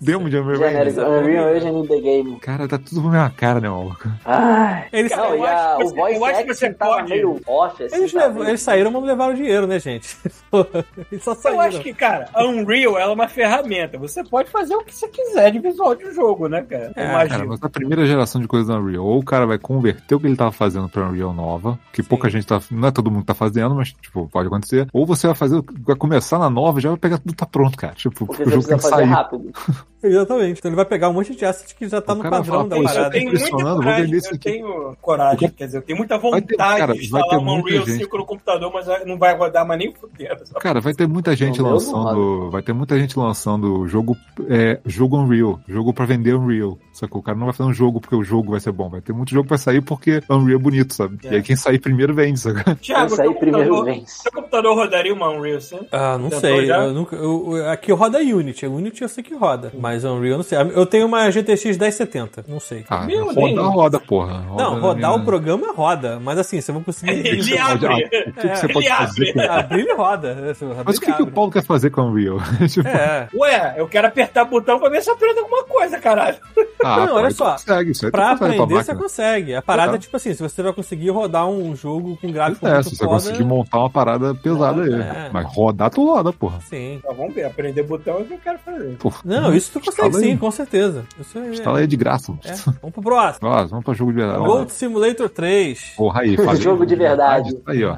S5: Demo de Unreal
S4: genérico.
S5: Engine.
S4: Unreal Engine in the game.
S5: Cara, tá tudo na minha cara, né, maluco?
S4: Ai.
S3: Eles,
S4: Não,
S2: Eu
S4: e a-
S2: acho que
S4: o
S2: você-
S4: voice
S2: eu acho que você
S4: acting tava
S2: pode.
S4: meio off, assim.
S3: eles,
S4: tava
S3: levam-
S4: meio-
S3: eles saíram, mas levaram dinheiro, né, gente? Eles só
S2: Eu
S3: saíram.
S2: acho que, cara, a Unreal ela é uma ferramenta. Você pode fazer o que você quiser de visual de um jogo, né, cara? Eu
S3: É,
S5: Ah, Cara,
S2: Imagino.
S5: mas a primeira geração de coisas da Unreal, ou o cara vai converter o que ele tava fazendo pra Unreal nova, que pouca gente tá. Não é todo mundo tá fazendo, mas, tipo, pode acontecer. Ou você vai fazer. Vai começar na nova e já vai pegar tudo tá pronto, cara. Tipo,
S4: Porque
S5: porque
S4: você
S5: o jogo
S4: precisa
S5: tem que
S4: fazer
S5: sair.
S4: rápido.
S3: Exatamente. Então ele vai pegar um monte de asset que já tá
S5: O
S3: no
S5: cara
S3: padrão
S5: fala,
S3: da
S5: pô, isso
S2: eu
S5: Caralho,
S3: parada.
S2: tenho muita
S5: impressionando, vou
S2: coragem,
S5: vender isso
S2: eu
S5: aqui.
S2: tenho coragem, quer dizer, eu tenho muita vontade
S5: ter- cara,
S2: de
S5: vai
S2: instalar
S5: ter
S2: uma
S5: muita
S2: Unreal
S5: gente.
S2: 5 no computador, mas não vai rodar mais nem fudendo. sabe?
S5: Cara, vai ter muita gente
S4: Não, eu não
S5: lançando. Vai ter muita gente lançando jogo, é, jogo Unreal. Jogo pra vender Unreal. Só que o cara não vai fazer um jogo porque o jogo vai ser bom. Vai ter muito jogo que vai sair porque Unreal é bonito, sabe?
S2: É.
S5: E aí quem sair primeiro vende, sabe?
S2: Thiago,
S4: Esse aí
S2: seu
S4: primeiro
S2: computador,
S4: vence.
S2: seu computador rodaria uma Unreal 5?
S3: Ah, não
S2: Tentou
S3: sei.
S2: já? Hum.
S3: Eu nunca, eu- eu- aqui roda Unity. A Unity eu sei que roda. Mas a Unreal eu não sei. Eu tenho uma GTX 1070. Não sei.
S5: Ah,
S2: Meu
S5: roda,
S2: Deus.
S5: roda, porra.
S3: não,
S5: Roda,
S3: rodar
S5: né?
S3: o programa roda. Mas assim, você vai
S5: É,
S3: conseguir.
S2: Ele
S5: Pode-
S2: abre.
S5: ah, o que, que você
S2: É,
S5: pode
S2: ele
S5: fazer?
S2: abre.
S3: Abrir ele roda. Abrir,
S5: Mas o que,
S3: ele
S5: que o
S3: abre.
S5: Paulo quer fazer com o Unreal? tipo,
S3: É.
S2: Ué, eu quero apertar o botão pra ver se eu aprendo alguma coisa, caralho.
S5: ah,
S3: Não,
S5: pô,
S3: olha
S5: aí tu
S3: só.
S5: Consegue, isso aí tu
S3: Pra
S5: consegue
S3: aprender, você
S5: máquina.
S3: consegue. A parada é
S5: Total.
S3: tipo assim, se você vai conseguir rodar um jogo com gráfico
S5: É,
S3: muito
S5: se você
S3: foda... né?
S5: conseguir montar uma parada pesada aí.
S3: é.
S5: Mas rodar, tu roda, porra.
S3: Sim.
S2: Tá, vamos ver, aprender botão é o que eu quero fazer.
S5: Porra,
S3: Não, isso tu consegue
S5: Instala aí.
S3: sim, com certeza. Isso aí.
S5: Instala aí de graça, mano.
S3: É. Vamos pro próximo.
S5: Nossa, vamos pra jogo de verdade.
S3: Gold Simulator 3.
S5: Porra aí, falei.
S4: Jogo de verdade.
S5: Isso Aí, ó.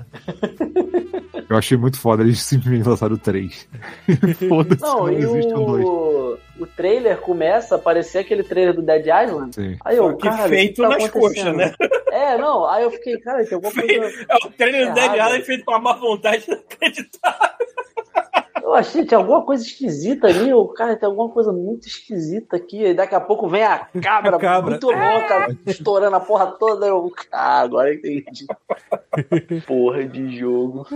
S5: Eu achei muito foda, eles simplesmente lançaram o 3. Foda-se, não,
S4: Não, e
S5: existe um 2.
S4: o... o trailer começa a parecer aquele trailer do Dead Island.
S5: Sim.
S4: Aí eu,
S2: Só que
S4: cara,
S2: feito
S4: o que tá
S2: nas coxas,
S4: acontecendo?
S2: né?
S4: É, não, aí eu fiquei, cara, tem alguma coisa...
S2: É o treino do Dead
S4: Errado.
S2: Island feito com uma má vontade inacreditável.
S4: Eu achei que tinha alguma coisa esquisita ali. Eu, cara, tem alguma coisa muito esquisita aqui. E daqui a pouco vem a cabra,
S3: A cabra.
S4: muito louca, estourando a porra toda. Eu, ah, agora eu entendi. Porra de jogo.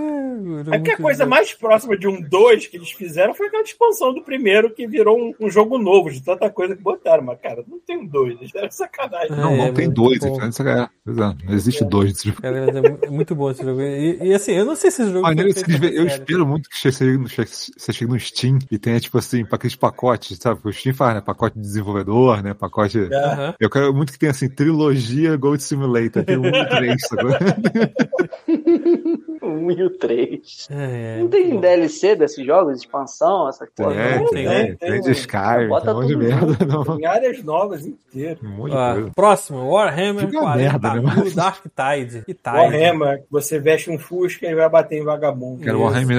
S2: É que a coisa mais próxima de um 2 que eles fizeram foi aquela expansão do primeiro, que virou um, um jogo novo, de tanta coisa que botaram. Mas, cara, não tem um 2, eles deram sacanagem.
S5: Não, não
S3: É,
S5: tem
S3: muito
S5: dois.
S3: bom.
S5: então isso é- pois é, Não existe dois desse jogo.
S3: Cara, é mu- muito bom esse jogo. E, e, assim, eu não sei se esse jogo
S5: Maneiro
S3: foi
S5: se
S3: feito
S5: eles ve-
S3: pra
S5: eu
S3: série.
S5: espero muito que você chegue, no, che- você chegue no Steam e tenha, tipo assim, pra aqueles pacotes, sabe? O Steam faz, né? Pacote de desenvolvedor, né? Pacote.
S3: Aham.
S5: Eu quero muito que tenha, assim, trilogia Gold Simulator, tem um e três, sabe?
S4: Um e o três.
S3: É, é,
S4: Não tem DLC desses jogos, expansão, né? essa coisa.
S5: É,
S4: não?
S5: tem,
S2: tem,
S5: tem,
S2: tem,
S5: de Skyrim,
S4: Bota
S5: tem um monte de
S4: tudo
S5: merda, não.
S2: Tem áreas novas inteiras.
S5: Um monte de
S3: Ah,
S5: coisa.
S3: próximo, Warhammer
S5: Fica uma
S3: 40,
S5: merda, né, mas-
S3: Blue Dark Tide. E Tide.
S2: Warhammer, você veste um Fusca e vai bater em vagabundo.
S5: Cara, o Warhammer,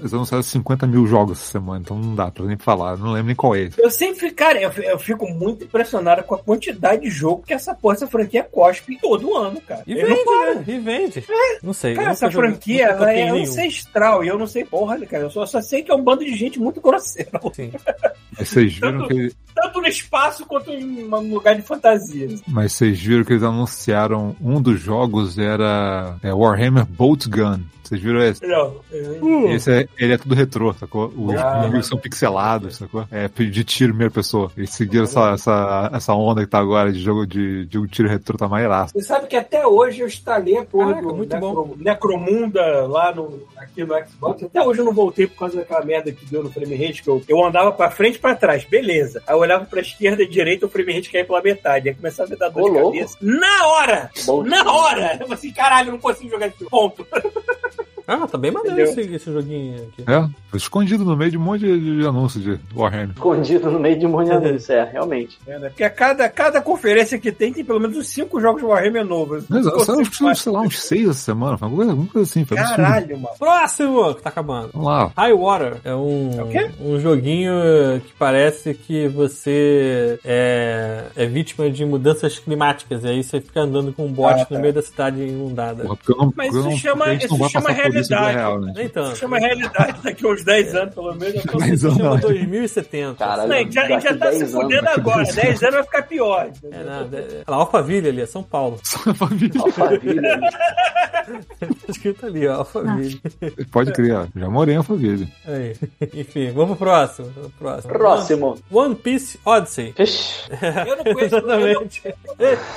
S5: eles anunciaram 50 mil jogos essa semana, então não dá pra nem falar, não lembro nem qual é.
S2: Eu sempre, cara, eu, eu fico muito impressionado com a quantidade de jogo que essa porra, essa franquia cospe todo ano, cara.
S3: E
S2: Eu não
S3: vende,
S2: paro.
S3: né? E vende. Não sei. eu
S2: Cara,
S3: nunca
S2: essa
S3: joguei-
S2: franquia
S3: nunca
S2: ela
S3: toquei
S2: é
S3: em nenhum.
S2: ancestral e eu não sei porra, cara. Eu só, só sei que é um bando de gente muito grosseira.
S3: Sim.
S5: Mas vocês viram
S2: Tanto-
S5: que
S2: Tanto no espaço quanto em um lugar de fantasia.
S5: Mas vocês viram que eles anunciaram um dos jogos era é, Warhammer Bolt Gun. Vocês viram esse?
S2: Não, eu-
S5: Esse é, ele é tudo retrô, sacou? Os
S2: Ah.
S5: inimigos são pixelados, sacou? É de tiro em primeira pessoa. Eles seguiram essa, essa, essa onda que tá agora de jogo de, de um tiro retrô tá maneiraço.
S2: Você sabe que até hoje eu instalei a porra
S3: Caraca,
S2: do
S3: muito bom.
S2: Necromunda lá no, aqui no Xbox. Até hoje eu não voltei por causa daquela merda que deu no frame rate, que eu, eu andava pra frente e pra trás, beleza. Aí eu olhava pra esquerda e direita, o frame rate caía pela metade. Aí começava a me dar dor
S4: Ô,
S2: de
S4: louco.
S2: cabeça. Na hora!
S4: Bom, tá
S2: Na hora! Eu falei assim, caralho, eu não consigo jogar esse ponto.
S3: Ah, tá bem maneiro esse,
S2: Entendeu?
S3: esse joguinho aqui.
S5: É, foi escondido no meio de um monte de, de anúncio de Warhammer.
S4: Escondido no meio de um monte de anúncio, é, realmente.
S2: né? Porque a cada, cada conferência que tem, tem pelo menos uns cinco jogos de Warhammer novos.
S5: Mas,
S2: Não
S5: sabe,
S2: consigo
S5: acho que são,
S2: mais.
S5: sei lá, uns seis essa semana, foi uma coisa, alguma coisa assim. Foi absurdo.
S2: Caralho, mano.
S3: Próximo, que tá acabando.
S5: Vamos lá.
S3: High Water é um,
S2: É o quê?
S3: um joguinho que parece que você é, é vítima de mudanças climáticas. E aí você fica andando com um bote
S2: Ah, tá.
S3: no meio da cidade inundada.
S5: Porra, porque eu não,
S2: Mas
S5: porque eu
S2: isso
S5: não,
S2: chama-
S5: a gente não
S2: isso
S5: vai
S2: chama
S5: passar por isso na
S2: realidade.
S5: real, né?
S3: Nem tanto.
S2: Isso chama realidade daqui a uns 10 anos, pelo menos. Eu tô-
S5: É. Mas-
S3: Se chama
S5: Não.
S3: 2070.
S4: Caralho.
S2: Não, a gente já, a gente já
S4: Daqui
S2: tá se
S4: 10 anos,
S2: fudendo
S5: daqui
S2: agora.
S5: 10
S2: 10 anos vai ficar pior. entendeu?
S3: É, nada, é, é lá, Alphaville ali, é São Paulo.
S5: Só a família.
S4: Alphaville.
S3: Tá escrito ali, ó, Alphaville.
S5: Pode criar. Já morei em Alphaville.
S3: Aí. Enfim, vamos pro próximo. vamos pro próximo.
S4: Próximo.
S3: One Piece Odyssey.
S4: Ixi,
S2: Eu não conheço. eu, não-
S3: Exatamente.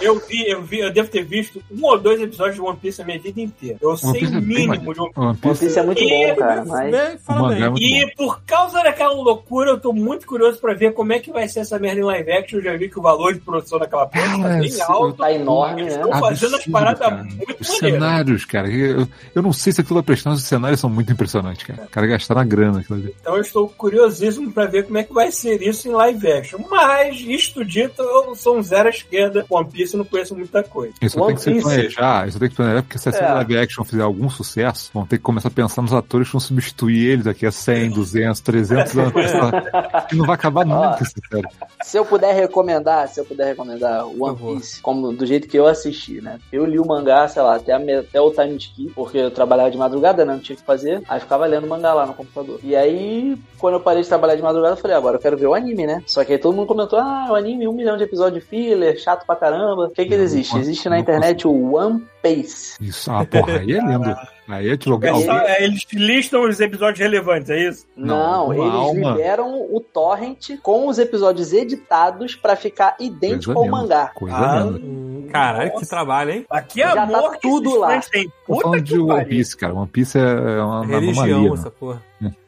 S2: eu vi, eu vi, eu devo ter visto um ou dois episódios de One Piece a minha vida inteira. Eu sei
S5: Piece é
S2: o
S5: bem
S2: mínimo
S5: maneiro.
S2: de One Piece.
S5: One
S4: One
S5: Piece
S4: Piece é muito bom, cara, mas...
S5: o
S3: Bem, né? fala
S5: mangá é
S3: bem.
S5: muito bom.
S2: E por causa daquela loucura, eu tô muito curioso pra ver como é que vai ser essa merda em live action. Eu já vi que o valor de produção daquela porra tá
S5: Cara,
S2: bem
S5: esse-
S2: alto.
S4: Tá enorme,
S2: Eles
S4: né?
S2: estão fazendo as
S5: Absurdo,
S2: paradas
S5: cara.
S2: muito
S5: Os
S2: maneiras.
S5: cenários, cara. Eu, eu não sei se aquilo é prestando, os cenários são muito impressionantes, cara. O cara gastaram a grana aquilo ali.
S2: Então eu estou curiosíssimo pra ver como é que vai ser isso em live action. Mas, isto dito, eu sou um zero à esquerda. com One Piece eu não conheço muita coisa.
S5: Isso
S4: One
S5: tem que se
S4: Piece.
S5: planejar, isso tem que planejar, porque se essa
S4: É.
S5: live action fizer algum sucesso, vão ter que começar a pensar nos atores que vão substituir ele daqui a 100, 200,
S2: É.
S5: 300 anos. Essa- que não vai
S2: Ah.
S5: acabar nunca essa série.
S4: Se eu puder recomendar, se eu puder recomendar One
S3: favor.
S4: Piece, como do jeito que eu assisti, né? Eu li o mangá, sei lá, até, a me- até o time skip, porque eu trabalhava de madrugada, né? Não tinha o que fazer. Aí ficava lendo mangá lá no computador. E aí, quando eu parei de trabalhar de madrugada, eu falei, "Ah, agora eu quero ver o anime, né? Só que aí todo mundo comentou, ah, o anime, um milhão de episódios de filler, chato pra caramba. O que que ele
S5: Não,
S4: existe?
S5: não
S4: Existe na
S5: consigo.
S4: internet o One Piece.
S5: Isso, ah, porra, aí é lindo. Aí é te logar.
S2: É só- é, eles listam os episódios relevantes, é isso?
S5: Não,
S4: Não,
S5: uma
S4: eles
S5: alma.
S4: liberam o torrent com os episódios editados pra ficar idêntico ao
S5: linda.
S4: mangá.
S5: Coisa
S2: Ah,
S5: linda.
S3: Hum, Caralho, que trabalho, hein?
S2: Aqui é
S4: Já tá
S2: amor que
S4: tudo
S2: esses
S4: lá.
S2: fãs têm.
S5: Tô
S2: Puta
S5: falando de
S2: que
S5: One
S2: pariu.
S5: Piece, cara. One Piece é uma, uma
S3: Religião,
S5: anomalia. né?
S3: essa porra.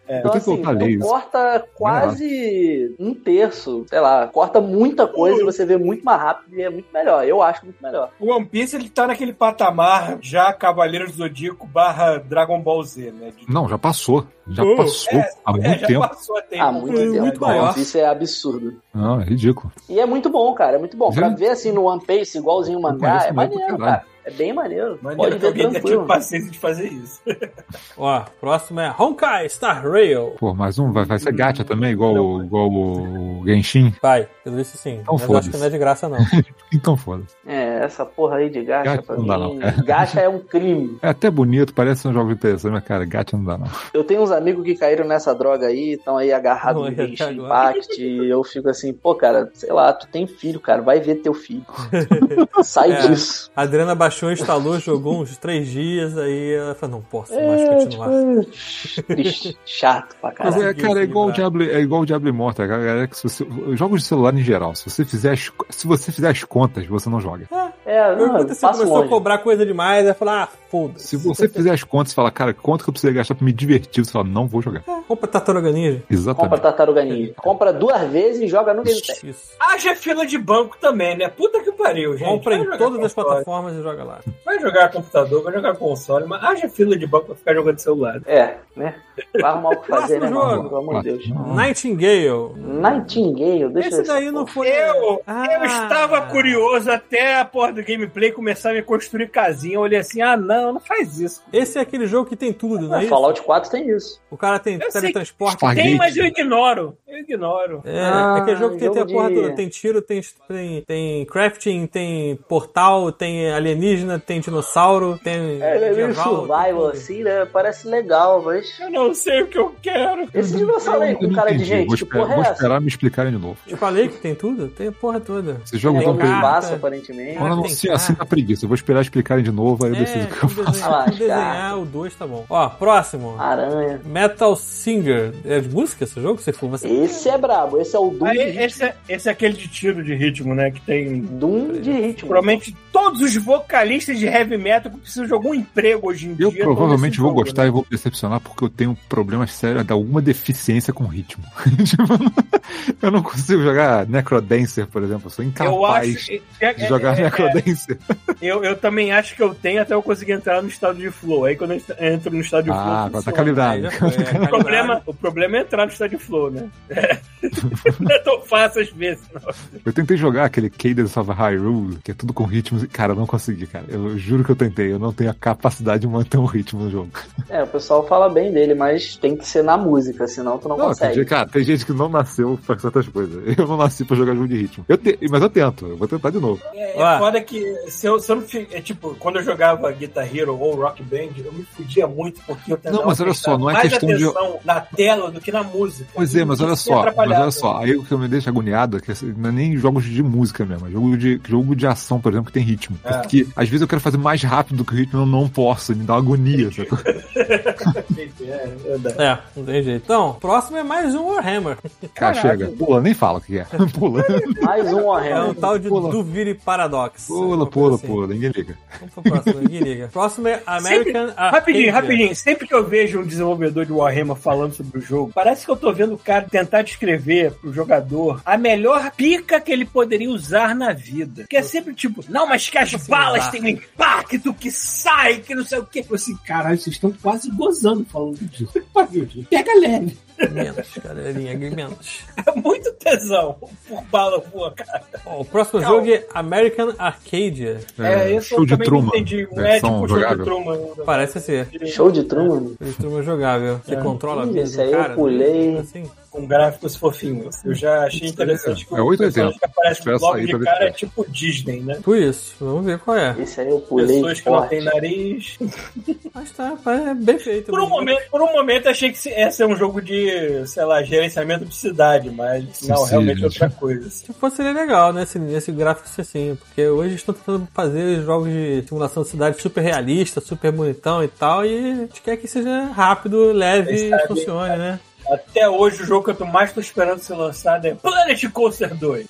S5: Eu
S2: É,
S5: tenho que voltar a
S2: assim,
S5: ler
S4: então
S5: isso. é
S4: corta quase um terço, sei lá, corta muita coisa e você vê muito mais rápido e é muito melhor. Eu acho muito melhor.
S2: O One Piece ele tá naquele patamar já Cavaleiro do Zodíaco barra Dragon Ball Z, né? De-
S5: Não, já passou. Já
S3: Oh,
S5: passou há muito
S2: É, já
S5: tempo.
S2: passou a tempo.
S4: Há Ah, muito
S3: muito
S4: tempo.
S3: maior.
S4: Nossa, Isso é absurdo.
S5: Não, é ridículo.
S4: E é muito bom, cara. É muito bom. Pra
S5: Gente.
S4: ver assim no One Piece, igualzinho o mangá,
S5: Parece
S4: é
S5: maneiro
S4: maneiro,
S5: pra caralho.
S4: cara. É bem maneiro.
S2: Maneiro
S4: Pode
S2: que
S4: ver
S2: alguém tá tenha
S4: tranquilo.
S2: tido paciência de fazer isso.
S3: Ó, próximo é Honkai Star Rail.
S5: Pô, mais um vai, vai ser gacha
S4: Uhum.
S5: também, igual, o- igual o Genshin.
S3: Vai, pelo visto sim.
S5: Então
S3: Mas eu acho
S5: foda-se.
S3: que não é de graça, não.
S5: Então foda.
S4: É, essa porra aí de gacha,
S5: Gacha
S4: pra
S5: não
S4: mim.
S5: dá, não.
S4: Gacha é um crime.
S5: É até bonito, parece ser um jogo interessante, mas cara, gacha não dá não.
S4: Eu tenho uns amigos que caíram nessa droga aí, estão aí agarrados no
S3: Olha,
S4: Genshin
S3: agora.
S4: Impact. E eu fico assim, pô, cara, sei lá, tu tem filho, cara. Vai ver teu filho. Sai
S3: É.
S4: disso.
S3: A Adriana baixou, instalou, jogou uns três dias, aí ela falou, não posso mais
S4: É, tipo,
S3: continuar.
S4: Triste, chato pra
S5: Mas
S4: caralho.
S5: é, cara, é igual o
S3: equilibrar.
S5: Diablo, é igual o Diablo Immortal, cara. É que se você, jogos de celular em geral, se você fizer as, se você fizer as contas, você não joga.
S4: É,
S3: O que
S4: não, eu
S3: aconteceu?
S4: passo
S3: Começou a
S4: longe.
S3: cobrar coisa demais, aí falar, ah, foda-se.
S5: Se você fizer as contas e falar, cara, quanto que eu preciso gastar pra me divertir, você fala, não vou jogar.
S4: Ah,
S3: Compra Tataruga Ninja.
S4: Compra
S5: Exatamente.
S4: tartaruga ninja. Compra duas vezes e joga no Game Pass.
S3: Isso.
S2: Haja fila de banco também, né? Puta que pariu, gente.
S3: Compra
S2: Vai
S3: em
S2: jogar
S3: todas as
S2: console,
S3: plataformas e joga lá.
S2: Vai jogar computador, vai jogar console, mas haja fila de banco pra ficar jogando celular.
S4: É, né? Vai arrumar o que fazer, né,
S3: Próximo
S4: mano?
S3: jogo.
S4: Pelo amor de Deus.
S5: Não.
S3: Nightingale.
S4: Nightingale, Hum. deixa
S3: Esse
S4: eu ver
S3: daí
S4: essa
S3: não
S4: porra.
S3: foi.
S2: Eu, eu
S3: Ah.
S2: estava curioso até a porra do gameplay começar a me construir casinha. Eu olhei assim, ah não, não faz isso.
S3: Esse é aquele jogo que tem tudo, não é
S4: Ah,
S3: isso?
S4: Fallout 4 tem isso.
S3: O cara tem
S2: Eu sei.
S3: teletransporte.
S5: Spaghetti.
S2: Tem, mas eu ignoro. Eu ignoro.
S3: É,
S4: Ah,
S3: é aquele jogo que tem, tem a
S4: jogo
S3: porra
S4: de-
S3: toda. Tem tiro, tem, tem, tem crafting, tem portal, tem alienígena, tem dinossauro, tem.
S4: É, ele é meio
S3: medieval, tem
S4: survival,
S3: tudo.
S4: assim, né? Parece legal, mas.
S2: Eu não sei o que eu quero.
S4: Esse dinossauro aí
S5: Eu
S4: com
S5: não
S4: cara de
S5: entendi,
S4: gente,
S5: vou
S4: que
S5: esperar,
S4: porra é
S5: vou
S4: essa?
S5: esperar me explicarem de novo.
S3: Te falei que tem tudo? Tem a porra toda.
S5: Esse jogo
S3: É,
S4: Tem
S5: tão
S4: um
S3: cara,
S5: perdido.
S4: cabaço,
S3: tá.
S4: aparentemente.
S5: Quando eu não
S3: tem
S5: sei assim
S3: cara.
S5: tá preguiça, eu vou esperar explicar de novo, aí eu
S3: É,
S5: decido o que eu
S3: como
S5: faço.
S3: desenhar, como
S4: Ah,
S3: desenhar o 2 tá bom. Ó, próximo.
S4: Aranha.
S3: Metal Singer. É de música esse jogo? que Você falou? Você...
S4: Esse é brabo, esse é o Doom,
S2: Aí,
S4: de-
S2: esse, é, esse é aquele de tiro de ritmo, né? Que tem.
S4: Doom de ritmo.
S2: Provavelmente todos os vocalistas de heavy metal que precisam de algum emprego hoje em dia.
S5: Eu
S2: estão
S5: provavelmente
S2: nesse
S5: vou
S2: jogo,
S5: gostar
S2: né?
S5: e vou me decepcionar porque eu tenho problemas sérios de alguma deficiência com ritmo. Tipo, eu não consigo jogar Necrodancer, por exemplo. Eu sou
S2: Eu
S5: incapaz
S2: acho. é- é-
S5: de jogar
S2: é- é-
S5: Necrodancer.
S2: Eu, eu também acho que eu tenho até eu conseguir entrar no estado de flow. Aí quando eu est- entro no estado de flow.
S5: Ah, agora tá
S2: funciona.
S5: calibrado.
S3: Aí já foi, é,
S2: O
S3: calibrado.
S2: problema, o problema é entrar no estado de flow, né? não é tão fácil às vezes, né? não.
S5: Eu tentei jogar aquele Cadence of Hyrule, que é tudo com ritmos. e, Cara, eu não consegui, cara. Eu juro que eu tentei. Eu não tenho a capacidade de manter um ritmo no jogo.
S4: É, o pessoal fala bem dele, mas tem que ser na música, senão tu não,
S5: Não, tem
S4: consegue.
S5: gente, cara, tem gente que não nasceu pra certas coisas. Eu não nasci pra jogar jogo de ritmo. Eu te- Mas eu tento. Eu vou tentar de novo.
S2: É,
S3: Ó.
S2: é foda que se eu, se eu não fi- é tipo, quando eu jogava Guitar Hero ou Rock Band, eu me fudia muito porque eu tentava
S5: Não, mas olha
S2: prestar
S5: só, não é
S2: mais
S5: questão de-
S2: atenção na tela do que na música.
S5: Pois é, mas
S2: Isso
S5: olha
S2: me
S5: só, mas
S2: atrapalhava.
S5: olha só, aí o que me deixa agoniado é que assim, não é nem jogos de música mesmo, é jogo de, jogo de ação, por exemplo, que tem ritmo.
S2: É.
S5: Porque às vezes eu quero fazer mais rápido do que o ritmo, eu não posso, me dá uma agonia. sacou?
S2: É, verdade.
S3: É, não tem jeito. Então, próximo é mais um Warhammer.
S5: Cara, chega, pula, nem fala o que é. Pula,
S4: Mais um
S3: É um
S4: Warhammer.
S3: tal de
S5: Pula.
S3: Duviri Paradox.
S5: pula,
S3: Alguma
S5: pula,
S3: coisa
S2: assim.
S5: pula, ninguém liga.
S3: Vamos pro próximo, ninguém liga. Próximo é American Arcadia.
S2: Rapidinho, rapidinho. Sempre que eu vejo um desenvolvedor de Warhammer falando sobre o jogo, parece que eu tô vendo o cara tentar descrever pro jogador a melhor pica que ele poderia usar na vida. Que é sempre tipo, não, mas que as balas têm um impacto que sai, que não sei o quê. Eu assim, caralho, vocês estão quase gozando falando disso. Pariu, gente. Pega leve.
S3: Menos, galerinha, menos.
S2: É muito tesão por bala boa, cara.
S3: Ó, o próximo
S2: Calma.
S3: jogo é American Arcadia.
S2: É,
S5: É,
S2: eu também não entendi. Não é
S5: versão
S2: tipo show de
S5: jogável.
S2: truma. né?
S3: Parece ser.
S4: Show de Truman.
S3: Ele turma jogável. Você controla a
S4: Ih,
S3: vida
S4: esse
S3: do
S4: aí eu
S3: cara? né?
S4: pulei.
S3: Assim?
S2: com gráficos fofinhos. Eu já achei interessante que
S5: É 880.
S2: que aparece
S5: Espera
S2: logo
S5: sair pra
S2: de
S5: ver
S2: cara
S5: se
S2: é tipo Disney, né?
S3: Por isso, vamos ver qual é.
S4: Esse aí eu pulei.
S2: Pessoas que não
S4: forte.
S2: têm nariz.
S3: Mas tá, é bem feito.
S2: Por um momento, por um momento achei que esse é um jogo de, sei lá, gerenciamento de cidade, mas não,
S5: Sim, né?
S2: realmente é
S5: gente.
S2: outra coisa. assim.
S3: Se fosse seria legal, né? Esse, esse gráfico ser assim, porque hoje eles estão tentando fazer jogos de simulação de cidade super realista, super bonitão e tal, e a gente quer que seja rápido, leve
S2: Eles
S3: e
S2: sabem,
S3: funcione, né?
S2: Até hoje o jogo que eu tô mais tô esperando ser lançado é Planet Coaster 2.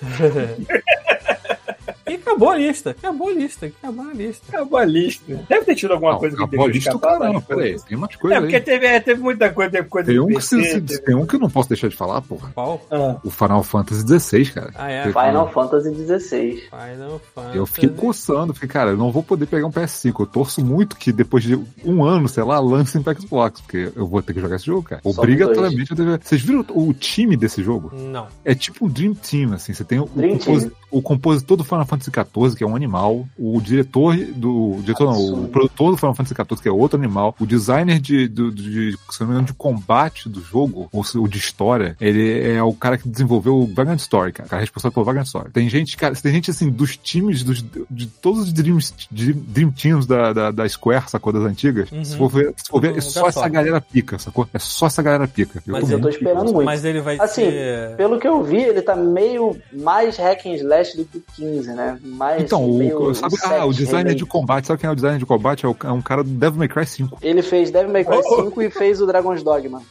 S3: e acabou a lista, acabou a lista, acabou a lista.
S2: Acabou a lista. Deve ter tido alguma
S5: Não,
S2: coisa que
S5: acabou a
S2: teve
S5: lista do caramba, peraí, tem umas
S2: É,
S5: coisas
S2: porque é
S5: aí.
S2: teve, teve muita coisa, teve coisa
S5: Tem
S2: de
S5: um, que
S2: PC,
S5: se- se-
S2: teve-
S5: tem um que eu não posso deixar de falar, porra.
S3: Qual?
S2: Ah,
S5: O Final Fantasy XVI, cara.
S3: Ah, é.
S5: Eu-
S4: Final Fantasy XVI.
S3: Final Fantasy.
S5: Eu fiquei coçando, porque, cara, eu não vou poder pegar um PS5. Eu torço muito que depois de um ano, sei lá, lancem pra Xbox, porque eu vou ter que jogar esse jogo, cara.
S4: Somos
S5: Obrigatoriamente eu tenho que jogar. Vocês viram o o time desse jogo?
S3: Não.
S5: É tipo um Dream Team, assim. Você tem o,
S4: Dream
S5: compos-
S4: Team.
S5: o compositor do Final Fantasy XIV, que é um animal, o diretor do. o diretor não, o
S4: Absurdo.
S5: produtor do Final Fantasy XIV, que é outro animal, o designer de, do- de, se não me engano, de combate do jogo, ou, se- ou de história, ele é o cara que desenvolveu o Vagrant Story, cara. O cara responsável pelo Vagrant Story. Tem gente, cara, tem gente assim, dos times, dos, de todos os dreams- de- Dream, Teams da, da, da Square, sacou? Das antigas.
S3: Uhum.
S5: Se for ver, se for ver é
S3: Um
S5: só
S3: lugar
S5: essa
S3: só.
S5: galera pica, sacou? É só essa galera pica.
S3: Mas
S5: tô
S4: Eu tô
S5: muito
S4: esperando muito.
S3: Mas ele vai
S4: Assim,
S3: ser.
S4: Pelo que eu vi, ele tá meio mais hack and slash do que o 15, né? Mais
S5: Então,
S4: meio
S5: o, sabe, ah, o
S4: set
S5: designer
S4: remake.
S5: de combate, sabe quem é o designer de combate? É, o- é um cara do Devil May Cry 5.
S4: Ele fez Devil May
S2: Oh!
S4: Cry 5 e fez o Dragon's Dogma.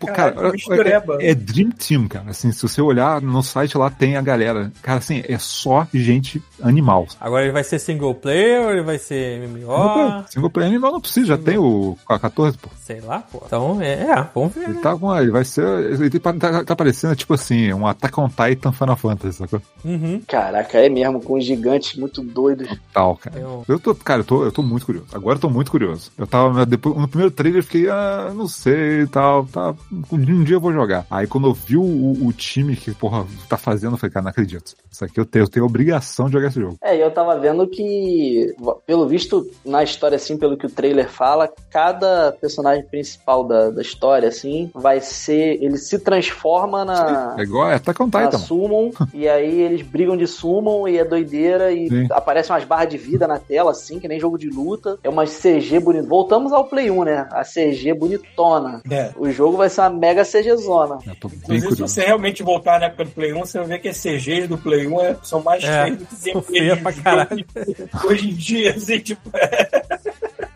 S5: Pô,
S2: Caralho,
S5: cara,
S2: que mistureba.
S5: é, é Dream Team, cara. Assim, se você olhar no site lá, tem a galera. Cara, assim, é só gente animal.
S3: Agora ele vai ser single player ou ele vai ser MMO?
S5: Single, single player animal não precisa, já tem o K14, pô.
S3: Sei lá, pô. Então, é, é vamos ver.
S5: Ele
S3: né?
S5: tá com. Ele vai ser. Ele tá, tá, tá parecendo, tipo assim, um Attack on Titan Final Fantasy, sacou?
S3: Uhum.
S4: Caraca, é mesmo, com os gigantes muito doidos.
S5: Tal, cara.
S3: É um-
S5: Eu tô, cara, eu tô, eu tô muito curioso. Agora eu tô muito curioso. Eu tava, né, depois, no primeiro trailer eu fiquei, ah, não sei e tal, tá, um dia eu vou jogar. Aí quando eu vi o, o time que, porra, tá fazendo, eu falei, cara, não acredito. Isso aqui eu tenho, eu tenho a obrigação de jogar esse jogo.
S4: É, e eu tava vendo que, pelo visto, na história, assim, pelo que o trailer fala, cada personagem principal da, da história, assim, vai ser. Ele se transforma na.
S5: É igual, é Attack on
S4: na
S5: Titan.
S4: Summon, e aí eles brigam de Summon e é doideira e
S5: Sim.
S4: aparecem umas barras de vida na tela, assim, que nem jogo de luta. É uma CG bonita. Voltamos ao Play 1, né? A CG bonitona.
S2: é.
S4: O jogo vai ser uma mega CGzona.
S5: Eu tô bem
S2: Inclusive, se
S5: curioso.
S2: você realmente voltar na época do Play 1, você vai ver que as CGs do Play 1 é- são mais
S3: É,
S2: feias do que
S3: são
S2: sempre
S3: feias pra caralho.
S2: Hoje em dia, assim, tipo,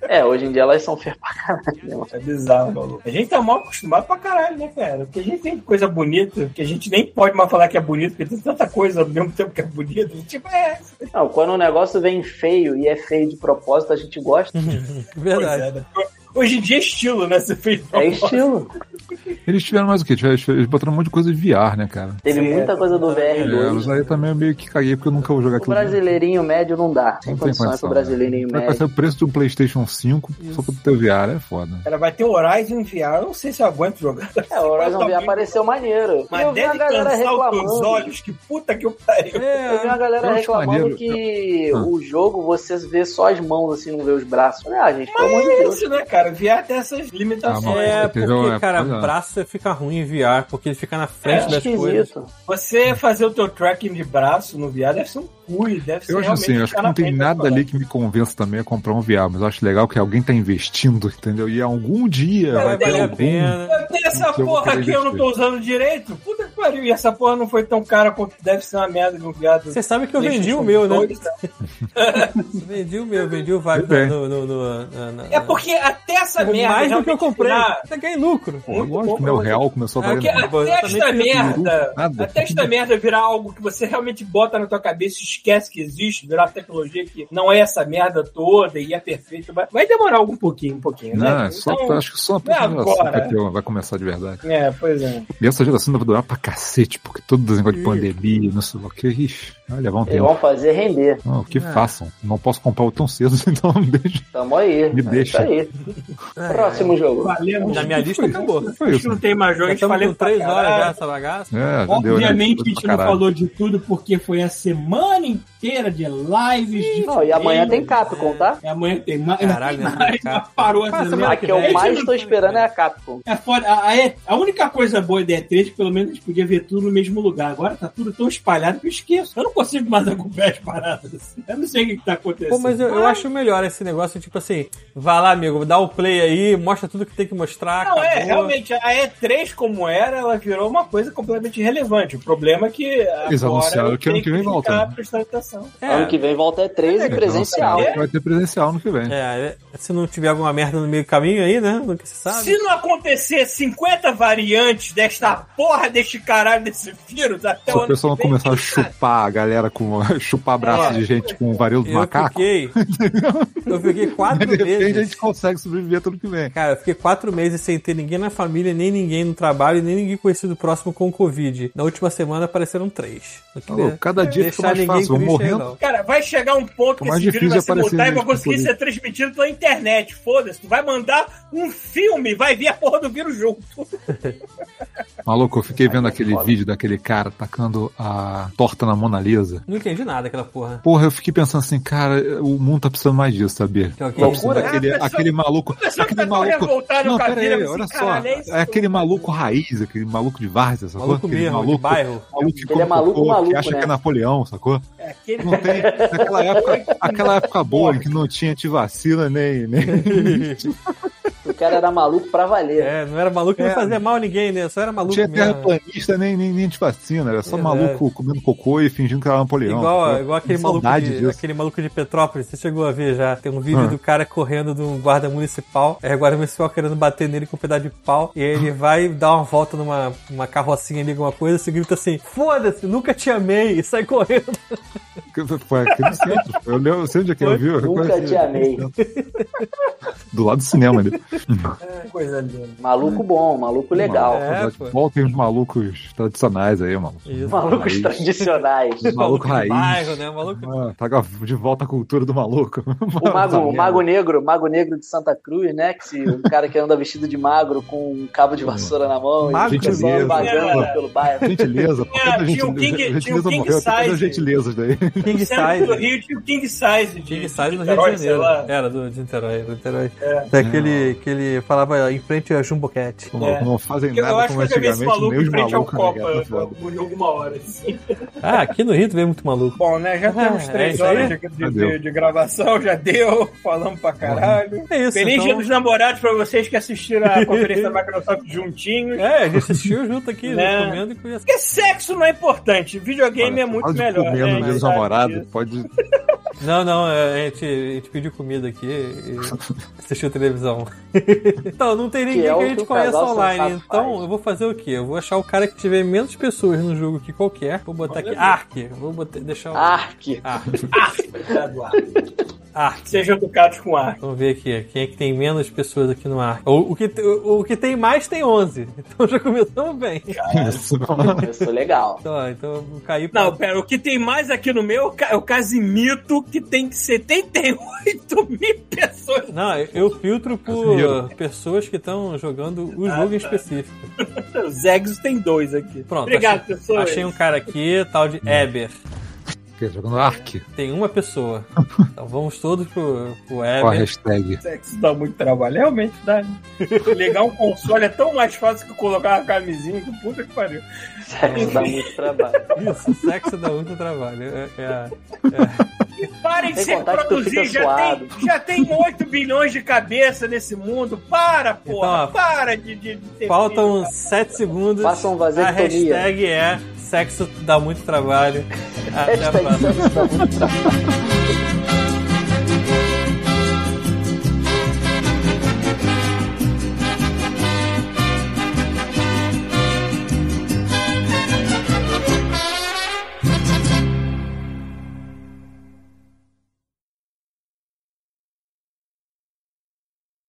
S4: É, hoje em dia elas são feias pra
S2: é bizarro, maluco. A gente tá mal acostumado pra caralho, né, cara? Porque a gente tem coisa bonita, que a gente nem pode mais falar que é bonito, porque tem tanta coisa ao mesmo tempo que é bonita. Tipo, é.
S4: Não, quando o negócio vem feio e é feio de propósito, a gente gosta.
S3: Verdade.
S2: Pois é, né? Hoje em dia é estilo, né? Você fez
S4: É estilo.
S5: Eles tiveram mais o quê? Tiveram- Eles botaram um monte de coisa de VR, né, cara?
S4: Teve
S8: Sim,
S4: muita
S8: é,
S4: coisa do
S5: É,
S4: VR2.
S5: mas aí também eu meio que caguei porque eu nunca vou jogar
S4: O
S5: aquilo.
S4: brasileirinho médio não dá. Sem
S5: Não tem
S4: condições
S5: condição, né?
S4: pro brasileirinho
S5: Vai ser
S4: médio.
S5: o preço de um PlayStation 5 só pra ter o VR, é foda.
S2: Cara, vai ter Horizon VR, eu não sei se eu aguento jogar.
S4: É, o Horizon VR apareceu maneiro. E eu
S2: Mas
S4: vi a
S2: deve
S4: galera
S2: cansar os teus
S4: reclamando.
S2: olhos, que puta que é, eu pariu.
S3: É,
S4: Eu vi uma
S5: Eu
S4: galera
S5: acho
S4: reclamando
S5: maneiro.
S4: que
S5: Ah.
S4: o jogo você vê só as mãos assim, não vê os braços. Ah, gente, pelo amor de
S2: É
S4: Deus.
S2: isso, né, cara? VR tem essas limitações.
S5: Ah, mas-
S3: É,
S5: Você teve uma-
S3: porque, cara,
S5: pois é.
S3: o braço fica ruim em VR, porque ele fica na
S4: É
S3: frente das coisas.
S4: esquisito.
S2: Você fazer o teu tracking de braço no VR deve ser um cu, e deve ser
S5: Eu acho
S2: realmente um
S5: assim, eu acho
S2: ficar
S5: que não
S2: na
S5: tem
S2: frente da
S5: nada
S2: parada.
S5: ali que me convença também a comprar um VR, mas eu acho legal que alguém tá investindo, entendeu? E algum dia
S3: Vai
S5: vai ter
S3: valer a
S5: algum.
S3: pena.
S2: Eu tenho essa
S5: Que eu vou
S2: porra
S5: querer
S2: aqui, eu não tô usando direito. Puta que pariu. E essa porra não foi tão cara quanto deve ser uma merda de um viado.
S3: Você sabe que eu vendi o meu, né? Vendi o meu, vendi o Vibe
S5: Bem.
S3: no, no, no- na- na-
S2: É porque até essa merda.
S3: mais do que eu
S2: realmente
S3: comprei.
S2: virar-
S3: Até ganhei lucro.
S5: Pô, lógico, que meu real começou a
S3: Ah,
S5: valer.
S3: que-
S5: nada.
S3: Pô, eu
S2: Até
S3: também
S2: esta
S3: fiz
S2: merda.
S5: nada.
S2: Até esta merda virar algo que você realmente bota na tua cabeça e esquece que existe, virar tecnologia que não é essa merda toda e é perfeito. Vai, vai demorar algum pouquinho, um pouquinho,
S5: Não,
S2: né?
S5: é só,
S2: Então,
S5: acho que só a
S2: não é
S5: próxima geração
S2: agora.
S5: vai, ter uma- vai começar de verdade.
S2: É, pois é.
S5: E essa geração deve durar pra cacete, porque todo esse negócio de pandemia, não sei o que. Ixi, vai levar um
S4: Eles
S5: tempo.
S4: vão fazer render.
S5: Não, que façam. Não posso comprar o tão cedo, então deixa.
S4: Tamo aí.
S5: Me
S4: É
S5: deixa. É.
S4: Isso
S3: É,
S4: aí. Próximo jogo.
S2: Valeu.
S3: Na minha lista acabou.
S5: Foi
S8: Acho que
S5: isso.
S8: não tem mais jogo,
S3: Já
S8: a gente
S3: estamos
S8: falei
S3: com três
S8: pra
S3: horas
S8: caralho.
S3: já essa bagaça.
S5: É, já deu, né?
S8: Obviamente que a gente
S5: Pra
S8: não
S5: caralho.
S8: falou de tudo, porque foi a semana inteira de lives de.
S4: Não, e amanhã tem Capcom, tá?
S8: E amanhã tem mais.
S3: Caralho,
S8: tem
S3: né?
S8: mais, mas
S3: Capcom.
S8: parou
S3: Qual a
S8: essa
S3: semana
S8: semana.
S4: A que eu mais tô esperando é a Capcom.
S8: É foda. A, a, E- a única coisa boa da E3 que pelo menos a gente podia ver tudo no mesmo lugar. Agora tá tudo tão espalhado que eu esqueço. Eu não consigo mais acompanhar as paradas. assim. Eu não sei o que, que tá acontecendo.
S3: Pô, mas eu, eu acho melhor esse negócio, tipo assim, vai lá, amigo, dá o play aí, mostra tudo que tem que mostrar.
S2: Não, é,
S3: acabou.
S2: realmente, a E3 como era, ela virou uma coisa completamente irrelevante. O problema é que agora
S5: Eles anunciaram que ano
S2: tem
S5: que vem volta,
S2: ficar
S5: né?
S2: prestando atenção.
S3: É, então,
S4: Ano que vem volta é 13 presencial.
S5: Então, é, Vai ter presencial ano que vem.
S3: é, é, se não tiver alguma merda no meio do caminho aí, né? Nunca se sabe.
S2: Se não acontecer 50 variantes desta porra deste caralho desse vírus até
S5: Se
S2: o
S5: o
S2: ano
S5: pessoal não
S2: que vem,
S5: começar a
S2: quem sabe?
S5: chupar a galera com. chupar braço de gente com varíola do
S3: eu
S5: macaco,
S3: fiquei. eu fiquei
S5: de
S3: quatro
S5: repente a
S3: meses.
S5: gente consegue sobreviver tudo que vem.
S3: Cara, eu fiquei quatro meses sem ter ninguém na família, nem ninguém no trabalho, nem ninguém conhecido próximo com o Covid. Na última semana apareceram três. Não queria
S5: Falou, Tá cada dia fica
S3: É, deixar
S5: mais
S3: ninguém
S5: fácil, vou
S3: triste aí,
S5: morrendo.
S3: não.
S2: Cara, vai chegar um ponto que
S5: Mais
S2: esse vírus vai se
S5: difícil aparecer
S2: mutar e vai
S5: gente com
S2: conseguir
S5: Covid.
S2: ser transmitido pela internet. Foda-se, tu vai mandar um filme, vai vir a porra do vírus junto.
S5: Maluco, eu fiquei vendo aquele vídeo daquele cara tacando a torta na Mona Lisa.
S3: Não entendi nada aquela porra.
S5: Porra, eu fiquei pensando assim, cara, o mundo tá precisando mais disso, sabia?
S3: Que alguém-
S4: Loucura?
S5: Aquele,
S3: Ah,
S2: É, a pessoa-
S5: aquele maluco.
S2: pessoa que
S5: Aquele
S2: tá tão
S5: maluco.
S2: revoltada
S5: Não,
S2: com a
S5: pera
S2: vida,
S5: aí,
S2: mas,
S5: olha só.
S3: né?
S2: caralho, é isso?
S5: É aquele maluco raiz, aquele maluco de várzea, sacou?
S3: Maluco
S5: aquele
S3: mesmo, de bairro.
S5: Maluco que
S4: Ele é
S5: come
S4: maluco,
S5: cocô,
S4: maluco,
S5: que acha
S4: né? É,
S5: que é Napoleão, sacou?
S2: Aquele
S5: Não tem. Naquela época, aquela época boa em que não tinha antivacina nem. nem...
S4: O cara era maluco pra valer.
S3: É, não era maluco, não
S5: É.
S3: fazia mal a ninguém, né? Só era
S5: Não
S3: maluco
S5: tinha
S3: mesmo.
S5: terraplanista nem, nem, nem antivacina, era só
S3: É,
S5: maluco comendo cocô e fingindo que era Napoleão.
S3: Igual,
S5: sacou?
S3: igual aquele,
S5: Tem
S3: maluco
S5: saudade
S3: de,
S5: disso.
S3: aquele maluco de Petrópolis, você chegou a ver já. Tem um vídeo
S5: Ah.
S3: do cara correndo de um guarda municipal, é o guarda municipal querendo bater nele com um pedaço de pau, e aí ele vai dar uma volta numa uma carrocinha ali, alguma coisa, e grita assim: foda-se, nunca te amei, e sai correndo.
S5: Que- Foi aqui no centro. Eu lembro, eu sei onde é que eu vi. eu
S4: Nunca
S5: reconheci.
S4: te amei.
S5: Do lado do cinema ali.
S2: coisa linda.
S4: Maluco bom, maluco legal.
S3: É,
S5: Mas
S3: pô.
S5: Voltem os malucos tradicionais aí, mano.
S3: Isso.
S4: Malucos
S5: Aí.
S4: tradicionais.
S5: Maluco
S3: de
S5: raiz.
S3: bairro, né? Maluco
S5: Ah, tá de volta à cultura do maluco.
S4: O mago, o mago negro, o mago negro de Santa Cruz, né? Que se, o cara que anda vestido de magro com um cabo de vassoura na mão
S3: Mago
S4: e
S5: Gente
S4: só
S5: mesmo.
S4: vagando pelo bairro.
S5: Gentileza, por
S3: É,
S2: Tinha-
S5: que a gente,
S2: tinha um King-
S5: gentileza
S2: tinha um King
S5: morreu? Cadê
S2: Size.
S5: as gentilezas daí?
S3: King
S2: Saindo do
S3: Size.
S2: Rio tinha o King Size de
S3: King Size no Rio
S2: Niterói,
S3: de
S2: sei
S3: Janeiro.
S2: lá. É.
S3: Era do de Niterói, do Niterói. Daquele que ele falava em frente a Jumbo Cat.
S5: Não, não
S2: É.
S5: fazem
S2: Eu, eu
S5: nada
S2: acho
S5: como
S2: que eu já vi esse
S5: antigamente,
S2: maluco
S5: nem
S2: em
S5: os
S2: frente ao
S5: malucos.
S2: Copa
S5: né, cara? Tá foda.
S2: por alguma hora. assim.
S3: Ah, aqui no Rio tu vê muito maluco.
S2: Bom, né? Já
S3: Ah,
S2: temos
S3: é
S2: três
S3: isso aí?
S2: horas de, de-
S5: Já deu.
S2: de- de gravação, já deu. Falamos pra
S5: Uhum.
S2: caralho.
S3: É isso,
S2: Feliz dia
S3: então.
S2: dos namorados pra vocês que assistiram a conferência da Microsoft juntinhos.
S3: É, a gente assistiu junto aqui,
S2: Né?
S3: né? comendo e conhecendo.
S2: Porque sexo não é importante, videogame
S5: Olha,
S2: é muito
S5: fala de
S2: melhor.
S5: Comendo
S2: né?
S5: no dia dos
S2: Sabe
S5: namorados,
S2: disso.
S5: pode.
S3: Não, não, é, a gente, a gente pediu comida aqui e assistiu televisão. então, não tem
S4: Que
S3: ninguém que,
S4: é o
S3: a
S4: que
S3: gente
S4: o
S3: conhece
S4: casal
S3: online.
S4: sensato
S3: Então,
S4: faz.
S3: eu vou fazer o quê? Eu vou achar o cara que tiver menos pessoas no jogo que
S4: Ah.
S3: qualquer. Vou botar aqui. Ark. Vou botar, deixar o.
S4: Ark.
S3: Ark.
S2: Obrigado, Arthur.
S3: Ark.
S9: Sejam tocados com ar.
S3: Vamos ver aqui, quem é que tem menos pessoas aqui no Ark. O, o que, te- o, o que tem mais tem 11. Então já começamos bem.
S4: Começou legal.
S3: Então, ó, então eu caí pra...
S2: Não, pera, o que tem mais aqui no meu é o Ca- é o Casimito, que tem 78 mil pessoas.
S3: Não, eu- eu filtro por
S5: Casimiro.
S3: pessoas que estão jogando
S2: Ah,
S3: o jogo em
S2: tá.
S3: específico.
S2: O Zegos tem dois aqui.
S5: tá
S3: Pronto,
S2: Obrigado,
S3: achei,
S2: pessoas.
S3: achei um cara aqui, tal de Eber.
S5: Porque jogando Ark.
S3: Tem uma pessoa. Então vamos todos pro, pro
S5: Ó a
S3: Eber.
S5: hashtag.
S9: Isso dá muito trabalho, realmente dá. né? Ligar um console é tão mais fácil que colocar uma camisinha que puta que pariu.
S4: Sexo dá muito trabalho.
S3: Isso, sexo dá muito trabalho. É- é a-
S9: Parem de
S4: Sem
S9: se
S4: contar que tu
S9: reproduzir,
S4: fica
S9: já tem,
S4: suado.
S9: já tem 8 bilhões de cabeça nesse mundo. Para, porra,
S3: Então, ó,
S9: para de, de, de ter
S3: é. Faltam 7 segundos.
S4: Façam
S3: A
S4: vasectomia.
S3: hashtag é sexo dá muito trabalho. Até a
S4: Hashtag
S3: próxima.
S4: sexo dá muito trabalho.